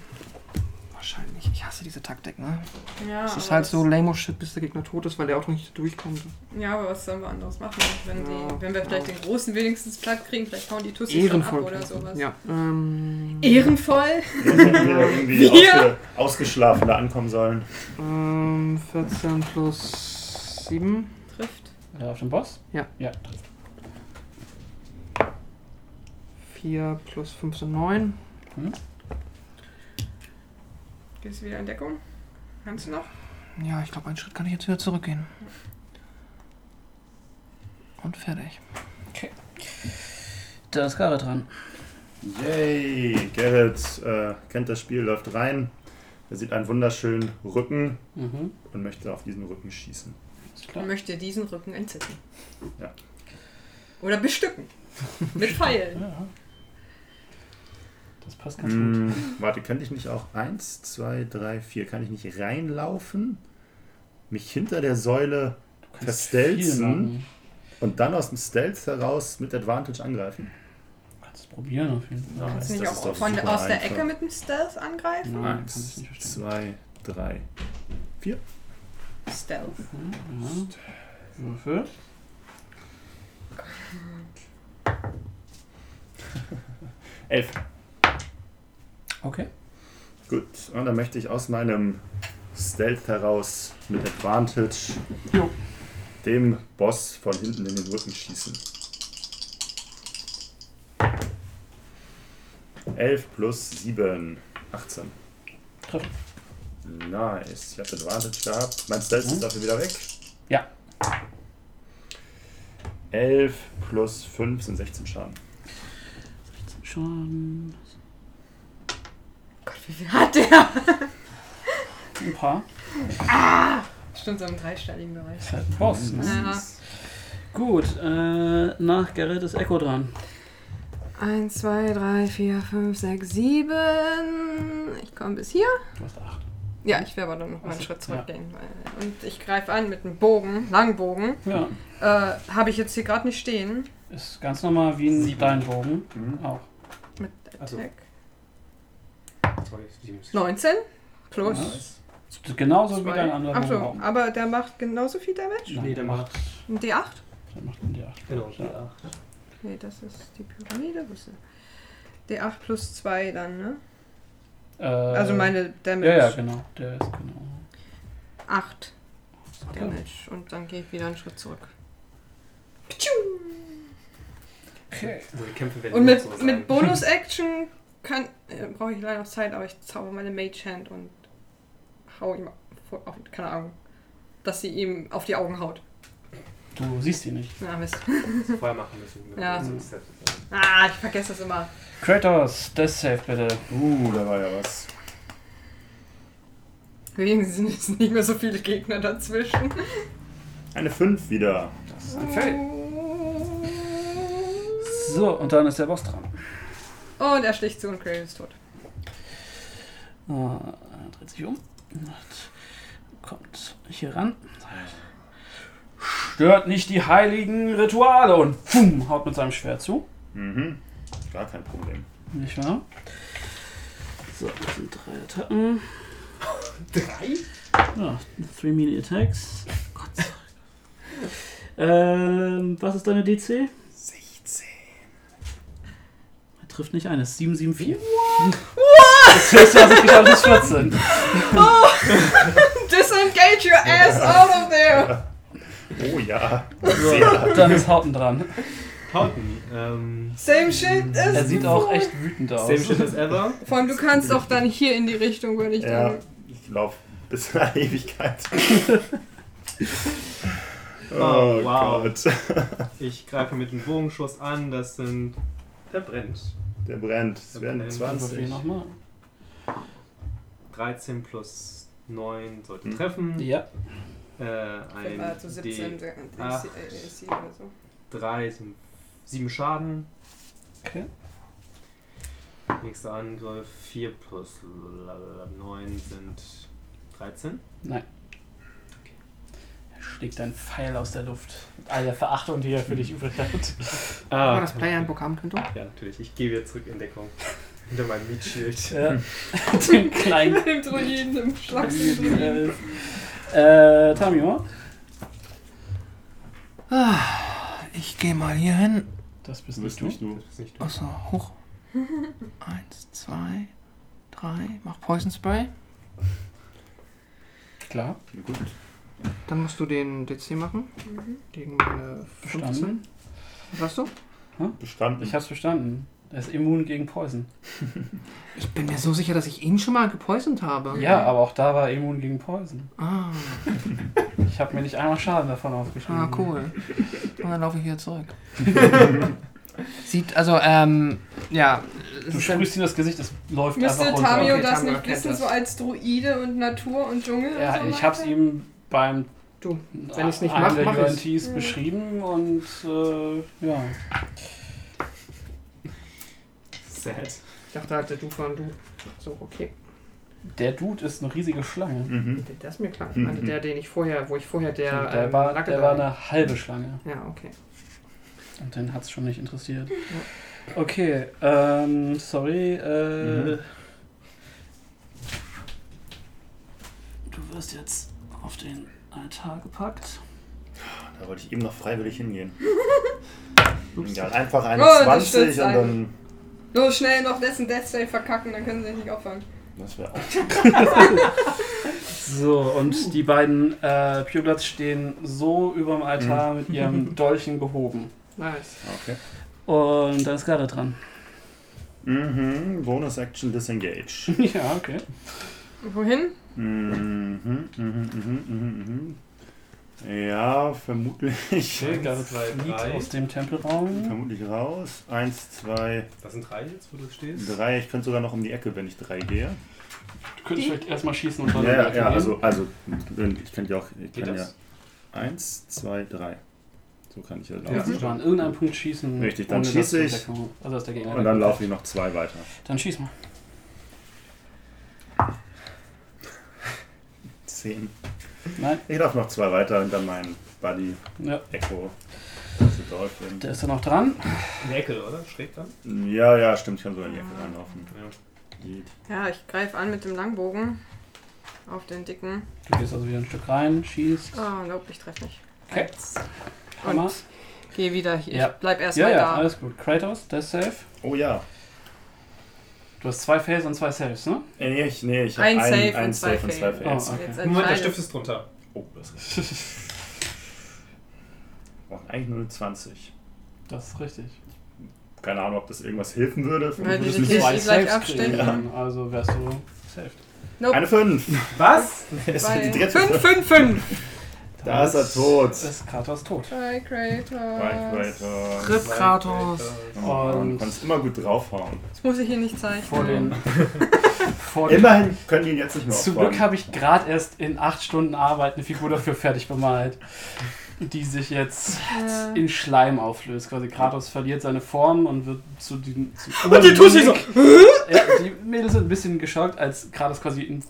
S6: Wahrscheinlich. Ich hasse diese Taktik, ne?
S9: Ja.
S6: Es ist
S9: Ah, aber
S6: halt
S9: was-
S6: so lame shit, bis der Gegner tot ist, weil der auch noch nicht durchkommt.
S9: Ja, aber was sollen wir anderes machen? Wenn,
S6: Ja.
S9: die, wenn wir vielleicht den Großen wenigstens platt kriegen, vielleicht hauen die Tussis schon ab
S6: Ehrenvoll.
S9: oder sowas.
S6: Ja. Ähm,
S9: Ehrenvoll?
S7: Wir hätten wieder irgendwie
S9: Wir?
S7: ausge, ausgeschlafen da ankommen sollen.
S6: ähm, 14 plus 7.
S9: Trifft.
S3: Äh, auf den Boss?
S6: Ja.
S3: Ja, trifft.
S6: 4 plus 5 sind 9.
S9: Gehst du wieder in Deckung? Kannst du noch?
S6: Ja, ich glaube, einen Schritt kann ich jetzt wieder zurückgehen. Und fertig.
S3: Da ist Gara dran.
S7: Yay! Gerrit äh, kennt das Spiel, läuft rein. Er sieht einen wunderschönen Rücken
S3: Mhm,
S7: und möchte auf diesen Rücken schießen.
S3: ist
S9: Ich
S3: klar.
S9: möchte diesen Rücken entzücken.
S7: Ja.
S9: Oder bestücken. Mit Pfeilen.
S3: Ja. Das passt ganz gut.
S7: Hm, warte, könnte ich nicht auch 1, 2, 3, 4, kann ich nicht reinlaufen, mich hinter der Säule
S3: Du kannst viel
S7: verstelzen
S3: machen.
S7: und dann aus dem Stealth heraus mit Advantage angreifen?
S3: Du kannst es probieren auf jeden Fall.
S7: Nice,
S9: Kannst du nicht
S7: das ist
S9: auch
S7: doch
S9: von,
S7: super
S9: aus der
S7: einfach.
S9: Ecke mit dem Stealth angreifen?
S3: Nein, kann ich
S7: 1,
S3: nicht verstehen.
S7: 2, 3,
S9: Stealth.
S3: Mhm, ja. Würfel.
S7: Elf.
S3: Okay.
S7: Gut, und dann möchte ich aus meinem Stealth heraus mit Advantage
S3: Jo.
S7: dem Boss von hinten in den Rücken schießen. 11 plus 7, 18.
S3: Trifft.
S7: Nice, ich habe Advantage gehabt. Mein Stealth ist dafür wieder weg.
S3: Hm? Ja.
S7: 11 plus 5 sind 16 Schaden.
S3: Schon
S9: Gott, wie viel hat der?
S3: ein paar.
S9: Stimmt, so im dreistelligen Bereich.
S3: Ist halt ein Boss. Ne?
S9: Ja.
S3: Gut, äh, nach Gerrit ist Echo dran.
S9: 1, 2, 3, 4, 5, 6, 7. Ich komme bis hier.
S3: Du hast acht.
S9: Ja, ich werde aber dann noch mal einen
S3: Achso,
S9: Schritt
S3: ja.
S9: zurückgehen. weil- Und ich greife an mit einem Bogen, Langbogen.
S3: Ja,
S9: Äh, Habe ich jetzt hier gerade nicht stehen.
S3: ist ganz normal wie ein dein Bogen. Auch.
S9: Mit
S5: Also.
S9: Attack.
S5: Sorry, die muss ich-
S9: 19 plus
S10: Genauso wie
S4: Zwei.
S10: dein anderer
S9: Achso,
S10: Raum.
S9: aber der macht genauso viel Damage?
S5: Nee, der macht.
S9: Ein D8?
S10: Der macht einen D8.
S5: Genau,
S10: Ja.
S5: ja.
S9: Nee, das ist die Pyramide. wo ist sie? D8 plus 2 dann, ne?
S10: Äh,
S9: Also meine Damage.
S10: Ja, ja, genau. Der ist genau.
S9: 8
S3: genau.
S9: Damage. Und dann gehe ich wieder einen Schritt zurück.
S10: Okay.
S5: Also die Kämpfe werden
S9: Und
S5: immer
S9: mit,
S5: so sein.
S9: mit Bonus-Action kann- äh, brauche ich leider noch Zeit, aber ich zauber meine Mage Hand und hau ihm vor, auf, keine Ahnung, dass sie ihm auf die Augen haut.
S10: Du siehst ihn nicht.
S9: Na Mist.
S5: vorher machen müssen.
S9: Ja.
S3: Mhm.
S5: Sonst-
S9: Ah, ich vergesse das immer.
S10: Kratos, Death Save bitte.
S7: Uh, da war ja was.
S9: Wenigstens sind jetzt nicht mehr so viele Gegner dazwischen.
S7: Eine 5 wieder.
S10: So, und dann ist der Boss dran.
S9: Und er sticht zu und Cradle ist tot.
S10: Ah, er dreht sich um. Kommt hier ran. Stört nicht die heiligen Rituale und pfum, haut mit seinem Schwert zu.
S7: Mhm. Gar kein Problem.
S10: Nicht wahr? So, das sind drei Attacken. Drei? Ja, three Mini Attacks. Gott sei Dank. ähm, was ist deine DC?
S7: 16.
S10: Er trifft nicht ein, es ist 774. Das höchste, was ich geschafft habe, ist 14.
S9: Oh! Disengage your ass out of there!
S7: Oh ja.
S10: So, dann ist Hauten dran.
S5: Tauten. Ähm,
S9: Same shit
S10: Er
S9: is
S10: sieht auch echt wütend aus.
S5: same shit as ever.
S9: Vor allem, du kannst auch dann hier in die Richtung, würde ich
S7: Ja,
S9: sagen.
S7: ich laufe bis in eine Ewigkeit. oh,
S5: Oh, wow.
S7: Gott.
S5: Ich greife mit dem Bogenschuss an. Das sind. Der brennt.
S7: Der brennt. Es
S5: Der
S7: werden
S5: brennt.
S10: Also wir
S7: 20.
S10: nochmal.
S5: 13 plus 9 sollte
S7: Hm.
S5: treffen.
S10: Ja,
S5: Äh, ein
S9: Äh, zu 17
S5: D3
S9: äh,
S5: Ach.
S9: AC, äh, AC oder so.
S5: sind 7 Schaden.
S10: okay.
S5: Nächster Angriff 4 plus 9 sind 13.
S10: Er schlägt einen Pfeil aus der Luft. Mit all der Verachtung, die er für dich übrig hat. Ah,
S6: Wenn man das Player ein Bock haben könnte.
S5: Ja, natürlich. Ich gehe wieder zurück in Deckung. Hinter meinem Meat-Shield.
S10: Ja. Den kleinen
S9: Mit dem Druiden, im Schlagsen
S10: Druiden,
S9: Druiden.
S10: der ist. Äh, Tamio,
S6: Ah, Ich gehe mal hier hin.
S10: das bist
S7: Du bist
S10: nicht du.
S7: nicht du.
S5: Das ist nicht
S6: Achso, hoch. Eins, zwei, drei. Mach Poison Spray.
S10: Klar,
S7: Gut.
S6: Dann musst du den DC machen.
S9: Mhm.
S6: Gegen meine 15.
S10: verstanden.
S6: Was hast du?
S7: Bestanden.
S10: Ich hab's verstanden. Er ist immun gegen Poison.
S6: Ich bin mir so sicher, dass ich ihn schon mal gepoisont habe.
S10: Ja, aber auch da war er immun gegen Poison.
S6: Ah,
S10: Ich habe mir nicht einmal Schaden davon aufgeschrieben.
S6: ah cool. Und dann laufe ich wieder zurück. Sieht, also, ähm, ja. es
S10: Du
S6: ist ein-
S10: sprühst ihm das Gesicht, es läuft
S9: Müsste
S10: einfach runter.
S9: Tamio
S6: Okay,
S9: das
S6: Tamio
S9: nicht
S6: kennt
S9: wissen,
S6: das.
S9: so als Druide und Natur und Dschungel?
S10: Ja,
S9: und so
S10: ich hab's
S9: weiter?
S10: ihm beim
S6: Du, wenn ich's nicht
S10: einem
S6: mach,
S10: der
S6: mach ich's.
S10: UNTs beschrieben und äh, ja.
S5: Sad.
S6: Ich dachte halt, du von du. So, okay.
S10: Der Dude ist eine riesige Schlange.
S7: Mhm.
S6: Das ist mir klar. Ich meinte der, den ich vorher, wo ich vorher der.
S10: der
S6: ähm,
S10: war,
S6: Lacke
S10: der
S6: da-
S10: war eine halbe Schlange.
S6: Ja, okay.
S10: Und den hat's schon nicht interessiert. Okay, ähm, sorry.
S3: Mhm.
S7: Mhm.
S10: Äh, Du wirst jetzt auf den Altar gepackt.
S7: Da wollte ich eben noch freiwillig hingehen. Ja, einfach eine
S9: Oh, das
S7: 20
S9: stürzt
S7: und
S9: ein.
S7: dann.
S9: Los, schnell noch dessen Death Save verkacken, dann können sie dich nicht auffangen.
S7: Das wäre auch.
S10: So, und die beiden äh, Pureblatts stehen so überm Altar mit ihren Dolchen gehoben.
S6: Nice.
S7: Okay.
S10: Und dann ist Gareth dran.
S7: Mhm. Bonus Action Disengage.
S10: ja, okay.
S9: Wohin?
S7: Mhm. Mhm. Mhm. Mhm. Mhm. Ja, vermutlich.
S5: Okay,
S10: Gareth
S5: zwei,
S10: flieht
S5: drei.
S10: aus dem Tempelraum.
S7: Vermutlich raus. Eins, zwei,
S5: Das sind drei jetzt, wo du stehst.
S7: drei. Ich könnte sogar noch um die Ecke, wenn ich drei gehe.
S10: Du könntest vielleicht erstmal schießen und
S7: Ja,
S10: dann
S7: ja,
S10: weitergehen.
S7: ja also, also ich könnte ja auch. Ich
S5: Geht
S7: kann ja.
S5: das?
S7: Eins, zwei, drei. So kann ich ja
S9: Mhm.
S10: Du kannst
S3: also
S7: laufen.
S10: du an irgendeinem Punkt schießen.
S7: Richtig, dann
S10: ohne dass
S7: schieße
S10: du
S7: ich.
S10: wegkommst. Also dass der Gegner
S7: Und dann
S10: wegkommt.
S7: laufe ich noch zwei weiter.
S10: Dann schieß mal.
S7: Zehn.
S10: Nein,
S7: Ich laufe noch zwei weiter und dann mein Buddy
S10: ja.
S7: Echo. Das ist Dolphin.
S10: Der ist dann auch dran.
S5: In der Ecke, oder? Schräg dann?
S7: Ja, ja, stimmt, ich kann so in die Ecke reinlaufen.
S5: Ja.
S7: Die-
S9: Ja, ich greife an mit dem Langbogen. auf den dicken.
S3: Du gehst also wieder ein Stück rein, schießt.
S9: Ah, nope, ich treffe nicht.
S3: Okay.
S9: Und
S3: Hammer.
S9: geh wieder hier.
S3: Ja.
S9: Ich bleib
S3: Ja,
S9: erstmal
S3: ja,
S9: da.
S3: alles gut. Kratos, der ist safe.
S7: Oh ja.
S3: Du hast zwei Fails und zwei Saves, ne?
S7: Äh, Nee, ich, nee, ich habe
S9: Ein
S7: einen
S9: Save
S7: ein,
S9: und
S7: ein
S9: zwei
S7: Safe und zwei
S9: Fails.
S7: Fails.
S3: Oh, okay.
S9: Jetzt
S5: Moment, der
S9: entscheide-
S5: Stift ist drunter.
S7: Oh, das ist. Wir brauchen eigentlich nur eine 20.
S3: Das ist richtig.
S7: Keine Ahnung, ob das irgendwas helfen würde.
S9: Weil
S7: Vermutlich
S9: die-
S7: nicht.
S9: die-
S3: Zwei
S9: gleich abstechen.
S3: kriegen, Also wärst du safe.
S7: Eine 5.
S5: Was?
S7: Das ist die
S9: Zwei.
S7: dritte.
S22: 5, 5, 5!
S7: Da ist er tot.
S3: Ist Kratos tot.
S9: Bei
S7: Right,
S9: Creator.
S7: right, right.
S6: Rip Kratos.
S7: Und
S3: Und-
S7: du kannst immer gut draufhauen.
S9: Das muss ich hier nicht zeichnen.
S3: Vor den. vor den
S7: Immerhin können die ihn jetzt nicht mehr
S3: Zum
S7: aufbauen.
S3: Glück habe ich gerade erst in acht Stunden Arbeit eine Figur dafür fertig bemalt, die sich jetzt
S9: Ja.
S3: in Schleim auflöst. Quasi Kratos verliert seine Form und wird zu den. Zu
S6: Und die tut sich so.
S3: Ja, die Mädels sind ein bisschen geschockt, als Kratos quasi in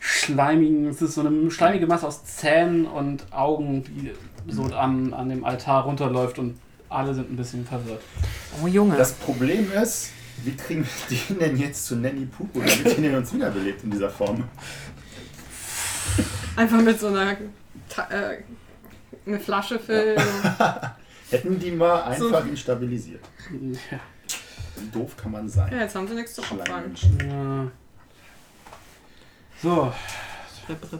S3: schleimigen. Es ist so eine schleimige Masse aus Zähnen und Augen, die so an, an dem Altar runterläuft und alle sind ein bisschen verwirrt.
S6: Oh Junge.
S7: Das Problem ist, wie kriegen wir den denn jetzt zu Nanny Pupu, damit den uns wiederbelebt in dieser Form?
S9: Einfach mit so einer Ta äh, eine Flasche füllen.
S7: Hätten die mal
S9: So.
S7: einfach ihn stabilisiert.
S3: Ja.
S7: Wie doof kann man sein?
S9: Ja, jetzt haben sie nichts zu opfern.
S7: Schleimmenschen.
S3: Ja. So.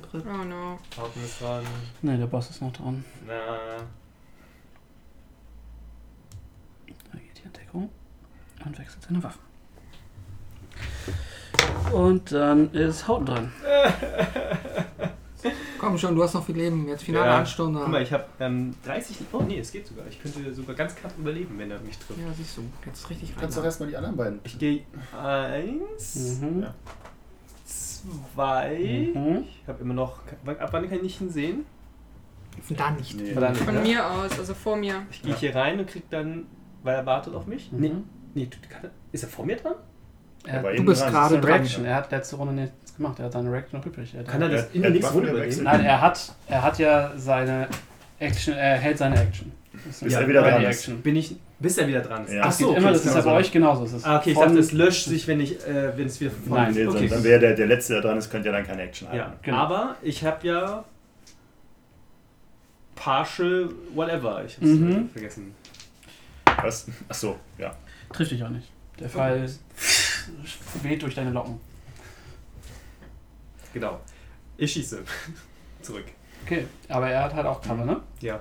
S9: Oh no.
S5: Hauten ist dran.
S3: Ne, der Boss ist noch dran.
S5: Na.
S3: Er geht hier in Deckung und wechselt seine Waffen. Und dann ist Hauten dran.
S6: Komm schon, du hast noch viel Leben. Jetzt finale
S5: Ja.
S6: Anstunde.
S5: Guck mal, ich habe ähm, 30. Oh nee, es geht sogar. Ich könnte sogar ganz knapp überleben, wenn er mich trifft.
S6: Ja, siehst du. Jetzt richtig
S7: Kannst du
S6: rein.
S7: doch erstmal die anderen beiden.
S5: Ich gehe eins,
S3: Mhm.
S7: Ja.
S5: zwei.
S3: Mhm.
S5: Ich habe immer noch. Ab wann kann ich ihn sehen?
S6: Da nicht.
S7: Nee.
S5: Verdammt.
S9: Von
S5: Ja.
S9: mir aus, also vor mir.
S5: Ich gehe
S7: Ja.
S5: hier rein und krieg dann, weil er wartet auf mich. Nee,
S3: Mhm.
S5: nee, du- du kann, ist er vor mir dran?
S3: Er
S7: Aber
S3: hat
S6: Du
S7: innen
S6: bist
S7: dran
S6: gerade
S3: seine
S7: ist er
S3: Reaction. Er hat letzte Runde nichts gemacht. Er hat seine Reaction noch übrig. Er hat
S5: Kann er das
S7: Er-
S5: in
S7: er
S5: der nächsten
S7: hat
S5: Runde
S7: Waffen gewechselt.
S5: übernehmen?
S3: Nein, er hat, er hat ja seine Action. Er hält seine Action. Das eine
S7: Bis er wieder
S3: Ready
S7: dran ist.
S3: Action.
S5: Bin ich, bis er wieder dran ist.
S7: Ja.
S3: Ach
S5: so,
S3: so, immer, das
S5: das
S3: ist ja
S5: kann
S3: bei
S5: man
S3: euch genauso. Das ist
S5: Ah, okay, ich
S3: von-
S5: dachte, es löscht sich, wenn ich, äh, wenn es wieder von
S3: Nein.
S7: Nee,
S5: okay.
S7: sonst, dann wäre der, der Letzte, der dran ist, könnte ja dann keine Action
S5: ja,
S7: haben.
S3: genau.
S5: aber ich habe ja partial whatever. Ich hab's
S3: Mhm.
S5: äh, vergessen.
S7: Was? Achso, ja.
S3: Trifft dich auch nicht. Der Fall weht durch deine Locken.
S5: Genau. Ich schieße. Zurück.
S3: Okay, aber er hat halt auch Cover, ne?
S5: Ja.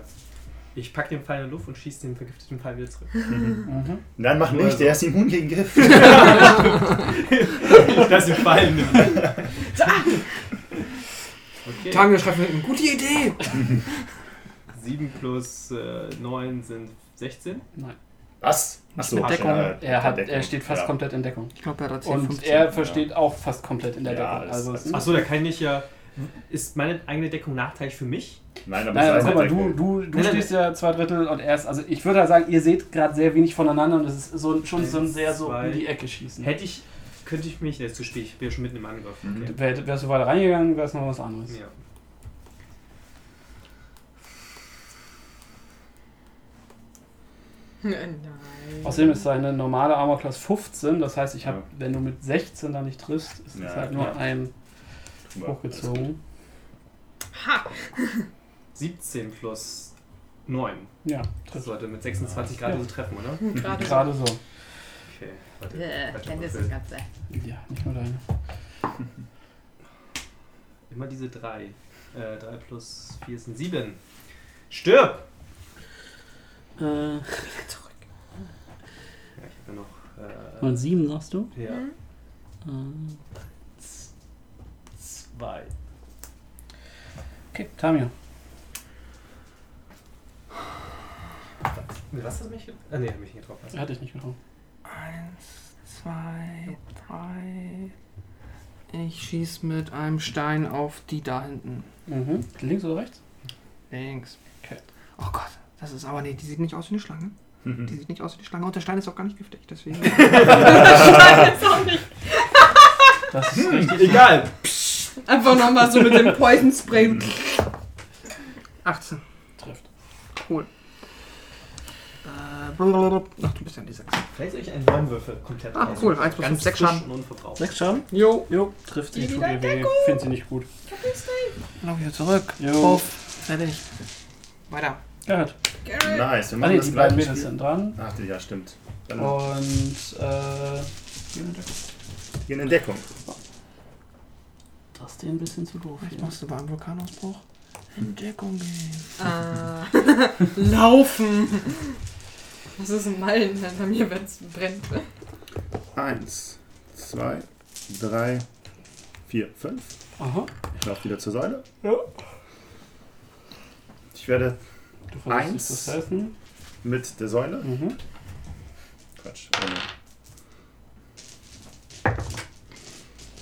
S5: Ich pack den Pfeil in die Luft und schieße den vergifteten Pfeil wieder zurück.
S3: Mhm.
S7: Nein, mach
S5: Nur
S7: nicht,
S5: also.
S7: der ist immun gegen Gift.
S5: ich lasse den Pfeil nehmen. Okay.
S6: Tange schreibt mir hinten. Gute Idee.
S5: 7 plus äh, 9 sind 16.
S7: Was? Achso,
S6: Mit Deckung.
S7: Ja,
S3: Er, hat,
S7: Deckung.
S3: er steht fast
S7: ja.
S3: komplett in Deckung.
S6: Ich glaube, er hat 10,
S3: Und
S6: 15.
S9: Äh,
S3: er versteht auch fast komplett in der
S7: Ja,
S3: Deckung.
S7: das-
S3: Also, es-
S5: Achso, da kann ich ja. Ist meine eigene Deckung nachteilig für mich?
S7: Nein, aber
S3: Nein,
S7: es
S3: aber
S7: ist
S3: guck mal,
S7: eine
S3: du,
S7: Deckung.
S3: du, du
S5: Nein, nein,
S3: stehst ja zwei Drittel und er ist, also ich würde halt sagen, ihr seht gerade sehr wenig voneinander und es ist so, ein- schon so ein
S5: Eins,
S3: sehr so
S5: zwei.
S3: in die Ecke schießen.
S5: Hätte ich. Könnte ich mich. Ne, ist zu spät, ich bin ja schon mitten im Angriff.
S7: Mhm.
S5: Okay.
S3: Wär, wärst du weiter reingegangen, wär's noch was anderes.
S5: Ja.
S9: Nein.
S3: Außerdem ist seine normale Armor Class 15, das heißt, ich habe,
S7: Ja.
S3: wenn du mit 16 da nicht triffst, ist es
S7: Ja,
S3: halt nur
S5: ja.
S3: ein
S7: Guck mal,
S3: hochgezogen.
S5: 17 plus 9.
S3: Ja,
S5: Das
S3: trifft.
S5: sollte mit 26 Grad
S3: Ja.
S5: so treffen, oder?
S9: Gerade so.
S3: Gerade so.
S5: Okay. Warte.
S9: Äh,
S5: warte
S9: kennt
S5: mal.
S9: ihr das Ganze?
S3: Ja, nicht nur deine.
S5: Immer diese 3. Äh, 3 plus 4 sind 7. Stirb!
S3: Äh,
S5: Ja, ich habe ja noch. Äh,
S3: 7 sagst du?
S5: Ja.
S9: Mhm.
S10: Äh,
S5: Z- Zwei.
S3: Okay, Tamio.
S5: Was hat mich getroffen? Ah, nee, hat mich nicht getroffen.
S3: Er hat dich nicht getroffen.
S6: Eins, zwei, drei. Ich schieß mit einem Stein auf die da hinten.
S3: Mhm. Links oder rechts?
S6: Links.
S3: Okay.
S6: Oh Gott, das ist aber nee, die sieht nicht aus wie eine Schlange. Die sieht nicht aus wie eine Schlange und der Stein ist auch gar nicht giftig, deswegen.
S3: Das ist richtig.
S5: Egal!
S9: Einfach nochmal so mit dem Poison Spray.
S6: 18.
S3: Trifft.
S6: Cool. Äh, Ach, du bist ja die 6.
S5: Fällt euch ein Neunwürfel komplett
S6: Ah,
S5: raus.
S6: cool. 1 plus 5,
S5: Ganz
S6: 6
S5: frisch
S6: Schaden.
S5: und unverbraucht.
S3: Sechs Schaden?
S6: Jo.
S3: Jo, trifft sie.
S23: Die
S3: Tut
S23: wieder
S3: ihr weh. Find sie nicht gut.
S6: Noch wieder zurück.
S3: Jo.
S6: Puff. Fertig. Weiter.
S3: Gerrit.
S7: Nice, wir
S3: Ah,
S7: machen
S3: nee,
S7: das
S3: die beiden
S7: gleiche
S3: Mädels
S7: Spiel.
S3: sind Oh. dran.
S7: Ach, ja, stimmt. Dann
S3: Und, äh.
S7: gehen in Deckung.
S3: Das ist dir ein bisschen zu doof.
S6: Vielleicht
S3: hier.
S6: machst du beim Vulkanausbruch in Deckung gehen.
S9: Ah. Laufen! Das ist ein Meilen bei mir, wenn es brennt.
S7: Eins, zwei, drei, vier, fünf.
S3: Aha.
S7: Ich laufe wieder zur Säule.
S3: Ja.
S7: Ich werde
S3: Du versuchst
S7: Eins.
S3: uns zu helfen.
S7: mit der Säule.
S3: Mhm.
S7: Quatsch.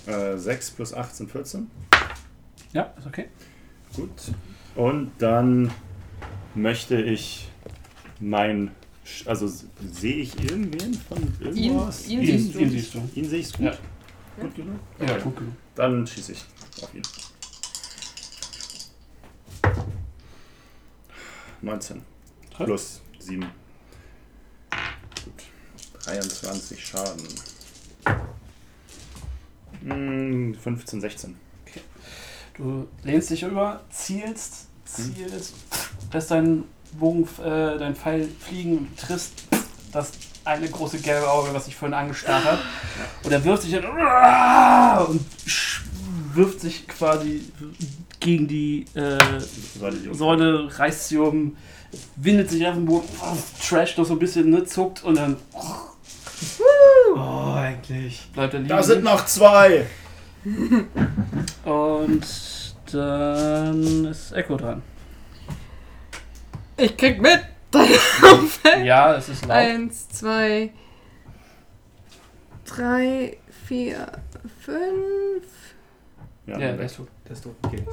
S7: Äh, äh, 6 plus 8 sind 14.
S3: Ja, ist okay.
S7: Gut. Und dann möchte ich mein. Sch- Also s- sehe ich irgendwen von irgendwas?
S9: Ihn- ihn
S3: Ihn, ihn siehst du.
S7: Ihn sehe ich gut.
S3: Ja.
S7: Gut genug?
S3: Ja,
S7: Okay.
S3: gut genug.
S7: Dann schieße ich auf ihn. 19
S3: Trifft.
S7: plus 7. Gut. 23 Schaden. Mm, 15, 16.
S3: Du lehnst dich über, zielst, zielst, lässt deinen Bogen, äh, deinen Pfeil fliegen und triffst das eine große gelbe Auge, was dich vorhin angestarrt hat. Und er wirft sich dann und sch- wirft sich quasi gegen die äh,
S7: Säule, die-
S3: Säule, reißt sie um, windet sich auf den Boden, trash noch so ein bisschen, ne, zuckt und dann
S5: Oh, eigentlich.
S3: bleibt er liegen.
S7: Da sind noch zwei!
S3: Und dann ist Echo dran.
S9: Ich krieg mit!
S3: Ja, es ist laut.
S9: Eins, zwei, drei, vier, fünf.
S3: Ja,
S7: Ja, dann
S3: der
S7: weg.
S3: ist tot.
S5: Das ist doof. Okay.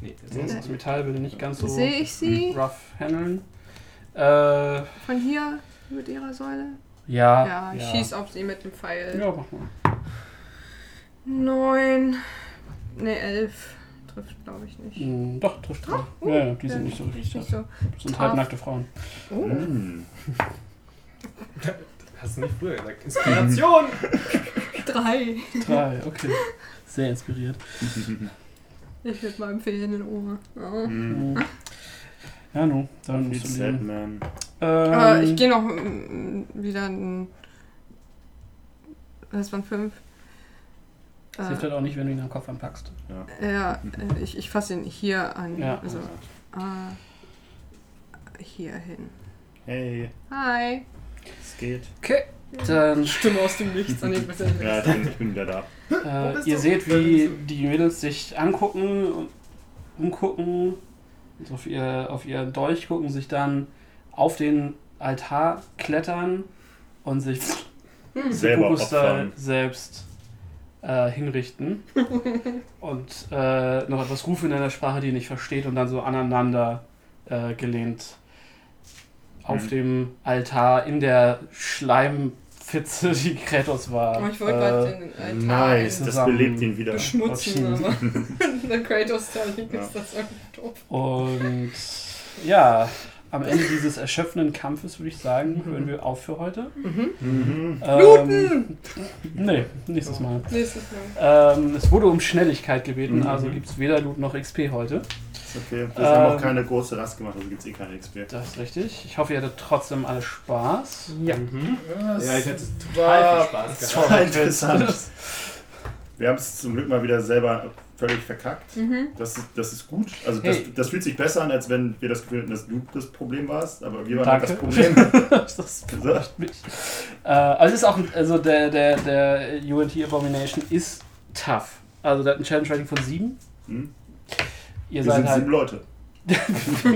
S5: Nee, das
S3: Sonst
S5: ist
S3: das Metall würde nicht ganz so
S9: Sehe ich sie
S3: rough handeln. Äh,
S9: von hier mit ihrer Säule?
S3: Ah, ja.
S9: Ja, ich schieß auf sie mit dem Pfeil.
S3: Ja, mach mal.
S9: Neun. Ne, elf. Trifft, glaube ich, nicht.
S3: Hm, doch, trifft drauf.
S9: Oh,
S3: ja, ja, die
S9: ja,
S3: sind nicht so richtig.
S9: Nicht
S3: tough.
S9: so.
S3: Das sind halbnackte Frauen. Oh.
S7: Mm.
S5: Hast du nicht früher gesagt. Inspiration!
S9: Drei.
S3: Drei, okay. Sehr inspiriert.
S9: Ich mit meinem fehlenden Ohr. Ja.
S7: Mm.
S3: Hm. Ja, nun, dann
S7: Wie
S3: musst du
S7: sad,
S3: leben.
S7: man.
S3: Ähm,
S9: Aber Äh, ich gehe noch mm, wieder ein. Was waren fünf?
S3: das hilft halt auch nicht, wenn du ihn am Kopf anpackst.
S9: Äh, ja, äh, ich, ich fasse ihn hier an.
S3: Ja.
S9: Also, äh, hier hin.
S7: Hey,
S9: Hi.
S7: es geht.
S3: Dann
S9: Stimme aus dem Nichts. an den
S7: Ja, ich bin, ich bin wieder da.
S3: Äh, ihr seht, wie die Mädels sich angucken und umgucken, also auf, ihr, auf ihren Dolch gucken, sich dann auf den Altar klettern und sich
S7: Selber
S3: Kuckuckstyle
S7: opfern.
S3: selbst äh, hinrichten und äh, noch etwas rufen in einer Sprache, die ihr nicht versteht und dann so aneinander äh, gelehnt auf
S7: Mhm.
S3: dem Altar in der Schleimpfütze, die Kratos war.
S9: Oh,
S3: Äh,
S9: Ich wollte gerade den Altar
S7: Äh, Nice, das
S3: zusammen
S7: belebt ihn wieder.
S9: beschmutzen,
S3: Rutschen.
S9: aber der kratos Darling
S7: Ja.
S9: ist das irgendwie doof.
S3: Und ja, am Ende dieses erschöpfenden Kampfes würde ich sagen,
S9: Mhm.
S3: hören wir auf für heute.
S7: Mhm.
S3: Bluten! Ähm, nee, nächstes Mal.
S9: Nächstes Mal.
S3: Ähm, es wurde um Schnelligkeit gebeten,
S7: Mhm.
S3: also gibt es weder Loot noch XP heute.
S7: Ist okay. Wir haben
S3: Ähm.
S7: auch keine große Rast gemacht, also gibt es eh keine XP.
S3: Das ist richtig. Ich hoffe, ihr hattet trotzdem alle Spaß.
S5: Ja. Mhm. Ja, ich hatte total viel
S7: war
S5: Spaß gehabt.
S7: total interessant. Wir haben es zum Glück mal wieder selber völlig verkackt.
S9: Mhm.
S7: Das ist, das ist gut. Also
S3: Hey.
S7: das, das fühlt sich besser an, als wenn wir das Gefühl hatten, dass du das Problem warst. Aber wir waren halt
S3: Danke.
S7: das Problem.
S3: das überrascht mich. Äh, also es ist auch, also der, der, der UNT Abomination ist tough. Also der hat ein Challenge Rating von 7.
S7: Hm?
S3: Ihr
S7: Wir
S3: seid
S7: sind
S3: halt
S7: sieben Leute.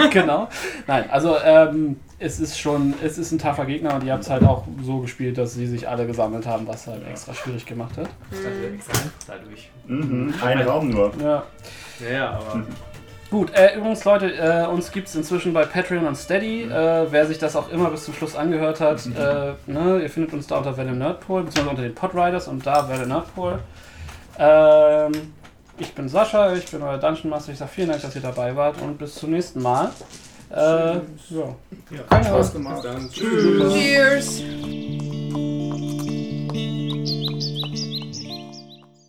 S3: genau. Nein, also ähm, es ist schon, es ist ein taffer Gegner und ihr habt es halt auch so gespielt, dass sie sich alle gesammelt haben, was halt
S7: Ja.
S3: extra schwierig gemacht hat.
S5: Ich dachte, exakt dadurch.
S7: Mhm. Ein Raum nur.
S3: Ja.
S5: Naja, aber.
S3: Gut, äh, übrigens Leute, äh, uns gibt es inzwischen bei Patreon und Steady. Äh, wer sich das auch immer bis zum Schluss angehört hat, äh, ne, ihr findet uns da unter Venom Nerdpool, beziehungsweise unter den Podriders und da Venom Nerdpool. Ähm, ich bin Sascha, ich bin euer Dungeon Master. Ich sage vielen Dank, dass ihr dabei wart und bis zum nächsten Mal. Äh,
S7: Äh, ja.
S24: Ja.
S7: Keiner was gemacht.
S9: Cheers!